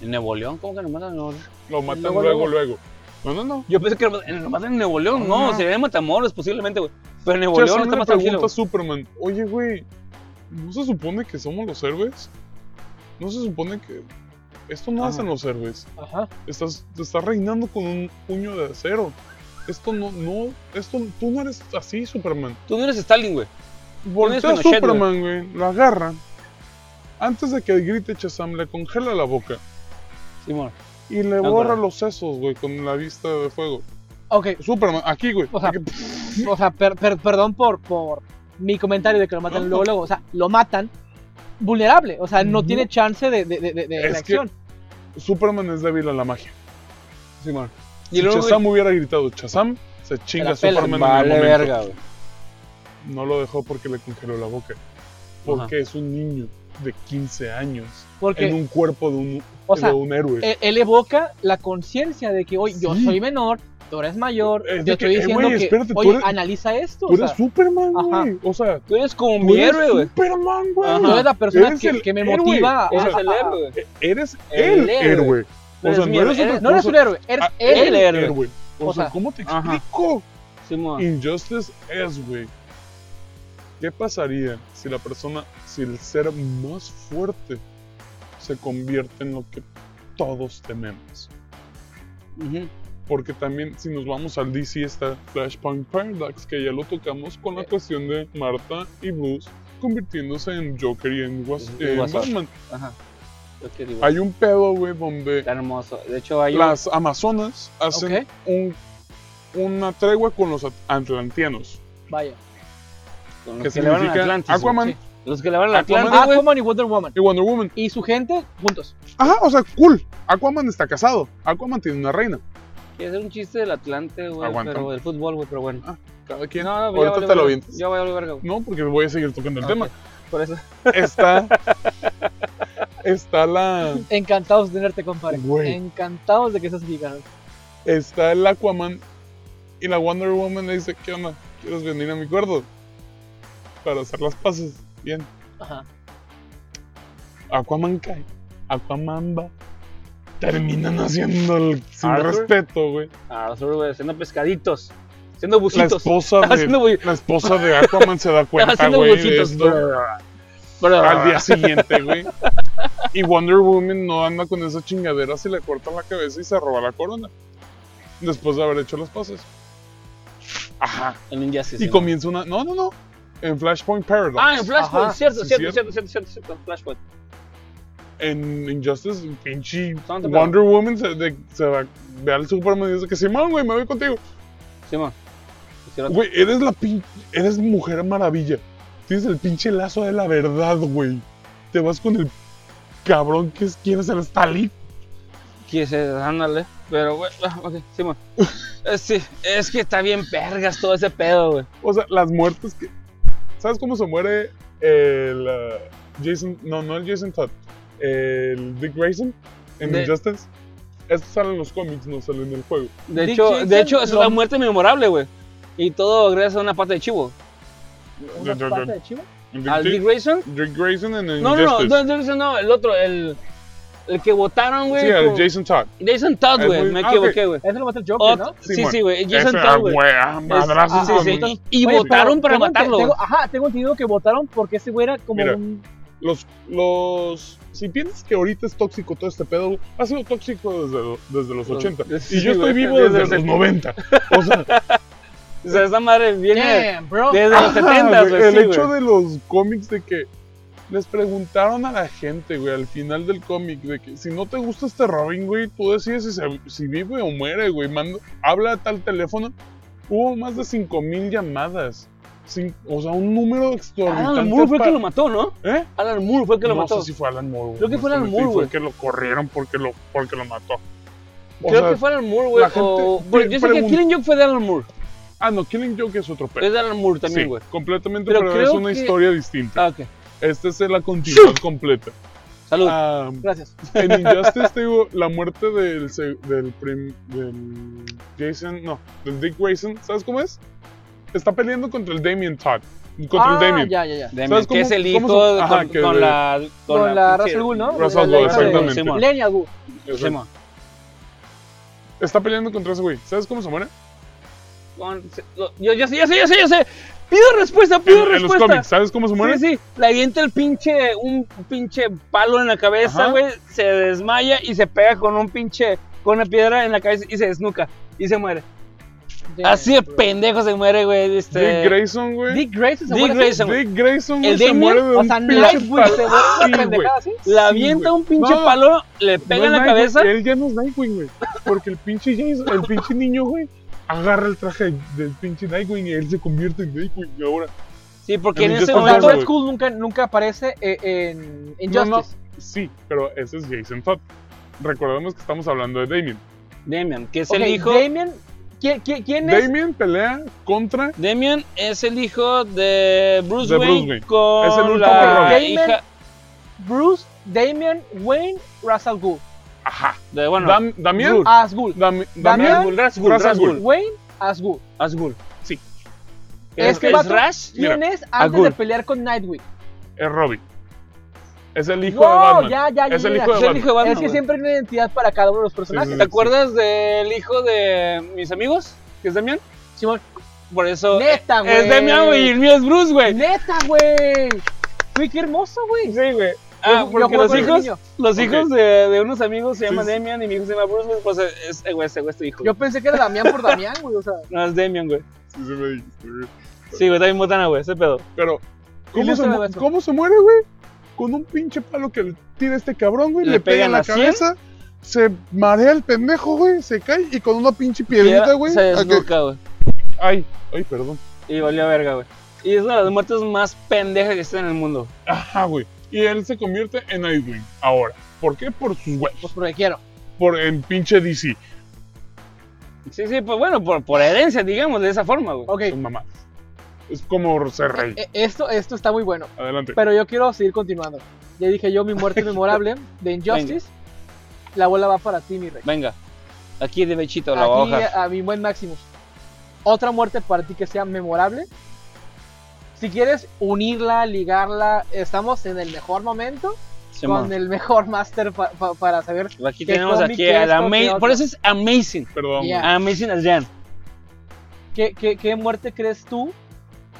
Speaker 1: ¿En Nuevo León? ¿Cómo que nomás en Nuevo León?
Speaker 3: Lo matan
Speaker 2: Luego,
Speaker 3: luego,
Speaker 2: luego.
Speaker 3: luego, No, no, no.
Speaker 1: Yo pensé que nomás- nomás en Nuevo León,
Speaker 3: No,
Speaker 1: no,
Speaker 3: no.
Speaker 1: sería en Matamoros posiblemente, güey. Pero en Nuevo León
Speaker 3: Shazam
Speaker 1: está
Speaker 3: le
Speaker 1: más tranquilo.
Speaker 3: pregunta a Superman, oye, güey, ¿no se supone que somos los héroes? ¿No se supone que esto no
Speaker 1: Ajá.
Speaker 3: hacen los héroes?
Speaker 2: Ajá.
Speaker 3: Estás, te estás reinando con un puño de acero. Esto no, no, esto, tú no eres así, Superman.
Speaker 1: güey. Tú no eres Stalin, güey.
Speaker 3: Voltea
Speaker 1: Tienes Pinochet,
Speaker 3: Superman, güey. Lo agarra. Antes de que grite Shazam, le congela la boca.
Speaker 1: Simón.
Speaker 3: Y le
Speaker 1: Ah,
Speaker 3: borra
Speaker 1: bueno.
Speaker 3: los sesos, güey, con la vista de fuego.
Speaker 2: Ok,
Speaker 3: Superman, aquí, güey.
Speaker 2: O sea,
Speaker 3: Aquí,
Speaker 2: o sea, per- per- perdón por, por mi comentario de que lo matan
Speaker 3: No,
Speaker 2: luego,
Speaker 3: no.
Speaker 2: luego. O sea, lo matan vulnerable. O sea, no
Speaker 3: Ujú.
Speaker 2: tiene chance de, de, de- de- de
Speaker 3: Es que-
Speaker 2: reacción.
Speaker 3: Superman es débil a la magia.
Speaker 2: Simón.
Speaker 1: Y
Speaker 3: si
Speaker 1: luego,
Speaker 3: Chazam hubiera gritado Chazam, se
Speaker 2: Te
Speaker 3: chinga
Speaker 2: la
Speaker 3: a
Speaker 2: pelan.
Speaker 3: Superman en
Speaker 2: Vale
Speaker 3: el momento.
Speaker 2: verga, güey.
Speaker 3: No lo dejó porque le congeló la boca. Porque es un niño de 15 años
Speaker 2: Porque
Speaker 3: en un cuerpo de un,
Speaker 2: O sea, eh,
Speaker 3: de un héroe.
Speaker 2: él, él evoca la conciencia de que, oye, yo
Speaker 3: pues, Sí.
Speaker 2: soy menor, tú eres mayor,
Speaker 3: Es de
Speaker 2: yo
Speaker 3: que,
Speaker 2: estoy
Speaker 3: eh,
Speaker 2: diciendo
Speaker 3: güey,
Speaker 2: que,
Speaker 3: espérate, tú
Speaker 2: oye,
Speaker 3: eres-
Speaker 2: analiza esto.
Speaker 3: Tú
Speaker 2: o sea,
Speaker 3: eres Superman,
Speaker 2: ajá.
Speaker 3: güey. O sea,
Speaker 1: Tú eres como
Speaker 3: tú
Speaker 1: mi
Speaker 3: eres
Speaker 1: héroe, güey.
Speaker 3: Superman, güey.
Speaker 1: Ajá.
Speaker 2: tú eres la persona
Speaker 3: eres
Speaker 2: que,
Speaker 3: el
Speaker 2: que me
Speaker 3: héroe.
Speaker 2: motiva. a-
Speaker 3: O sea,
Speaker 1: Eres el
Speaker 2: a- a-
Speaker 1: héroe, güey.
Speaker 3: Eres
Speaker 1: El
Speaker 3: el
Speaker 1: héroe.
Speaker 3: héroe. O
Speaker 1: Eres
Speaker 3: sea,
Speaker 1: mi
Speaker 3: no eres
Speaker 1: héroe.
Speaker 3: otra
Speaker 2: No eres
Speaker 3: cosa.
Speaker 2: un héroe, er-, eres
Speaker 3: Ah,
Speaker 1: el
Speaker 2: él.
Speaker 1: héroe.
Speaker 3: O,
Speaker 2: O
Speaker 3: sea,
Speaker 2: sea,
Speaker 3: ¿cómo te
Speaker 1: ajá.
Speaker 3: explico?
Speaker 1: Simón.
Speaker 3: Injustice es, güey. ¿Qué pasaría si la persona, si el ser más fuerte se convierte en lo que todos tememos?
Speaker 1: Ujú.
Speaker 3: Porque también, si nos vamos al DC, está Flashpoint Paradox, que ya lo tocamos con
Speaker 1: Eh.
Speaker 3: la cuestión de Marta y Bruce convirtiéndose en Joker y en, Guas-
Speaker 1: Y
Speaker 3: en
Speaker 1: Guasón.
Speaker 3: Batman.
Speaker 1: Ajá. Yo te digo,
Speaker 3: Hay un pedo, güey, donde
Speaker 1: Está hermoso. De hecho, hay un-
Speaker 3: las amazonas hacen
Speaker 2: Ok,
Speaker 3: un- una tregua con los at- atlanteanos.
Speaker 2: vaya.
Speaker 1: con
Speaker 3: Que
Speaker 1: los que le van a
Speaker 3: significa
Speaker 1: Atlantis, güey.
Speaker 3: Aquaman
Speaker 2: sí.
Speaker 1: Los que le van a
Speaker 3: Aquaman.
Speaker 1: Atlantis, güey.
Speaker 2: Aquaman y Wonder Ah, Woman.
Speaker 3: y Wonder Woman.
Speaker 2: Y su gente, juntos.
Speaker 3: Ajá, o sea, cool. Aquaman está casado. Aquaman tiene una reina.
Speaker 1: Quiere hacer un chiste del Atlante, güey.
Speaker 3: Aguanta.
Speaker 1: Pero del fútbol, güey, pero bueno.
Speaker 3: Cada quien.
Speaker 1: No, no, ya
Speaker 3: Ahorita
Speaker 1: vale
Speaker 3: te lo
Speaker 1: verga.
Speaker 3: avientas.
Speaker 1: Ya voy a verga, güey.
Speaker 3: No, porque voy a seguir tocando el
Speaker 1: Ok.
Speaker 3: tema.
Speaker 1: Por eso.
Speaker 3: Está. está la.
Speaker 2: Encantados de tenerte, compadre.
Speaker 3: Güey.
Speaker 2: Encantados de que seas ligado.
Speaker 3: Está el Aquaman. Y la Wonder Woman le dice: ¿Qué onda? ¿Quieres venir a mi cuarto? Para hacer las paces. Bien.
Speaker 2: Ajá.
Speaker 3: Aquaman cae. Aquaman va. Terminan haciendo el. Sin
Speaker 1: Arthur.
Speaker 3: respeto, güey.
Speaker 1: Ah, los güey, haciendo pescaditos. Haciendo
Speaker 3: La
Speaker 1: bucitos.
Speaker 3: esposa
Speaker 1: Haciendo
Speaker 3: de.
Speaker 1: bu-
Speaker 3: La esposa de Aquaman se da cuenta,
Speaker 1: haciendo
Speaker 3: güey. de
Speaker 1: bucitos.
Speaker 3: esto.
Speaker 1: Brr.
Speaker 3: al día siguiente, güey. Y Wonder Woman no anda con esa chingadera, se le corta la cabeza y se roba la corona. Después de haber hecho las pases. Ajá.
Speaker 1: En Injustice.
Speaker 3: y
Speaker 1: ¿no?
Speaker 3: comienza una. No, no, no. En Flashpoint Paradox.
Speaker 1: Ah, en Flashpoint,
Speaker 2: Ajá,
Speaker 1: cierto,
Speaker 3: sí,
Speaker 1: cierto,
Speaker 3: cierto.
Speaker 1: cierto, cierto, cierto, cierto, Flashpoint.
Speaker 3: En Injustice, pinche
Speaker 1: Santo
Speaker 3: Wonder Woman se, de- se va, ve al Superman y dice que Simón, güey, me voy contigo.
Speaker 1: Simón. Hicieron-
Speaker 3: Güey, eres la pin... Eres mujer maravilla. Tienes el pinche lazo de la verdad, güey. Te vas con el cabrón que es quien es el Stalin.
Speaker 1: Que se, ándale. Pero, güey, ah, ok, Simón. Eh, sí, es que está bien pergas todo ese pedo, güey.
Speaker 3: O sea, las muertes que. ¿Sabes cómo se muere el. eh, Jason. No, no el Jason Todd. El Dick Grayson en
Speaker 1: De-
Speaker 3: Injustice. Estos salen en los cómics, no salen en el juego.
Speaker 1: De
Speaker 2: Dick
Speaker 1: hecho,
Speaker 2: Jason
Speaker 1: de hecho, es
Speaker 2: lo-
Speaker 1: una muerte memorable, güey. Y todo gracias a una pata de chivo.
Speaker 2: ¿Una
Speaker 3: Yo- yo-
Speaker 2: pata de chivo?
Speaker 3: Dick,
Speaker 1: Al Dick Grayson.
Speaker 3: Dick Grayson en
Speaker 1: No, no, no, no,
Speaker 3: Injustice.
Speaker 1: no, no, el otro, el, el que votaron, güey.
Speaker 3: sí, al
Speaker 1: con-
Speaker 3: Jason Todd.
Speaker 1: Jason Todd,
Speaker 3: Es
Speaker 1: güey.
Speaker 3: muy-
Speaker 1: Me
Speaker 3: ah,
Speaker 1: equivoqué, güey.
Speaker 2: Eso lo mata el Joker,
Speaker 1: Ot-
Speaker 2: ¿no?
Speaker 1: Sí,
Speaker 3: Simón.
Speaker 1: sí, güey. Jason
Speaker 3: Ese, ah,
Speaker 1: Todd, güey.
Speaker 3: güey, ah, madrazos
Speaker 2: ah, sí,
Speaker 3: con-
Speaker 2: sí. Entonces,
Speaker 1: Y
Speaker 2: Oye,
Speaker 1: votaron
Speaker 2: pero
Speaker 1: para
Speaker 2: tengo ente-
Speaker 1: matarlo.
Speaker 2: tengo-
Speaker 1: güey.
Speaker 2: ajá, tengo entendido que votaron porque ese güey era como
Speaker 3: Mira.
Speaker 2: un.
Speaker 3: Los, los. Si piensas que ahorita es tóxico todo este pedo, ha sido tóxico desde, lo- desde los
Speaker 1: Los-
Speaker 3: 80.
Speaker 1: sí,
Speaker 3: y yo estoy
Speaker 1: güey,
Speaker 3: vivo
Speaker 1: desde
Speaker 3: desde,
Speaker 1: los-
Speaker 3: los 90. O sea,
Speaker 1: O sea, esa madre viene
Speaker 2: Damn, bro.
Speaker 1: desde
Speaker 3: Ajá,
Speaker 1: los 70,
Speaker 3: güey,
Speaker 1: güey.
Speaker 3: El
Speaker 1: sí,
Speaker 3: hecho
Speaker 1: güey.
Speaker 3: de los cómics de que les preguntaron a la gente, güey, al final del cómic, de que si no te gusta este Robin, güey, tú decides si, se- si vive o muere, güey. Manda, habla a tal teléfono. Hubo más de 5.000 llamadas. Cin- o sea, un número extraordinario.
Speaker 1: Alan Moore Ah, fue el
Speaker 3: pa-
Speaker 1: que lo mató, ¿no?
Speaker 3: ¿Eh?
Speaker 1: Alan Moore fue el que lo
Speaker 3: no
Speaker 1: mató.
Speaker 3: sé si fue Alan Moore. güey,
Speaker 1: Creo que fue Alan Moore,
Speaker 3: honestamente, y
Speaker 1: güey.
Speaker 3: fue que lo corrieron porque lo, porque lo mató. O
Speaker 1: Creo
Speaker 3: sea,
Speaker 1: que fue Alan Moore, güey.
Speaker 3: la gente
Speaker 1: o-
Speaker 3: pre-
Speaker 1: bueno, Yo sé que
Speaker 3: pregunta-
Speaker 1: Killing Joke fue de Alan Moore.
Speaker 3: Ah, no, Killing Joke es otro
Speaker 1: Es
Speaker 3: pedo.
Speaker 1: de Alan Moore también,
Speaker 3: Sí,
Speaker 1: güey.
Speaker 3: completamente,
Speaker 1: Pero
Speaker 3: pero, es
Speaker 1: creo
Speaker 3: una
Speaker 1: que-
Speaker 3: historia distinta.
Speaker 1: Ah, ok.
Speaker 3: Esta es la continuidad completa.
Speaker 1: Salud.
Speaker 3: Ah,
Speaker 2: Gracias.
Speaker 3: en Injustice, te digo, la muerte del, se- del, prim- del Jason, no, del Dick Grayson, ¿sabes cómo es? Está peleando contra el Damien Todd, contra
Speaker 2: ah,
Speaker 3: el Damien.
Speaker 2: Ya, ya, ya.
Speaker 1: Deme,
Speaker 3: ¿sabes
Speaker 1: que es
Speaker 3: cómo-
Speaker 1: el
Speaker 3: cómo
Speaker 1: hijo
Speaker 3: son?
Speaker 1: de-
Speaker 3: Ajá,
Speaker 1: con,
Speaker 3: que
Speaker 1: con
Speaker 3: de-
Speaker 1: la...
Speaker 2: Con la
Speaker 1: pinche-
Speaker 2: Ra's al Ghul, ¿no?
Speaker 3: Ra's
Speaker 2: La-
Speaker 3: al
Speaker 2: la
Speaker 3: Ghul,
Speaker 2: hija de-
Speaker 3: exactamente.
Speaker 1: Simón.
Speaker 2: Lenya Gu.
Speaker 3: O sea,
Speaker 1: Simón.
Speaker 3: está peleando contra ese güey, ¿sabes cómo se muere?
Speaker 1: Con- se- lo- Yo, yo sé, yo sé, yo sé, yo sé. Pido respuesta,
Speaker 3: En,
Speaker 1: pido
Speaker 3: en los
Speaker 1: respuesta.
Speaker 3: cómics, ¿sabes cómo se muere?
Speaker 1: Sí, sí, le avienta el pinche, un pinche palo en la cabeza,
Speaker 3: Ajá.
Speaker 1: güey, se desmaya y se pega con un pinche, con una piedra en la cabeza y se desnuca y se muere.
Speaker 2: Damn,
Speaker 1: Así de
Speaker 2: bro.
Speaker 1: pendejo se muere, güey, este...
Speaker 3: Dick Grayson, güey.
Speaker 2: Dick Grayson se
Speaker 1: Dick
Speaker 2: muere así.
Speaker 1: Grayson, güey.
Speaker 3: Dick Grayson, güey,
Speaker 1: ¿El
Speaker 3: se
Speaker 1: Damien?
Speaker 3: muere de
Speaker 2: O
Speaker 3: un
Speaker 2: sea,
Speaker 3: pinche
Speaker 2: Nightwing
Speaker 3: palo.
Speaker 2: se vuelve
Speaker 3: Sí,
Speaker 2: una
Speaker 3: güey.
Speaker 2: pendejada así.
Speaker 1: Le
Speaker 3: sí,
Speaker 1: avienta
Speaker 3: güey.
Speaker 1: un pinche
Speaker 3: No.
Speaker 1: palo, le pega en
Speaker 3: No es
Speaker 1: la
Speaker 3: Nightwing,
Speaker 1: cabeza.
Speaker 3: Él ya no es Nightwing, güey. Porque el pinche Jason, el pinche niño, güey, agarra el traje del pinche Nightwing y él se convierte en Nightwing y ahora.
Speaker 1: Sí, porque en
Speaker 3: Yo
Speaker 1: ese
Speaker 3: estoy
Speaker 2: O sea,
Speaker 3: Claro,
Speaker 1: momento...
Speaker 2: Red
Speaker 3: güey.
Speaker 2: Skull nunca, nunca aparece eh, en Injustice.
Speaker 3: Sí, pero ese es Jason Todd. recordemos que estamos hablando de Damien.
Speaker 1: Damian, que es
Speaker 2: Ok,
Speaker 1: el hijo.
Speaker 2: Damien, ¿quién, quién- quién es?
Speaker 3: Damien pelea contra
Speaker 1: Damian es el hijo de Bruce
Speaker 3: De
Speaker 1: Wayne
Speaker 3: Bruce Wayne.
Speaker 1: con
Speaker 3: Es el último
Speaker 1: la
Speaker 2: Robin.
Speaker 1: hija
Speaker 2: Bruce, Damien, Wayne, Ra's al Ghul.
Speaker 3: Ajá.
Speaker 1: de bueno,
Speaker 3: Dam- Damián.
Speaker 2: As Ghul.
Speaker 3: Dami-
Speaker 2: Damián.
Speaker 3: Damián.
Speaker 1: Razgul, Razgul,
Speaker 3: Ra's al
Speaker 1: Razgul,
Speaker 3: Ghul.
Speaker 2: Wayne, As Ghul.
Speaker 1: Asgul.
Speaker 3: Sí,
Speaker 1: Es
Speaker 2: Este
Speaker 1: que es
Speaker 2: vato-
Speaker 1: Rash.
Speaker 2: ¿Quién
Speaker 3: Mira,
Speaker 2: es
Speaker 1: Al
Speaker 2: antes
Speaker 1: Ghul.
Speaker 2: de pelear con Nightwing?
Speaker 3: es Robin. Es el hijo
Speaker 2: No,
Speaker 3: de Batman.
Speaker 2: ya, ya, ya,
Speaker 3: es el
Speaker 2: ya,
Speaker 3: hijo
Speaker 2: ya.
Speaker 1: Es
Speaker 3: de
Speaker 1: el hijo de
Speaker 3: Batman.
Speaker 1: Batman.
Speaker 2: es que
Speaker 1: güey.
Speaker 2: siempre hay una identidad para cada uno de los
Speaker 3: Sí,
Speaker 2: personajes.
Speaker 3: sí,
Speaker 1: ¿Te acuerdas del hijo de mis amigos? Que es Damian.
Speaker 2: Simón,
Speaker 1: Por eso.
Speaker 2: Neta, güey.
Speaker 1: Es Damian, güey, y el mío es Bruce, güey.
Speaker 2: Neta, güey. Güey, qué hermoso, güey.
Speaker 1: Sí, güey. Ah,
Speaker 2: Yo- yo
Speaker 1: porque
Speaker 2: juego
Speaker 1: los
Speaker 2: con el
Speaker 1: hijos,
Speaker 2: niño.
Speaker 1: los
Speaker 3: Ok.
Speaker 1: hijos de, de unos amigos se
Speaker 3: Sí,
Speaker 1: llaman
Speaker 3: sí.
Speaker 1: Damian y mi hijo se llama Bruce, güey. Pues es, es- eh, güey, ese güey es tu hijo.
Speaker 2: Yo pensé que era Damián por Damián, güey. O sea,
Speaker 1: güey. No, es Damian, güey.
Speaker 3: Sí, sí me dijiste, güey.
Speaker 1: Sí, güey, también Motana, güey, ese pedo.
Speaker 3: Pero, ¿cómo se,
Speaker 2: Ilústrame
Speaker 3: mu-
Speaker 2: eso.
Speaker 3: ¿cómo se muere, güey? Con un pinche palo que le tira este cabrón, güey.
Speaker 1: Le
Speaker 3: Le, pega en
Speaker 1: pegan
Speaker 3: la
Speaker 1: la sien.
Speaker 3: cabeza. Se marea el pendejo, güey. Se cae y con una pinche piedrita,
Speaker 1: Ya
Speaker 3: güey.
Speaker 1: Se
Speaker 3: a que-
Speaker 1: desnuca, güey.
Speaker 3: Ay, ay, perdón.
Speaker 1: Y valió verga, güey. Y es una de las muertes más pendejas que está en el mundo.
Speaker 3: Ajá, güey. Y él se convierte en Nightwing ahora. ¿Por qué? Por sus huevos.
Speaker 2: pues porque quiero.
Speaker 3: Por en pinche DC.
Speaker 1: Sí, sí, pues bueno, por, por herencia, digamos, de esa forma, güey.
Speaker 2: Ok,
Speaker 3: Son mamás. Es como ser rey.
Speaker 2: e- esto, esto está muy bueno.
Speaker 3: Adelante.
Speaker 2: Pero yo quiero seguir continuando. Ya dije yo mi muerte memorable de Injustice. La bola va para ti, mi rey.
Speaker 1: Venga. Aquí de Bechito la
Speaker 2: Aquí eh,
Speaker 1: hoja.
Speaker 2: a, a mi buen Maximus. Otra muerte para ti que sea memorable. Si quieres unirla, ligarla, estamos en el mejor momento.
Speaker 1: Simón.
Speaker 2: con el mejor master pa- pa- para saber.
Speaker 1: Aquí
Speaker 2: ¿Qué
Speaker 1: tenemos
Speaker 2: cómic
Speaker 1: aquí
Speaker 2: es
Speaker 1: a la
Speaker 2: esto? ¿Qué
Speaker 1: Amazing.
Speaker 2: otro?
Speaker 1: Por eso es Amazing.
Speaker 3: Perdón.
Speaker 2: Ya.
Speaker 1: Amazing Adrian.
Speaker 2: ¿Qué, qué, qué muerte crees tú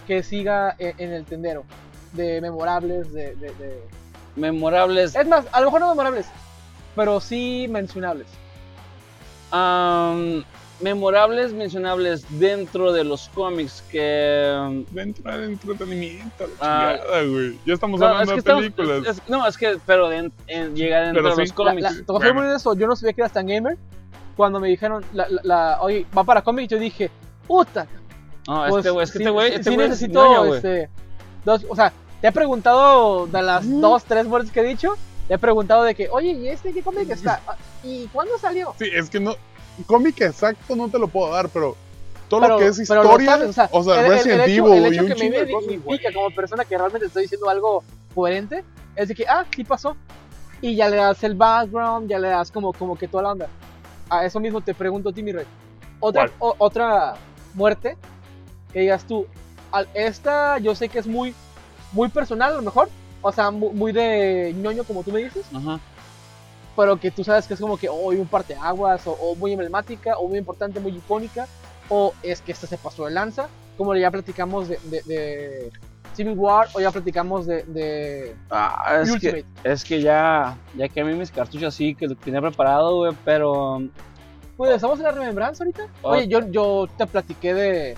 Speaker 2: que siga e- en el tendero? De memorables, de, de- de-
Speaker 1: Memorables.
Speaker 2: Es más, a lo mejor no memorables, pero sí mencionables.
Speaker 1: Am, memorables, mencionables dentro de los cómics que. am,
Speaker 3: Dentro del entretenimiento, la
Speaker 1: Ah.
Speaker 3: chingada, güey. Ya estamos
Speaker 1: no, es
Speaker 3: hablando
Speaker 1: que
Speaker 3: de
Speaker 1: estamos-
Speaker 3: películas.
Speaker 1: es- es- no, es que, pero de- en- llega dentro
Speaker 3: Pero
Speaker 1: de
Speaker 3: sí.
Speaker 1: los
Speaker 2: La-
Speaker 1: cómics.
Speaker 2: la- te voy a ser muy honesto, yo no sabía que eras tan gamer. Cuando me dijeron, la, la- la- oye, va para cómics, yo dije, puta.
Speaker 1: No,
Speaker 2: pues,
Speaker 1: este güey, es que
Speaker 2: sí-
Speaker 1: este güey.
Speaker 2: sí-
Speaker 1: este
Speaker 2: sí
Speaker 1: güey es
Speaker 2: necesito,
Speaker 1: ñoño, güey.
Speaker 2: este, dos- o sea, te he preguntado de las
Speaker 3: Mm.
Speaker 2: dos, tres muertes que he dicho, te he preguntado de que, oye, ¿y este qué cómic está? Ah, ¿Y cuándo salió?
Speaker 3: Sí, es que no. Cómic exacto no te lo puedo dar, pero todo lo
Speaker 2: Pero-
Speaker 3: que es
Speaker 2: pero lo
Speaker 3: historia,
Speaker 2: sabes,
Speaker 3: o sea,
Speaker 2: el- el-
Speaker 3: Resident
Speaker 2: el hecho-
Speaker 3: Evil
Speaker 2: el hecho
Speaker 3: y un
Speaker 2: que
Speaker 3: chingo
Speaker 2: me
Speaker 3: de cosas, güey.
Speaker 2: identifica como persona que realmente estoy diciendo algo coherente es de que, ah, sí pasó. Y ya le das el background, ya le das como, como que toda la onda. A eso mismo te pregunto a ti, mi rey. Otra,
Speaker 3: ¿Cuál?
Speaker 2: o- otra muerte que digas tú, al- esta yo sé que es muy, muy personal a lo mejor, o sea, mu- muy, de ñoño como tú me dices,
Speaker 1: Ajá.
Speaker 2: pero que tú sabes que es como que hoy un parteaguas, o, o muy emblemática, o muy importante, muy icónica, o es que esta se pasó de lanza, como ya platicamos de, de- de Civil War, o ya platicamos de, de
Speaker 1: Ah, es que.
Speaker 2: Ultimate.
Speaker 1: Es que ya, ya quemé mis cartuchos así que lo tenía preparado, güey, pero um,
Speaker 2: Pues estamos en la remembranza ahorita. Oye, yo, yo te platiqué de,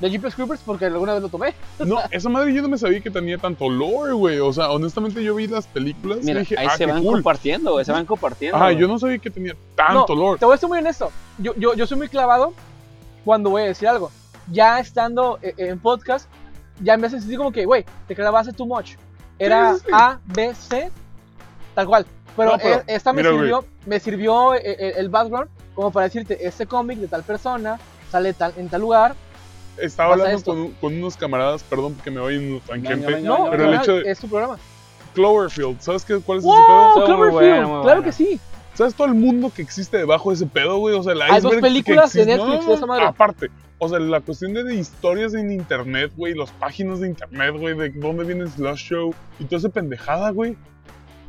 Speaker 2: de Jeepers Creepers porque alguna vez lo tomé.
Speaker 3: No, esa madre yo no me sabía que tenía tanto lore, güey. O sea, honestamente yo vi las películas
Speaker 1: mira,
Speaker 3: y dije,
Speaker 1: ahí
Speaker 3: ah,
Speaker 1: se
Speaker 3: qué
Speaker 1: van
Speaker 3: cool.
Speaker 1: compartiendo, güey, se van compartiendo.
Speaker 3: Ajá,
Speaker 1: güey.
Speaker 3: yo no sabía que tenía tanto lore.
Speaker 2: Te voy a ser muy honesto. Yo, yo, yo soy muy clavado cuando voy a decir algo. Ya estando eh, en podcast, ya me hace sentir como que, güey, te clavaste too much. Era
Speaker 3: Sí, sí, sí.
Speaker 2: A, B, C, tal cual. Pero,
Speaker 3: No, pero,
Speaker 2: eh, esta me
Speaker 3: mira, güey.
Speaker 2: sirvió, me sirvió eh, eh, el background como para decirte, este cómic de tal persona sale tal, en tal lugar.
Speaker 3: Estaba
Speaker 2: pasa
Speaker 3: hablando
Speaker 2: esto.
Speaker 3: con, un- con unos camaradas, perdón porque me vayan en tan
Speaker 1: Venga, venga,
Speaker 2: No,
Speaker 3: pero el
Speaker 2: carnal,
Speaker 3: hecho de-
Speaker 2: es tu programa.
Speaker 3: Cloverfield, ¿sabes qué, cuál es ese pedo?
Speaker 2: ¡Wow!
Speaker 1: Estuvo muy
Speaker 2: Cloverfield,
Speaker 1: bueno, muy
Speaker 2: claro
Speaker 1: bueno.
Speaker 2: que sí.
Speaker 3: ¿Sabes todo el mundo que existe debajo de ese pedo, güey? O sea, el
Speaker 2: Hay dos
Speaker 3: iceberg que
Speaker 2: películas de
Speaker 3: existe-
Speaker 2: Netflix de esa madre.
Speaker 3: Aparte, o sea, la cuestión de, de historias en internet, güey, las páginas de internet, güey, de dónde viene Slush Show y toda esa pendejada, güey.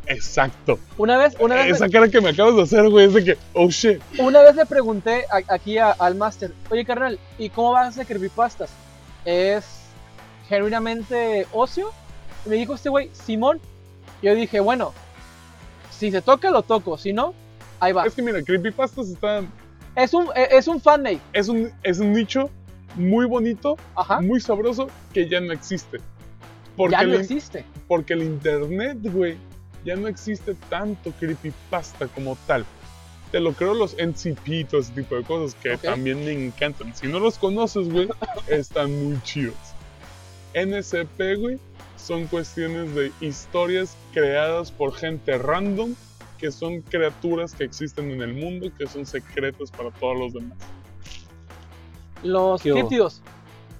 Speaker 3: Exacto.
Speaker 2: Una vez, una vez. me-
Speaker 3: Esa cara que me acabas de hacer, güey, es de que, oh shit.
Speaker 2: Una vez le pregunté a- aquí a- al máster, oye carnal, ¿y cómo vas a hacer creepypastas? ¿Es genuinamente ocio? Y me dijo este güey, Simón. Yo dije, bueno, si se toca, lo toco, si no, ahí va.
Speaker 3: Es que mira, Creepypastas está.
Speaker 2: Es un, e- es un fanmade,
Speaker 3: Es un, es un nicho muy bonito,
Speaker 2: ajá.
Speaker 3: muy sabroso, que ya no existe. Mm, Porque,
Speaker 2: Ah. Ya no
Speaker 3: el,
Speaker 2: existe.
Speaker 3: porque el internet, güey, ya no existe tanto creepypasta como tal. Te lo creo los NCP, todo ese tipo de cosas que
Speaker 2: Ok.
Speaker 3: también me encantan. Si no los conoces, güey, están muy chidos. NCP, güey, son cuestiones de historias creadas por gente random que son criaturas que existen en el mundo y que son secretas para todos los demás.
Speaker 2: Los
Speaker 1: ¿Qué hubo?
Speaker 2: críptidos.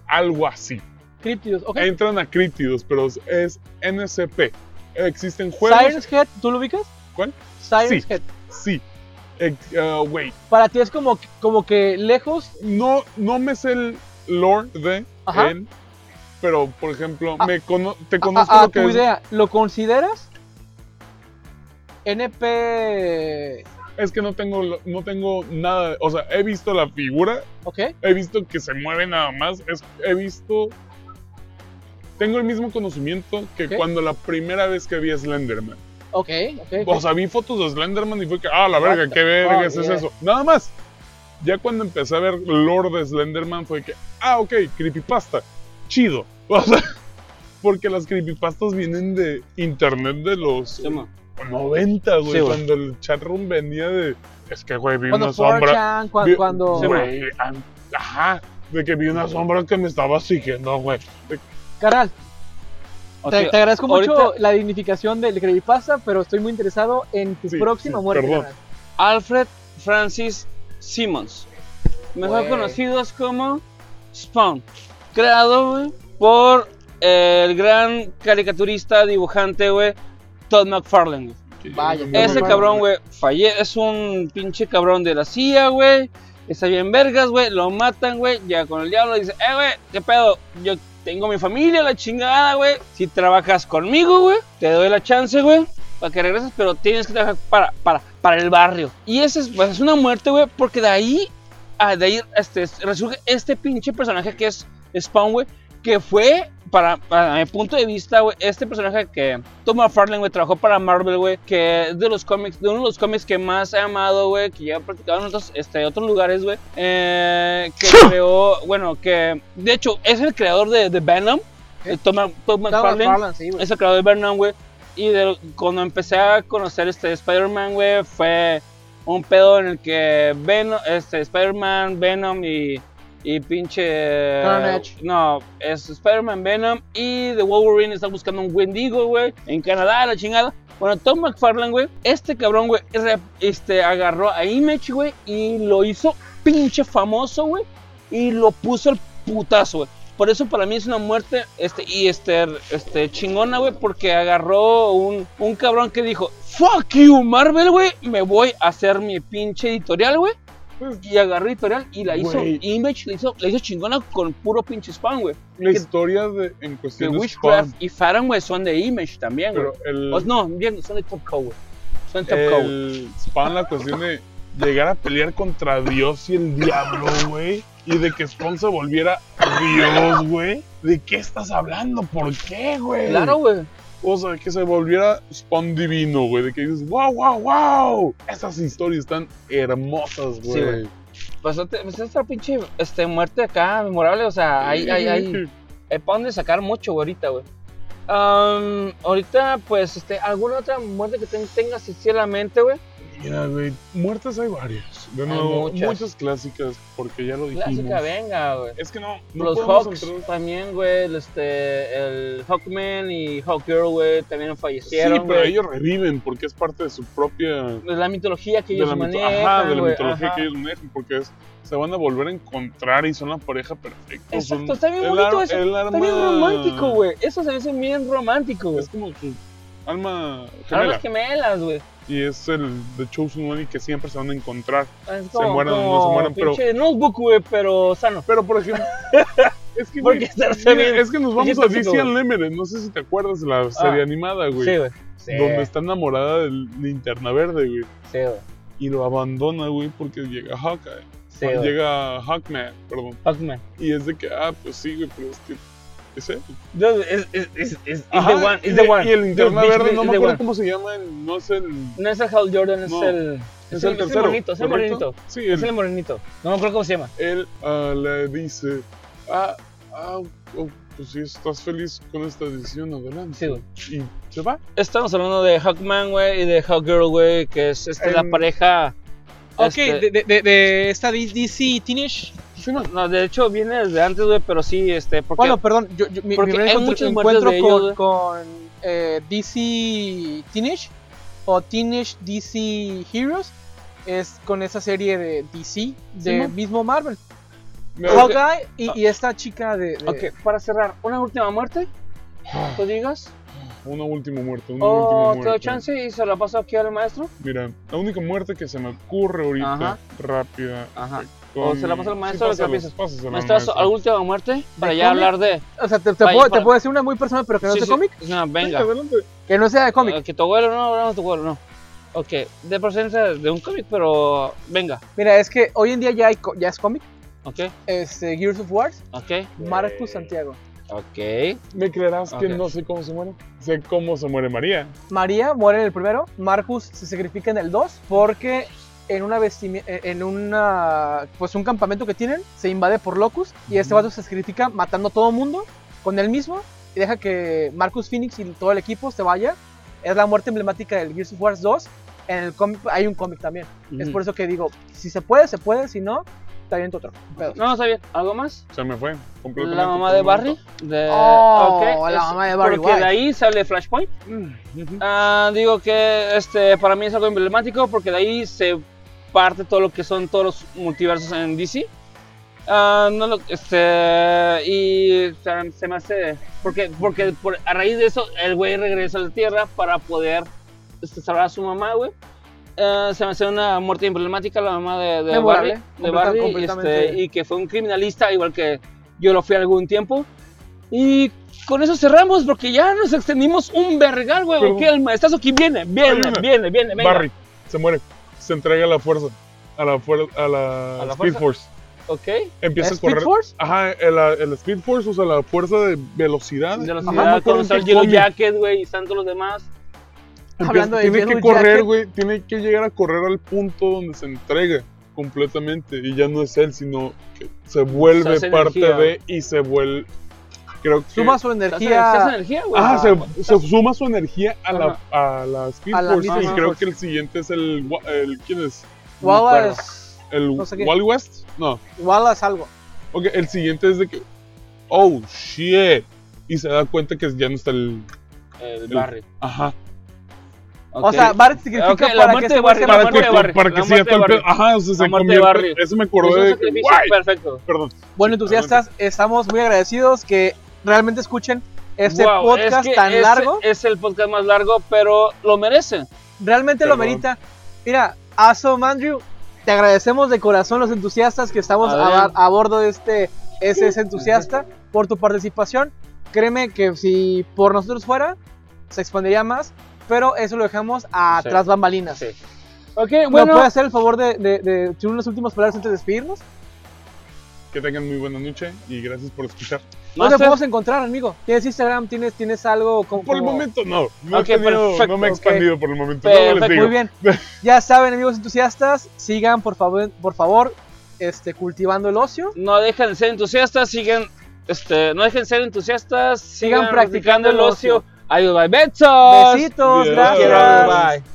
Speaker 3: Algo así.
Speaker 2: Críptidos, ok.
Speaker 3: Entran a críptidos, pero es NCP. Existen juegos.
Speaker 2: Siren's Head, ¿tú lo ubicas?
Speaker 3: ¿Cuál?
Speaker 2: Siren's
Speaker 3: Sí.
Speaker 2: Head.
Speaker 3: Sí. Ex- ah, Güey,
Speaker 2: Para ti es como, como que lejos.
Speaker 3: no, no me sé el lore de
Speaker 2: Ajá. Ah.
Speaker 3: él, pero por ejemplo, me cono- te
Speaker 2: A,
Speaker 3: conozco
Speaker 2: a- a
Speaker 3: lo que
Speaker 2: ah, tu
Speaker 3: es-
Speaker 2: idea, ¿lo consideras? NP.
Speaker 3: Es que no tengo, lo- no tengo nada. O sea, he visto la figura,
Speaker 2: Ok.
Speaker 3: he visto que se mueve nada más, es- he visto. Tengo el mismo conocimiento que
Speaker 2: Ok.
Speaker 3: cuando la primera vez que vi Slenderman.
Speaker 2: Ok, ok. ok.
Speaker 3: O sea, vi fotos de Slenderman y fue que, ah, la verga,
Speaker 2: What the
Speaker 3: qué vergas
Speaker 2: fuck,
Speaker 3: es
Speaker 2: yeah.
Speaker 3: eso. Nada más. Ya cuando empecé a ver lore de Slenderman fue que, ah, ok, creepypasta. Chido. O sea, porque las creepypastas vienen de internet de los
Speaker 1: Sí, ma.
Speaker 3: 90, güey.
Speaker 1: Sí, güey.
Speaker 3: cuando el chatroom venía de, es que, güey, vi
Speaker 2: cuando
Speaker 3: una sombra.
Speaker 2: 4chan, cua-
Speaker 3: Vi-
Speaker 2: cuando.
Speaker 3: Güey, ah, ajá. De que vi una sombra que me estaba siguiendo, güey. De-
Speaker 2: Carnal,
Speaker 1: O
Speaker 2: te,
Speaker 1: sea,
Speaker 2: te agradezco mucho
Speaker 1: ahorita-
Speaker 2: la dignificación del creepypasta, pero estoy muy interesado en tu
Speaker 3: Sí,
Speaker 2: próxima
Speaker 3: sí,
Speaker 2: muerte.
Speaker 3: perdón.
Speaker 2: carnal.
Speaker 1: Alfred Francis Simmons, mejor
Speaker 2: Güey.
Speaker 1: conocidos como Spawn, creado güey, por el gran caricaturista, dibujante, güey, Todd McFarlane. güey.
Speaker 2: Vaya,
Speaker 3: Muy
Speaker 1: Ese
Speaker 3: bueno.
Speaker 1: cabrón, güey, falle, es un pinche cabrón de la CIA, güey. Está bien vergas, güey, lo matan, güey, ya con el diablo dice, eh, güey, qué pedo, yo tengo mi familia, la chingada, güey. Si trabajas conmigo, güey, te doy la chance, güey, para que regreses, pero tienes que trabajar para, para, para el barrio. Y esa es, pues, es una muerte, güey, porque de ahí, ah, de ahí este, resurge este pinche personaje que es Spawn, güey, que fue, para, para mi punto de vista, güey, este personaje que Tom McFarlane, güey, trabajó para Marvel, güey, que es de los cómics, de uno de los cómics que más he amado, güey, que ya he practicado en otros, este, otros lugares, güey, eh, que creó, bueno, que, de hecho, es el creador de, de Venom, de Tom, Tom
Speaker 2: Tom
Speaker 1: McFarlane,
Speaker 2: McFarlane, sí, güey.
Speaker 1: es el creador de Venom, güey, y de- cuando empecé a conocer este Spider-Man, güey, fue un pedo en el que Venom, este, Spider-Man, Venom y, y pinche...
Speaker 2: Carnage.
Speaker 1: No, es Spider-Man, Venom y The Wolverine están buscando un Wendigo, güey, en Canadá, la chingada. Bueno, Tom McFarlane, güey, este cabrón, güey, re- este, agarró a Image, güey, y lo hizo pinche famoso, güey, y lo puso al putazo, güey. Por eso para mí es una muerte, este, y este, este, chingona, güey, porque agarró un, un cabrón que dijo, fuck you, Marvel, güey, me voy a hacer mi pinche editorial, güey. Y agarró editorial y la hizo,
Speaker 3: Hmm. Güey.
Speaker 1: Image la hizo, la hizo chingona con puro pinche spam, güey.
Speaker 3: La historia de, en
Speaker 1: Que
Speaker 3: cuestión de
Speaker 1: Witchcraft
Speaker 3: Spawn,
Speaker 1: y Farron, güey, son de Image también, güey.
Speaker 3: pero el,
Speaker 1: O no, bien, son de Top Cow, güey. Son de Top Cow. güey.
Speaker 3: el Spawn, la cuestión de llegar a pelear contra Dios y el diablo, güey. Y de que Spawn se volviera Dios, güey. ¿De qué estás hablando? ¿Por qué, güey?
Speaker 1: Claro, güey.
Speaker 3: O sea, que se volviera Spawn divino, güey. De que dices, wow, wow, wow. Estas historias están hermosas,
Speaker 1: Sí,
Speaker 3: güey.
Speaker 1: Bastante, pues esta pinche este, muerte acá memorable, o sea, hay, hay, hay, para eh, dónde sacar mucho güey, ahorita, güey. Am, ahorita, pues, este, alguna otra muerte que ten- tengas así en la mente, güey.
Speaker 3: Mira, güey, muertes hay varias. De nuevo,
Speaker 1: muchas.
Speaker 3: muchas. clásicas, porque ya lo dijimos.
Speaker 1: Clásica, venga, güey.
Speaker 3: Es que no, no
Speaker 1: Los
Speaker 3: podemos
Speaker 1: Hawks
Speaker 3: entrar-
Speaker 1: también, güey, el, este, el Hawkman y Hawkgirl, güey, también
Speaker 3: Sí,
Speaker 1: fallecieron.
Speaker 3: pero
Speaker 1: güey.
Speaker 3: ellos reviven porque es parte de su propia...
Speaker 1: De la mitología que
Speaker 3: De
Speaker 1: ellos
Speaker 3: la, mito-
Speaker 1: manejan,
Speaker 3: ajá, de la
Speaker 1: güey,
Speaker 3: mitología
Speaker 1: ajá.
Speaker 3: que ellos manejan, porque es- se van a volver a encontrar y son la pareja perfecta.
Speaker 1: Exacto,
Speaker 3: son-
Speaker 1: está bien
Speaker 3: el
Speaker 1: bonito
Speaker 3: ar-
Speaker 1: eso,
Speaker 3: el
Speaker 1: Está bien
Speaker 3: arma-
Speaker 1: romántico, güey. Eso se me hace bien romántico, güey.
Speaker 3: Es como su alma gemela.
Speaker 1: Almas gemelas, güey.
Speaker 3: Y es el The Chosen One y que siempre se van a encontrar.
Speaker 1: Es
Speaker 3: Se mueran o no se mueran, pero-
Speaker 1: pinche notebook, güey, pero sano.
Speaker 3: Pero, por ejemplo... Es que,
Speaker 1: Porque
Speaker 3: güey,
Speaker 1: está- está
Speaker 3: mira,
Speaker 1: bien-
Speaker 3: es que nos vamos
Speaker 1: bien
Speaker 3: a
Speaker 1: tóxico,
Speaker 3: DC
Speaker 1: güey.
Speaker 3: Unlimited. No sé si te acuerdas de la serie
Speaker 1: Ah.
Speaker 3: animada, güey.
Speaker 1: Sí, güey. Sí,
Speaker 3: donde está enamorada de Linterna Verde, güey.
Speaker 1: sí, güey.
Speaker 3: Y lo abandona, güey, porque llega Hawkeye.
Speaker 1: Sí,
Speaker 3: Ah,
Speaker 1: güey.
Speaker 3: llega Hawkman, perdón.
Speaker 1: Hawkman.
Speaker 3: Y es de que, ah, pues sí, güey, pero es que. ¿Es él?
Speaker 1: Dude, es, es, es, es, it's
Speaker 3: Ajá,
Speaker 1: the one,
Speaker 3: y,
Speaker 1: it's the one.
Speaker 3: y el Linterna
Speaker 1: Dude,
Speaker 3: Verde,
Speaker 1: it's
Speaker 3: no
Speaker 1: the
Speaker 3: me acuerdo
Speaker 1: one.
Speaker 3: cómo se llama, el- no es el.
Speaker 1: No es el Hal Jordan, es
Speaker 3: No,
Speaker 1: el. Es el, es el morenito, es el
Speaker 3: ¿correcto?
Speaker 1: morenito.
Speaker 3: Sí,
Speaker 1: Es el
Speaker 3: él,
Speaker 1: morenito. No me acuerdo cómo se llama.
Speaker 3: él ah, le dice, ah, ah, oh, pues si estás feliz con esta decisión, adelante.
Speaker 1: Sí, güey.
Speaker 3: Y se va.
Speaker 1: Estamos hablando de Hawkman, güey, y de Hawkgirl, güey, que es este, la
Speaker 3: Em,
Speaker 1: pareja.
Speaker 2: Ok,
Speaker 1: este,
Speaker 2: de, de- de- de esta D- DC Teenage.
Speaker 3: Sí, no.
Speaker 1: No, de hecho viene desde antes, güey, pero sí, este, porque
Speaker 2: Bueno, perdón, yo, yo- mi,
Speaker 1: Porque
Speaker 2: mi primer
Speaker 1: hay
Speaker 2: encuentro,
Speaker 1: muchos muertos
Speaker 2: encuentro
Speaker 1: de
Speaker 2: con,
Speaker 1: ellos,
Speaker 2: con, eh, DC Teenage o Teenage DC Heroes, es con esa serie de DC, de
Speaker 1: Simón. Ah.
Speaker 2: mismo Marvel.
Speaker 3: Me-
Speaker 2: Hawkeye y, y esta chica de... de-
Speaker 1: Ok, para cerrar, una última muerte. ¿Tú digas?
Speaker 3: Una última muerte, una
Speaker 1: ¿O
Speaker 3: última
Speaker 1: te doy
Speaker 3: muerte.
Speaker 1: Oh, chance y se la paso aquí al maestro?
Speaker 3: Mira, la única muerte que se me ocurre ahorita,
Speaker 1: Ajá.
Speaker 3: rápida.
Speaker 1: Ajá.
Speaker 3: con-
Speaker 1: se la pasa al
Speaker 3: Sí,
Speaker 1: maestro, lo que
Speaker 3: pásalos,
Speaker 1: piensas.
Speaker 3: pásaselos al
Speaker 1: Maestro,
Speaker 3: maestro.
Speaker 1: ¿a última muerte? Para ya
Speaker 2: cómic?
Speaker 1: hablar de.
Speaker 2: O sea, te, te
Speaker 1: Vaya,
Speaker 2: puedo, te
Speaker 1: para-
Speaker 2: puedo decir una muy personal, pero que no
Speaker 1: Sí,
Speaker 2: es de
Speaker 1: sí.
Speaker 2: cómic.
Speaker 1: No, venga.
Speaker 3: Adelante.
Speaker 2: Que no sea de cómic.
Speaker 1: Eh, Que tu abuelo no, no, tu abuelo no. Ok, de procedencia de un cómic, pero venga.
Speaker 2: Mira, es que hoy en día ya, hay, co- ya es cómic.
Speaker 1: Ok,
Speaker 2: Este, Gears of War,
Speaker 1: ok,
Speaker 2: Marcus Santiago.
Speaker 1: ok.
Speaker 3: ¿Me creerás
Speaker 1: Ok.
Speaker 3: que no sé cómo se muere? Sé cómo se muere María.
Speaker 2: María muere en el primero, Marcus se sacrifica en el 2 porque en una vestimi- eh, en una pues un campamento que tienen se invade por Locus y este vato se sacrifica matando a todo mundo con él mismo y deja que Marcus Phoenix y todo el equipo se vaya. Es la muerte emblemática del Gears of War 2. En el cómic hay un cómic también. Es
Speaker 1: Ujú.
Speaker 2: por eso que digo, si se puede, se puede, si no, te aviento otro. Pero-
Speaker 1: No, está bien. ¿Algo más?
Speaker 3: Se me fue. completamente
Speaker 1: La mamá
Speaker 3: por
Speaker 1: de
Speaker 3: un momento.
Speaker 1: Barry. De...
Speaker 2: Oh,
Speaker 1: ok,
Speaker 2: la
Speaker 1: es-
Speaker 2: mamá de Barry
Speaker 1: Porque de
Speaker 2: White.
Speaker 1: ahí sale Flashpoint. Ah, digo que este para mí es algo emblemático porque de ahí se parte todo lo que son todos los multiversos en DC. Ah, no lo- este, y o sea, se me hace. Porque, porque por- a raíz de eso, el güey regresa a la Tierra para poder este, salvar a su mamá, güey. Ah, se me hace una muerte emblemática la mamá de, de
Speaker 2: Memorable,
Speaker 1: Barry, de
Speaker 2: completa-
Speaker 1: Barry, este,
Speaker 2: completamente.
Speaker 1: y que fue un criminalista, igual que yo lo fui algún tiempo. Y con eso cerramos porque ya nos extendimos un vergal, güey.
Speaker 3: Pero-
Speaker 1: Ok, el maestrazo aquí viene, viene,
Speaker 3: Oye,
Speaker 1: viene, viene, venga.
Speaker 3: Barry se muere. Se entrega a la fuerza. A la, fuer- a la,
Speaker 1: ¿A la
Speaker 3: Speed
Speaker 1: fuerza?
Speaker 3: Force.
Speaker 1: Ok,
Speaker 3: Empieza a
Speaker 2: ¿Speed
Speaker 3: correr.
Speaker 2: Force?
Speaker 3: Ajá, el, el Speed Force usa la fuerza de velocidad.
Speaker 1: de los
Speaker 2: Ajá,
Speaker 1: ciudad,
Speaker 2: no
Speaker 1: con
Speaker 2: me acuerdo
Speaker 1: está el
Speaker 2: qué
Speaker 1: Yellow
Speaker 2: coño.
Speaker 1: Jacket, güey, y están todos los demás.
Speaker 3: Empieza-
Speaker 2: Hablando de
Speaker 3: tiene que
Speaker 2: Yellow
Speaker 3: correr,
Speaker 2: Jacket.
Speaker 3: güey. Tiene que llegar a correr al punto donde se entrega completamente. Y ya no es él, sino que se vuelve
Speaker 1: hace
Speaker 3: parte
Speaker 1: energía.
Speaker 3: de y se vuelve. Creo que.
Speaker 2: Suma su
Speaker 1: ¿Estás en- estás en
Speaker 2: energía.
Speaker 1: energía, güey?
Speaker 3: Ah,
Speaker 1: Ajá.
Speaker 3: se, se suma su energía a la, a la Speed
Speaker 2: A la
Speaker 3: Force.
Speaker 2: misma
Speaker 3: y
Speaker 2: Speed
Speaker 3: creo
Speaker 2: Force.
Speaker 3: que el siguiente es el. wa- el ¿Quién es? No me acuerdo.
Speaker 2: Wallace.
Speaker 3: ¿El
Speaker 2: no sé qué.
Speaker 3: Wild West? No.
Speaker 2: Wallace algo.
Speaker 3: Ok, el siguiente es de que. Oh shit. Y se da cuenta que ya no está el.
Speaker 1: El Eh, Barry.
Speaker 3: Ajá.
Speaker 2: O
Speaker 1: Ok.
Speaker 2: sea, Barry significa
Speaker 1: Ok, la
Speaker 2: para
Speaker 1: muerte
Speaker 2: que este
Speaker 1: de
Speaker 2: se
Speaker 1: Barry,
Speaker 2: muera
Speaker 1: la
Speaker 3: Para
Speaker 2: más
Speaker 1: muerte
Speaker 3: que,
Speaker 1: de Barry,
Speaker 3: para que
Speaker 1: la
Speaker 3: siga
Speaker 1: muerte de
Speaker 3: tan.
Speaker 1: Barry.
Speaker 3: Ajá, o sea,
Speaker 1: La muerte de
Speaker 3: se convierte.
Speaker 1: Barry.
Speaker 3: Eso me
Speaker 1: Es
Speaker 3: acordé
Speaker 1: un
Speaker 3: de que.
Speaker 1: sacrificio
Speaker 3: guay,
Speaker 1: perfecto.
Speaker 3: Perdón.
Speaker 2: Bueno, entusiastas, estamos muy agradecidos que realmente escuchen este
Speaker 1: Wow,
Speaker 2: podcast
Speaker 1: es que
Speaker 2: tan
Speaker 1: es-
Speaker 2: largo.
Speaker 1: Es el podcast más largo, pero lo merece.
Speaker 2: Realmente lo
Speaker 3: Perdón.
Speaker 2: merita. Mira, Aso Mandrew, te agradecemos de corazón los entusiastas que estamos a,
Speaker 1: Adrián.
Speaker 2: a bordo de este SS entusiasta por tu participación. Créeme que si por nosotros fuera, se expandiría más, pero eso lo dejamos a
Speaker 1: Sí.
Speaker 2: tras bambalinas.
Speaker 1: Sí.
Speaker 2: Ok,
Speaker 1: bueno.
Speaker 2: ¿Me puedes hacer el favor de, de, de decir unas últimas palabras antes de despedirnos?
Speaker 3: Que tengan muy buena noche y gracias por escuchar.
Speaker 2: ¿Dónde
Speaker 1: Master,
Speaker 2: podemos encontrar, amigo? ¿Tienes Instagram? ¿Tienes, tienes algo como,
Speaker 3: Por el
Speaker 2: como-
Speaker 3: momento no. No, he
Speaker 1: Ok,
Speaker 3: tenido-
Speaker 1: perfecto,
Speaker 3: no me he
Speaker 1: ok.
Speaker 3: expandido por el momento. no les
Speaker 1: Perfecto,
Speaker 3: digo.
Speaker 2: Muy bien. Ya saben, amigos entusiastas, sigan por favor, por favor, este, cultivando el ocio.
Speaker 1: no dejen de ser entusiastas, sigan, este, no dejen de ser entusiastas, sigan, practicando
Speaker 2: practicando
Speaker 1: el
Speaker 2: el
Speaker 1: ocio. Adiós, bye, besos.
Speaker 2: Besitos,
Speaker 3: Bien.
Speaker 1: Los quiero,
Speaker 2: gracias.
Speaker 1: bye.